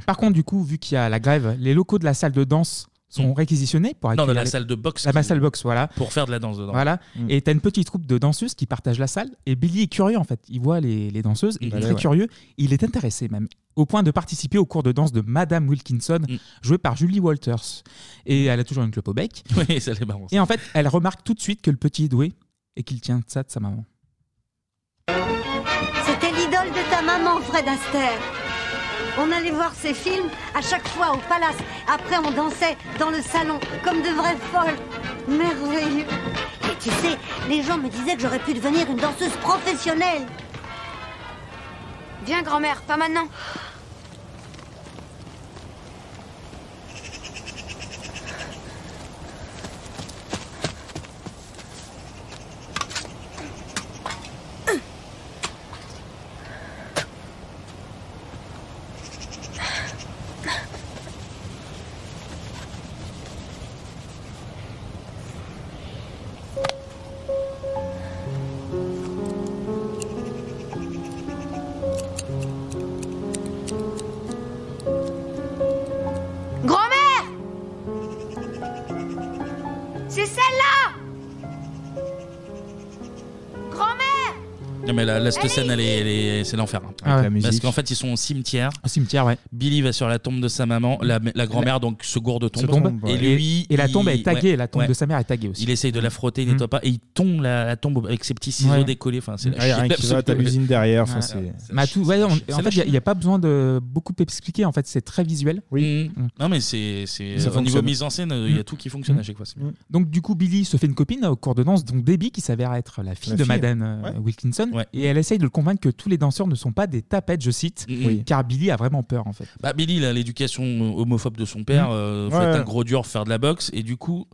Speaker 7: Par contre, du coup, vu qu'il y a la grève, les locaux de la salle de danse sont réquisitionnés pour
Speaker 1: Mm. Non,
Speaker 7: accueillir
Speaker 1: de la
Speaker 7: les-
Speaker 1: salle de boxe.
Speaker 7: La
Speaker 1: qui-
Speaker 7: salle boxe, voilà.
Speaker 1: Pour faire de la danse dedans.
Speaker 7: Voilà. Et t'as une petite troupe de danseuses qui partagent la salle. Et Billy est curieux en fait. Il voit les, les danseuses. Il est
Speaker 1: Bah,
Speaker 7: très
Speaker 1: ouais.
Speaker 7: curieux. Il est intéressé même. Au point de participer au cours de danse de Madame Wilkinson,
Speaker 1: Mm.
Speaker 7: jouée par Julie Walters. Et elle a toujours une clope au bec.
Speaker 1: (laughs) Oui, ça, c'est marrant.
Speaker 7: Et en fait, elle remarque tout de suite que le petit est doué et qu'il tient ça de sa maman.
Speaker 26: C'était l'idole de ta maman, Fred Astaire. On allait voir ses films à chaque fois au palace. Après, on dansait dans le salon comme de vraies folles. Merveilleux. Et tu sais, les gens me disaient que j'aurais pu devenir une danseuse professionnelle.
Speaker 28: Viens, grand-mère, pas maintenant.
Speaker 26: Grand-mère C'est celle-là Grand-mère
Speaker 1: Non, mais la, la- cette scène, elle est, elle est- c'est l'enfer. hein.
Speaker 7: Ah ouais. la
Speaker 1: Parce
Speaker 7: musique.
Speaker 1: qu'en fait, ils sont au cimetière.
Speaker 7: Au cimetière, ouais.
Speaker 1: Billy va sur la tombe de sa maman, la, la grand-mère,
Speaker 7: La-
Speaker 1: donc se gourde tombe.
Speaker 7: Se tombe.
Speaker 1: Et lui.
Speaker 7: Et la tombe
Speaker 1: il-
Speaker 7: est taguée.
Speaker 1: ouais,
Speaker 7: La tombe
Speaker 1: ouais.
Speaker 7: de sa mère est taguée aussi. Mm.
Speaker 1: Il essaye de la frotter, il nettoie pas, et il tombe la, la tombe avec ses petits ciseaux
Speaker 7: Ouais.
Speaker 1: décollés. Enfin, c'est la
Speaker 7: Ouais,
Speaker 1: chienne
Speaker 7: rien qui va,
Speaker 1: absolue.
Speaker 7: t'as l'usine derrière,
Speaker 6: enfin,
Speaker 1: Ouais.
Speaker 6: c'est-
Speaker 7: Mais à tout- ouais, on-
Speaker 1: c'est
Speaker 7: en
Speaker 1: la
Speaker 7: fait, il n'y a, pas besoin de beaucoup expliquer. En fait, c'est très visuel.
Speaker 1: Oui. Mm. Non, mais c'est, c'est
Speaker 7: Ça
Speaker 1: au niveau
Speaker 7: fonctionne. Mm.
Speaker 1: mise en scène, il y a tout qui fonctionne à chaque fois. c'est bien.
Speaker 7: Donc du coup, Billy se fait une copine au cours de danse, donc Debbie, qui s'avère être la fille
Speaker 1: La
Speaker 7: de
Speaker 1: fille,
Speaker 7: Madame euh,
Speaker 1: ouais.
Speaker 7: Wilkinson, et elle essaye de le convaincre que tous les danseurs ne sont pas des tapettes, je cite,
Speaker 1: Mm. Oui.
Speaker 7: car Billy a vraiment peur en fait.
Speaker 1: Bah, Billy, il a l'éducation homophobe de son père.
Speaker 7: Mm.
Speaker 1: euh, faut
Speaker 7: Ouais.
Speaker 1: être un gros dur pour faire de la boxe. Et du coup,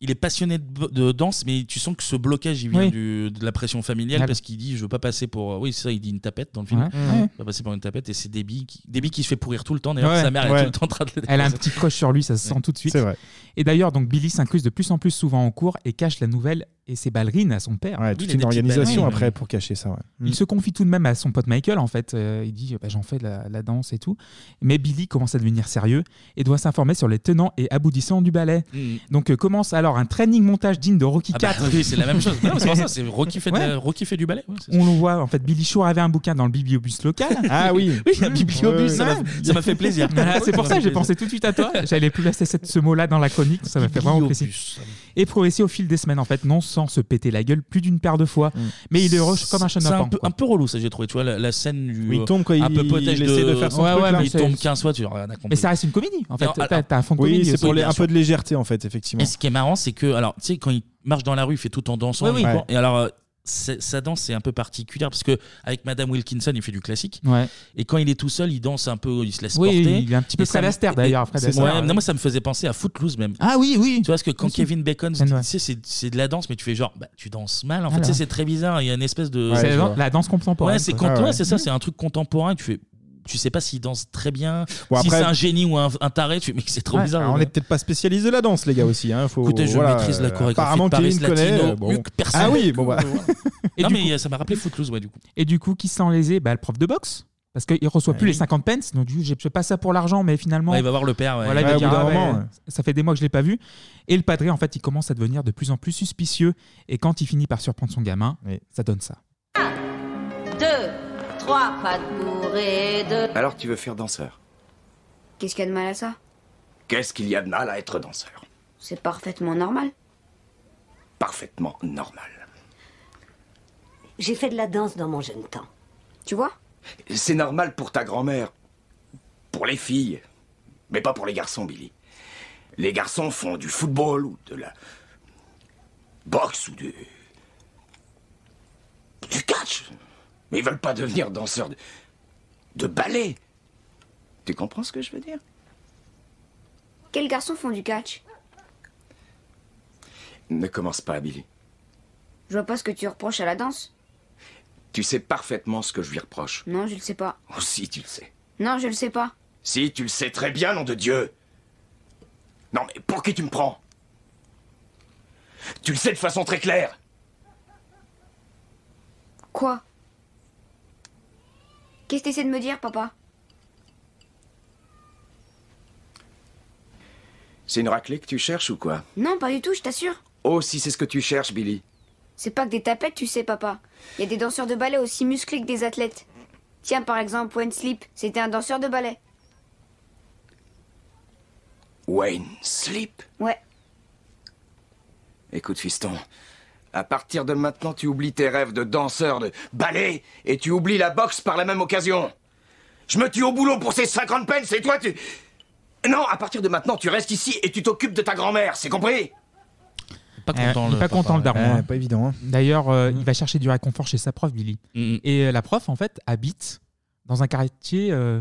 Speaker 1: il est passionné de, bo- de danse, mais tu sens que ce blocage, il vient
Speaker 7: Oui.
Speaker 1: du- de la pression familiale
Speaker 7: Ouais.
Speaker 1: parce qu'il dit Je veux pas passer pour. euh, Oui, c'est ça, il dit une tapette dans le film.
Speaker 7: Ouais.
Speaker 1: Je veux
Speaker 7: Ouais.
Speaker 1: pas passer pour une tapette. Et c'est Debbie qui, Debbie qui se fait pourrir tout le temps. D'ailleurs,
Speaker 7: Ouais.
Speaker 1: sa mère elle est
Speaker 7: Ouais.
Speaker 1: tout le temps en train de le
Speaker 7: Elle a un
Speaker 1: défoncer.
Speaker 7: petit coche sur lui, ça se sent tout de suite.
Speaker 1: C'est vrai.
Speaker 7: Et d'ailleurs, donc Billy s'incruse de plus en plus souvent en cours et cache la nouvelle et ses ballerines à son père.
Speaker 6: Ouais, toute une organisation après pour cacher ça. ouais. Mm.
Speaker 7: Il se confie tout de même à son pote Michael, en fait. Euh, il dit bah, J'en fais de la, la danse et tout. Mais Billy commence à devenir sérieux et doit s'informer sur les tenants et aboutissants du ballet.
Speaker 1: Mhm.
Speaker 7: Donc euh, commence alors un training montage digne de Rocky
Speaker 1: Ah bah
Speaker 7: IV.
Speaker 1: oui, c'est la même chose. Non, c'est pour ça, c'est Rocky fait, de la- Rocky fait du ballet. ouais, c'est ça.
Speaker 7: On le voit, en fait, Billy Shaw avait un bouquin dans le bibliobus local.
Speaker 1: Ah
Speaker 7: (laughs)
Speaker 1: oui. Oui, un bibliobus,
Speaker 7: Ouais,
Speaker 1: ça
Speaker 7: ouais.
Speaker 1: m'a- ça m'a fait
Speaker 7: (laughs)
Speaker 1: plaisir.
Speaker 7: Voilà, Ah, c'est pour
Speaker 1: Ça
Speaker 7: ça
Speaker 1: m'a
Speaker 7: que j'ai
Speaker 1: fait plaisir.
Speaker 7: pensé tout de suite à
Speaker 1: (laughs)
Speaker 7: toi. J'allais plus laisser cette- ce mot-là dans la chronique, ça m'a fait vraiment plaisir. Et progresser au fil des semaines, en fait, non sans se péter la gueule plus d'une paire de fois. Mais il est rush comme un
Speaker 1: Mm. C'est un
Speaker 7: chenapan.
Speaker 1: peu, un peu relou, ça, j'ai trouvé. Tu vois, la, la scène du.
Speaker 7: Oui, il tombe quand
Speaker 1: un
Speaker 7: il-
Speaker 1: peu potage
Speaker 7: il essaie de faire son
Speaker 1: ouais,
Speaker 7: truc,
Speaker 1: ouais,
Speaker 7: là.
Speaker 1: mais il
Speaker 7: C'est-
Speaker 1: tombe 15 fois, tu vois, rien à
Speaker 7: Mais
Speaker 1: comprendre.
Speaker 7: ça reste une comédie, en fait.
Speaker 1: Alors,
Speaker 7: T'as- T'as un fond de
Speaker 6: Oui,
Speaker 7: comédie.
Speaker 6: c'est
Speaker 7: aussi.
Speaker 6: pour les- un peu de légèreté en fait, effectivement.
Speaker 1: Et ce qui est marrant, c'est euh, que, alors, tu sais, quand il marche dans la rue, il fait tout en dansant.
Speaker 6: Ouais, oui.
Speaker 1: il court.
Speaker 6: Ouais.
Speaker 1: Et alors, euh, c'est- sa danse est un peu particulière parce que avec Madame Wilkinson, il fait du classique.
Speaker 7: Ouais.
Speaker 1: Et quand il est tout seul, il danse un peu, il se laisse
Speaker 7: Oui,
Speaker 1: porter.
Speaker 7: il est un petit peu
Speaker 1: Et ça
Speaker 7: Fred
Speaker 1: me-
Speaker 7: Astaire,
Speaker 1: et-
Speaker 7: d'ailleurs,
Speaker 1: et-
Speaker 7: Fred
Speaker 1: c'est-
Speaker 7: Astaire,
Speaker 1: ouais,
Speaker 7: ouais.
Speaker 1: non, moi, ça me faisait penser à Footloose même.
Speaker 7: Ah oui, oui.
Speaker 1: Tu vois, parce que quand
Speaker 7: Oui, si.
Speaker 1: Kevin Bacon,
Speaker 7: Ouais. Ah
Speaker 1: tu sais, c'est- c'est de la danse, mais tu fais genre, bah, tu danses mal. En fait,
Speaker 7: Alors.
Speaker 1: tu sais, c'est très bizarre. Il y a une espèce de.
Speaker 7: C'est la, dan- la danse contemporaine.
Speaker 1: Ouais, c'est
Speaker 7: quoi.
Speaker 1: quand
Speaker 6: Ah
Speaker 1: ouais, c'est ça, c'est un truc contemporain. Tu fais, tu sais pas s'il danse très bien,
Speaker 6: Bon,
Speaker 1: si
Speaker 6: après-
Speaker 1: c'est un génie ou un, un taré. Tu mais c'est trop
Speaker 6: Ouais,
Speaker 1: bizarre.
Speaker 6: alors, on
Speaker 1: ouais.
Speaker 6: n'est peut-être pas spécialiste de la danse, les gars aussi. hein, faut-
Speaker 1: Écoutez, je
Speaker 6: voilà,
Speaker 1: maîtrise la
Speaker 6: euh,
Speaker 7: Bah,
Speaker 1: chorégraphie
Speaker 6: Apparemment,
Speaker 1: de Paris
Speaker 6: Kevin connaît.
Speaker 1: Latino,
Speaker 6: euh, bon.
Speaker 1: mieux que personne.
Speaker 6: Ah oui, bon bah.
Speaker 7: (laughs)
Speaker 1: non
Speaker 7: du
Speaker 1: mais ça m'a rappelé Footloose, ouais du coup.
Speaker 7: Et du coup, qui se sent lésé bah, Le prof de boxe. Parce qu'il reçoit plus les 50 pence. Donc, du coup, j'ai j'ai pas ça pour l'argent, mais finalement.
Speaker 1: Ouais, il va voir le père, ouais.
Speaker 7: Voilà, il
Speaker 1: Ouais,
Speaker 7: va
Speaker 1: au
Speaker 7: dire,
Speaker 1: bout d'un
Speaker 7: ah, ouais,
Speaker 1: moment, ouais.
Speaker 7: Ça fait des mois que je l'ai pas vu. Et le padré, en fait, il commence à devenir de plus en plus suspicieux. Et quand il finit par surprendre son gamin, ça donne ça.
Speaker 26: Deux, trois, pas de bourré, deux.
Speaker 5: Alors tu veux faire danseur
Speaker 26: Qu'est-ce qu'il y a de mal à ça
Speaker 5: Qu'est-ce qu'il y a de mal à être danseur
Speaker 26: C'est parfaitement normal.
Speaker 5: Parfaitement normal.
Speaker 26: J'ai fait de la danse dans mon jeune temps. Tu vois
Speaker 5: C'est normal pour ta grand-mère. Pour les filles. Mais pas pour les garçons, Billy. Les garçons font du football ou de la boxe ou de... catch. Mais ils veulent pas devenir danseurs de, de ballet. Tu comprends ce que je veux dire
Speaker 8: Quels garçons font du catch
Speaker 5: Ne commence pas, Billy.
Speaker 8: Je vois pas ce que tu reproches à la danse.
Speaker 5: Tu sais parfaitement ce que je lui reproche.
Speaker 8: Non, je le sais pas.
Speaker 5: Oh, si, tu le sais.
Speaker 8: Non, je le sais pas.
Speaker 5: Si, tu le sais très bien, nom de Dieu. Non, mais pour qui tu me prends Tu le sais de façon très claire.
Speaker 8: Quoi Qu'est-ce que t'essaies de me dire, papa
Speaker 5: C'est une raclée que tu cherches ou quoi
Speaker 8: Non, pas du tout, je t'assure.
Speaker 5: Oh, si c'est ce que tu cherches, Billy.
Speaker 8: C'est pas que des tapettes, tu sais, papa. Il y a des danseurs de ballet aussi musclés que des athlètes. Tiens, par exemple, Wayne Sleep, c'était un danseur de ballet.
Speaker 5: Wayne Sleep
Speaker 8: Ouais.
Speaker 5: Écoute, fiston, à partir de maintenant, tu oublies tes rêves de danseur, de ballet, et tu oublies la boxe par la même occasion. Je me tue au boulot pour ces 50 peines, c'est toi, tu... Non, à partir de maintenant, tu restes ici et tu t'occupes de ta grand-mère, c'est compris
Speaker 1: Pas
Speaker 7: Euh,
Speaker 1: content,
Speaker 7: il est
Speaker 1: le
Speaker 7: pas
Speaker 1: papa,
Speaker 7: content le
Speaker 1: ouais.
Speaker 7: daron.
Speaker 1: Ouais,
Speaker 7: hein.
Speaker 1: pas évident, hein.
Speaker 7: D'ailleurs, euh, il va chercher du réconfort chez sa prof, Billy.
Speaker 1: Mm,
Speaker 7: Et euh, la prof, en fait, habite dans un quartier. euh,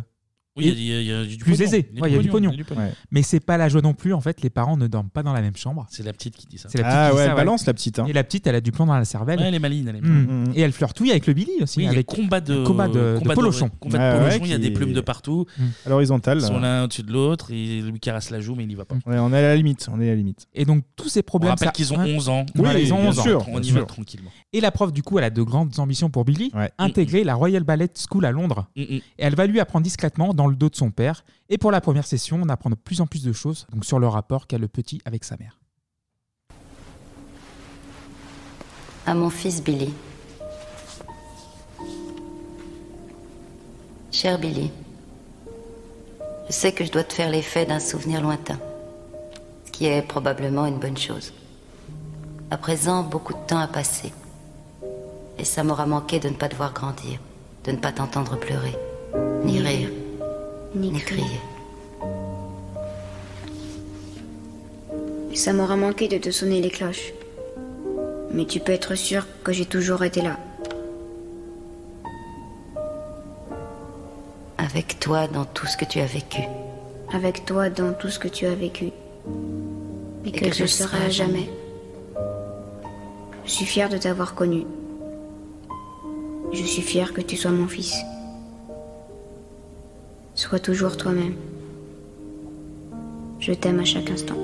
Speaker 1: Oui, il y a- il y a- il y a du
Speaker 7: plus
Speaker 1: pognon.
Speaker 7: aisé.
Speaker 1: Il y a
Speaker 7: Ouais,
Speaker 1: du
Speaker 7: il y a du pognon.
Speaker 1: pognon, il y a du pognon. Ouais.
Speaker 7: Mais c'est pas la joie non plus. En fait, les parents ne dorment pas dans la même chambre.
Speaker 1: C'est la petite qui dit ça.
Speaker 7: C'est la petite
Speaker 6: Ah
Speaker 7: qui dit
Speaker 6: ouais,
Speaker 7: ça,
Speaker 6: elle balance, la petite, hein.
Speaker 7: Et la petite, elle a du plomb dans la cervelle.
Speaker 1: Ouais, elle est maligne, elle est
Speaker 7: Mm.
Speaker 1: maligne.
Speaker 7: Et elle flirtouille avec le Billy aussi.
Speaker 1: Oui, il y a
Speaker 7: avec
Speaker 1: combat de-
Speaker 7: combat de,
Speaker 1: combat de-
Speaker 7: de Polochon.
Speaker 1: combat de Ah ouais, Polochon, il y a qui- des plumes de partout.
Speaker 6: Mm. À l'horizontale.
Speaker 1: Ils sont
Speaker 6: là.
Speaker 1: l'un au-dessus de l'autre, il lui caresse la joue, mais il n'y va pas.
Speaker 6: Ouais, on est à la limite, on est à la limite.
Speaker 7: Et donc tous ces problèmes.
Speaker 1: rappelle
Speaker 7: ça-
Speaker 1: qu'ils ont
Speaker 7: Ouais.
Speaker 1: 11 ans.
Speaker 7: Voilà,
Speaker 1: Oui,
Speaker 7: ils ont
Speaker 1: bien
Speaker 7: 11 ans.
Speaker 1: sûr, On y bien va sûr. tranquillement.
Speaker 7: Et la prof, du coup, elle a de grandes ambitions pour Billy. Intégrer la Royal Ballet School à Londres.
Speaker 1: Mm,
Speaker 7: Et elle va lui apprendre discrètement dans le dos de son père. Et pour la première session, on apprend de plus en plus de choses donc sur le rapport qu'a le petit avec sa mère.
Speaker 10: à mon fils Billy. Cher Billy, je sais que je dois te faire l'effet d'un souvenir lointain, ce qui est probablement une bonne chose. À présent, beaucoup de temps a passé, et ça m'aura manqué de ne pas te voir grandir, de ne pas t'entendre pleurer, ni rire, ni, crier.
Speaker 8: Ça m'aura manqué de te sonner les cloches. Mais tu peux être sûr que j'ai toujours été là.
Speaker 10: Avec toi dans tout ce que tu as vécu,
Speaker 8: Avec toi dans tout ce que tu as vécu. Et, que, je serai à jamais. Je suis fière de t'avoir connu. Je suis fière que tu sois mon fils. Sois toujours toi-même. Je t'aime à chaque instant.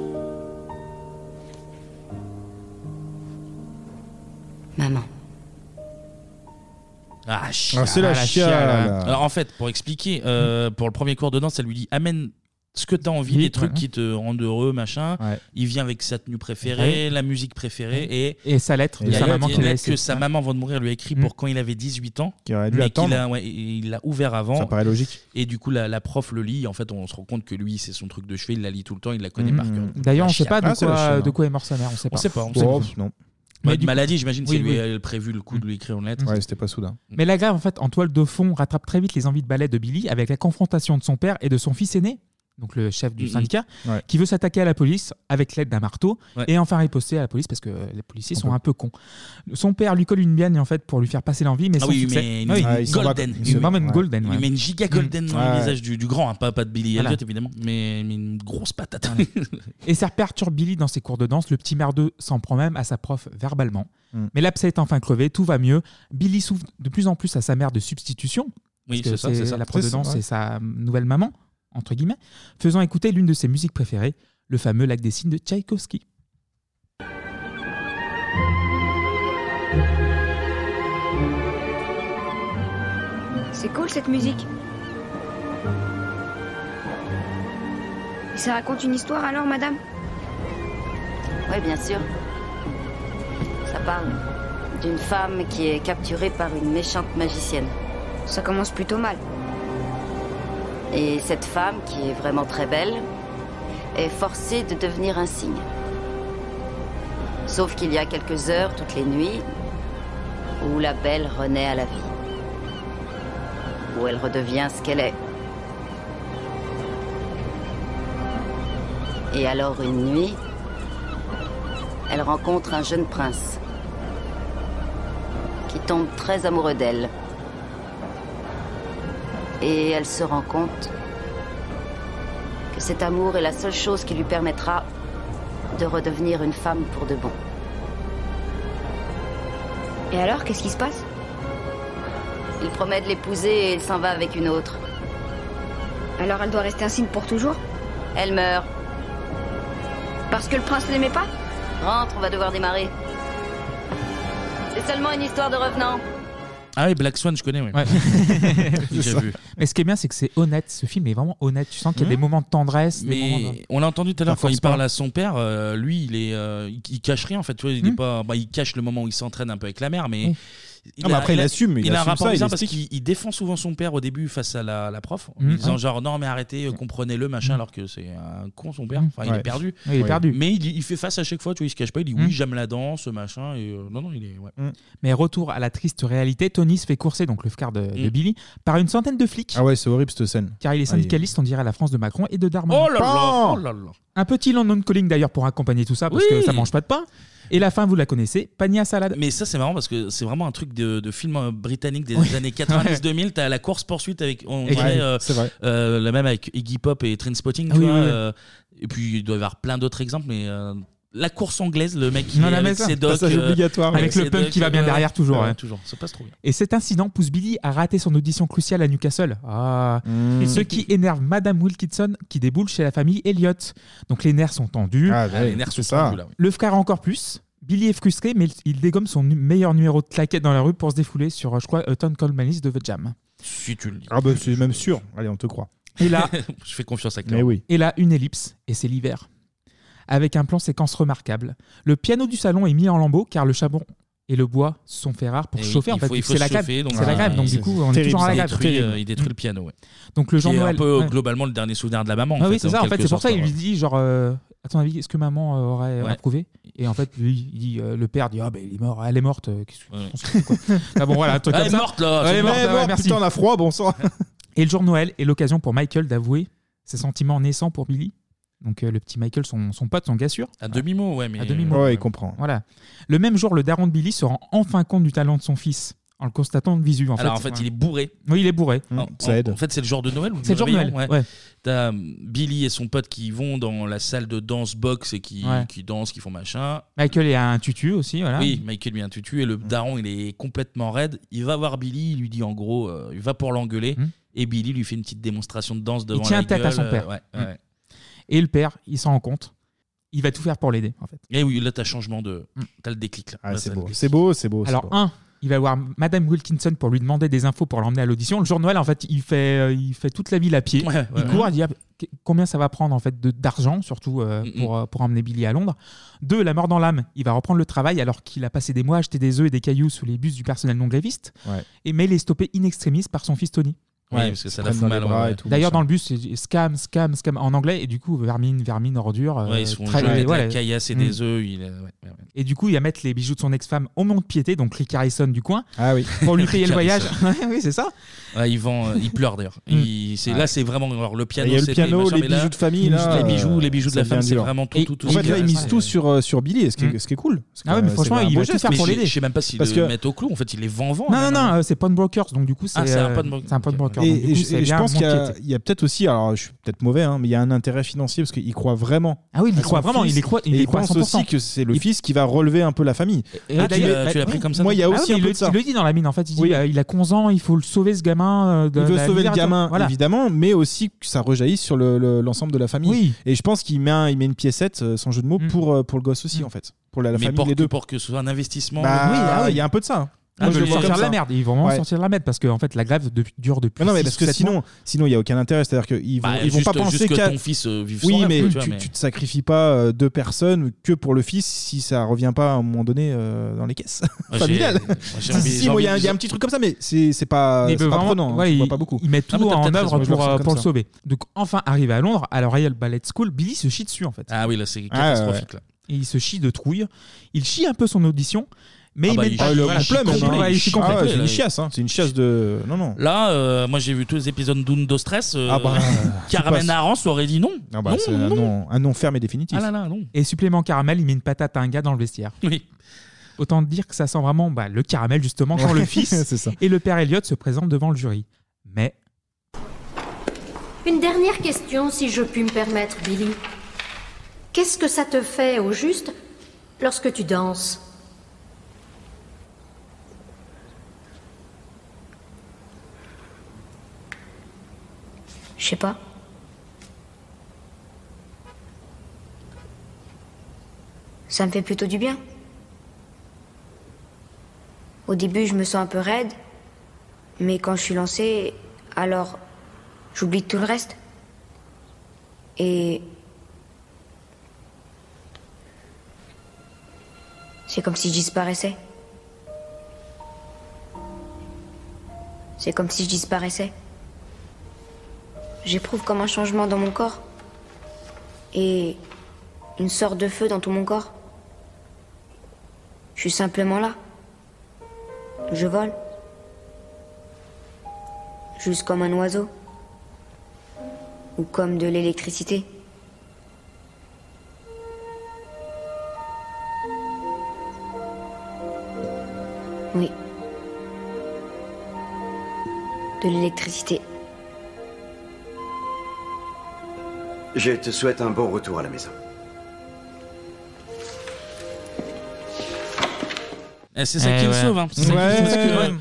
Speaker 10: maman.
Speaker 1: Ah,
Speaker 6: Ah, c'est la chiale.
Speaker 7: hein.
Speaker 1: Alors, en fait, pour expliquer,
Speaker 7: Mm.
Speaker 1: euh, pour le premier cours de danse, elle lui dit amène ce que t'as envie,
Speaker 6: Oui,
Speaker 1: les trucs
Speaker 6: ouais.
Speaker 1: qui te rendent heureux, machin. Il vient avec sa tenue préférée,
Speaker 7: Ouais.
Speaker 1: la musique préférée et.
Speaker 7: Et sa lettre de
Speaker 1: Il y a
Speaker 7: sa
Speaker 1: la
Speaker 7: maman
Speaker 1: lettre
Speaker 7: qui l'a
Speaker 1: que
Speaker 7: laissée. Mm.
Speaker 1: sa maman avant de mourir lui a écrit pour quand il avait 18 ans.
Speaker 6: Qui aurait dû
Speaker 1: mais
Speaker 6: attendre.
Speaker 1: qu'il a- ouais, il l'a ouvert avant.
Speaker 6: Ça paraît logique.
Speaker 1: Et du coup, la, la prof le lit. En fait, on se rend compte que lui, c'est son truc de cheveux. Il la lit tout le temps. Il la connaît
Speaker 7: Mhm.
Speaker 1: par cœur.
Speaker 7: D'ailleurs, on
Speaker 1: La
Speaker 7: ne sait pas
Speaker 1: chiale.
Speaker 6: Ah,
Speaker 7: de quoi, de quoi est mort sa mère. On ne sait pas.
Speaker 1: On sait pas. On
Speaker 7: Bon,
Speaker 1: sait pas.
Speaker 6: hein. non.
Speaker 7: Mais
Speaker 1: Bah, de
Speaker 7: du coup-
Speaker 1: maladie, j'imagine,
Speaker 7: Oui,
Speaker 1: si
Speaker 7: oui.
Speaker 1: elle avait prévu le coup de lui écrire une lettre.
Speaker 6: Ouais, c'était pas soudain.
Speaker 7: Mais la grave, en fait, en toile de fond, rattrape très vite les envies de ballet de Billy avec la confrontation de son père et de son fils aîné, donc le chef du
Speaker 1: Mhm.
Speaker 7: syndicat,
Speaker 1: Ouais.
Speaker 7: qui veut s'attaquer à la police avec l'aide d'un marteau
Speaker 1: Ouais.
Speaker 7: et enfin riposter à la police parce que les policiers sont un peu cons. Son père lui colle une bienne en fait pour lui faire passer l'envie, mais
Speaker 1: Ah
Speaker 7: sans
Speaker 1: oui,
Speaker 7: succès.
Speaker 1: mais une
Speaker 7: Ah oui,
Speaker 1: golden.
Speaker 7: Il se met une golden.
Speaker 1: Il
Speaker 7: ouais.
Speaker 1: met une giga golden
Speaker 7: Mhm.
Speaker 1: dans le visage du, du grand, hein, pas, pas de Billy
Speaker 7: Voilà.
Speaker 1: Elliot évidemment, mais, mais une grosse patate.
Speaker 7: (laughs) Et ça perturbe Billy dans ses cours de danse. Le petit merdeux s'en prend même à sa prof verbalement.
Speaker 1: Mm.
Speaker 7: Mais l'abcès est enfin crevé, tout va mieux. Billy s'ouvre de plus en plus à sa mère de substitution.
Speaker 1: Oui,
Speaker 7: parce que
Speaker 1: c'est ça, c'est ça.
Speaker 7: La prof de
Speaker 1: C'est ça,
Speaker 7: danse,
Speaker 1: ouais.
Speaker 7: c'est sa nouvelle maman, entre guillemets, faisant écouter l'une de ses musiques préférées, le fameux Lac des signes de Tchaïkovski.
Speaker 8: C'est cool cette musique. Et ça raconte une histoire alors, madame
Speaker 10: Oui, bien sûr. Ça parle d'une femme qui est capturée par une méchante magicienne.
Speaker 8: Ça commence plutôt mal.
Speaker 10: Et cette femme, qui est vraiment très belle, est forcée de devenir un cygne. Sauf qu'il y a quelques heures, toutes les nuits, où la belle renaît à la vie. Où elle redevient ce qu'elle est. Et alors une nuit, elle rencontre un jeune prince qui tombe très amoureux d'elle. Et elle se rend compte que cet amour est la seule chose qui lui permettra de redevenir une femme pour de bon.
Speaker 8: Et alors, qu'est-ce qui se passe
Speaker 10: Il promet de l'épouser et il s'en va avec une autre.
Speaker 8: Alors elle doit rester ainsi pour toujours
Speaker 10: Elle meurt.
Speaker 8: Parce que le prince l'aimait pas
Speaker 10: Rentre, on va devoir démarrer. C'est seulement une histoire de revenant.
Speaker 1: (laughs) Ah oui, Black Swan, je connais, oui. (laughs) J'ai
Speaker 7: C'est ça.
Speaker 1: vu.
Speaker 7: Mais ce qui est bien, c'est que c'est honnête. Ce film est vraiment honnête. Tu sens qu'il y a
Speaker 1: Mhm.
Speaker 7: des moments de tendresse. des moments
Speaker 6: hein.
Speaker 7: de-
Speaker 1: Mais on l'a entendu tout à l'heure
Speaker 7: Ça
Speaker 1: quand il
Speaker 7: force pas.
Speaker 1: parle à son père, euh, lui il est, euh, il- il cache rien en fait. Tu vois, il est
Speaker 6: Hmm.
Speaker 1: pas, bah, il cache le moment où il s'entraîne un peu avec la mère, mais.
Speaker 7: Oui.
Speaker 6: Ah, mais après, il assume, il
Speaker 1: a un
Speaker 6: assume
Speaker 1: rapport
Speaker 6: ça, il
Speaker 1: bizarre parce qu'il
Speaker 6: explique. Hmm.
Speaker 1: il défend souvent son père au début face à la, la prof, en
Speaker 7: Mm.
Speaker 1: lui disant
Speaker 7: Ouais.
Speaker 1: genre non mais arrêtez, euh, comprenez-le machin, alors que c'est un con son
Speaker 6: Hmm.
Speaker 1: père. Enfin, il
Speaker 7: Ouais.
Speaker 1: est perdu.
Speaker 7: Il est
Speaker 1: Ouais.
Speaker 7: perdu.
Speaker 1: Mais il, il fait face à chaque fois. Tu vois, il se cache pas. Il dit
Speaker 6: Hmm.
Speaker 7: Mm.
Speaker 1: oui j'aime la danse machin et euh, non non il est. ouais.
Speaker 7: Mais retour à la triste réalité, Tony se fait courser, donc le frère de, de
Speaker 1: Mm.
Speaker 7: Billy, par une centaine de flics.
Speaker 6: Ah ouais, c'est horrible cette scène.
Speaker 7: Car il est
Speaker 6: Ah,
Speaker 7: syndicaliste, on dirait à la France de Macron et de Darmanin.
Speaker 1: Oh là là, oh là là.
Speaker 7: Un petit London Calling d'ailleurs pour accompagner tout ça, Ah, parce
Speaker 1: Oui.
Speaker 7: que ça mange pas de pain. Et la fin, vous la connaissez, panier à salade.
Speaker 1: Mais ça, c'est marrant parce que c'est vraiment un truc de, de film euh, britannique des
Speaker 7: Oui. (laughs)
Speaker 1: années
Speaker 7: Ouais.
Speaker 1: 90-2000. T'as la course-poursuite avec, on
Speaker 7: Exact.
Speaker 1: dirait, euh,
Speaker 7: C'est vrai.
Speaker 1: euh, la même avec Iggy Pop et Trainspotting.
Speaker 7: Ah
Speaker 1: tu
Speaker 7: oui,
Speaker 1: vois,
Speaker 7: oui, oui.
Speaker 1: euh, et puis, il doit y avoir plein d'autres exemples, mais euh, la course anglaise, le mec qui
Speaker 7: Non,
Speaker 1: est
Speaker 7: la
Speaker 1: avec
Speaker 7: maison.
Speaker 1: ses docs,
Speaker 7: Passage
Speaker 1: euh,
Speaker 7: obligatoire, avec le
Speaker 1: ses
Speaker 7: punk
Speaker 1: docs,
Speaker 7: qui va bien
Speaker 1: euh,
Speaker 7: derrière, toujours,
Speaker 1: ouais,
Speaker 7: ouais.
Speaker 1: toujours, ça passe trop bien.
Speaker 7: Et cet incident pousse Billy à rater son audition cruciale à Newcastle. Ah.
Speaker 6: Mmh.
Speaker 7: Ce qui énerve Madame Wilkinson qui déboule chez la famille Elliott. Donc les nerfs sont tendus.
Speaker 6: Ah, bah oui, Les nerfs c'est sont ça. tendus, là, oui.
Speaker 7: Le frère encore plus. Billy est frustré, mais il- il dégomme son nu- meilleur numéro de claquette dans la rue pour se défouler sur, euh, je crois, euh, Tom Coleman de The Jam.
Speaker 1: Si tu le dis.
Speaker 6: Ah bah c'est même sûr. Allez, on te croit.
Speaker 7: Et là,
Speaker 1: (laughs) je fais confiance à Claire.
Speaker 6: Mais oui.
Speaker 7: Et là, une ellipse, et c'est l'hiver. Avec un plan séquence remarquable. Le piano du salon est mis en lambeaux car le charbon et le bois se sont faits rares pour
Speaker 1: Et Eh oui,
Speaker 7: chauffer. en
Speaker 1: il
Speaker 7: fait,
Speaker 1: faut- il
Speaker 7: vu que
Speaker 1: faut
Speaker 7: c'est la
Speaker 1: se
Speaker 7: grève.
Speaker 1: chauffer, donc
Speaker 7: C'est la
Speaker 1: ça-
Speaker 7: grève, donc
Speaker 1: c'est-
Speaker 7: du coup, on est toujours dans la
Speaker 1: il
Speaker 7: grève.
Speaker 1: détruit, euh, il détruit le piano, ouais.
Speaker 7: Donc le Jean
Speaker 1: Qui est
Speaker 7: Noël,
Speaker 1: un peu
Speaker 7: ouais.
Speaker 1: globalement le dernier souvenir de la maman.
Speaker 7: Ah
Speaker 1: en
Speaker 7: oui,
Speaker 1: fait,
Speaker 7: c'est ça. En fait,
Speaker 1: quelque
Speaker 7: c'est pour
Speaker 1: sorte, hein.
Speaker 7: ça il
Speaker 1: quoi,
Speaker 7: lui dit genre, euh, à ton avis, est-ce que maman euh, aurait
Speaker 1: Ouais.
Speaker 7: approuvé Et en fait, lui, il dit, euh, le père dit, ah ben il est mort, elle est morte. euh, qu'est-ce que-
Speaker 1: Ouais.
Speaker 7: on s'en fout, quoi. Ah bon, voilà, un truc
Speaker 1: Elle
Speaker 7: comme
Speaker 1: est
Speaker 7: ça.
Speaker 1: morte, là,
Speaker 7: Elle
Speaker 1: c'est
Speaker 7: est
Speaker 1: bon.
Speaker 7: morte,
Speaker 1: Elle est
Speaker 7: ah ouais,
Speaker 1: morte,
Speaker 7: merci.
Speaker 1: putain, on a
Speaker 6: froid, bon sang.
Speaker 7: (laughs) Et le jour de Noël est l'occasion pour Michael d'avouer ses sentiments naissants pour Billy. Donc euh, le petit Michael, son, son pote, son gars sûr.
Speaker 1: À demi-mot, ouais, mais-
Speaker 7: À demi-mot.
Speaker 1: Ouais, il
Speaker 6: comprend.
Speaker 7: Voilà. Le même jour, le daron de Billy se rend enfin compte du talent de son fils, en le constatant de visu. En
Speaker 1: Alors en
Speaker 7: fait,
Speaker 1: fait, il est bourré.
Speaker 7: Oui, il est bourré.
Speaker 6: Mmh,
Speaker 1: En- en, en fait, c'est le genre de Noël ou
Speaker 7: C'est le genre de
Speaker 1: réveillon,
Speaker 7: Noël,
Speaker 1: hein, ouais.
Speaker 7: ouais.
Speaker 1: T'as hum, Billy et son pote qui vont dans la salle de danse box et qui,
Speaker 7: Ouais.
Speaker 1: qui dansent, qui font machin.
Speaker 7: Michael est un tutu aussi, voilà.
Speaker 1: hein. Oui, Michael lui a un tutu et
Speaker 6: Mmh.
Speaker 1: le daron, il est complètement raide. Il va voir Billy, il lui dit en gros, euh, il va pour l'engueuler. Et Billy lui fait une petite démonstration de danse devant
Speaker 7: Mmh. il tient
Speaker 1: la
Speaker 7: tête à
Speaker 1: gueule,
Speaker 7: son
Speaker 1: euh,
Speaker 7: père.
Speaker 1: ouais,
Speaker 7: Mm.
Speaker 1: ouais.
Speaker 7: Et le père, il s'en rend compte. Il va tout faire pour l'aider, en fait. Mmh.
Speaker 1: Et oui, là, t'as changement de. T'as le déclic là. Là,
Speaker 6: Ah, c'est
Speaker 1: t'as le
Speaker 6: beau.
Speaker 1: déclic.
Speaker 6: C'est beau, c'est beau. c'est
Speaker 7: Alors,
Speaker 6: beau.
Speaker 7: un, il va voir Madame Wilkinson pour lui demander des infos pour l'emmener à l'audition. Le jour de Noël, en fait, il fait, euh, il fait toute la ville à pied.
Speaker 1: Ouais, ouais,
Speaker 7: il
Speaker 1: ouais.
Speaker 7: court, il dit ah, qu- combien ça va prendre en fait de- d'argent, surtout euh, pour, euh, pour emmener Billy à Londres. Deux, la mort dans l'âme. Il va reprendre le travail alors qu'il a passé des mois à acheter des œufs et des cailloux sous les bus du personnel non gréviste.
Speaker 6: Ouais.
Speaker 7: Et mais il est stoppé in extremis par son fils Tony.
Speaker 1: Oui, Ouais, parce que ils se ça la prennent fout dans les mal, bras ouais. et tout,
Speaker 7: D'ailleurs,
Speaker 1: machin.
Speaker 7: dans le bus, c'est scam, scam, scam en anglais, et du coup, vermine, vermine, ordure. euh,
Speaker 1: Ouais, ils se font
Speaker 7: très-
Speaker 1: jouer avec de
Speaker 7: voilà.
Speaker 1: la caillasse et
Speaker 7: Mm.
Speaker 1: des œufs. il est- ouais, ouais, ouais.
Speaker 7: Et du coup, il va mettre les bijoux de son ex-femme au mont de piété, donc Rick Harrison du coin,
Speaker 6: ah oui.
Speaker 7: pour lui payer le
Speaker 1: Rick
Speaker 7: voyage.
Speaker 1: Harrison.
Speaker 7: Ouais, oui, c'est ça.
Speaker 1: Ouais, il, vend, euh, il pleure d'ailleurs.
Speaker 7: Mm.
Speaker 1: Il- c'est- Là, c'est vraiment. alors, le
Speaker 6: Hmm.
Speaker 1: piano,
Speaker 6: Il y a le
Speaker 1: c'était
Speaker 6: piano,
Speaker 1: machin,
Speaker 6: les
Speaker 1: mais là,
Speaker 6: bijoux de famille, là, euh,
Speaker 1: Les bijoux, les bijoux de
Speaker 6: ça
Speaker 1: la femme,
Speaker 6: devient
Speaker 1: c'est
Speaker 6: dur.
Speaker 1: vraiment tout,
Speaker 6: Et-
Speaker 1: tout, tout. Bah,
Speaker 6: En fait, là,
Speaker 1: il
Speaker 6: ils misent tout sur, euh, sur Billy, et ce qui, est- ce qui est cool. Parce que,
Speaker 7: Ah ouais, Ah mais
Speaker 6: euh,
Speaker 7: franchement,
Speaker 6: c'est un
Speaker 7: il
Speaker 6: beau
Speaker 7: va tout
Speaker 6: geste,
Speaker 7: faire
Speaker 6: mais
Speaker 7: pour
Speaker 6: j'ai-
Speaker 7: l'aider.
Speaker 1: Je sais même pas s'ils
Speaker 6: Parce
Speaker 1: le
Speaker 6: que-
Speaker 1: mettent au clou. En fait, il les vend, vend.
Speaker 7: Non, non, non, euh, c'est Pawnbrokers, donc du coup, c'est
Speaker 1: Ah, c'est un
Speaker 7: euh,
Speaker 1: pawnbroker.
Speaker 7: c'est un pawnbroker.
Speaker 6: Et,
Speaker 7: donc, du
Speaker 6: et
Speaker 7: coup,
Speaker 6: je,
Speaker 7: c'est
Speaker 6: et je
Speaker 7: bien
Speaker 6: pense
Speaker 7: mon
Speaker 6: qu'il y a,
Speaker 7: pied.
Speaker 6: il y a peut-être aussi, alors je suis peut-être mauvais, hein, mais il y a un intérêt financier parce qu'il croit vraiment.
Speaker 7: Ah oui, il
Speaker 6: à
Speaker 7: y croit
Speaker 6: son
Speaker 7: vraiment, il y croit- il
Speaker 6: et
Speaker 7: y
Speaker 6: il
Speaker 7: croit à
Speaker 6: pense
Speaker 7: 100%.
Speaker 6: aussi que c'est le fils qui va relever un peu la famille.
Speaker 1: Ah,
Speaker 7: Et
Speaker 6: Donc, il
Speaker 7: d'ailleurs-
Speaker 6: est-
Speaker 7: bah, oui.
Speaker 6: Moi, il y a
Speaker 7: Ah oui,
Speaker 6: aussi un
Speaker 7: il
Speaker 6: peu
Speaker 7: le-
Speaker 6: de ça.
Speaker 7: Il le dit dans la mine, en fait. Il dit
Speaker 6: Oui.
Speaker 7: bah, il a 11 ans, il faut le sauver, ce gamin. euh, de
Speaker 6: Il veut
Speaker 7: la
Speaker 6: sauver le
Speaker 7: misère,
Speaker 6: gamin,
Speaker 7: voilà.
Speaker 6: évidemment, mais aussi que ça rejaillisse sur le- le- l'ensemble de la famille. Et je pense qu'il met, un- il met une piécette, euh, son jeu de mots,
Speaker 7: Mm.
Speaker 6: pour, euh, pour le gosse aussi, en fait. Pour Bah, la, la
Speaker 1: Mais
Speaker 6: famille,
Speaker 1: pour
Speaker 6: les
Speaker 1: que,
Speaker 6: deux.
Speaker 1: pour que ce soit un investissement.
Speaker 6: Bah, oui, ah oui, il y a
Speaker 1: un
Speaker 6: un peu de ça.
Speaker 1: Ah,
Speaker 6: Moi,
Speaker 1: mais
Speaker 6: je le
Speaker 1: ils
Speaker 6: vois
Speaker 1: vont
Speaker 6: comme
Speaker 7: sortir de la
Speaker 6: ça.
Speaker 7: merde. Ils vont vraiment
Speaker 6: Ouais.
Speaker 7: sortir de la merde parce que en fait la grève de- dure depuis.
Speaker 6: Mais non, mais parce
Speaker 7: six,
Speaker 6: que
Speaker 7: sept
Speaker 6: sinon,
Speaker 7: mois.
Speaker 6: sinon il n'y a aucun intérêt. C'est-à-dire qu'ils vont,
Speaker 1: Bah,
Speaker 6: ils vont
Speaker 1: juste-
Speaker 6: pas penser
Speaker 1: juste que
Speaker 6: qu'à-
Speaker 1: ton fils, euh, vive son
Speaker 6: Oui,
Speaker 1: rêve,
Speaker 6: mais,
Speaker 1: quoi,
Speaker 6: tu,
Speaker 1: tu vois, mais-
Speaker 6: tu te sacrifies pas euh, deux personnes que pour le fils si ça revient pas à un moment donné euh, dans les caisses (laughs)
Speaker 1: Moi, j'ai-
Speaker 6: familiales.
Speaker 1: moi, j'ai envie-
Speaker 6: Si,
Speaker 1: j'ai
Speaker 6: si, moi, il y, a un-
Speaker 1: envie-
Speaker 6: il y a un petit truc comme ça, mais c'est c'est pas,
Speaker 7: Mais
Speaker 6: c'est
Speaker 7: veut
Speaker 6: pas
Speaker 7: vraiment-
Speaker 6: prenant. hein,
Speaker 7: ouais,
Speaker 6: tu vois
Speaker 7: il-
Speaker 6: pas beaucoup.
Speaker 7: Il met tout
Speaker 6: Ah, mais t'as
Speaker 7: en
Speaker 6: peut-être
Speaker 7: œuvre
Speaker 6: raison, je
Speaker 7: pour,
Speaker 6: vois ça
Speaker 7: euh,
Speaker 6: comme
Speaker 7: pour le
Speaker 6: ça.
Speaker 7: sauver. Donc enfin arrivé à Londres, à la Royal Ballet School, Billy se chie dessus en fait.
Speaker 1: Ah oui, là c'est
Speaker 7: Ah, ouais.
Speaker 1: catastrophique. là.
Speaker 7: Et il se chie de
Speaker 6: Ah,
Speaker 7: trouille. Il chie un peu son audition, mais
Speaker 1: Ah
Speaker 7: il
Speaker 1: bah,
Speaker 7: met
Speaker 1: il- ah, le
Speaker 7: voilà,
Speaker 1: complet, même, hein.
Speaker 7: ouais, il chie complet.
Speaker 6: Ah ouais, c'est
Speaker 1: là,
Speaker 6: une
Speaker 1: il-
Speaker 6: chiasse, hein. c'est une chiasse de. Non, non.
Speaker 1: Là, euh, moi j'ai vu tous les épisodes d'Undo Stress. euh,
Speaker 6: Ah bah,
Speaker 1: (laughs) Carmen
Speaker 6: passes.
Speaker 1: Arance aurait dit non.
Speaker 6: Ah bah,
Speaker 1: non,
Speaker 6: c'est un
Speaker 1: non.
Speaker 6: nom, un nom ferme et définitif.
Speaker 1: Ah là là, non.
Speaker 7: Et supplément caramel, il met une patate à un gars dans le vestiaire.
Speaker 1: Oui.
Speaker 7: Autant dire que ça sent vraiment bah, le caramel, justement, quand (laughs)
Speaker 6: Ouais,
Speaker 7: le fils
Speaker 6: c'est ça.
Speaker 7: et le père Elliot se présentent devant le jury. Mais
Speaker 4: Une dernière question, si je puis me permettre, Billy. Qu'est-ce que ça te fait, au juste, lorsque tu danses
Speaker 8: Je sais pas. Ça me fait plutôt du bien. Au début, je me sens un peu raide, mais quand je suis lancée, alors j'oublie tout le reste. Et c'est comme si je disparaissais. C'est comme si je disparaissais. J'éprouve comme un changement dans mon corps. Et une sorte de feu dans tout mon corps. Je suis simplement là. Je vole. Juste comme un oiseau. Ou comme de l'électricité. Oui. De l'électricité.
Speaker 11: Je te souhaite un bon retour à la maison.
Speaker 1: Eh, C'est ça
Speaker 11: Eh
Speaker 1: qui me
Speaker 11: ouais.
Speaker 1: sauve. hein. C'est ça qui me
Speaker 11: Ouais.
Speaker 1: sauve, parce que,
Speaker 11: Ouais.
Speaker 1: ouais,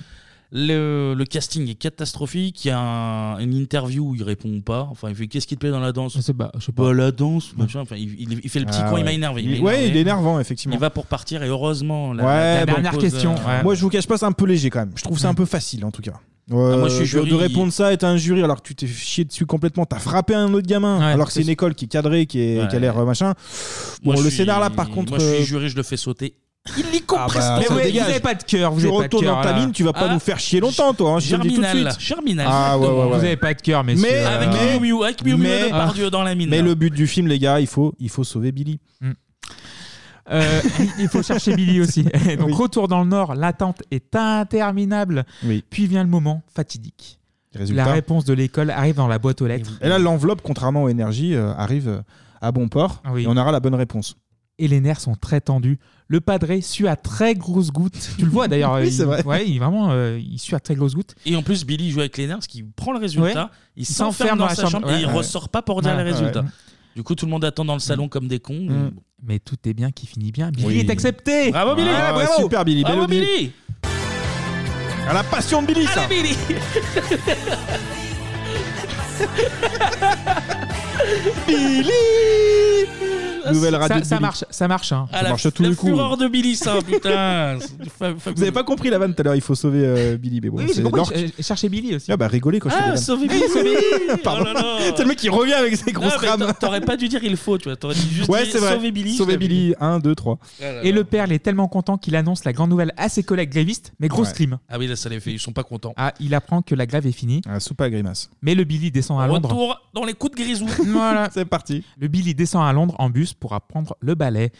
Speaker 1: Le, le casting est catastrophique. Il y a un- une interview où il répond pas. Enfin, il fait qu'est-ce qui te plaît dans la danse Je sais pas. la danse, machin. Enfin, il, il- il fait le petit
Speaker 6: Ah
Speaker 1: coin. Il
Speaker 6: ouais.
Speaker 1: m'a énervé.
Speaker 6: Il-
Speaker 1: m'a
Speaker 6: ouais,
Speaker 1: énervé.
Speaker 6: il est énervant, effectivement.
Speaker 1: Il va pour partir et heureusement. La,
Speaker 6: Ouais,
Speaker 1: la
Speaker 6: bon,
Speaker 1: dernière
Speaker 6: pause,
Speaker 1: question.
Speaker 6: euh, Moi, je vous cache pas, c'est un peu léger quand même. Je trouve ça un peu facile en tout cas. Euh,
Speaker 1: Ah, moi, je suis
Speaker 6: de-
Speaker 1: jury.
Speaker 6: de répondre ça est un jury alors que tu t'es chié dessus complètement, t'as frappé un autre gamin
Speaker 1: Ouais,
Speaker 6: alors que c'est
Speaker 1: c'est
Speaker 6: une école qui est cadrée, qui, est, qui a
Speaker 1: Ouais.
Speaker 6: l'air euh, machin. Bon,
Speaker 1: Moi, je
Speaker 6: le
Speaker 1: suis-
Speaker 6: scénar là par contre.
Speaker 1: Moi, je suis
Speaker 6: euh,
Speaker 1: juré, je le fais sauter. Il y
Speaker 6: ah bah,
Speaker 1: compresse
Speaker 6: ça dégage. Tu retournes dans ta mine, tu vas
Speaker 1: Ah,
Speaker 6: pas nous faire chier longtemps toi. hein, je te le dis tout de
Speaker 1: Germinal,
Speaker 6: suite.
Speaker 1: Germinal,
Speaker 6: Ah, ouais, ouais,
Speaker 1: exactement.
Speaker 6: ouais.
Speaker 1: Vous avez
Speaker 7: pas de cœur,
Speaker 1: messieurs. Avec Miu Miu, avec Miu Miu et Depardieu dans la mine.
Speaker 6: ah, Mais le but du film, les gars, il faut, il faut sauver Billy.
Speaker 7: Euh, il faut chercher
Speaker 6: (laughs)
Speaker 7: Billy aussi. Donc retour dans le Nord, l'attente est interminable. Puis vient le moment fatidique.
Speaker 6: Résultat.
Speaker 7: La réponse de l'école arrive dans la boîte aux lettres.
Speaker 6: Et là, l'enveloppe, contrairement aux énergies, euh, arrive euh, à bon port et on aura la bonne réponse.
Speaker 7: Et les nerfs sont très tendus. Le padré sue à très grosses gouttes. Tu le vois
Speaker 6: (laughs)
Speaker 7: d'ailleurs.
Speaker 1: Oui,
Speaker 7: il-
Speaker 1: c'est vrai.
Speaker 7: Ouais, il, vraiment, euh, il sue à très grosses gouttes.
Speaker 1: Et en plus, Billy joue avec les nerfs, ce qui prend le résultat.
Speaker 7: Ouais.
Speaker 1: Il s'enferme dans, sa chambre, et
Speaker 7: ouais,
Speaker 1: il
Speaker 7: ouais.
Speaker 1: ressort pas pour dire
Speaker 7: Ouais,
Speaker 1: les
Speaker 7: ouais.
Speaker 1: résultats.
Speaker 7: Mm.
Speaker 1: Du coup, tout le monde attend dans le salon comme des cons.
Speaker 7: Mm. Mais tout est bien qui finit bien. Billy
Speaker 1: Oui.
Speaker 7: est accepté.
Speaker 1: Bravo Billy
Speaker 7: Ouais, bravo.
Speaker 6: Super Billy.
Speaker 1: Bravo
Speaker 6: belle
Speaker 1: Billy
Speaker 6: À la passion de Billy, ça.
Speaker 1: Allez Billy
Speaker 6: (laughs) Billy Nouvelle
Speaker 7: Ça-
Speaker 6: radio de
Speaker 7: ça,
Speaker 6: Billy.
Speaker 7: marche, ça marche. hein.
Speaker 6: Ça marche à tous les coups.
Speaker 1: Ah, fureur de Billy, ça, putain. Ah,
Speaker 6: Vous avez pas compris la vanne tout à l'heure, il faut sauver euh, Billy, mais bon,
Speaker 7: Oui, j'ai compris,
Speaker 6: l'orque.
Speaker 7: ch- chercher Billy aussi.
Speaker 6: Ah bah rigolez quand je fais
Speaker 1: Ah,
Speaker 6: des vannes.
Speaker 1: sauver Billy, sauver Billy
Speaker 6: (laughs) Pardon.
Speaker 1: Oh là là.
Speaker 6: C'est le mec qui revient avec ses grosses
Speaker 1: Non, mais
Speaker 6: rames.
Speaker 1: t'a- T'aurais pas dû dire il faut, tu vois. T'aurais dit juste
Speaker 6: Ouais,
Speaker 1: dit
Speaker 6: c'est vrai.
Speaker 1: sauver Billy.
Speaker 6: Sauver Billy, 1, 2, 3.
Speaker 7: Et le père est tellement content qu'il annonce la grande nouvelle à ses collègues grévistes, mais grosse
Speaker 1: Ouais.
Speaker 7: crime.
Speaker 1: Ah oui, là, ça les fait, ils sont pas contents.
Speaker 7: Ah, il apprend que la grève est finie.
Speaker 6: Ah, soupe à grimace.
Speaker 7: Mais le Billy descend à Londres.
Speaker 1: Retour dans les coups de grisou.
Speaker 7: (laughs) Voilà.
Speaker 6: C'est parti. Mm.
Speaker 7: Le Billy descend à Londres en bus pour apprendre le ballet.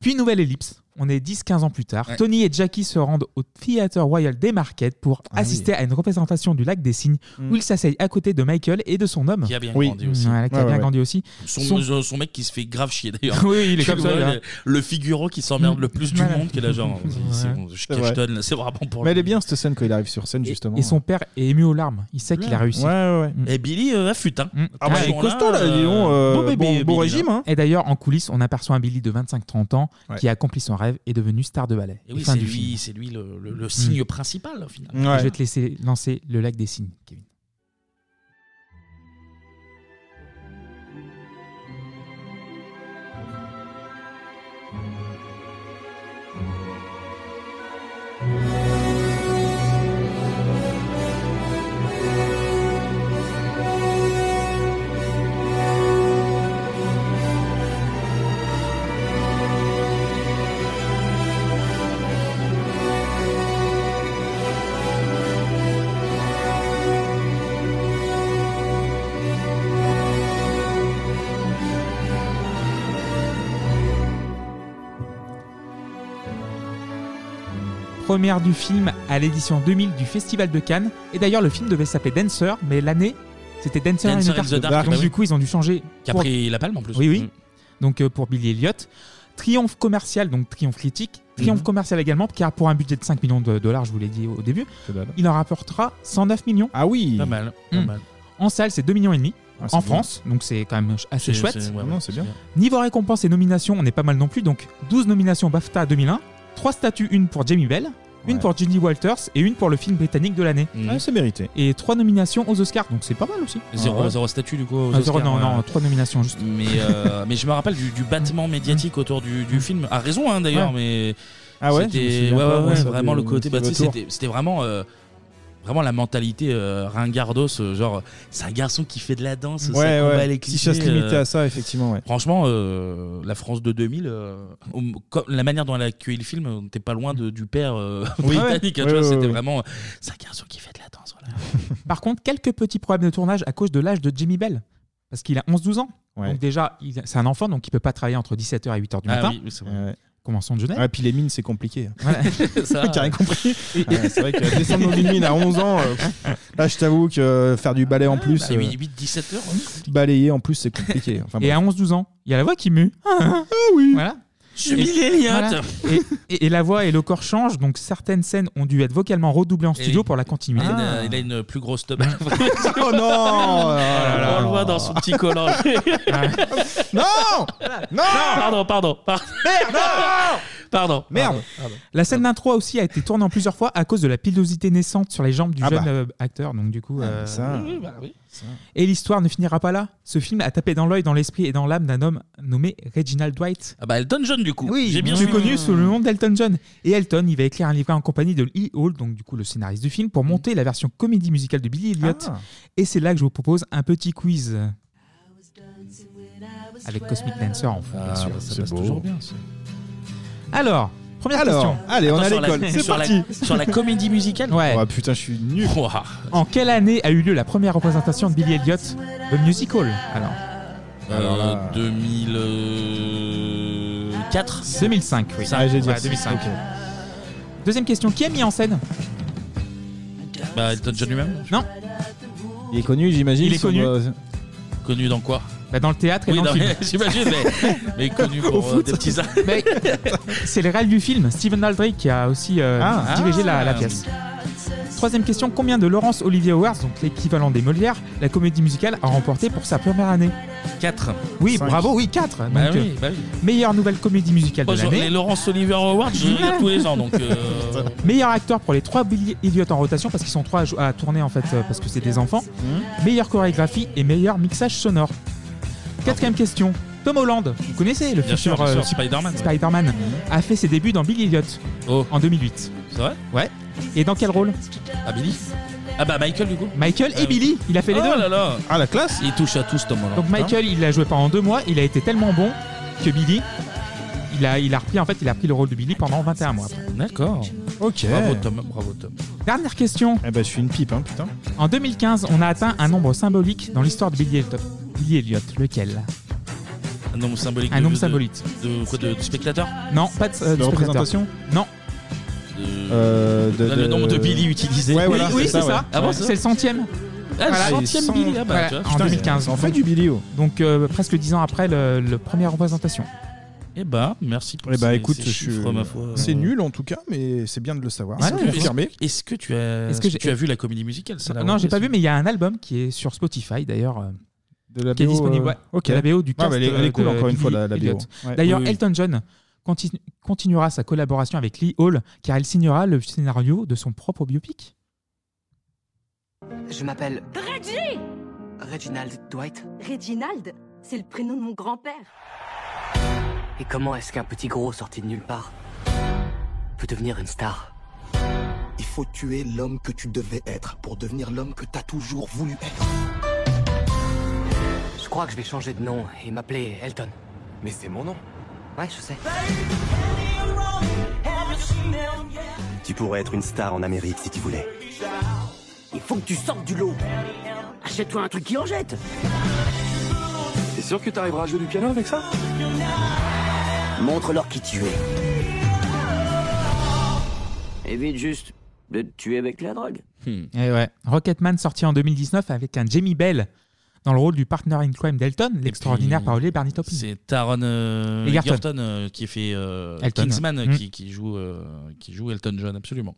Speaker 7: Puis nouvelle ellipse. On est 10-15 ans plus tard.
Speaker 1: Ouais.
Speaker 7: Tony et Jackie se rendent au Theatre Royal des Marquettes pour
Speaker 6: Ah
Speaker 7: assister à une représentation du Lac des Cygnes
Speaker 1: Mm.
Speaker 7: où ils s'asseyent à côté de Michael et de son homme.
Speaker 1: Qui a bien Oui. grandi aussi.
Speaker 7: Voilà, qui a
Speaker 1: Ouais,
Speaker 7: bien
Speaker 1: ouais,
Speaker 7: grandi
Speaker 1: ouais.
Speaker 7: aussi.
Speaker 1: Son,
Speaker 7: Son-
Speaker 1: euh, son mec qui se fait grave chier
Speaker 7: (laughs)
Speaker 1: d'ailleurs.
Speaker 7: Oui, il est
Speaker 1: Tu
Speaker 7: comme ça,
Speaker 1: vois,
Speaker 7: là.
Speaker 1: Le, le figuro qui s'emmerde le plus du
Speaker 7: Voilà.
Speaker 1: monde, qui est là genre. vas-y, C'est
Speaker 7: Ouais.
Speaker 1: bon, je
Speaker 7: C'est vrai.
Speaker 1: cachetonne, là, c'est vraiment pour
Speaker 6: Mais elle
Speaker 1: lui.
Speaker 6: est bien cette scène quand il arrive sur scène, justement.
Speaker 7: Et son père est ému aux larmes. Il sait qu'il a réussi. Mm.
Speaker 6: Ouais, ouais, ouais.
Speaker 1: Et Billy euh, affûte, hein.
Speaker 6: Ah bah, il est costaud, là, dis donc, euh,
Speaker 1: beau bébé,
Speaker 6: bon-
Speaker 1: Billy,
Speaker 6: bon
Speaker 1: là.
Speaker 6: régime, hein.
Speaker 7: Et d'ailleurs, en coulisses, on aperçoit un Billy de 25-30 ans
Speaker 1: Ouais.
Speaker 7: qui a accompli son rêve et est devenu star de ballet.
Speaker 1: Et oui,
Speaker 7: fin
Speaker 1: c'est
Speaker 7: du film.
Speaker 1: lui, c'est lui le, le- le signe principal au final.
Speaker 7: Je vais te laisser lancer le lac des signes, Kevin. Première du film à l'édition 2000 du Festival de Cannes. Et d'ailleurs, le film devait s'appeler Dancer, mais l'année, c'était Dancer,
Speaker 1: Dancer
Speaker 7: in the Dark.
Speaker 1: in the Dark,
Speaker 7: Donc,
Speaker 1: bah
Speaker 7: du
Speaker 1: oui.
Speaker 7: coup, ils ont dû changer.
Speaker 1: Qui a pris la palme, en plus.
Speaker 7: Oui, oui.
Speaker 1: Mm.
Speaker 7: Donc, euh, pour Billy Elliott. Triomphe commercial, donc triomphe critique. Triomphe
Speaker 9: Mhm.
Speaker 7: commercial également, car pour un budget de 5 millions de dollars, je vous l'ai dit au au début, il en rapportera 109 millions.
Speaker 6: Ah oui
Speaker 7: Pas
Speaker 1: mal. mal.
Speaker 7: En salle, c'est 2 millions et demi.
Speaker 9: Ah, c'est
Speaker 7: en
Speaker 9: bien.
Speaker 7: France, donc c'est quand même ch- assez
Speaker 9: C'est-
Speaker 7: chouette.
Speaker 9: c'est- ouais, ouais, Non, c'est c'est bien. bien.
Speaker 7: Niveau récompense et nomination, on est pas mal non plus. Donc 12 nominations BAFTA 2001, 3 statues, une pour Jamie Bell, une
Speaker 9: Ouais.
Speaker 7: pour Ginny Walters et une pour le film britannique de l'année.
Speaker 1: Mmh.
Speaker 9: Ouais, c'est mérité.
Speaker 7: Et 3 nominations aux Oscars, donc c'est pas mal aussi.
Speaker 1: Zéro,
Speaker 7: Ah ouais.
Speaker 1: zéro statut du coup. aux
Speaker 7: Ah, zéro,
Speaker 1: Oscars,
Speaker 7: non,
Speaker 1: ouais.
Speaker 7: non, 3 nominations juste.
Speaker 1: Mais, euh, mais je me rappelle du, du battement médiatique autour du, du film. À raison hein, d'ailleurs, mais
Speaker 9: Ah ouais, je me
Speaker 1: c'était
Speaker 9: souviens
Speaker 1: ouais,
Speaker 9: pas,
Speaker 1: ouais,
Speaker 9: moi,
Speaker 1: ouais,
Speaker 9: ça,
Speaker 1: vraiment
Speaker 9: des-
Speaker 1: le côté.
Speaker 9: des
Speaker 1: bah, tu sais,
Speaker 9: retours.
Speaker 1: c'était c'était vraiment. euh, Vraiment la mentalité euh, ringardos, euh, genre c'est un garçon qui fait de la danse,
Speaker 6: Ouais,
Speaker 1: ça combat
Speaker 6: ouais,
Speaker 1: les
Speaker 6: si
Speaker 1: clichés,
Speaker 6: ça se limitait
Speaker 1: euh,
Speaker 6: à ça, effectivement, ouais.
Speaker 1: Franchement, euh, la France de 2000, euh, au- comme- la manière dont elle a accueilli le film, on n'était pas loin de- du père euh,
Speaker 7: Oui.
Speaker 1: (laughs) britannique. hein,
Speaker 7: Ouais,
Speaker 1: tu vois,
Speaker 7: ouais,
Speaker 1: c'était
Speaker 7: ouais.
Speaker 1: vraiment. Ça
Speaker 7: (laughs) Par contre, quelques petits problèmes de tournage à cause de l'âge de Jimmy Bell. Parce qu'il a 11-12 ans.
Speaker 6: Ouais.
Speaker 7: Donc déjà, il- c'est un enfant, donc il peut pas travailler entre 17h et 8h du
Speaker 6: Ah
Speaker 7: matin.
Speaker 6: oui, oui, c'est vrai.
Speaker 7: Commençons de jeunesse.
Speaker 6: Ouais, puis les mines, c'est compliqué.
Speaker 7: Voilà.
Speaker 1: (laughs)
Speaker 6: (laughs) Ça, T'as hein. rien compris
Speaker 1: euh,
Speaker 6: Ouais, C'est vrai que descendre dans une mine à 11 ans, euh, pff, là, je t'avoue que euh, faire du balai en plus,
Speaker 1: bah,
Speaker 6: euh,
Speaker 1: 8-17 heures. hein.
Speaker 6: balayer en plus, c'est compliqué. hein. Enfin,
Speaker 7: et
Speaker 6: bref.
Speaker 7: à 11-12 ans, il y a la voix qui mue. Ah
Speaker 6: Ah oui
Speaker 7: Voilà.
Speaker 1: Je suis millénial.
Speaker 7: Et, et- et la voix et le corps changent, donc certaines scènes ont dû être vocalement redoublées en studio pour la continuité.
Speaker 1: Il a, une,
Speaker 6: Ah.
Speaker 1: il a une plus grosse (laughs) teub.
Speaker 7: Ah. Oh non
Speaker 1: On le voit dans son petit collant. (laughs) Ah.
Speaker 6: non
Speaker 1: Non Pardon, pardon. pardon. Merde (laughs) Pardon. Ah
Speaker 7: Merde. La scène d'intro aussi a été tournée en plusieurs fois à cause de la pilosité naissante sur les jambes du
Speaker 9: Ah
Speaker 7: jeune
Speaker 9: bah.
Speaker 7: euh, acteur. Donc du
Speaker 6: Ah,
Speaker 7: coup, euh,
Speaker 9: ça.
Speaker 1: Oui, bah oui.
Speaker 7: Et l'histoire ne finira pas là. Ce film a tapé dans l'œil, dans l'esprit et dans l'âme d'un homme nommé Reginald Dwight.
Speaker 1: Ah bah Elton John du coup.
Speaker 7: Oui,
Speaker 1: J'ai bien
Speaker 7: plus
Speaker 1: suivi.
Speaker 7: connu sous le nom d'Elton John. Et Elton, il va écrire un livret en compagnie de Lee Hall, donc du coup le scénariste du film, pour
Speaker 1: Mm.
Speaker 7: monter la version comédie musicale de Billy Elliot.
Speaker 9: Ah.
Speaker 7: Et c'est là que je vous propose un petit quiz. Avec Cosmic Dancer en fond, bien sûr.
Speaker 1: Ah, bah, ça passe toujours bien.
Speaker 7: Alors, première
Speaker 6: Alors,
Speaker 7: question.
Speaker 6: allez, on Attends, a sur la- l'école. C'est
Speaker 1: sur la- parti. sur la comédie musicale
Speaker 7: Ouais.
Speaker 6: Oh, putain, je suis nul.
Speaker 7: En quelle année a eu lieu la première représentation de Billy Elliot The Musical Alors.
Speaker 1: Euh, 2004
Speaker 7: 2005, oui.
Speaker 1: Ah, j'allais dire
Speaker 7: Ouais, 2005.
Speaker 1: ok.
Speaker 7: Deuxième question. Qui a mis en scène
Speaker 1: Bah Elton John lui-même
Speaker 7: Non.
Speaker 6: Il est connu, j'imagine.
Speaker 7: Il est
Speaker 6: sur,
Speaker 7: connu.
Speaker 6: euh,
Speaker 1: Connu dans quoi
Speaker 7: Bah, Dans le théâtre et
Speaker 1: Oui,
Speaker 7: dans
Speaker 1: non,
Speaker 7: le
Speaker 1: mais
Speaker 7: film.
Speaker 1: (laughs) j'imagine, mais, mais connu pour euh, des petits arts. (laughs)
Speaker 7: Mais C'est le réel du film, Stephen Aldrich, qui a aussi euh,
Speaker 1: Ah,
Speaker 7: dirigé
Speaker 1: ah.
Speaker 7: la, la pièce. Troisième question, combien de Laurence Olivier Awards, donc l'équivalent des Molières, la comédie musicale a remporté pour sa première année
Speaker 1: 4.
Speaker 7: Oui, bravo, oui, 4. Donc,
Speaker 1: Bah oui,
Speaker 7: euh,
Speaker 1: bah oui.
Speaker 7: meilleure nouvelle comédie musicale
Speaker 1: Oh,
Speaker 7: de
Speaker 1: sur
Speaker 7: l'année.
Speaker 1: les Laurence Olivier Awards, je les regarde tous les ans donc.
Speaker 6: (laughs)
Speaker 1: euh,
Speaker 7: Meilleur acteur pour les trois Billy Elliot en rotation parce qu'ils sont trois à jou- à, tourner en fait euh, parce que c'est des enfants.
Speaker 1: Mmh.
Speaker 7: Meilleure chorégraphie et meilleur mixage sonore. Quatrième question. Tom Holland, vous connaissez le
Speaker 1: Bien
Speaker 7: futur euh,
Speaker 1: sûr, bien sûr, Spider-Man. Mmh. Oh.
Speaker 7: Spider-Man, a fait ses débuts dans Billy Elliot en 2008.
Speaker 1: C'est vrai
Speaker 7: Ouais. Et dans quel rôle
Speaker 1: Ah Billy Ah bah Michael du coup.
Speaker 7: Michael et Billy, il a fait les deux.
Speaker 1: Oh là là.
Speaker 6: Ah la classe
Speaker 1: Il touche à tous Tom Holland.
Speaker 7: Donc Michael, il l'a joué pendant deux mois, il a été tellement bon que Billy, il a, il a repris en fait, il a pris le rôle de Billy pendant 21 mois. après.
Speaker 1: D'accord.
Speaker 6: Ok.
Speaker 1: Bravo Tom, bravo Tom.
Speaker 7: Dernière question.
Speaker 6: Eh ben, je suis une pipe, hein, putain.
Speaker 7: En 2015, on a atteint un nombre symbolique dans l'histoire de Billy Elliot. Billy Elliot, lequel
Speaker 1: Un nombre symbolique.
Speaker 7: Un
Speaker 1: de-
Speaker 7: nombre
Speaker 1: de-
Speaker 7: symbolique.
Speaker 1: De, quoi de, de spectateurs
Speaker 7: Non, pas de, euh,
Speaker 1: De
Speaker 7: du spectateur.
Speaker 1: représentation
Speaker 7: Non.
Speaker 6: Euh, de-
Speaker 1: Le
Speaker 6: de-
Speaker 1: nombre de Billy utilisés.
Speaker 6: Ouais, voilà,
Speaker 7: oui, oui, c'est ça.
Speaker 6: ouais.
Speaker 7: Ah bon,
Speaker 6: Ouais.
Speaker 7: c'est le centième.
Speaker 1: Ah, le centième
Speaker 7: cent-
Speaker 1: Billy, ah bah, tu vois.
Speaker 7: en
Speaker 1: Putain,
Speaker 7: 2015.
Speaker 1: ils en font
Speaker 7: Donc-
Speaker 1: du Billy, oh.
Speaker 7: Donc euh, presque dix ans après le, le première représentation.
Speaker 1: Eh bah merci pour
Speaker 6: Eh ben,
Speaker 1: ces-
Speaker 6: écoute,
Speaker 1: ces
Speaker 6: je suis-
Speaker 1: chiffres, ma foi.
Speaker 6: c'est nul en tout cas, mais c'est bien de le savoir.
Speaker 1: Est-ce
Speaker 6: C'est
Speaker 1: que-
Speaker 6: confirmé.
Speaker 1: Est-ce que tu as,
Speaker 7: Est-ce que j'ai-
Speaker 1: tu as vu la comédie musicale ça, la
Speaker 7: non, j'ai
Speaker 1: reprise
Speaker 7: pas vu, mais il y a un album qui est sur Spotify d'ailleurs. euh,
Speaker 6: De la
Speaker 7: qui est
Speaker 6: BO,
Speaker 7: disponible.
Speaker 6: euh,
Speaker 7: ouais,
Speaker 6: ok.
Speaker 7: de La BO du
Speaker 6: Ah,
Speaker 7: cast.
Speaker 6: mais elle est- elle est
Speaker 7: euh,
Speaker 6: cool,
Speaker 7: de
Speaker 6: encore une fois,
Speaker 7: Billy
Speaker 6: la- la BO.
Speaker 7: Elliot.
Speaker 6: Ouais.
Speaker 7: D'ailleurs,
Speaker 6: Oui, oui.
Speaker 7: Elton John continu- continuera sa collaboration avec Lee Hall car il signera le scénario de son propre biopic.
Speaker 2: Je m'appelle
Speaker 12: Reggie
Speaker 2: Reginald Dwight.
Speaker 12: Reginald, c'est le prénom de mon grand-père.
Speaker 2: Et comment est-ce qu'un petit gros sorti de nulle part peut devenir une star
Speaker 13: Il faut tuer l'homme que tu devais être pour devenir l'homme que t'as toujours voulu être.
Speaker 2: Je crois que je vais changer de nom et m'appeler Elton. Mais c'est mon nom. Ouais, je sais.
Speaker 13: Tu pourrais être une star en Amérique si tu voulais.
Speaker 2: Il faut que tu sortes du lot. Achète-toi un truc qui en jette.
Speaker 13: T'es sûr que t'arriveras à jouer du piano avec ça
Speaker 2: Montre-leur qui tu es.
Speaker 12: Évite juste de te tuer avec la drogue.
Speaker 1: Hmm.
Speaker 7: Eh Et ouais. Rocketman sorti en 2019 avec un Jamie Bell dans le rôle du partner in crime d'Elton, l'extraordinaire parolier Barney Topping.
Speaker 1: C'est Taron euh,
Speaker 7: Egerton.
Speaker 1: Egerton, euh, qui fait euh,
Speaker 7: Elton, Hmm.
Speaker 1: Kingsman
Speaker 7: ouais.
Speaker 1: euh, qui, qui joue, euh, qui joue Elton John, absolument.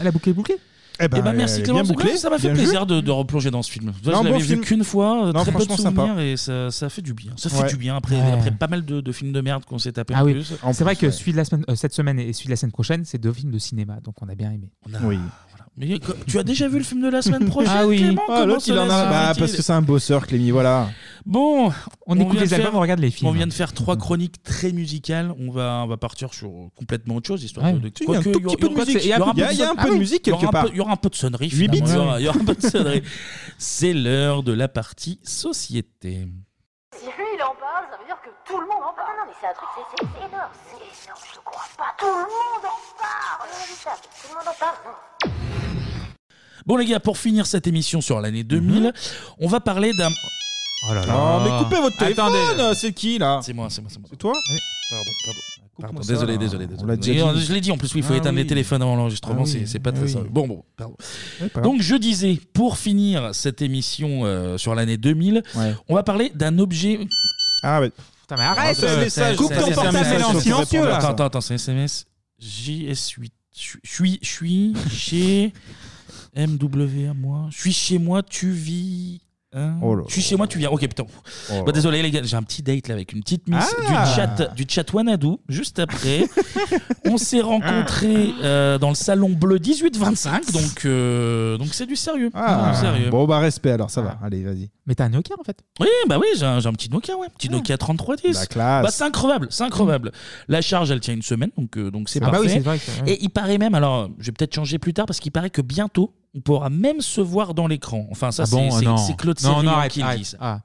Speaker 7: Elle a bouclé bouclé
Speaker 1: Eh ben, merci Clément, Ouais, ça m'a fait plaisir de, de replonger dans ce film. Je l'avais vu qu'une fois, euh, très peu de souvenirs et ça, ça fait du bien. Ça fait
Speaker 7: Ouais.
Speaker 1: du bien après,
Speaker 7: Ouais.
Speaker 1: après pas mal de, de films de merde qu'on s'est tapé
Speaker 7: Ah
Speaker 1: en
Speaker 7: oui,
Speaker 1: plus.
Speaker 7: c'est vrai que celui de la semaine, euh, cette semaine et celui de la semaine prochaine, c'est deux films de cinéma, donc on a bien aimé.
Speaker 1: On a- Oui. Mais co- tu as déjà vu le film de
Speaker 7: (laughs)
Speaker 1: la semaine prochaine
Speaker 7: Ah oui.
Speaker 1: Clément
Speaker 7: Ah,
Speaker 1: Comment
Speaker 7: l'autre, il
Speaker 1: cela
Speaker 7: en a-
Speaker 1: se
Speaker 7: bah,
Speaker 1: fait-il
Speaker 6: parce que c'est un bosseur, Clémy, voilà.
Speaker 1: Bon, on,
Speaker 7: écoute
Speaker 1: vient
Speaker 7: les
Speaker 1: de
Speaker 7: albums,
Speaker 1: faire-
Speaker 7: on regarde les films.
Speaker 1: On vient de faire trois chroniques très musicales. On va, on va partir sur complètement autre chose, histoire
Speaker 7: Ouais.
Speaker 1: de. de-
Speaker 7: Si, il y a
Speaker 1: quoique,
Speaker 7: un tout
Speaker 1: il y aura-
Speaker 7: petit peu de
Speaker 1: il y aura-
Speaker 7: musique,
Speaker 1: Il y aura
Speaker 7: il y a-
Speaker 1: peu
Speaker 7: il y a un peu de
Speaker 1: Ah oui.
Speaker 7: musique
Speaker 1: Il y aura
Speaker 7: quelque
Speaker 1: un
Speaker 7: part.
Speaker 1: peu- Il y aura un peu de sonnerie.
Speaker 7: Huit bits.
Speaker 1: finalement. Il y aura- il y aura un peu de
Speaker 7: Ouais.
Speaker 1: sonnerie. C'est l'heure de la partie société.
Speaker 20: Si lui il en parle, ça veut dire que tout le monde en parle. Non, non, mais c'est un truc, c'est c'est énorme. C'est énorme, je te crois pas. Tout le monde en parle. Regarde ça, Tout le monde en parle.
Speaker 1: Bon les gars, pour finir cette émission sur l'année 2000, on va parler d'un. Mhm. Oh là
Speaker 6: Ah, mais coupez votre téléphone,
Speaker 1: C'est qui là C'est moi, c'est moi, c'est moi. C'est
Speaker 6: toi
Speaker 1: Pardon, pardon. Pardon,
Speaker 6: Coupe-moi ça,
Speaker 1: désolé,
Speaker 6: là.
Speaker 1: désolé, désolé.
Speaker 6: On l'a déjà
Speaker 1: Et,
Speaker 6: dit.
Speaker 1: euh, Je l'ai dit en plus, oui, il faut
Speaker 6: Ah
Speaker 1: éteindre
Speaker 6: oui.
Speaker 1: les téléphones avant l'enregistrement,
Speaker 6: Ah oui.
Speaker 1: c'est- c'est pas
Speaker 6: Ah
Speaker 1: très
Speaker 6: oui.
Speaker 1: simple. Bon, bon, pardon.
Speaker 6: Ouais, pas grave.
Speaker 1: Donc je disais, pour finir cette émission euh, sur l'année 2000, on va parler d'un objet.
Speaker 6: Ah ouais.
Speaker 7: Putain, mais arrête, euh, coupe ton portable, mets-le en silencieux, là.
Speaker 1: Attends, attends, attends, c'est un SMS. JS8. Je suis, je suis chez MW à moi. Je suis chez moi, tu vis. hein
Speaker 6: Oh là
Speaker 1: je suis chez moi, tu viens. Ok, putain.
Speaker 6: Oh là.
Speaker 1: Bah, désolé, les gars, j'ai un petit date là avec une petite miss
Speaker 6: Ah.
Speaker 1: du chat du chat Wanadu juste
Speaker 7: (laughs)
Speaker 1: après. On s'est
Speaker 7: Ah.
Speaker 1: rencontrés euh, dans le salon bleu 18-25, donc euh, donc c'est du sérieux.
Speaker 6: Ah,
Speaker 1: C'est du sérieux. Ah.
Speaker 6: Bon, bah, respect alors, ça va. Allez, vas-y.
Speaker 7: Mais t'as un Nokia en fait.
Speaker 1: Oui, bah oui, j'ai un, j'ai un petit Nokia, ouais.
Speaker 7: Ah.
Speaker 1: Petit Nokia 3310.
Speaker 6: La classe.
Speaker 1: Bah, c'est incroyable, c'est incroyable. La charge, elle tient une semaine, donc euh, donc c'est
Speaker 7: Ah bah
Speaker 1: parfait.
Speaker 7: oui, c'est vrai que- ouais.
Speaker 1: Et il paraît même, alors je vais peut-être changer plus tard, parce qu'il paraît que bientôt, on pourra même se voir dans l'écran. Enfin, ça,
Speaker 7: Ah
Speaker 1: c'est
Speaker 7: bon,
Speaker 1: c'est-
Speaker 7: non.
Speaker 1: c'est Claude
Speaker 7: Non, non,
Speaker 1: Sérillon
Speaker 7: arrête,
Speaker 1: qui le dit,
Speaker 7: arrête.
Speaker 1: ça.
Speaker 29: Ah.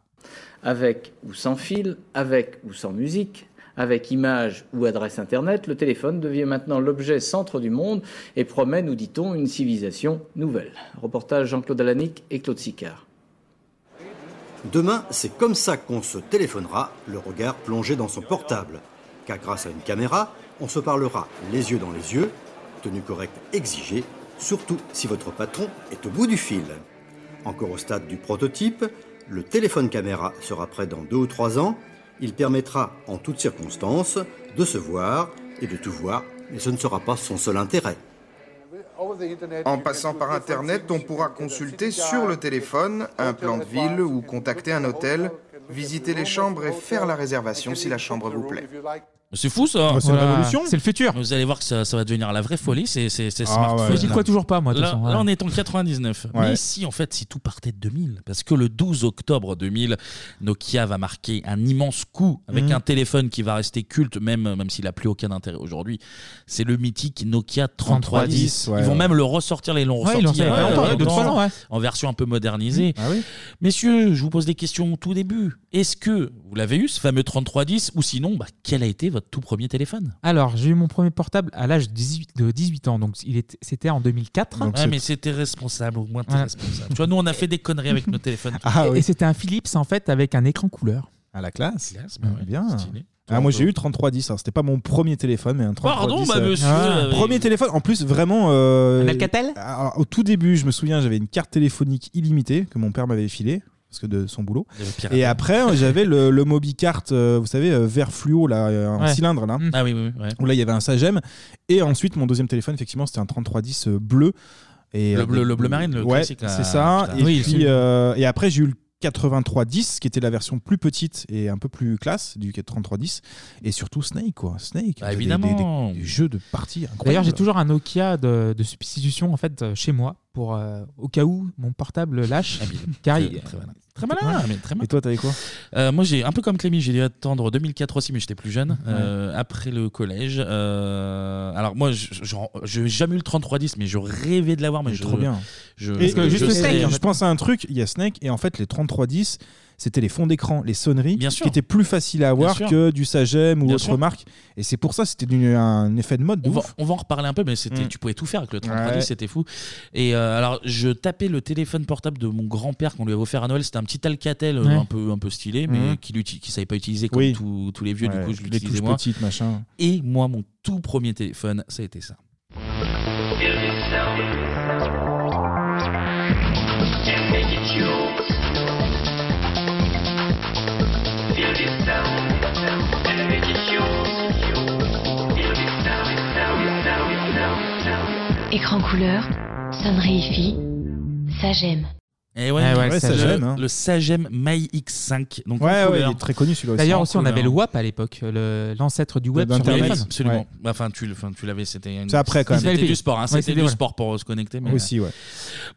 Speaker 29: Avec ou sans fil, avec ou sans musique, avec image ou adresse Internet, le téléphone devient maintenant l'objet centre du monde et promet, nous dit-on, une civilisation nouvelle. Reportage Jean-Claude Alanic et Claude Sicard.
Speaker 11: Demain, c'est comme ça qu'on se téléphonera, le regard plongé dans son portable. Car grâce à une caméra, on se parlera les yeux dans les yeux, tenue correcte exigée, surtout si votre patron est au bout du fil. Encore au stade du prototype, le téléphone caméra sera prêt dans deux ou trois ans. Il permettra, en toutes circonstances, de se voir et de tout voir, mais ce ne sera pas son seul intérêt.
Speaker 14: En passant par Internet, on pourra consulter sur le téléphone un plan de ville ou contacter un hôtel, visiter les chambres et faire la réservation si la chambre vous plaît.
Speaker 1: Mais C'est fou ça.
Speaker 14: Ouais, c'est une Voilà. révolution.
Speaker 1: le futur. Vous allez voir que ça, ça va devenir la vraie folie. C'est c'est c'est
Speaker 7: Ah
Speaker 1: smartphone.
Speaker 7: ouais. J'y crois toujours pas, moi, de toute
Speaker 1: Là,
Speaker 7: façon, ouais.
Speaker 1: là, on est en 99.
Speaker 7: Ouais.
Speaker 1: Mais si en fait si tout partait de 2000, parce que le 12 octobre 2000, Nokia va marquer un immense coup avec
Speaker 7: Mhm.
Speaker 1: un téléphone qui va rester culte même même s'il a plus aucun intérêt aujourd'hui. C'est le mythique Nokia 3310.
Speaker 6: 3310, ouais,
Speaker 1: ils vont
Speaker 6: ouais.
Speaker 1: même le ressortir. les l'ont
Speaker 6: Ouais, ils l'ont
Speaker 1: ressorti
Speaker 6: fait il y a pas longtemps, il y a deux,
Speaker 1: longtemps,
Speaker 6: trois ans, ouais.
Speaker 1: en version un peu modernisée. Messieurs, je vous pose des questions au tout début. Est-ce que vous l'avez eu ce fameux 3310 ou sinon bah, quel a été votre tout premier téléphone
Speaker 7: Alors, j'ai eu mon premier portable à l'âge de 18 de 18 ans, donc il était- c'était en 2004.
Speaker 1: Ouais, mais c'était responsable, au moins t'es
Speaker 7: Ouais.
Speaker 1: responsable. Tu vois, nous on a fait des conneries avec nos téléphones.
Speaker 7: et et c'était un Philips en fait avec un écran couleur.
Speaker 6: Ah À la classe.
Speaker 1: bah ouais,
Speaker 6: Bien.
Speaker 1: stylé.
Speaker 6: Ah, moi j'ai eu le 3310, hein. c'était pas mon premier téléphone, mais un 3310.
Speaker 1: Pardon, bah,
Speaker 6: euh,
Speaker 1: monsieur, euh,
Speaker 6: Premier téléphone, en plus vraiment. euh,
Speaker 7: Un Alcatel
Speaker 6: alors, Au tout début, je me souviens, j'avais une carte téléphonique illimitée que mon père m'avait filée parce que de son boulot.
Speaker 1: Il avait piraté.
Speaker 6: Et après, euh, j'avais le, le Mobicart, euh, vous savez, euh, vert fluo là, euh, en
Speaker 1: Ouais.
Speaker 6: cylindre là.
Speaker 1: Ah oui, oui, oui, ouais.
Speaker 6: Où là il y avait un Sagem. Et ensuite, mon deuxième téléphone, effectivement, c'était un 3310 bleu. Et,
Speaker 1: Le
Speaker 6: euh,
Speaker 1: bleu- le bleu marine, le
Speaker 6: ouais,
Speaker 1: classique, là.
Speaker 6: C'est ça.
Speaker 1: Putain.
Speaker 6: Et,
Speaker 1: Oui,
Speaker 6: puis,
Speaker 1: le-
Speaker 6: euh, et après, j'ai eu le 8310, qui était la version plus petite et un peu plus classe du 3310. Et surtout Snake, quoi. Snake.
Speaker 1: Bah,
Speaker 6: Des- des-
Speaker 1: évidemment.
Speaker 6: Des, des jeux de partie incroyables.
Speaker 7: D'ailleurs, j'ai toujours un Nokia de, de substitution en fait euh, chez moi pour euh, au cas où mon portable lâche. (laughs) Car il-
Speaker 1: Très malin. Très malin, mais très malin.
Speaker 6: Et toi, t'avais quoi
Speaker 1: Euh, moi, j'ai un peu comme Clémy, j'ai dû attendre 2004 aussi, mais j'étais plus jeune, euh, après le collège. Euh, alors, moi, je- je- j'ai jamais eu le 3310, mais je rêvais de l'avoir. Mais je,
Speaker 6: Trop bien.
Speaker 1: Je,
Speaker 6: Et
Speaker 1: je sais-
Speaker 6: et je pense à un truc, il y a Snake, et en fait, les 3310, c'était les fonds d'écran, les sonneries,
Speaker 1: sûr.
Speaker 6: qui étaient plus faciles à avoir
Speaker 1: sûr.
Speaker 6: que du Sagem ou
Speaker 1: Bien
Speaker 6: autre
Speaker 1: sûr.
Speaker 6: marque. Et c'est pour ça, c'était d'une- un effet de mode. de
Speaker 1: On va,
Speaker 6: ouf.
Speaker 1: on va en reparler un peu, mais c'était,
Speaker 6: Mm.
Speaker 1: tu pouvais tout faire avec le 3310,
Speaker 6: Ouais.
Speaker 1: c'était fou. Et euh, alors, je tapais le téléphone portable de mon grand-père qu'on lui avait offert à Noël. C'était un petit Alcatel euh,
Speaker 6: Ouais.
Speaker 1: un, peu, un peu stylé, mais
Speaker 6: Mm.
Speaker 1: qui ne savait pas utiliser comme
Speaker 6: Oui.
Speaker 1: tous tous les vieux.
Speaker 6: Ouais,
Speaker 1: Du coup, je
Speaker 6: les
Speaker 1: l'utilisais
Speaker 6: touches
Speaker 1: moi.
Speaker 6: petites, machin.
Speaker 1: Et moi, mon tout premier téléphone, ça a été ça.
Speaker 20: Give me the juice.
Speaker 21: en couleur, sonnerie hi-fi, ça j'aime.
Speaker 1: Et ouais,
Speaker 21: Ah ouais,
Speaker 1: le,
Speaker 21: ça, j'aime,
Speaker 1: le,
Speaker 21: hein.
Speaker 1: Sagem My X5. Donc en
Speaker 7: Ouais, ouais,
Speaker 1: couleur.
Speaker 7: il est très connu, celui-là aussi. D'ailleurs, aussi, on avait le WAP à l'époque, le- l'ancêtre du web sur
Speaker 1: Oui,
Speaker 7: téléphone.
Speaker 1: absolument.
Speaker 7: Ouais.
Speaker 1: Enfin, tu, le- enfin, tu l'avais, c'était. une-
Speaker 7: C'est après, quand même.
Speaker 1: C'était
Speaker 7: Ismaël
Speaker 1: du
Speaker 7: Pays.
Speaker 1: sport, hein,
Speaker 7: Ouais,
Speaker 1: c'était
Speaker 7: c'était-
Speaker 1: du
Speaker 7: voilà.
Speaker 1: sport pour se connecter. Mais euh,
Speaker 7: Aussi, ouais.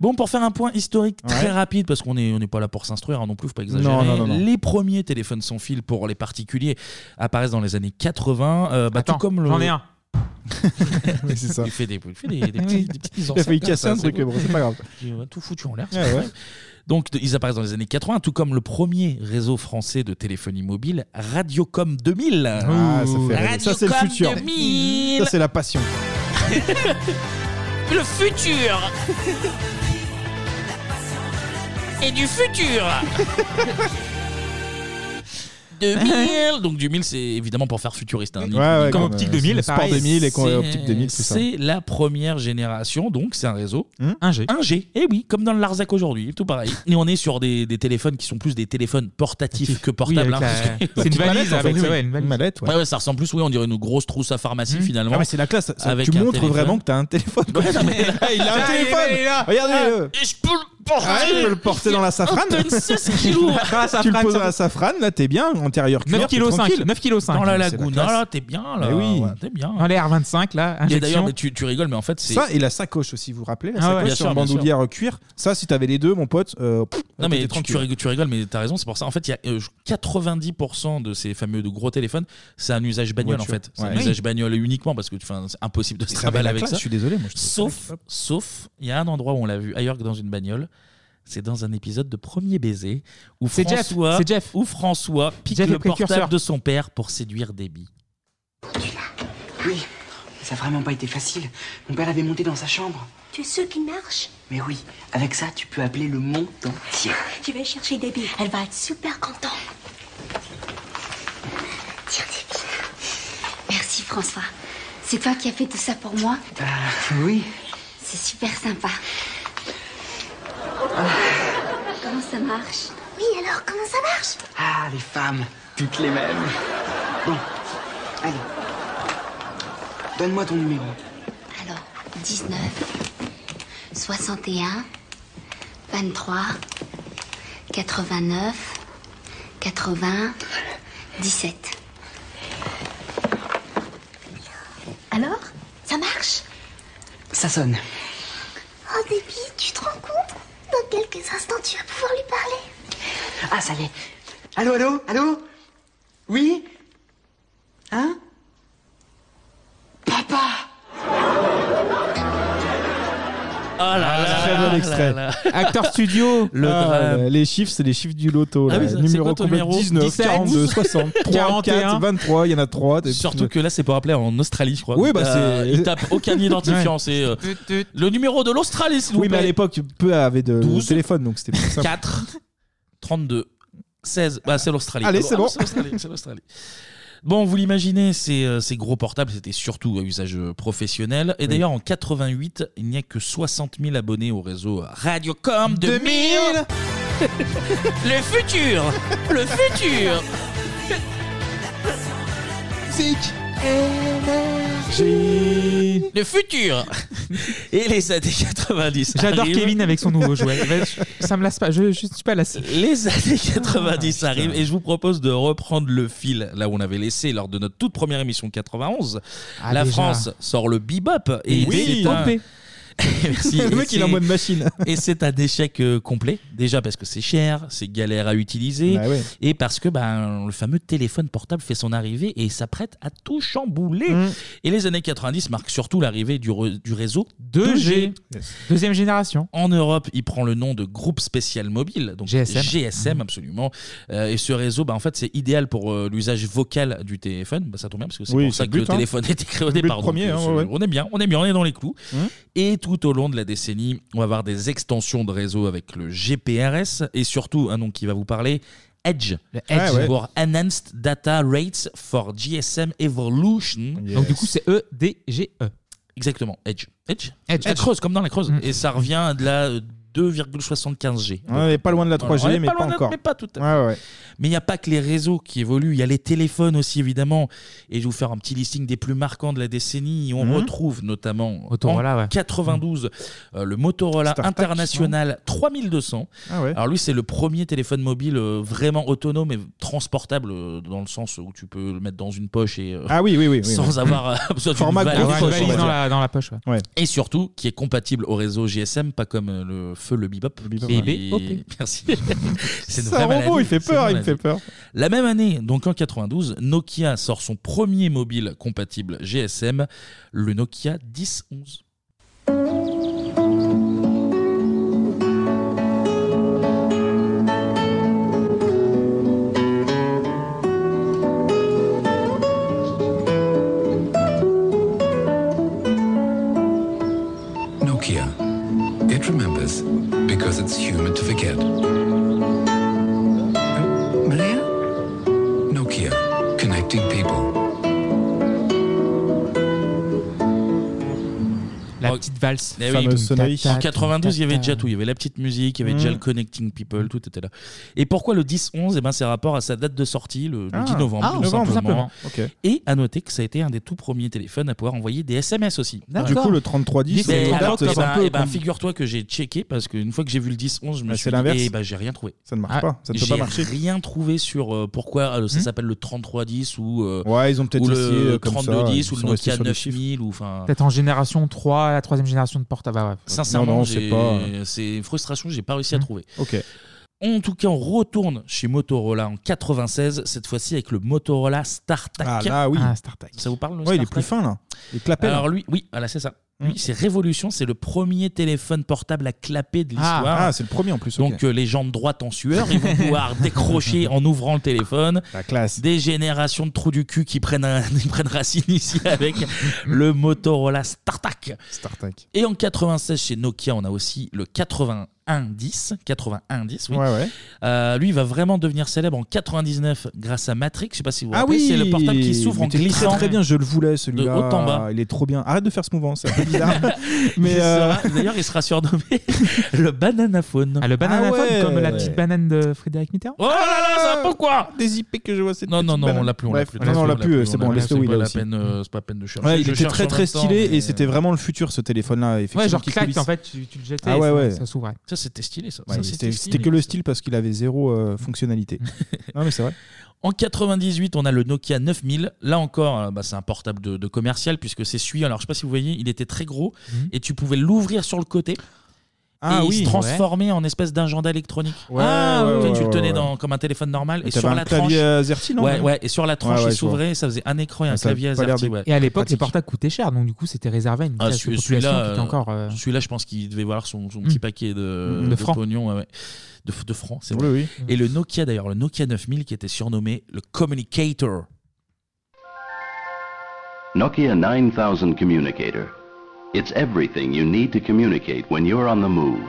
Speaker 1: Bon, pour faire un point historique très
Speaker 7: Ouais.
Speaker 1: rapide, parce qu'on n'est on n'est pas là pour s'instruire hein, non plus, faut pas exagérer.
Speaker 7: Non, non, non, non.
Speaker 1: Les premiers téléphones sans fil pour les particuliers apparaissent dans les années 80. euh, bah, tout comme le...
Speaker 7: j'en ai (laughs)
Speaker 1: (laughs)
Speaker 7: un.
Speaker 1: oui, c'est ça. Il fait des, il fait des, des petits,
Speaker 7: Oui.
Speaker 1: des petits
Speaker 7: (laughs) Il a
Speaker 1: encercles
Speaker 7: failli
Speaker 1: comme
Speaker 7: casser
Speaker 1: ça,
Speaker 7: un truc,
Speaker 1: beau.
Speaker 7: mais bon, c'est pas grave.
Speaker 1: Il a tout foutu en l'air.
Speaker 30: Ah
Speaker 7: Ouais,
Speaker 1: c'est
Speaker 7: ouais.
Speaker 1: vrai. (laughs) Donc, de- ils apparaissent dans les années 80, tout comme le premier réseau français de téléphonie mobile, Radiocom 2000.
Speaker 30: Ah, ça fait rêver. Ça, c'est le
Speaker 1: Radiocom
Speaker 30: futur.
Speaker 1: 2000.
Speaker 30: Ça, c'est la passion.
Speaker 20: Ah, (laughs) Le futur Et du futur
Speaker 1: 2000 Donc du 1000 c'est évidemment pour faire futuriste. hein.
Speaker 30: Ouais, ouais,
Speaker 1: Comme
Speaker 30: comme,
Speaker 1: optique
Speaker 30: euh,
Speaker 1: 2000.
Speaker 30: Sport
Speaker 1: pareil,
Speaker 30: 2000 et
Speaker 1: c'est-
Speaker 30: Optique 2000, tout ça.
Speaker 1: C'est la première génération, donc c'est un réseau 1G. 1G, et oui, comme dans le Larzac aujourd'hui, tout pareil. Et on est sur des, des téléphones qui sont plus des téléphones portatifs que portables.
Speaker 7: avec
Speaker 1: hein,
Speaker 7: la-
Speaker 1: parce que-
Speaker 7: c'est une
Speaker 1: Petite
Speaker 7: valise,
Speaker 1: mallette, en
Speaker 7: avec-
Speaker 1: fait, oui.
Speaker 7: ouais, une valise.
Speaker 1: Mallette, ouais. Ouais, ouais, ça ressemble plus, oui, on dirait une grosse trousse à pharmacie finalement.
Speaker 6: Ah, mais c'est la classe. ça-
Speaker 1: Avec
Speaker 6: tu
Speaker 1: un
Speaker 6: montres
Speaker 1: téléphone.
Speaker 6: vraiment que t'as un téléphone. quoi. il a un
Speaker 1: Ah, il est
Speaker 6: téléphone.
Speaker 1: là, il est là. Ah,
Speaker 6: Regardez-le.
Speaker 1: Et je peux le porter.
Speaker 6: Ah, tu peux le porter dans la safrane.
Speaker 1: Open 16
Speaker 6: (laughs)
Speaker 1: kilos.
Speaker 6: tu le poses dans la safrane, là t'es bien, antérieur cuir.
Speaker 7: 9 kg 5, 9 kg 5.
Speaker 1: Dans la Laguna, là, t'es bien, là.
Speaker 7: Eh
Speaker 6: Mais oui.
Speaker 1: Ouais, t'es bien.
Speaker 7: Dans les R25 là,
Speaker 1: Et d'ailleurs,
Speaker 7: injection.
Speaker 1: mais tu, tu rigoles, mais en fait, c'est.
Speaker 6: Ça et la sacoche aussi, vous vous rappelez La
Speaker 1: Ah ouais,
Speaker 6: sacoche
Speaker 1: bien
Speaker 6: sur
Speaker 1: sûr, bien
Speaker 6: bandoulière cuir. Ça, si t'avais les deux, mon pote. euh, pff,
Speaker 1: Non
Speaker 6: t'étais
Speaker 1: mais tu,
Speaker 6: tranquille.
Speaker 1: tu rigoles, tu rigoles, mais t'as raison, c'est pour ça. En fait, il y a euh, 90% de ces fameux de gros téléphones, c'est un usage bagnole
Speaker 6: Voiture.
Speaker 1: en fait. C'est un
Speaker 6: Ouais.
Speaker 1: usage bagnole uniquement parce que enfin, c'est impossible de se
Speaker 6: ça avait
Speaker 1: travailler
Speaker 6: la
Speaker 1: avec
Speaker 6: classe,
Speaker 1: ça.
Speaker 6: je suis désolé, moi, je trouve ça
Speaker 1: sauf, sauf, il y a un endroit où on l'a vu ailleurs que dans une bagnole. C'est dans un épisode de Premier baiser où
Speaker 7: C'est Jeff,
Speaker 1: François,
Speaker 7: c'est Jeff.
Speaker 1: où François pique
Speaker 7: Jeff est
Speaker 1: le portable
Speaker 7: précurseur.
Speaker 1: de son père pour séduire Debbie.
Speaker 5: Oui, ça a vraiment pas été facile. Mon père l'avait monté dans sa chambre.
Speaker 10: Tu es ceux qui marchent
Speaker 5: Mais oui, avec ça, tu peux appeler le monde entier.
Speaker 10: Tu vas chercher Debbie. Elle va être super contente. Tiens, Debbie. Merci, François. C'est toi qui as fait tout ça pour moi
Speaker 5: Bah oui.
Speaker 10: C'est super sympa. Comment ça marche Oui, alors, comment ça marche
Speaker 5: Ah, les femmes, toutes les mêmes. Bon, allez. Donne-moi ton numéro.
Speaker 10: 19, 61, 23, 89, 80, 17. Alors Ça marche
Speaker 5: Ça sonne.
Speaker 20: Ah,
Speaker 10: Oh, Debbie, tu te rends compte Dans quelques instants, tu vas pouvoir lui parler.
Speaker 5: Ah, ça y est. Allô, allô, allô Oui Hein Papa
Speaker 1: Ah là là,
Speaker 6: Très bon
Speaker 1: là
Speaker 6: extrait.
Speaker 1: là.
Speaker 6: Acteur studio. euh,
Speaker 1: Le drame.
Speaker 6: Les chiffres, c'est les chiffres du loto.
Speaker 1: Ah
Speaker 6: là.
Speaker 1: oui, c'est- c'est
Speaker 6: numéro
Speaker 1: quoi ton
Speaker 6: complet,
Speaker 1: numéro
Speaker 6: 19,
Speaker 1: 17,
Speaker 6: 42, 60,
Speaker 1: (laughs)
Speaker 6: 3, 4, 23. Il y en a 3.
Speaker 1: Surtout que là, c'est pour appeler en Australie, je crois.
Speaker 6: Oui, bah,
Speaker 1: Euh,
Speaker 6: c'est-
Speaker 1: Ils tapent aucun
Speaker 6: (laughs)
Speaker 1: identifiant. C'est euh, le numéro de l'Australie, s'il vous
Speaker 6: Oui, mais à
Speaker 1: plaît.
Speaker 6: l'époque, peu avaient de de téléphone, donc c'était plus simple.
Speaker 1: 4, 32, 16. Bah, c'est l'Australie.
Speaker 6: Allez,
Speaker 1: Ah
Speaker 6: c'est
Speaker 1: ah
Speaker 6: bon.
Speaker 1: l'Australie,
Speaker 7: (laughs)
Speaker 1: c'est l'Australie. Bon, vous l'imaginez, ces, euh, ces gros portables, c'était surtout à usage euh, professionnel. Et d'ailleurs, en 88, il n'y a que 60 000 abonnés au réseau euh, Radiocom 2000.
Speaker 20: Le futur Le futur
Speaker 6: Musique
Speaker 20: Euh,
Speaker 1: Le futur Et les années 90.
Speaker 7: J'adore
Speaker 1: arrivent.
Speaker 7: Kevin avec son nouveau jouet.
Speaker 1: (laughs)
Speaker 7: Ouais, je- Ça me lasse pas, je, je suis pas lassé.
Speaker 1: Les années 90 arrivent et je vous propose de reprendre le fil là où on avait laissé lors de notre toute première émission 91.
Speaker 7: Ah,
Speaker 1: la
Speaker 7: déjà.
Speaker 1: France sort le bebop et
Speaker 6: Oui,
Speaker 1: c'est un-
Speaker 6: Popé.
Speaker 1: (laughs) Merci.
Speaker 6: Le
Speaker 1: Et
Speaker 6: mec, il est en
Speaker 1: c'est-
Speaker 6: mode machine.
Speaker 1: Et c'est un échec euh, complet, déjà parce que c'est cher, c'est galère à utiliser,
Speaker 6: Bah ouais.
Speaker 1: et parce que ben, le fameux téléphone portable fait son arrivée et s'apprête à tout chambouler.
Speaker 6: Mmh.
Speaker 1: Et les années 90 marquent surtout l'arrivée du, re- du réseau 2G.
Speaker 7: Deuxième génération.
Speaker 1: En Europe, il prend le nom de groupe spécial mobile, donc GSM,
Speaker 7: GSM. Mmh.
Speaker 1: absolument. Euh, et ce réseau, bah, en fait, c'est idéal pour euh, l'usage vocal du téléphone. Bah, ça tombe bien parce que c'est
Speaker 6: Oui,
Speaker 1: pour
Speaker 6: c'est
Speaker 1: ça
Speaker 6: le but,
Speaker 1: que le
Speaker 6: hein.
Speaker 1: téléphone a été créé au
Speaker 6: Le but
Speaker 1: départ.
Speaker 6: premier,
Speaker 1: Donc, euh,
Speaker 6: hein,
Speaker 1: c'est-
Speaker 6: ouais, Mmh. ouais.
Speaker 1: On est bien, on est bien, on est dans les clous. Et tout au long de la décennie, on va avoir des extensions de réseau avec le GPRS et surtout un nom qui va vous parler. Edge,
Speaker 6: Ah
Speaker 7: Edge. Ouais, ouais.
Speaker 1: pour Enhanced Data Rates for GSM Evolution.
Speaker 7: Donc, du coup, c'est E E-D-G-E.
Speaker 1: Exactement, Edge. Edge,
Speaker 7: Edge.
Speaker 1: La creuse, comme dans la creuse. Et ça revient de la euh, 2,75G.
Speaker 6: Mm. Ouais, on est pas loin de la 3G,
Speaker 1: On est
Speaker 6: mais
Speaker 1: loin
Speaker 6: pas
Speaker 1: de la-
Speaker 6: encore. Ah
Speaker 1: Mais pas tout à fait. Mais il n'y a pas que les réseaux qui évoluent, il y a les téléphones aussi, évidemment. Et je vais vous faire un petit listing des plus marquants de la décennie. On
Speaker 6: Mm-hmm.
Speaker 7: Mhm.
Speaker 1: retrouve notamment
Speaker 7: Motorola,
Speaker 1: en
Speaker 7: ouais.
Speaker 1: 92 euh, le Motorola
Speaker 7: StarTAC,
Speaker 1: International 3200.
Speaker 7: Ah ouais.
Speaker 1: Alors lui, c'est le premier téléphone mobile euh, vraiment autonome et transportable euh, dans le sens où tu peux le mettre dans une poche et euh,
Speaker 6: Ah oui, oui, oui, oui,
Speaker 1: sans
Speaker 6: oui.
Speaker 1: avoir euh, (laughs) besoin d'une
Speaker 6: Format
Speaker 1: valise,
Speaker 6: gros
Speaker 1: poche,
Speaker 6: poche,
Speaker 1: on va
Speaker 6: dans
Speaker 1: dire.
Speaker 6: la- dans la poche, ouais. Ouais.
Speaker 1: Et surtout, qui est compatible au réseau GSM, pas comme euh, le feu, le bebop.
Speaker 6: ouais.
Speaker 1: Qui-
Speaker 6: BOP.
Speaker 1: (laughs) Merci. C'est une
Speaker 6: C'est un
Speaker 1: vraie
Speaker 6: robot,
Speaker 1: maladie.
Speaker 6: il fait
Speaker 1: C'est
Speaker 6: peur,
Speaker 1: une
Speaker 6: il me fait
Speaker 1: maladie.
Speaker 6: peur.
Speaker 1: La même année, donc en 92, Nokia sort son premier mobile compatible GSM, le Nokia 1011.
Speaker 4: Nokia. It remembers because it's human to forget. Uh, Maria? Nokia. Connecting people.
Speaker 1: La petite valse,
Speaker 7: la fameuse sonnerie.
Speaker 1: En 92, il y avait
Speaker 7: Tata.
Speaker 1: déjà tout. Il y avait la petite musique, il y avait déjà
Speaker 7: Mm.
Speaker 1: le Connecting People, tout était là. Et pourquoi le 10-11 eh ben, C'est rapport à sa date de sortie, le, le
Speaker 7: Ah.
Speaker 1: 10 novembre.
Speaker 7: Ah,
Speaker 1: tout
Speaker 7: novembre,
Speaker 1: simplement.
Speaker 7: simplement. Ok.
Speaker 1: Et à noter que ça a été un des tout premiers téléphones à pouvoir envoyer des SMS aussi.
Speaker 6: D'accord. Du coup, le 3310,
Speaker 1: Mais
Speaker 6: c'est une
Speaker 1: alors,
Speaker 6: date,
Speaker 1: eh
Speaker 6: c'est un
Speaker 1: ben-
Speaker 6: peu
Speaker 1: eh ben,
Speaker 6: comme-
Speaker 1: figure-toi que j'ai checké parce qu'une fois que j'ai vu le 10-11, je me
Speaker 6: Ah,
Speaker 1: suis
Speaker 6: c'est
Speaker 1: dit,
Speaker 6: l'inverse.
Speaker 1: eh ben, j'ai rien trouvé.
Speaker 6: Ça ne marche pas, ça ne peut
Speaker 1: j'ai
Speaker 6: pas marcher. Hmm
Speaker 1: rien trouvé sur euh, pourquoi euh, ça s'appelle le 3310 ou, euh,
Speaker 6: Ouais, ils ont peut-être
Speaker 1: ou
Speaker 6: essayé,
Speaker 1: le
Speaker 6: euh, comme ça,
Speaker 1: 3210
Speaker 6: ils
Speaker 1: ou le
Speaker 6: sont restés
Speaker 1: Nokia
Speaker 6: sur des
Speaker 1: 9000 ou enfin.
Speaker 7: Peut-être en génération 3, la troisième génération de portable. Ah, ouais.
Speaker 1: Sincèrement, j'ai- c'est une frustration, j'ai pas réussi à trouver.
Speaker 6: Mmh. Ok.
Speaker 1: En tout cas, on retourne chez Motorola en 96, cette fois-ci avec le Motorola StarTAC.
Speaker 6: Ah, là, oui. Ah, StarTAC.
Speaker 1: Ça vous parle le
Speaker 6: Ouais, il est
Speaker 1: StarTAC
Speaker 6: plus fin, là. Il clapait, là. Mmh.
Speaker 1: Alors lui, oui, voilà, c'est ça. Lui, c'est Révolution, c'est le premier téléphone portable à clapper de
Speaker 6: Ah.
Speaker 1: l'histoire.
Speaker 6: Ah, c'est le premier, en plus,
Speaker 1: Donc
Speaker 6: ok.
Speaker 1: euh, les gens de droite en sueur, ils vont
Speaker 6: (laughs)
Speaker 1: pouvoir décrocher en ouvrant le téléphone.
Speaker 6: La classe.
Speaker 1: Des générations de trous du cul qui prennent, un- (laughs) qui prennent racine ici avec le Motorola StarTAC.
Speaker 6: StarTAC.
Speaker 1: Et en 96 chez Nokia, on a aussi le 8110, 8110, oui.
Speaker 6: Ouais, ouais.
Speaker 1: Euh, lui, il va vraiment devenir célèbre en 99 grâce à Matrix. Je sais pas si vous vous
Speaker 6: Ah
Speaker 1: rappelez,
Speaker 6: oui,
Speaker 1: c'est le portable qui s'ouvre
Speaker 6: mais
Speaker 1: en
Speaker 6: t'es
Speaker 1: glissant.
Speaker 6: Très, très bien, je le voulais celui-là.
Speaker 1: haut en bas.
Speaker 6: Il est trop bien. Arrête de faire ce mouvement, c'est un peu
Speaker 1: (laughs)
Speaker 6: bizarre. mais
Speaker 1: Il
Speaker 6: euh,
Speaker 1: sera- D'ailleurs, il
Speaker 6: (laughs)
Speaker 1: sera surnommé le bananaphone.
Speaker 7: Le bananaphone,
Speaker 1: Ah ouais.
Speaker 7: comme la petite banane de Frédéric Mitterrand.
Speaker 1: Oh là là, ça va pourquoi
Speaker 6: Des IP que je Ben vois, c'est
Speaker 1: Non, non, non, on
Speaker 7: banane.
Speaker 1: l'a plus, on l'a
Speaker 7: Bref,
Speaker 1: plus.
Speaker 7: non, non, on l'a plus,
Speaker 6: c'est bon, laisse-le où il est
Speaker 1: C'est pas la
Speaker 6: aussi.
Speaker 1: peine, euh, c'est pas la peine de chercher.
Speaker 6: ouais, il
Speaker 1: Je
Speaker 6: était
Speaker 1: cherche
Speaker 6: très
Speaker 1: en
Speaker 6: très
Speaker 1: même temps,
Speaker 6: stylé
Speaker 1: mais- euh,
Speaker 6: et c'était vraiment le futur ce téléphone-là. effectivement,
Speaker 7: genre
Speaker 6: qui
Speaker 7: claque,
Speaker 6: coulisse.
Speaker 7: en fait, tu- tu le jetais,
Speaker 6: Ah ouais,
Speaker 7: ça-
Speaker 6: ouais.
Speaker 7: ça s'ouvrait.
Speaker 1: Ça, c'était stylé, ça.
Speaker 6: Ouais,
Speaker 1: Ça,
Speaker 6: C'était
Speaker 1: stylé.
Speaker 6: c'était que le style parce qu'il avait zéro euh,
Speaker 1: (laughs)
Speaker 6: fonctionnalité. non, mais c'est vrai.
Speaker 1: En 98, on a le Nokia 9000. Là encore, euh, bah, c'est un portable de, de commercial puisque c'est celui. Alors, je sais pas si vous voyez, il était très gros
Speaker 7: Mhm.
Speaker 1: et tu pouvais l'ouvrir sur le côté.
Speaker 6: Ah
Speaker 1: et
Speaker 6: oui,
Speaker 1: il
Speaker 6: ouais.
Speaker 1: se transformait en espèce d'agenda électronique.
Speaker 6: Ouais,
Speaker 1: ah,
Speaker 6: ouais,
Speaker 1: oui,
Speaker 6: ouais,
Speaker 1: tu le
Speaker 6: ouais,
Speaker 1: tenais
Speaker 6: ouais.
Speaker 1: dans, comme un téléphone normal.
Speaker 6: Et
Speaker 1: Et
Speaker 6: t'avais
Speaker 1: sur
Speaker 6: un
Speaker 1: la
Speaker 6: clavier,
Speaker 1: tranche.
Speaker 6: euh, AZERTY, non
Speaker 1: ouais, ouais, et sur la tranche,
Speaker 6: Ouais, ouais,
Speaker 1: il
Speaker 6: je vois.
Speaker 1: s'ouvrait. Ça faisait un écran et un
Speaker 6: Ah, ça a
Speaker 1: clavier
Speaker 6: pas l'air
Speaker 1: AZERTY.
Speaker 6: d'être-
Speaker 1: ouais.
Speaker 7: Et à l'époque, les portables coûtaient cher, donc du coup, c'était réservé à une
Speaker 1: Ah,
Speaker 7: classe de
Speaker 1: celui-
Speaker 7: population
Speaker 1: celui-là,
Speaker 7: qui était encore. euh,
Speaker 1: euh, celui-là, je pense qu'il devait voir son, son petit paquet de,
Speaker 7: Mm, de francs.
Speaker 1: pognon, ouais, ouais. de, de francs, c'est
Speaker 7: Oui,
Speaker 1: vrai.
Speaker 7: oui.
Speaker 1: Et le Nokia, d'ailleurs, le Nokia 9000 qui était surnommé le Communicator.
Speaker 27: Nokia 9000 Communicator. It's everything you need to communicate when you're on the move,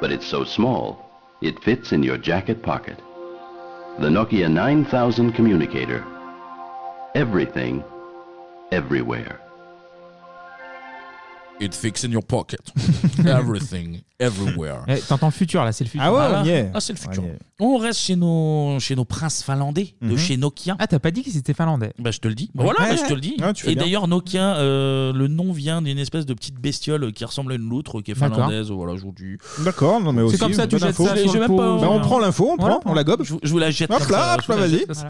Speaker 27: but it's so small, it fits in your jacket pocket. The Nokia 9000 Communicator. Everything, everywhere.
Speaker 1: It fits in your pocket. (laughs) Everything, everywhere.
Speaker 7: eh, T'entends le futur, là, c'est le futur.
Speaker 1: Voilà.
Speaker 7: Voilà.
Speaker 1: Ah, c'est le futur. On reste chez nos, chez nos princes finlandais, de
Speaker 7: Mhm.
Speaker 1: chez Nokia.
Speaker 7: Ah, t'as pas dit qu'ils étaient finlandais
Speaker 1: Bah, je te le dis. Bah, voilà, bah, je te le dis.
Speaker 6: Ah,
Speaker 1: et d'ailleurs, Nokia, euh, le nom vient d'une espèce de petite bestiole qui ressemble à une loutre, qui est
Speaker 6: D'accord.
Speaker 1: finlandaise, voilà, aujourd'hui.
Speaker 6: D'accord, non mais aussi. bonne info.
Speaker 1: Je l'ai même pas-
Speaker 6: Bah, on prend l'info, on
Speaker 1: Voilà.
Speaker 6: prend, on la gobe.
Speaker 1: Je, vous- je vous la jette.
Speaker 6: Hop
Speaker 1: comme
Speaker 6: là,
Speaker 1: ça,
Speaker 6: hop
Speaker 1: je
Speaker 6: là,
Speaker 1: vous la
Speaker 6: vas-y.
Speaker 1: jette comme ça.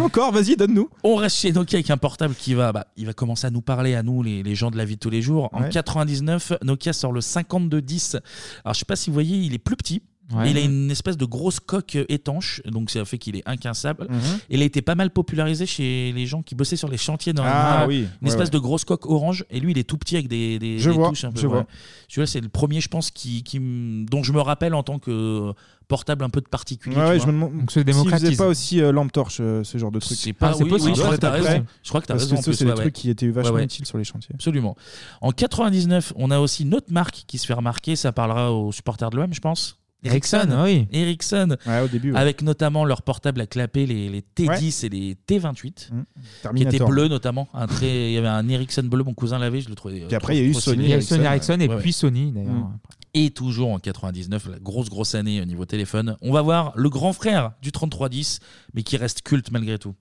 Speaker 6: Encore, vas-y, donne-nous.
Speaker 1: On reste chez Nokia avec un portable qui va, bah, il va commencer à nous parler à nous, les, les gens de la vie de tous les jours. En
Speaker 6: Ouais.
Speaker 1: 99, Nokia sort le 5210. Alors je sais pas si vous voyez, il est plus petit.
Speaker 7: Ouais.
Speaker 1: Il a une espèce de grosse coque euh, étanche, donc ça fait qu'il est incassable.
Speaker 7: Mhm.
Speaker 1: Et Il a été pas mal popularisé chez les gens qui bossaient sur les chantiers dans
Speaker 7: Ah
Speaker 1: la-
Speaker 7: oui, ouais,
Speaker 1: une espèce
Speaker 7: ouais.
Speaker 1: de grosse coque orange. Et lui, il est tout petit avec des, des,
Speaker 7: Je
Speaker 1: des
Speaker 7: vois,
Speaker 1: touches un peu.
Speaker 7: je vois.
Speaker 1: ouais. Celui-là, c'est le premier, je pense, qui, qui m- dont je me rappelle en tant que portable un peu de particulier.
Speaker 6: Ouais,
Speaker 1: tu
Speaker 6: ouais, je
Speaker 1: vois.
Speaker 6: me demande. S'ils faisaient pas aussi euh, lampe torche, euh, ce genre de truc.
Speaker 1: C'est pas- Ah, c'est oui, possible, oui, je crois que t'as
Speaker 6: Après,
Speaker 1: raison. Je crois que t'as
Speaker 6: parce
Speaker 1: raison, en
Speaker 6: ça,
Speaker 1: plus,
Speaker 6: c'est des
Speaker 1: ouais, ouais.
Speaker 6: trucs qui étaient vachement
Speaker 1: Ouais, ouais.
Speaker 6: utiles sur les chantiers.
Speaker 1: Absolument. En 99, on a aussi notre marque qui se fait remarquer. Ça parlera aux supporters de l'OM, je pense.
Speaker 7: Ericsson, oui.
Speaker 1: Ericsson.
Speaker 6: au début. ouais.
Speaker 1: Avec notamment leur portable à clapper, les, les T10 et les T28, qui étaient
Speaker 6: Mmh. Terminator.
Speaker 1: bleus notamment. Un très- il y avait un Ericsson bleu, mon cousin l'avait, je le trouvais. euh,
Speaker 6: Puis après, il y a eu Sony Mmh.
Speaker 7: Il y a eu Sony Ericsson et
Speaker 1: Ouais, ouais.
Speaker 7: puis Sony, d'ailleurs.
Speaker 1: Mm. et toujours en 99, la grosse grosse année au niveau téléphone. On va voir le grand frère du 3310, mais qui reste culte malgré tout.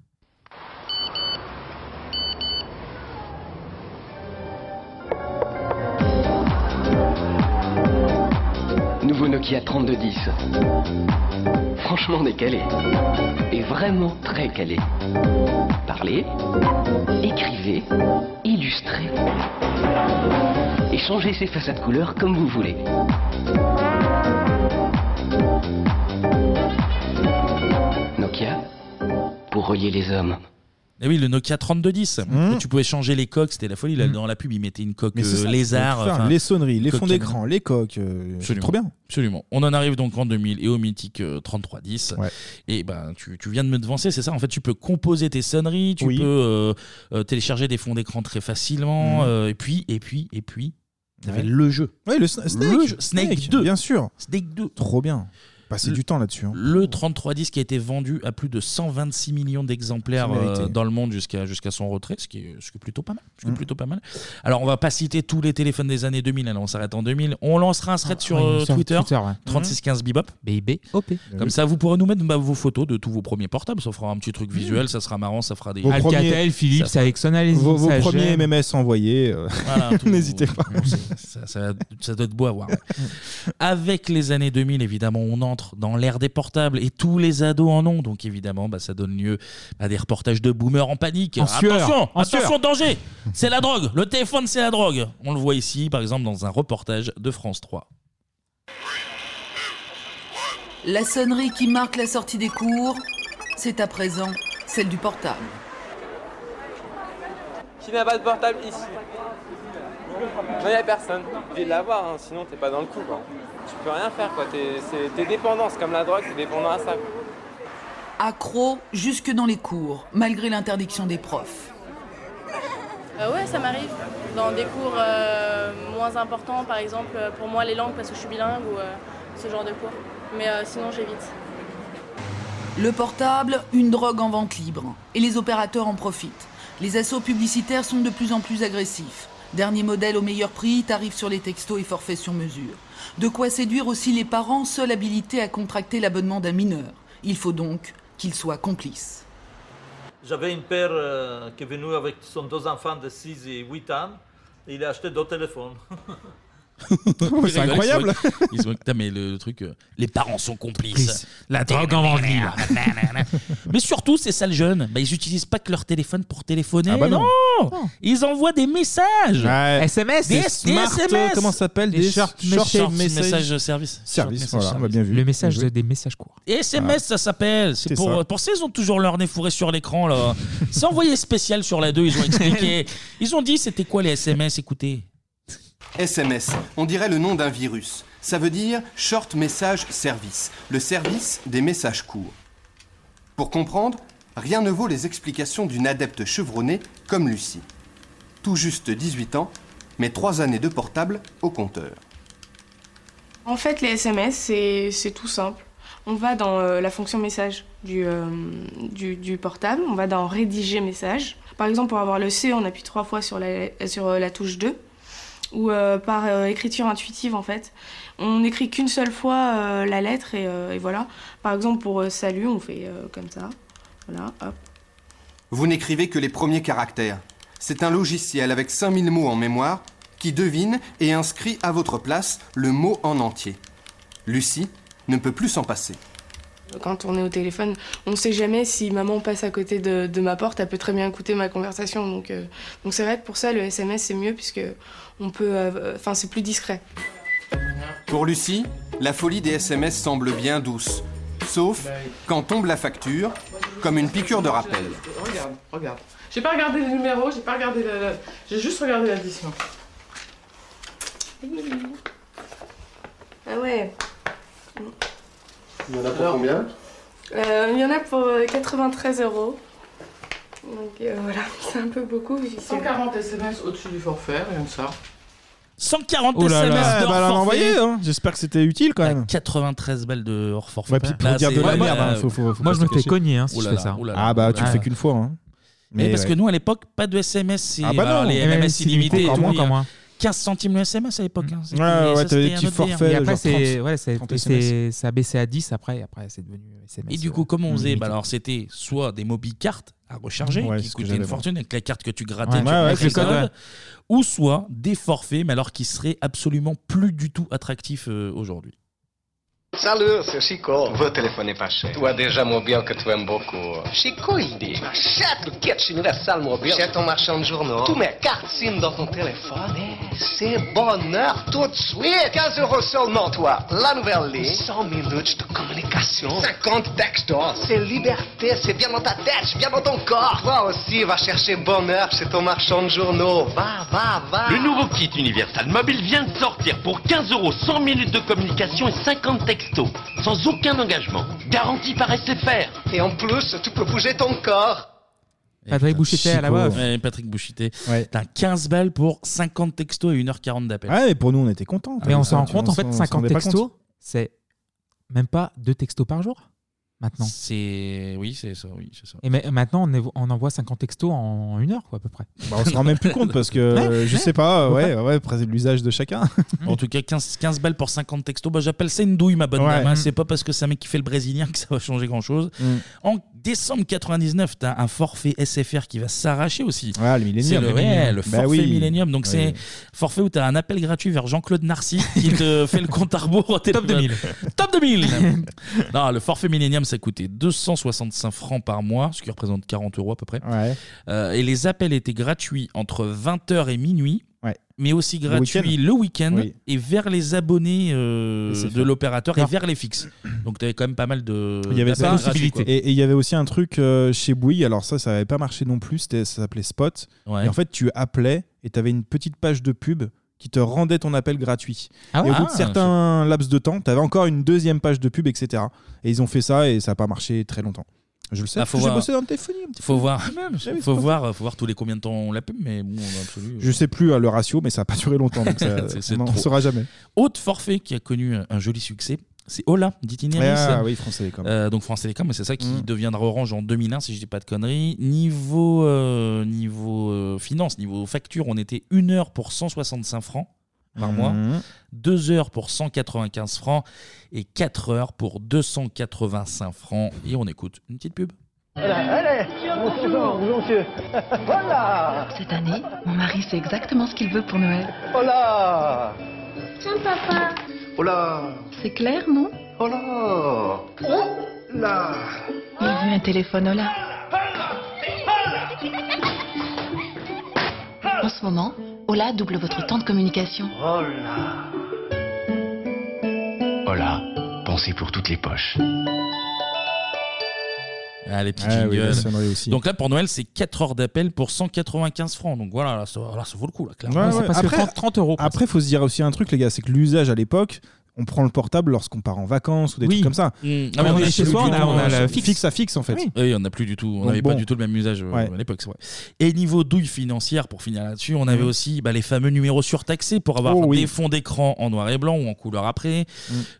Speaker 5: Nouveau Nokia 3210. Franchement décalé. Et vraiment très calé. Parlez, écrivez, illustrez. Et changez ces façades couleurs comme vous voulez. Nokia, pour relier les hommes.
Speaker 1: Et Eh oui, le Nokia 3210. Et Tu pouvais changer les coques, c'était la folie. Là, Dans la pub, ils mettaient une coque
Speaker 6: Hmm. Mais c'est
Speaker 1: euh,
Speaker 6: ça,
Speaker 1: lézard.
Speaker 6: faut faire
Speaker 1: enfin,
Speaker 6: les sonneries, les
Speaker 1: coque
Speaker 6: fonds
Speaker 1: qui a-
Speaker 6: d'écran, les coques. euh, c'est
Speaker 1: Absolument.
Speaker 6: trop bien.
Speaker 1: Absolument. On en arrive donc en 2000 et au mythique euh, 3310. Et ben, tu, tu viens de me devancer, c'est ça. En fait, tu peux composer tes sonneries, tu
Speaker 6: Oui.
Speaker 1: peux euh, euh, télécharger des fonds d'écran très facilement.
Speaker 6: Mhm.
Speaker 1: euh, et puis, et puis, et puis, t'avais
Speaker 6: Ouais.
Speaker 1: le jeu.
Speaker 6: Oui, le Sna- Snake.
Speaker 1: Le jeu. Snake, 2.
Speaker 6: Bien sûr.
Speaker 1: Snake 2.
Speaker 6: Trop bien. Passer du temps là-dessus. hein.
Speaker 1: Le 3310 qui a été vendu à plus de 126 millions d'exemplaires
Speaker 6: C'est mérité.
Speaker 1: euh, dans le monde jusqu'à jusqu'à son retrait, ce qui est, ce qui est plutôt pas mal. ce qui est
Speaker 6: Mm.
Speaker 1: plutôt pas mal. Alors on va pas citer tous les téléphones des années 2000, alors on s'arrête en 2000. On lancera un thread
Speaker 6: Ah,
Speaker 1: sur
Speaker 4: ouais,
Speaker 1: euh,
Speaker 4: sur
Speaker 1: Twitter,
Speaker 4: Twitter, ouais.
Speaker 6: Mm.
Speaker 1: 3615 bibop,
Speaker 4: BIBOP.
Speaker 1: Comme ça vous pourrez nous mettre bah, vos photos de tous vos premiers portables, ça fera un petit truc visuel, ça sera marrant, ça fera des
Speaker 6: Mm. Vos premiers-
Speaker 1: ça fera-
Speaker 6: Vos, vos premiers MMS envoyés. euh,
Speaker 4: (laughs)
Speaker 1: Voilà, tout-
Speaker 6: N'hésitez pas.
Speaker 1: ça, ça- ça doit être beau à voir. ouais. Avec les années 2000, évidemment, on entre dans l'ère des portables et tous les ados en ont. Donc, évidemment, bah, ça donne lieu à des reportages de boomers en panique.
Speaker 4: En
Speaker 1: attention,
Speaker 4: sueur, en
Speaker 1: attention,
Speaker 4: sueur.
Speaker 1: danger C'est la drogue Le téléphone, c'est la drogue On le voit ici, par exemple, dans un reportage de France 3.
Speaker 3: La sonnerie qui marque la sortie des cours, c'est à présent celle du portable.
Speaker 7: Qui n'a pas de portable ici Non, y a personne. J'ai de l'avoir, hein, sinon t'es pas dans le coup. Quoi. Tu peux rien faire, quoi. T'es, c'est- t'es dépendant, c'est comme la drogue, t'es dépendant à ça. quoi.
Speaker 3: Accro jusque dans les cours, malgré l'interdiction des profs.
Speaker 31: Euh, ouais, ça m'arrive. Dans des cours euh, moins importants, par exemple euh, pour moi les langues parce que je suis bilingue ou euh, ce genre de cours. Mais euh, sinon j'évite.
Speaker 3: Le portable, une drogue en vente libre. Et les opérateurs en profitent. Les assauts publicitaires sont de plus en plus agressifs. Dernier modèle au meilleur prix, tarifs sur les textos et forfaits sur mesure. De quoi séduire aussi les parents, seuls habilités à contracter l'abonnement d'un mineur. Il faut donc qu'ils soient complices.
Speaker 27: J'avais une paire euh, qui est venue avec son deux enfants de 6 et 8 ans. Il a acheté deux téléphones.
Speaker 1: (laughs) Ils rigolent,
Speaker 6: incroyable.
Speaker 1: ils se moquent- Ils se moquent. Putain, mais le truc, euh, les parents sont complices.
Speaker 4: Complices. La drogue en vente libre.
Speaker 1: mais surtout, ces sales jeunes, bah, ils utilisent pas que leur téléphone pour téléphoner.
Speaker 6: Ah bah non.
Speaker 1: non.
Speaker 7: Oh.
Speaker 1: Ils envoient des messages.
Speaker 6: Ouais.
Speaker 1: Des, des
Speaker 6: smart, euh,
Speaker 1: SMS.
Speaker 6: Comment ça s'appelle
Speaker 1: Des
Speaker 6: Des
Speaker 1: short message- message service.
Speaker 6: service.
Speaker 1: Short
Speaker 6: Service,
Speaker 1: message
Speaker 6: voilà, on
Speaker 1: service.
Speaker 6: a bien vu.
Speaker 1: Le message
Speaker 6: Bien joué.
Speaker 4: Des messages courts.
Speaker 1: SMS, ça s'appelle. C'est
Speaker 6: C'est
Speaker 1: pour, euh,
Speaker 6: ça.
Speaker 1: pour ça, ils ont toujours leur nez fourré sur l'écran. là. C'est envoyé spécial sur la 2, ils
Speaker 6: (laughs)
Speaker 1: ont expliqué. Ils ont dit c'était quoi les SMS, écoutez.
Speaker 28: SMS, on dirait le nom d'un virus. Ça veut dire Short Message Service, le service des messages courts. Pour comprendre, rien ne vaut les explications d'une adepte chevronnée comme Lucie. Tout juste 18 ans, mais 3 années de portable au compteur.
Speaker 31: En fait, les SMS, c'est- c'est tout simple. On va dans euh, la fonction message du, euh, du, du portable, on va dans rédiger message. Par exemple, pour avoir le C, on appuie trois fois sur la, sur euh, la touche 2. Ou euh, par euh, écriture intuitive, en fait. On n'écrit qu'une seule fois euh, la lettre et, euh, et voilà. Par exemple, pour euh, salut, on fait euh, comme ça. Voilà, hop.
Speaker 28: Vous n'écrivez que les premiers caractères. C'est un logiciel avec 5000 mots en mémoire qui devine et inscrit à votre place le mot en entier. Lucie ne peut plus s'en passer.
Speaker 31: Quand on est au téléphone, on ne sait jamais si maman passe à côté de, de ma porte, elle peut très bien écouter ma conversation. Donc, euh, donc c'est vrai que pour ça, le SMS c'est mieux puisque on peut, euh, enfin c'est plus discret.
Speaker 28: Pour Lucie, la folie des SMS semble bien douce, sauf quand tombe la facture, comme une piqûre de rappel.
Speaker 32: Regarde, regarde. J'ai pas regardé le numéro, j'ai pas regardé la. la- J'ai juste regardé l'addition.
Speaker 31: Ah ouais.
Speaker 28: Il y en a pour combien
Speaker 31: Euh, Il y en a pour euh, 93 euros. Donc euh, voilà, (laughs) c'est un peu beaucoup. mais c'est-
Speaker 32: 140 SMS au-dessus du forfait, rien que ça.
Speaker 1: 140
Speaker 6: Oh là là,
Speaker 1: SMS
Speaker 6: eh
Speaker 1: d'or
Speaker 6: ben, elle en a
Speaker 1: forfait.
Speaker 6: envoyé, hein. J'espère que c'était utile quand même.
Speaker 1: 93 balles de hors forfait.
Speaker 6: Ouais, puis pour dire
Speaker 1: c'est-
Speaker 6: de la
Speaker 1: ouais,
Speaker 6: merde,
Speaker 1: ouais,
Speaker 6: hein,
Speaker 1: ouais.
Speaker 6: faut- faut- faut
Speaker 4: Moi,
Speaker 6: pas
Speaker 4: je me
Speaker 6: se
Speaker 4: fais
Speaker 6: cacher.
Speaker 4: cogner, hein, si
Speaker 1: Oh
Speaker 4: je
Speaker 1: là
Speaker 4: fais
Speaker 1: là,
Speaker 4: ça.
Speaker 1: oh là là,
Speaker 6: Ah bah, tu
Speaker 1: oh
Speaker 6: le
Speaker 1: là
Speaker 6: fais
Speaker 1: là.
Speaker 6: qu'une fois. hein.
Speaker 1: Mais parce
Speaker 6: ouais.
Speaker 1: que nous, à l'époque, pas de SMS. c'est-
Speaker 6: Ah bah
Speaker 1: alors,
Speaker 6: non.
Speaker 1: les
Speaker 6: MMS
Speaker 7: Eh
Speaker 1: MMS illimités,
Speaker 6: illimités,
Speaker 1: et
Speaker 6: encore
Speaker 1: tout,
Speaker 6: moins,
Speaker 1: il y a
Speaker 6: encore moins.
Speaker 1: 15 centimes le SMS à l'époque. hein. C'était-
Speaker 6: ouais, t'avais des
Speaker 1: ça, c'était un
Speaker 6: petits
Speaker 1: autre délire.
Speaker 6: forfaits,
Speaker 1: Et
Speaker 7: Et
Speaker 1: après,
Speaker 7: après,
Speaker 1: c'est-
Speaker 7: c'est,
Speaker 1: ouais,
Speaker 7: ouais,
Speaker 1: c'est-
Speaker 7: c'est,
Speaker 1: c'est-
Speaker 7: c'est- ça a baissé à 10 après, et après c'est devenu SMS.
Speaker 1: Et du coup, comment on
Speaker 7: euh,
Speaker 6: Mm.
Speaker 1: faisait
Speaker 7: limité.
Speaker 1: bah, Alors, c'était soit des mobiles cartes à recharger,
Speaker 7: Ouais,
Speaker 1: qui
Speaker 7: c'est ce que
Speaker 1: coûtaient
Speaker 7: j'avais,
Speaker 1: une
Speaker 7: moi.
Speaker 1: fortune avec la carte que tu grattais,
Speaker 7: Ouais,
Speaker 1: tu
Speaker 7: ouais,
Speaker 1: remets
Speaker 7: avec
Speaker 1: le
Speaker 7: le code,
Speaker 1: code,
Speaker 7: ouais.
Speaker 1: ou soit des forfaits, mais alors qui seraient absolument plus du tout attractifs euh, aujourd'hui.
Speaker 2: Salut, c'est Chico.
Speaker 18: Vou telefoner pra chefe.
Speaker 2: Tu as déjà mobile que tu aimes beaucoup. Chico, il dit. Achète le kit universal mobile. Chez ton marchand de journaux. Tu mets carte SIM dans ton téléphone. et C'est bonheur tout de suite. 15 euros seulement, toi. La nouvelle ligne. 100 minutes de communication. 50 textos. C'est liberté. C'est bien dans ta tête, bien dans ton corps. Toi aussi, va chercher bonheur chez ton marchand de journaux. Va, va, va.
Speaker 4: Le nouveau kit Universal Mobile vient de sortir pour 15 euros, 100 minutes de communication et 50 textos, sans aucun engagement, garanti par SFR.
Speaker 2: Et en plus, tu peux bouger ton corps.
Speaker 7: Patrick Bouchité à la voix. off.
Speaker 1: Ouais, Patrick Bouchité. T'as 15 balles pour 50 textos et 1h40 d'appel.
Speaker 7: Ah
Speaker 6: Ouais, mais pour nous, on était contents.
Speaker 7: Mais on
Speaker 6: Ah,
Speaker 7: s'en rend
Speaker 6: tu-
Speaker 7: compte, en
Speaker 6: on
Speaker 7: fait,
Speaker 6: s'en
Speaker 7: 50
Speaker 6: rendait pas
Speaker 7: textos,
Speaker 6: compte.
Speaker 7: c'est même pas 2 textos par jour maintenant.
Speaker 1: C'est. Oui, c'est ça. Oui, c'est ça.
Speaker 7: Et ma- maintenant, on, évo- on envoie 50 textos en une heure, quoi, à peu près.
Speaker 6: Bah, on se rend même plus compte parce que euh, je sais pas,
Speaker 7: ouais.
Speaker 6: ouais, ouais, après, c'est l'usage de
Speaker 1: Euh,
Speaker 6: chacun.
Speaker 1: (laughs) En tout cas, 15, 15 balles pour 50 textos, bah, j'appelle ça une douille, ma bonne
Speaker 6: Ouais.
Speaker 1: dame. hein.
Speaker 6: Mm.
Speaker 1: C'est pas parce que ça mec qui fait le brésilien que ça va changer grand chose. En décembre 99, t'as un forfait SFR qui va s'arracher aussi.
Speaker 6: Ouais, Ah, le
Speaker 1: C'est
Speaker 6: Millennium.
Speaker 1: le, ouais, le
Speaker 6: Bah
Speaker 1: forfait
Speaker 6: oui.
Speaker 1: Millennium. Donc,
Speaker 6: Oui.
Speaker 1: c'est forfait où t'as un appel gratuit vers Jean-Claude Narcy
Speaker 6: (laughs)
Speaker 1: qui te fait le compte à rebours au téléphone.
Speaker 7: 2000.
Speaker 1: Top 2000 (laughs) Non, le forfait Millennium, ça coûtait 265 francs par mois, ce qui représente 40 euros à peu près. Euh, et les appels étaient gratuits entre 20h et minuit. Mais aussi
Speaker 6: Le
Speaker 1: gratuit
Speaker 6: week-end.
Speaker 1: le week-end
Speaker 6: Oui.
Speaker 1: et vers les abonnés euh,
Speaker 6: Et c'est
Speaker 1: de
Speaker 6: fait.
Speaker 1: l'opérateur et
Speaker 6: Non.
Speaker 1: vers les fixes. Donc tu avais quand même pas mal de
Speaker 6: Il y avait
Speaker 1: d'appels
Speaker 6: ça,
Speaker 1: gratuits, quoi.
Speaker 6: et et il y avait aussi un truc euh, chez Bouygues, alors ça, ça n'avait pas marché non plus, c'était- ça s'appelait Spot.
Speaker 1: Ouais.
Speaker 6: Et en fait, tu appelais et tu avais une petite page de pub qui te rendait ton appel gratuit.
Speaker 1: Ah
Speaker 6: et
Speaker 1: ouais
Speaker 6: au bout
Speaker 1: Ah,
Speaker 6: de certains laps de temps, tu avais encore une deuxième page de pub, etc. Et ils ont fait ça et ça n'a pas marché très longtemps. Je le sais,
Speaker 1: Ah,
Speaker 6: parce que
Speaker 1: faut
Speaker 6: j'ai
Speaker 1: voir-
Speaker 6: bossé dans le téléphonie un petit
Speaker 1: faut
Speaker 6: peu. Ah,
Speaker 1: voir,
Speaker 6: Même, j'avais
Speaker 1: faut
Speaker 6: ça.
Speaker 1: voir, faut voir tous les combien de temps on la pub, mais bon, en absolu.
Speaker 6: Je sais plus euh, le ratio, mais ça n'a pas duré longtemps, donc ça,
Speaker 1: (laughs) C'est- c'est
Speaker 6: on n'en
Speaker 1: trop.
Speaker 6: saura jamais.
Speaker 1: Autre forfait qui a connu un- un joli succès, c'est Ola d'Itinéris.
Speaker 6: Ah oui, France Télécom.
Speaker 1: Euh, donc France Télécom, mais c'est ça qui deviendra Orange en 2001, si je dis pas de conneries. Niveau, euh, niveau euh, finance, niveau facture, on était 1 heure pour 165 francs par
Speaker 6: Mhm.
Speaker 1: mois, 2 heures pour 195 francs et 4 heures pour 285 francs. Et on écoute une petite pub.
Speaker 5: Allez, bonjour, bonjour monsieur. (laughs) Voilà.
Speaker 3: Cette année, mon mari sait exactement ce qu'il veut pour Noël.
Speaker 5: Voilà.
Speaker 3: Tiens, papa.
Speaker 5: Oh là.
Speaker 3: C'est clair, non
Speaker 5: Oh là. Là.
Speaker 3: Il veut un téléphone Ola. En ce moment, Ola double votre temps de communication.
Speaker 18: Hola, Oh pensez pour toutes les poches.
Speaker 1: Ah, les petits
Speaker 18: Ah
Speaker 1: jingles.
Speaker 18: oui, la sonnerie aussi.
Speaker 1: Donc là, pour Noël, c'est 4 heures d'appel pour 195 francs. Donc voilà, là, ça, là, ça vaut le coup, là, clairement.
Speaker 6: Ouais, ouais. Après- Après, faut se dire aussi un truc, les gars, c'est que l'usage à l'époque, on prend le portable lorsqu'on part en vacances ou des trucs comme ça.
Speaker 1: Mm.
Speaker 6: Là,
Speaker 1: Ah, mais
Speaker 6: Mmh. on
Speaker 1: on
Speaker 6: est
Speaker 1: a
Speaker 6: chez
Speaker 1: plus
Speaker 6: soi,
Speaker 1: du
Speaker 6: on a,
Speaker 1: tout,
Speaker 6: on a
Speaker 1: hein,
Speaker 6: la
Speaker 1: ça.
Speaker 6: fixe, fixe à fixe en fait.
Speaker 1: Oui, on n'a plus du tout, on
Speaker 6: Donc
Speaker 1: n'avait pas
Speaker 6: bon.
Speaker 1: du tout le même usage euh,
Speaker 6: Ouais.
Speaker 1: à l'époque, c'est vrai. Et niveau douille financière, pour finir là-dessus, on avait
Speaker 6: Mm.
Speaker 1: aussi bah, les fameux numéros surtaxés pour avoir
Speaker 6: Oh oui. Mmh.
Speaker 1: des fonds d'écran en noir et blanc ou en couleur après.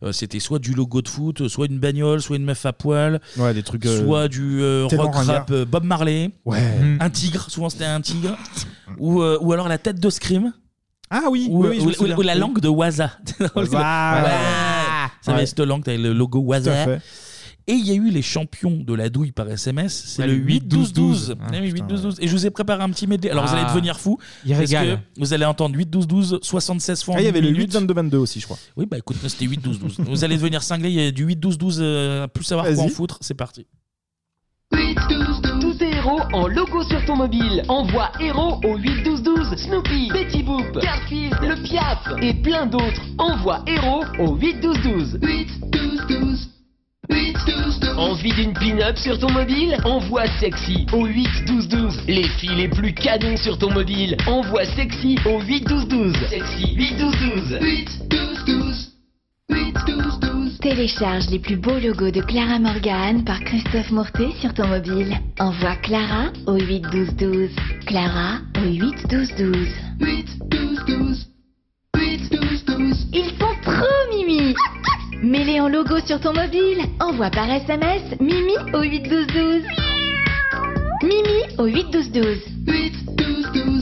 Speaker 1: Euh, C'était soit du logo de foot, soit une bagnole, soit une meuf à poil,
Speaker 6: Ouais, des trucs. euh,
Speaker 1: soit du euh,
Speaker 6: tellement
Speaker 1: rock
Speaker 6: ringard.
Speaker 1: rap euh, Bob Marley,
Speaker 6: Ouais.
Speaker 1: un tigre, souvent c'était un tigre, ou, euh, ou alors la tête de Scream.
Speaker 6: Ah oui,
Speaker 1: ou,
Speaker 6: oui, oui, je
Speaker 1: ou-
Speaker 6: me souviens.
Speaker 1: ou la
Speaker 6: Oui.
Speaker 1: langue de Waza. (laughs)
Speaker 6: Waza.
Speaker 7: Ah.
Speaker 1: Ça avait
Speaker 6: Ouais.
Speaker 1: cette langue, t'avais le logo
Speaker 6: Tout à
Speaker 1: Waza.
Speaker 6: fait.
Speaker 1: Et il y a eu les champions de la douille par SMS, c'est
Speaker 7: Ouais,
Speaker 1: le
Speaker 7: le 8-12-12.
Speaker 1: 8-12-12. Ouais, le 8-12-12. Et je vous ai préparé un petit medley. Alors vous
Speaker 6: Ah.
Speaker 1: allez devenir fou.
Speaker 6: Il
Speaker 1: parce que
Speaker 6: régale.
Speaker 1: vous allez entendre 8-12-12 76 fois.
Speaker 6: Ah,
Speaker 1: en
Speaker 6: il y avait le
Speaker 1: une minute.
Speaker 6: 8-22-22 aussi, je crois.
Speaker 1: Oui, bah écoute, c'était 8-12-12. vous allez devenir cinglé, il y a du 8-12-12, euh, plus savoir quoi
Speaker 6: Vas-y.
Speaker 1: en foutre, c'est parti.
Speaker 8: Tous tes héros en logo sur ton mobile. Envoie héros au 81212, Snoopy, Betty Boop, Garfield, le Piaf et plein d'autres. Envoie héros au 81212. 81212. 81212. Envie d'une pin-up sur ton mobile Envoie sexy au 81212. Les filles les plus canons sur ton mobile. Envoie sexy au 81212. Sexy 81212. 81212.
Speaker 21: 8-12-12. Télécharge les plus beaux logos de Clara Morgan par Christophe Mourté sur ton mobile. Envoie Clara au 8-12-12. Clara au 8-12-12. 8-12-12. 8-12-12. Ils sont trop mimi Mets-les en logo sur ton mobile. Envoie par SMS Mimi au 8-12-12. Mimi au 8-12-12. 8-12-12.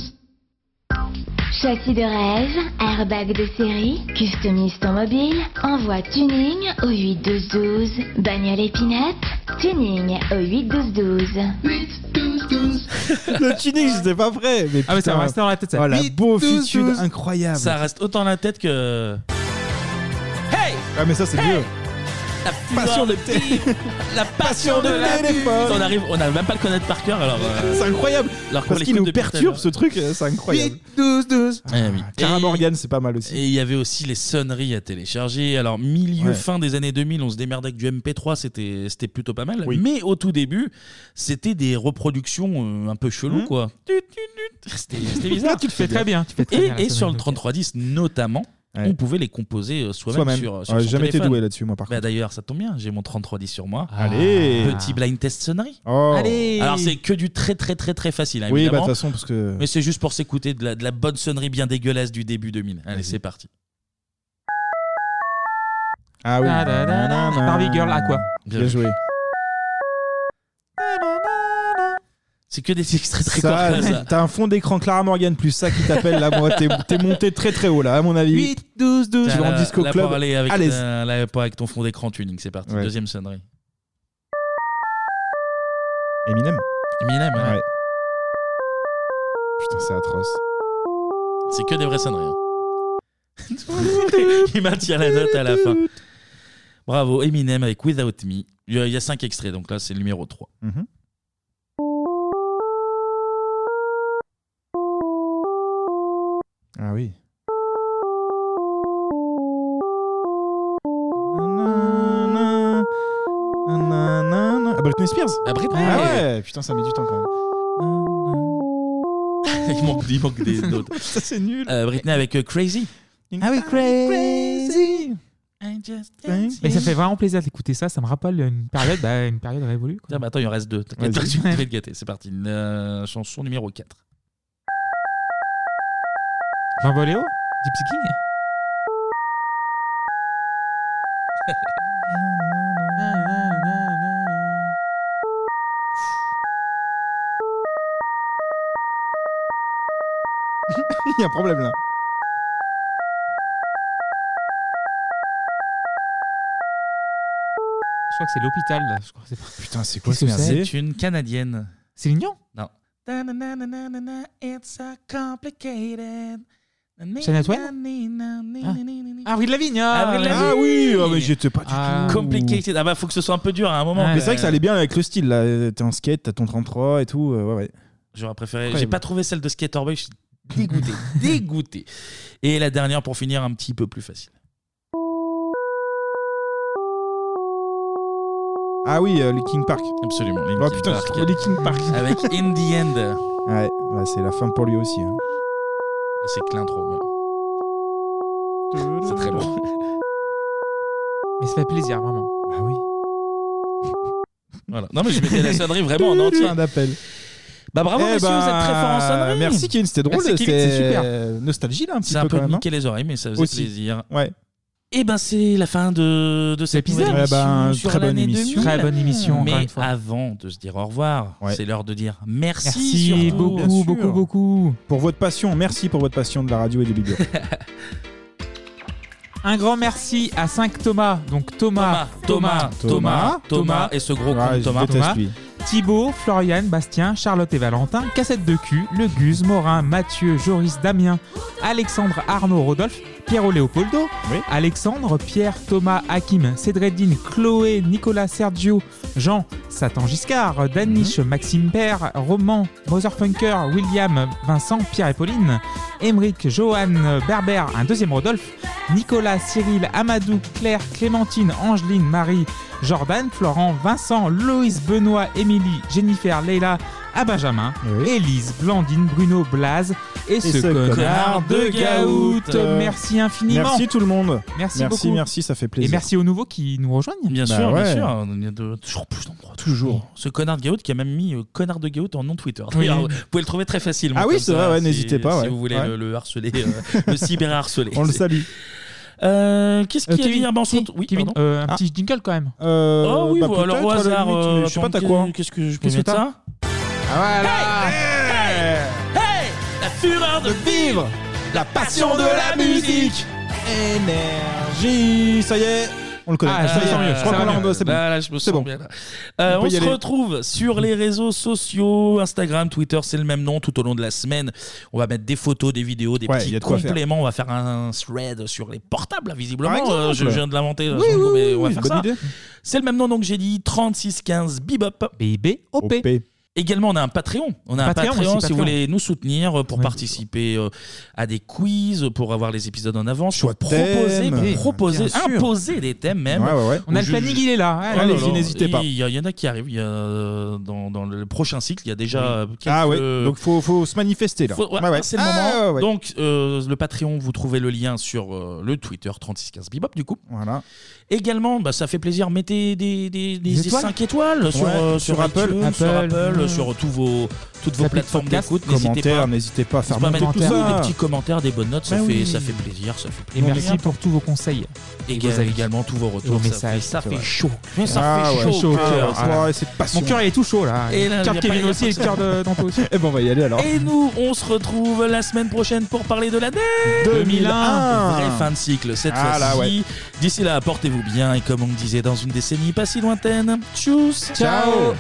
Speaker 21: Châssis de rêve, airbag de série, customise ton mobile, envoie tuning au 81212. Bagnole épinette, tuning au 81212. 81212.
Speaker 6: (laughs) Le tuning, j'étais pas prêt. Mais
Speaker 7: Ah, mais ça
Speaker 6: putain.
Speaker 7: va rester dans la tête, ça.
Speaker 6: Oh, la
Speaker 7: Vite,
Speaker 6: beaufitude
Speaker 7: tous, tous.
Speaker 6: incroyable.
Speaker 1: Ça reste autant la tête que. Hey
Speaker 6: Ah, mais ça, c'est mieux.
Speaker 1: La
Speaker 6: passion de
Speaker 1: La passion de la téléphone On arrive, on n'arrive même pas à le connaître par cœur alors. euh,
Speaker 6: C'est incroyable.
Speaker 1: alors qu'on
Speaker 6: Parce qu'il
Speaker 1: l'écoute
Speaker 6: nous
Speaker 1: depuis tout à
Speaker 6: perturbe
Speaker 1: l'heure.
Speaker 6: ce truc, euh, c'est incroyable.
Speaker 7: 12, 12.
Speaker 1: Ah oui.
Speaker 6: Cara
Speaker 1: Et-
Speaker 6: Morgan, c'est pas mal aussi.
Speaker 1: Et il y avait aussi les sonneries à télécharger. Alors, milieu,
Speaker 6: Ouais.
Speaker 1: fin des années 2000, on se démerdait avec du MP3, c'était c'était plutôt pas mal.
Speaker 6: Oui.
Speaker 1: Mais au tout début, c'était des reproductions euh, un peu chelou,
Speaker 6: Mmh.
Speaker 1: quoi. C'était c'était bizarre.
Speaker 7: Tu le fais très bien, tu fais très
Speaker 1: et
Speaker 7: bien, la
Speaker 1: et sur
Speaker 7: sonnerie
Speaker 1: le 310 notamment, on pouvait les composer euh, soi-même
Speaker 6: Soi-même.
Speaker 1: sur, euh, sur
Speaker 6: Ouais,
Speaker 1: son
Speaker 6: jamais été
Speaker 1: téléphone.
Speaker 6: doué là-dessus, moi, par Ah.
Speaker 1: Bah, D'ailleurs, ça tombe bien, j'ai mon 310 sur moi.
Speaker 6: Allez.
Speaker 1: Petit blind test sonnerie.
Speaker 6: Oh. Allez.
Speaker 1: Alors, c'est que du très, très, très, très facile. hein,
Speaker 6: Oui, bah, de
Speaker 1: évidemment.
Speaker 6: toute façon, parce que.
Speaker 1: Mais c'est juste pour s'écouter de la, de la bonne sonnerie bien dégueulasse du début 2000. Allez, c'est parti.
Speaker 6: Ah oui.
Speaker 1: Da, da, da, da. Barbie Girl, Aqua.
Speaker 6: Bien
Speaker 1: Bien
Speaker 6: joué.
Speaker 1: C'est que des extraits très courts.
Speaker 6: Ça,
Speaker 1: là, ça.
Speaker 6: T'as un fond d'écran Clara Morgan plus ça qui t'appelle là. Moi, t'es t'es monté très très haut là, à mon avis.
Speaker 1: 8,
Speaker 6: 12, 12. Tu vas en
Speaker 1: Là,
Speaker 6: disco
Speaker 1: là,
Speaker 6: club.
Speaker 1: Pour aller avec,
Speaker 6: à l'aise.
Speaker 1: euh, là, pour avec ton fond d'écran tuning, c'est parti.
Speaker 6: Ouais.
Speaker 1: Deuxième sonnerie.
Speaker 6: Eminem.
Speaker 1: Eminem, ouais.
Speaker 6: ouais. Putain, c'est atroce.
Speaker 1: C'est que des vraies sonneries.
Speaker 6: (laughs)
Speaker 1: hein. Il m'a tiré la note à la fin. Bravo, Eminem avec Without Me. Il y a- il y a 5 extraits, donc là, c'est le numéro 3.
Speaker 6: Mhm. Ah oui. Ah, Britney Spears
Speaker 1: Ah, Britney.
Speaker 6: Ah ouais, putain, ça met du temps quand même.
Speaker 1: (laughs) il, manque, il manque
Speaker 6: (laughs)
Speaker 1: des notes.
Speaker 6: Ça, c'est nul. (laughs)
Speaker 1: Euh, Britney avec euh, Crazy.
Speaker 6: Ah oui, crazy.
Speaker 7: Mais ça fait vraiment plaisir d'écouter ça. Ça me rappelle une période, bah, une période révolue.
Speaker 1: Tiens, mais attends, il en reste deux. T'inquiète,
Speaker 7: Vas-y.
Speaker 1: tu vas te gâter. C'est parti. Euh, chanson numéro 4.
Speaker 7: Jean Voléo Gypsy King
Speaker 6: Il y a un problème là.
Speaker 7: Je crois que c'est l'hôpital. là. Je crois que c'est pas-
Speaker 6: Putain, c'est
Speaker 7: quoi ce merde
Speaker 1: C'est une Canadienne.
Speaker 7: C'est mignon
Speaker 1: Non.
Speaker 4: It's a complicated.
Speaker 7: Shania Twain Ah. Avril Lavigne Ah,
Speaker 1: Avril
Speaker 6: Ah
Speaker 1: Lavigne.
Speaker 6: oui, ah, mais j'y étais pas du tout.
Speaker 1: Complicated. Ah bah, faut que ce soit un peu dur à un moment.
Speaker 6: Mais c'est vrai que ça allait bien avec le style là. Euh, T'es en skate, t'as ton 33 et tout. euh, Ouais, ouais.
Speaker 1: J'aurais préféré. J'ai
Speaker 6: Incroyable.
Speaker 1: pas trouvé celle de Skater Boy. Je suis
Speaker 6: (laughs)
Speaker 1: dégoûté. dégoûté. Et la dernière pour finir, un petit peu plus facile.
Speaker 6: Ah oui, euh, Linkin Park.
Speaker 1: Absolument.
Speaker 6: oh putain,
Speaker 1: Park.
Speaker 6: c'est trop Linkin Park.
Speaker 1: Avec In the End.
Speaker 6: Ouais, ouais, c'est la fin pour lui aussi. hein.
Speaker 1: C'est que l'intro. mais- C'est très long.
Speaker 7: Mais ça fait plaisir, vraiment.
Speaker 6: Bah oui.
Speaker 1: Voilà. Non, mais je mettais la sonnerie vraiment
Speaker 6: (laughs)
Speaker 1: en entier.
Speaker 6: Fin d'appel.
Speaker 1: Bah bravo,
Speaker 6: Eh
Speaker 1: messieurs,
Speaker 6: ben,
Speaker 1: vous êtes très forts en sonnerie.
Speaker 6: Merci Kevin, c'était drôle.
Speaker 1: Merci, Kevin, c'est super.
Speaker 6: euh, Nostalgie là, un petit
Speaker 1: C'est un
Speaker 6: peu
Speaker 1: peu
Speaker 6: quand même. hein.
Speaker 1: niqué les oreilles, mais ça faisait
Speaker 6: Aussi.
Speaker 1: plaisir.
Speaker 6: Ouais.
Speaker 1: Et ben c'est la fin de, de cet épisode.
Speaker 6: Eh ben, très bonne émission.
Speaker 7: Très bonne émission, encore
Speaker 1: Mais
Speaker 7: une fois.
Speaker 1: avant de se dire au revoir, c'est l'heure de dire merci.
Speaker 7: Merci
Speaker 1: surtout.
Speaker 7: beaucoup, beaucoup, beaucoup.
Speaker 6: Pour votre passion, merci pour votre passion de la radio et du
Speaker 7: (laughs)
Speaker 6: biblio.
Speaker 7: Un grand merci à 5 Thomas. Donc Thomas,
Speaker 1: Thomas, Thomas, Thomas, et ce gros con de Thomas.
Speaker 6: Ah, déteste lui.
Speaker 7: Thibaut, Florian, Bastien, Charlotte et Valentin, Cassette de cul, Le Guz, Morin, Mathieu, Joris, Damien, Alexandre, Arnaud, Rodolphe, Pierrot Léopoldo, Alexandre, Pierre, Thomas, Hakim, Cédredine, Chloé, Nicolas, Sergio, Jean, Satan Giscard, Danish,
Speaker 6: Mhm.
Speaker 7: Maxime Père, Roman, Motherfunker, William, Vincent, Pierre et Pauline, Emeric, Johan, Berber, un deuxième Rodolphe, Nicolas, Cyril, Amadou, Claire, Clémentine, Angeline, Marie, Jordan, Florent, Vincent, Loïs, Benoît, Émilie, Jennifer, Leila, à Benjamin,
Speaker 6: Eh
Speaker 7: Élise, Blandine, Bruno, Blaze et, ce, connard de Gaout.
Speaker 6: Euh,
Speaker 7: Merci infiniment.
Speaker 6: Merci tout le monde.
Speaker 7: Merci,
Speaker 6: merci,
Speaker 7: beaucoup.
Speaker 6: merci, ça fait plaisir.
Speaker 7: Et merci aux nouveaux qui nous rejoignent.
Speaker 1: Bien
Speaker 6: Bah
Speaker 1: sûr,
Speaker 6: ouais.
Speaker 1: bien sûr. On est de- toujours plus nombreux. Toujours. Ce connard de Gaout qui a même mis euh, connard de Gaout en nom Twitter.
Speaker 6: Oui.
Speaker 1: D'ailleurs, Vous pouvez le trouver très facilement.
Speaker 6: Ah oui,
Speaker 1: comme
Speaker 6: c'est
Speaker 1: ça,
Speaker 6: vrai, ouais,
Speaker 1: si-
Speaker 6: n'hésitez pas,
Speaker 1: Si
Speaker 6: ouais.
Speaker 1: vous voulez
Speaker 6: Ouais.
Speaker 1: le, le harceler, euh, le cyber-harceler.
Speaker 6: (laughs) On le
Speaker 1: C'est-
Speaker 6: salue.
Speaker 1: Euh, Qu'est-ce qu'il
Speaker 7: Euh,
Speaker 1: y a à
Speaker 7: Kevin,
Speaker 1: dire Bon, on se
Speaker 7: si,
Speaker 1: retrouve- Oui,
Speaker 7: Kevin,
Speaker 1: pardon.
Speaker 7: euh, un petit jingle quand même.
Speaker 6: Euh,
Speaker 1: Ah oui,
Speaker 6: bah,
Speaker 1: ou alors au
Speaker 6: peut-être, à la
Speaker 1: hasard,
Speaker 6: limite,
Speaker 1: euh,
Speaker 6: je sais pas,
Speaker 1: attends,
Speaker 6: t'as quoi
Speaker 1: Qu'est-ce que je peux
Speaker 6: Qu'est-ce que
Speaker 1: mettre
Speaker 6: t'as
Speaker 1: ça
Speaker 6: Ah voilà
Speaker 1: La fureur de vivre
Speaker 6: La passion de la musique Énergie Ça y est On le connaît.
Speaker 1: Ah,
Speaker 6: ça y est, Je crois qu'on l'a en- c'est bon.
Speaker 1: Bah Là, là, je me
Speaker 6: C'est
Speaker 1: sens
Speaker 6: bon.
Speaker 1: bien, là. Euh,
Speaker 6: On
Speaker 1: on
Speaker 6: peut y
Speaker 1: se
Speaker 6: aller.
Speaker 1: retrouve sur les réseaux sociaux, Instagram, Twitter, c'est le même nom tout au long de la semaine. On va mettre des photos, des vidéos, des
Speaker 6: Ouais,
Speaker 1: petits
Speaker 6: il y a de quoi faire.
Speaker 1: compléments. On va faire un thread sur les portables, là, visiblement.
Speaker 6: Par exemple.
Speaker 1: Euh, je viens de l'inventer, là,
Speaker 6: Oui,
Speaker 1: sans
Speaker 6: oui,
Speaker 1: doute, mais
Speaker 6: oui,
Speaker 1: on va
Speaker 6: oui,
Speaker 1: faire
Speaker 6: bonne
Speaker 1: ça.
Speaker 6: idée.
Speaker 1: C'est le même nom donc j'ai dit 3615 Bibop.
Speaker 7: B-I-B-O-P. OP.
Speaker 1: Également, on a un Patreon. On a un Patreon,
Speaker 7: Patreon aussi,
Speaker 1: si
Speaker 7: Patreon.
Speaker 1: vous voulez nous soutenir euh, pour participer euh, à des quiz, pour avoir les épisodes en avance, pour proposer,
Speaker 7: thème.
Speaker 1: pour
Speaker 7: Oui,
Speaker 1: proposer,
Speaker 7: bien sûr.
Speaker 1: imposer des thèmes même.
Speaker 7: Ouais, ouais, ouais. On a
Speaker 1: Ou
Speaker 7: le
Speaker 1: je-
Speaker 7: planning, il est là. Allez,
Speaker 1: Oh
Speaker 7: allez-y,
Speaker 1: là là.
Speaker 7: n'hésitez pas.
Speaker 1: Il y, a- il y en a qui arrivent. Il y a, euh, dans, dans le prochain cycle, il y a déjà euh, quelques.
Speaker 6: Ah ouais, donc faut, faut se manifester là.
Speaker 1: Faut- ouais,
Speaker 6: Ouais, ouais.
Speaker 1: C'est le
Speaker 6: Ah,
Speaker 1: moment.
Speaker 6: ouais, ouais.
Speaker 1: Donc, euh, le Patreon, vous trouvez le lien sur euh, le Twitter 3615bibop, du coup.
Speaker 6: Voilà.
Speaker 1: Également, bah, ça fait plaisir, mettez des, des, des,
Speaker 6: Des étoiles
Speaker 1: 5 étoiles sur,
Speaker 6: Ouais,
Speaker 1: euh,
Speaker 6: sur
Speaker 1: sur
Speaker 6: Apple.
Speaker 1: iTunes, sur
Speaker 6: Apple.
Speaker 1: Apple,
Speaker 6: Mmh.
Speaker 1: sur tous vos, toutes vos
Speaker 6: Apple
Speaker 1: plateformes
Speaker 6: Podcast,
Speaker 1: d'écoute. N'hésitez pas.
Speaker 6: commentaires, n'hésitez pas à faire
Speaker 1: N'hésitez à
Speaker 6: monter
Speaker 1: mettre
Speaker 6: tout
Speaker 1: tout
Speaker 6: ça.
Speaker 1: Des petits commentaires, des bonnes notes, ça,
Speaker 6: Bah
Speaker 1: fait,
Speaker 6: oui.
Speaker 1: ça fait plaisir. Ça fait
Speaker 7: Et
Speaker 1: plaisir.
Speaker 7: merci pour tous vos conseils.
Speaker 1: Et
Speaker 7: vos
Speaker 1: ga-
Speaker 7: avis.
Speaker 1: également tous vos
Speaker 7: Et
Speaker 1: retours.
Speaker 7: vos
Speaker 1: ça fait,
Speaker 7: messages.
Speaker 1: ça fait
Speaker 7: C'est vrai.
Speaker 1: chaud. Ça
Speaker 7: Ah
Speaker 1: fait
Speaker 7: ouais,
Speaker 1: chaud. au
Speaker 7: chaud au
Speaker 1: cœur.
Speaker 7: cœur. Ah ouais, c'est passion. Mon cœur, il est tout chaud, là.
Speaker 1: Et
Speaker 7: Le cœur de
Speaker 1: y a
Speaker 7: Kevin
Speaker 1: pas- y a
Speaker 7: aussi et le
Speaker 1: pas-
Speaker 7: cœur de Danto aussi.
Speaker 6: (laughs) Eh ben on va y aller alors.
Speaker 1: Et nous, on se retrouve la semaine prochaine pour parler de l'année
Speaker 6: 2001.
Speaker 1: Vraie fin de cycle cette
Speaker 6: Ah là,
Speaker 1: fois-ci.
Speaker 6: ouais.
Speaker 1: D'ici là, portez-vous bien et comme on me disait dans une décennie pas si lointaine, tchuss
Speaker 6: Ciao.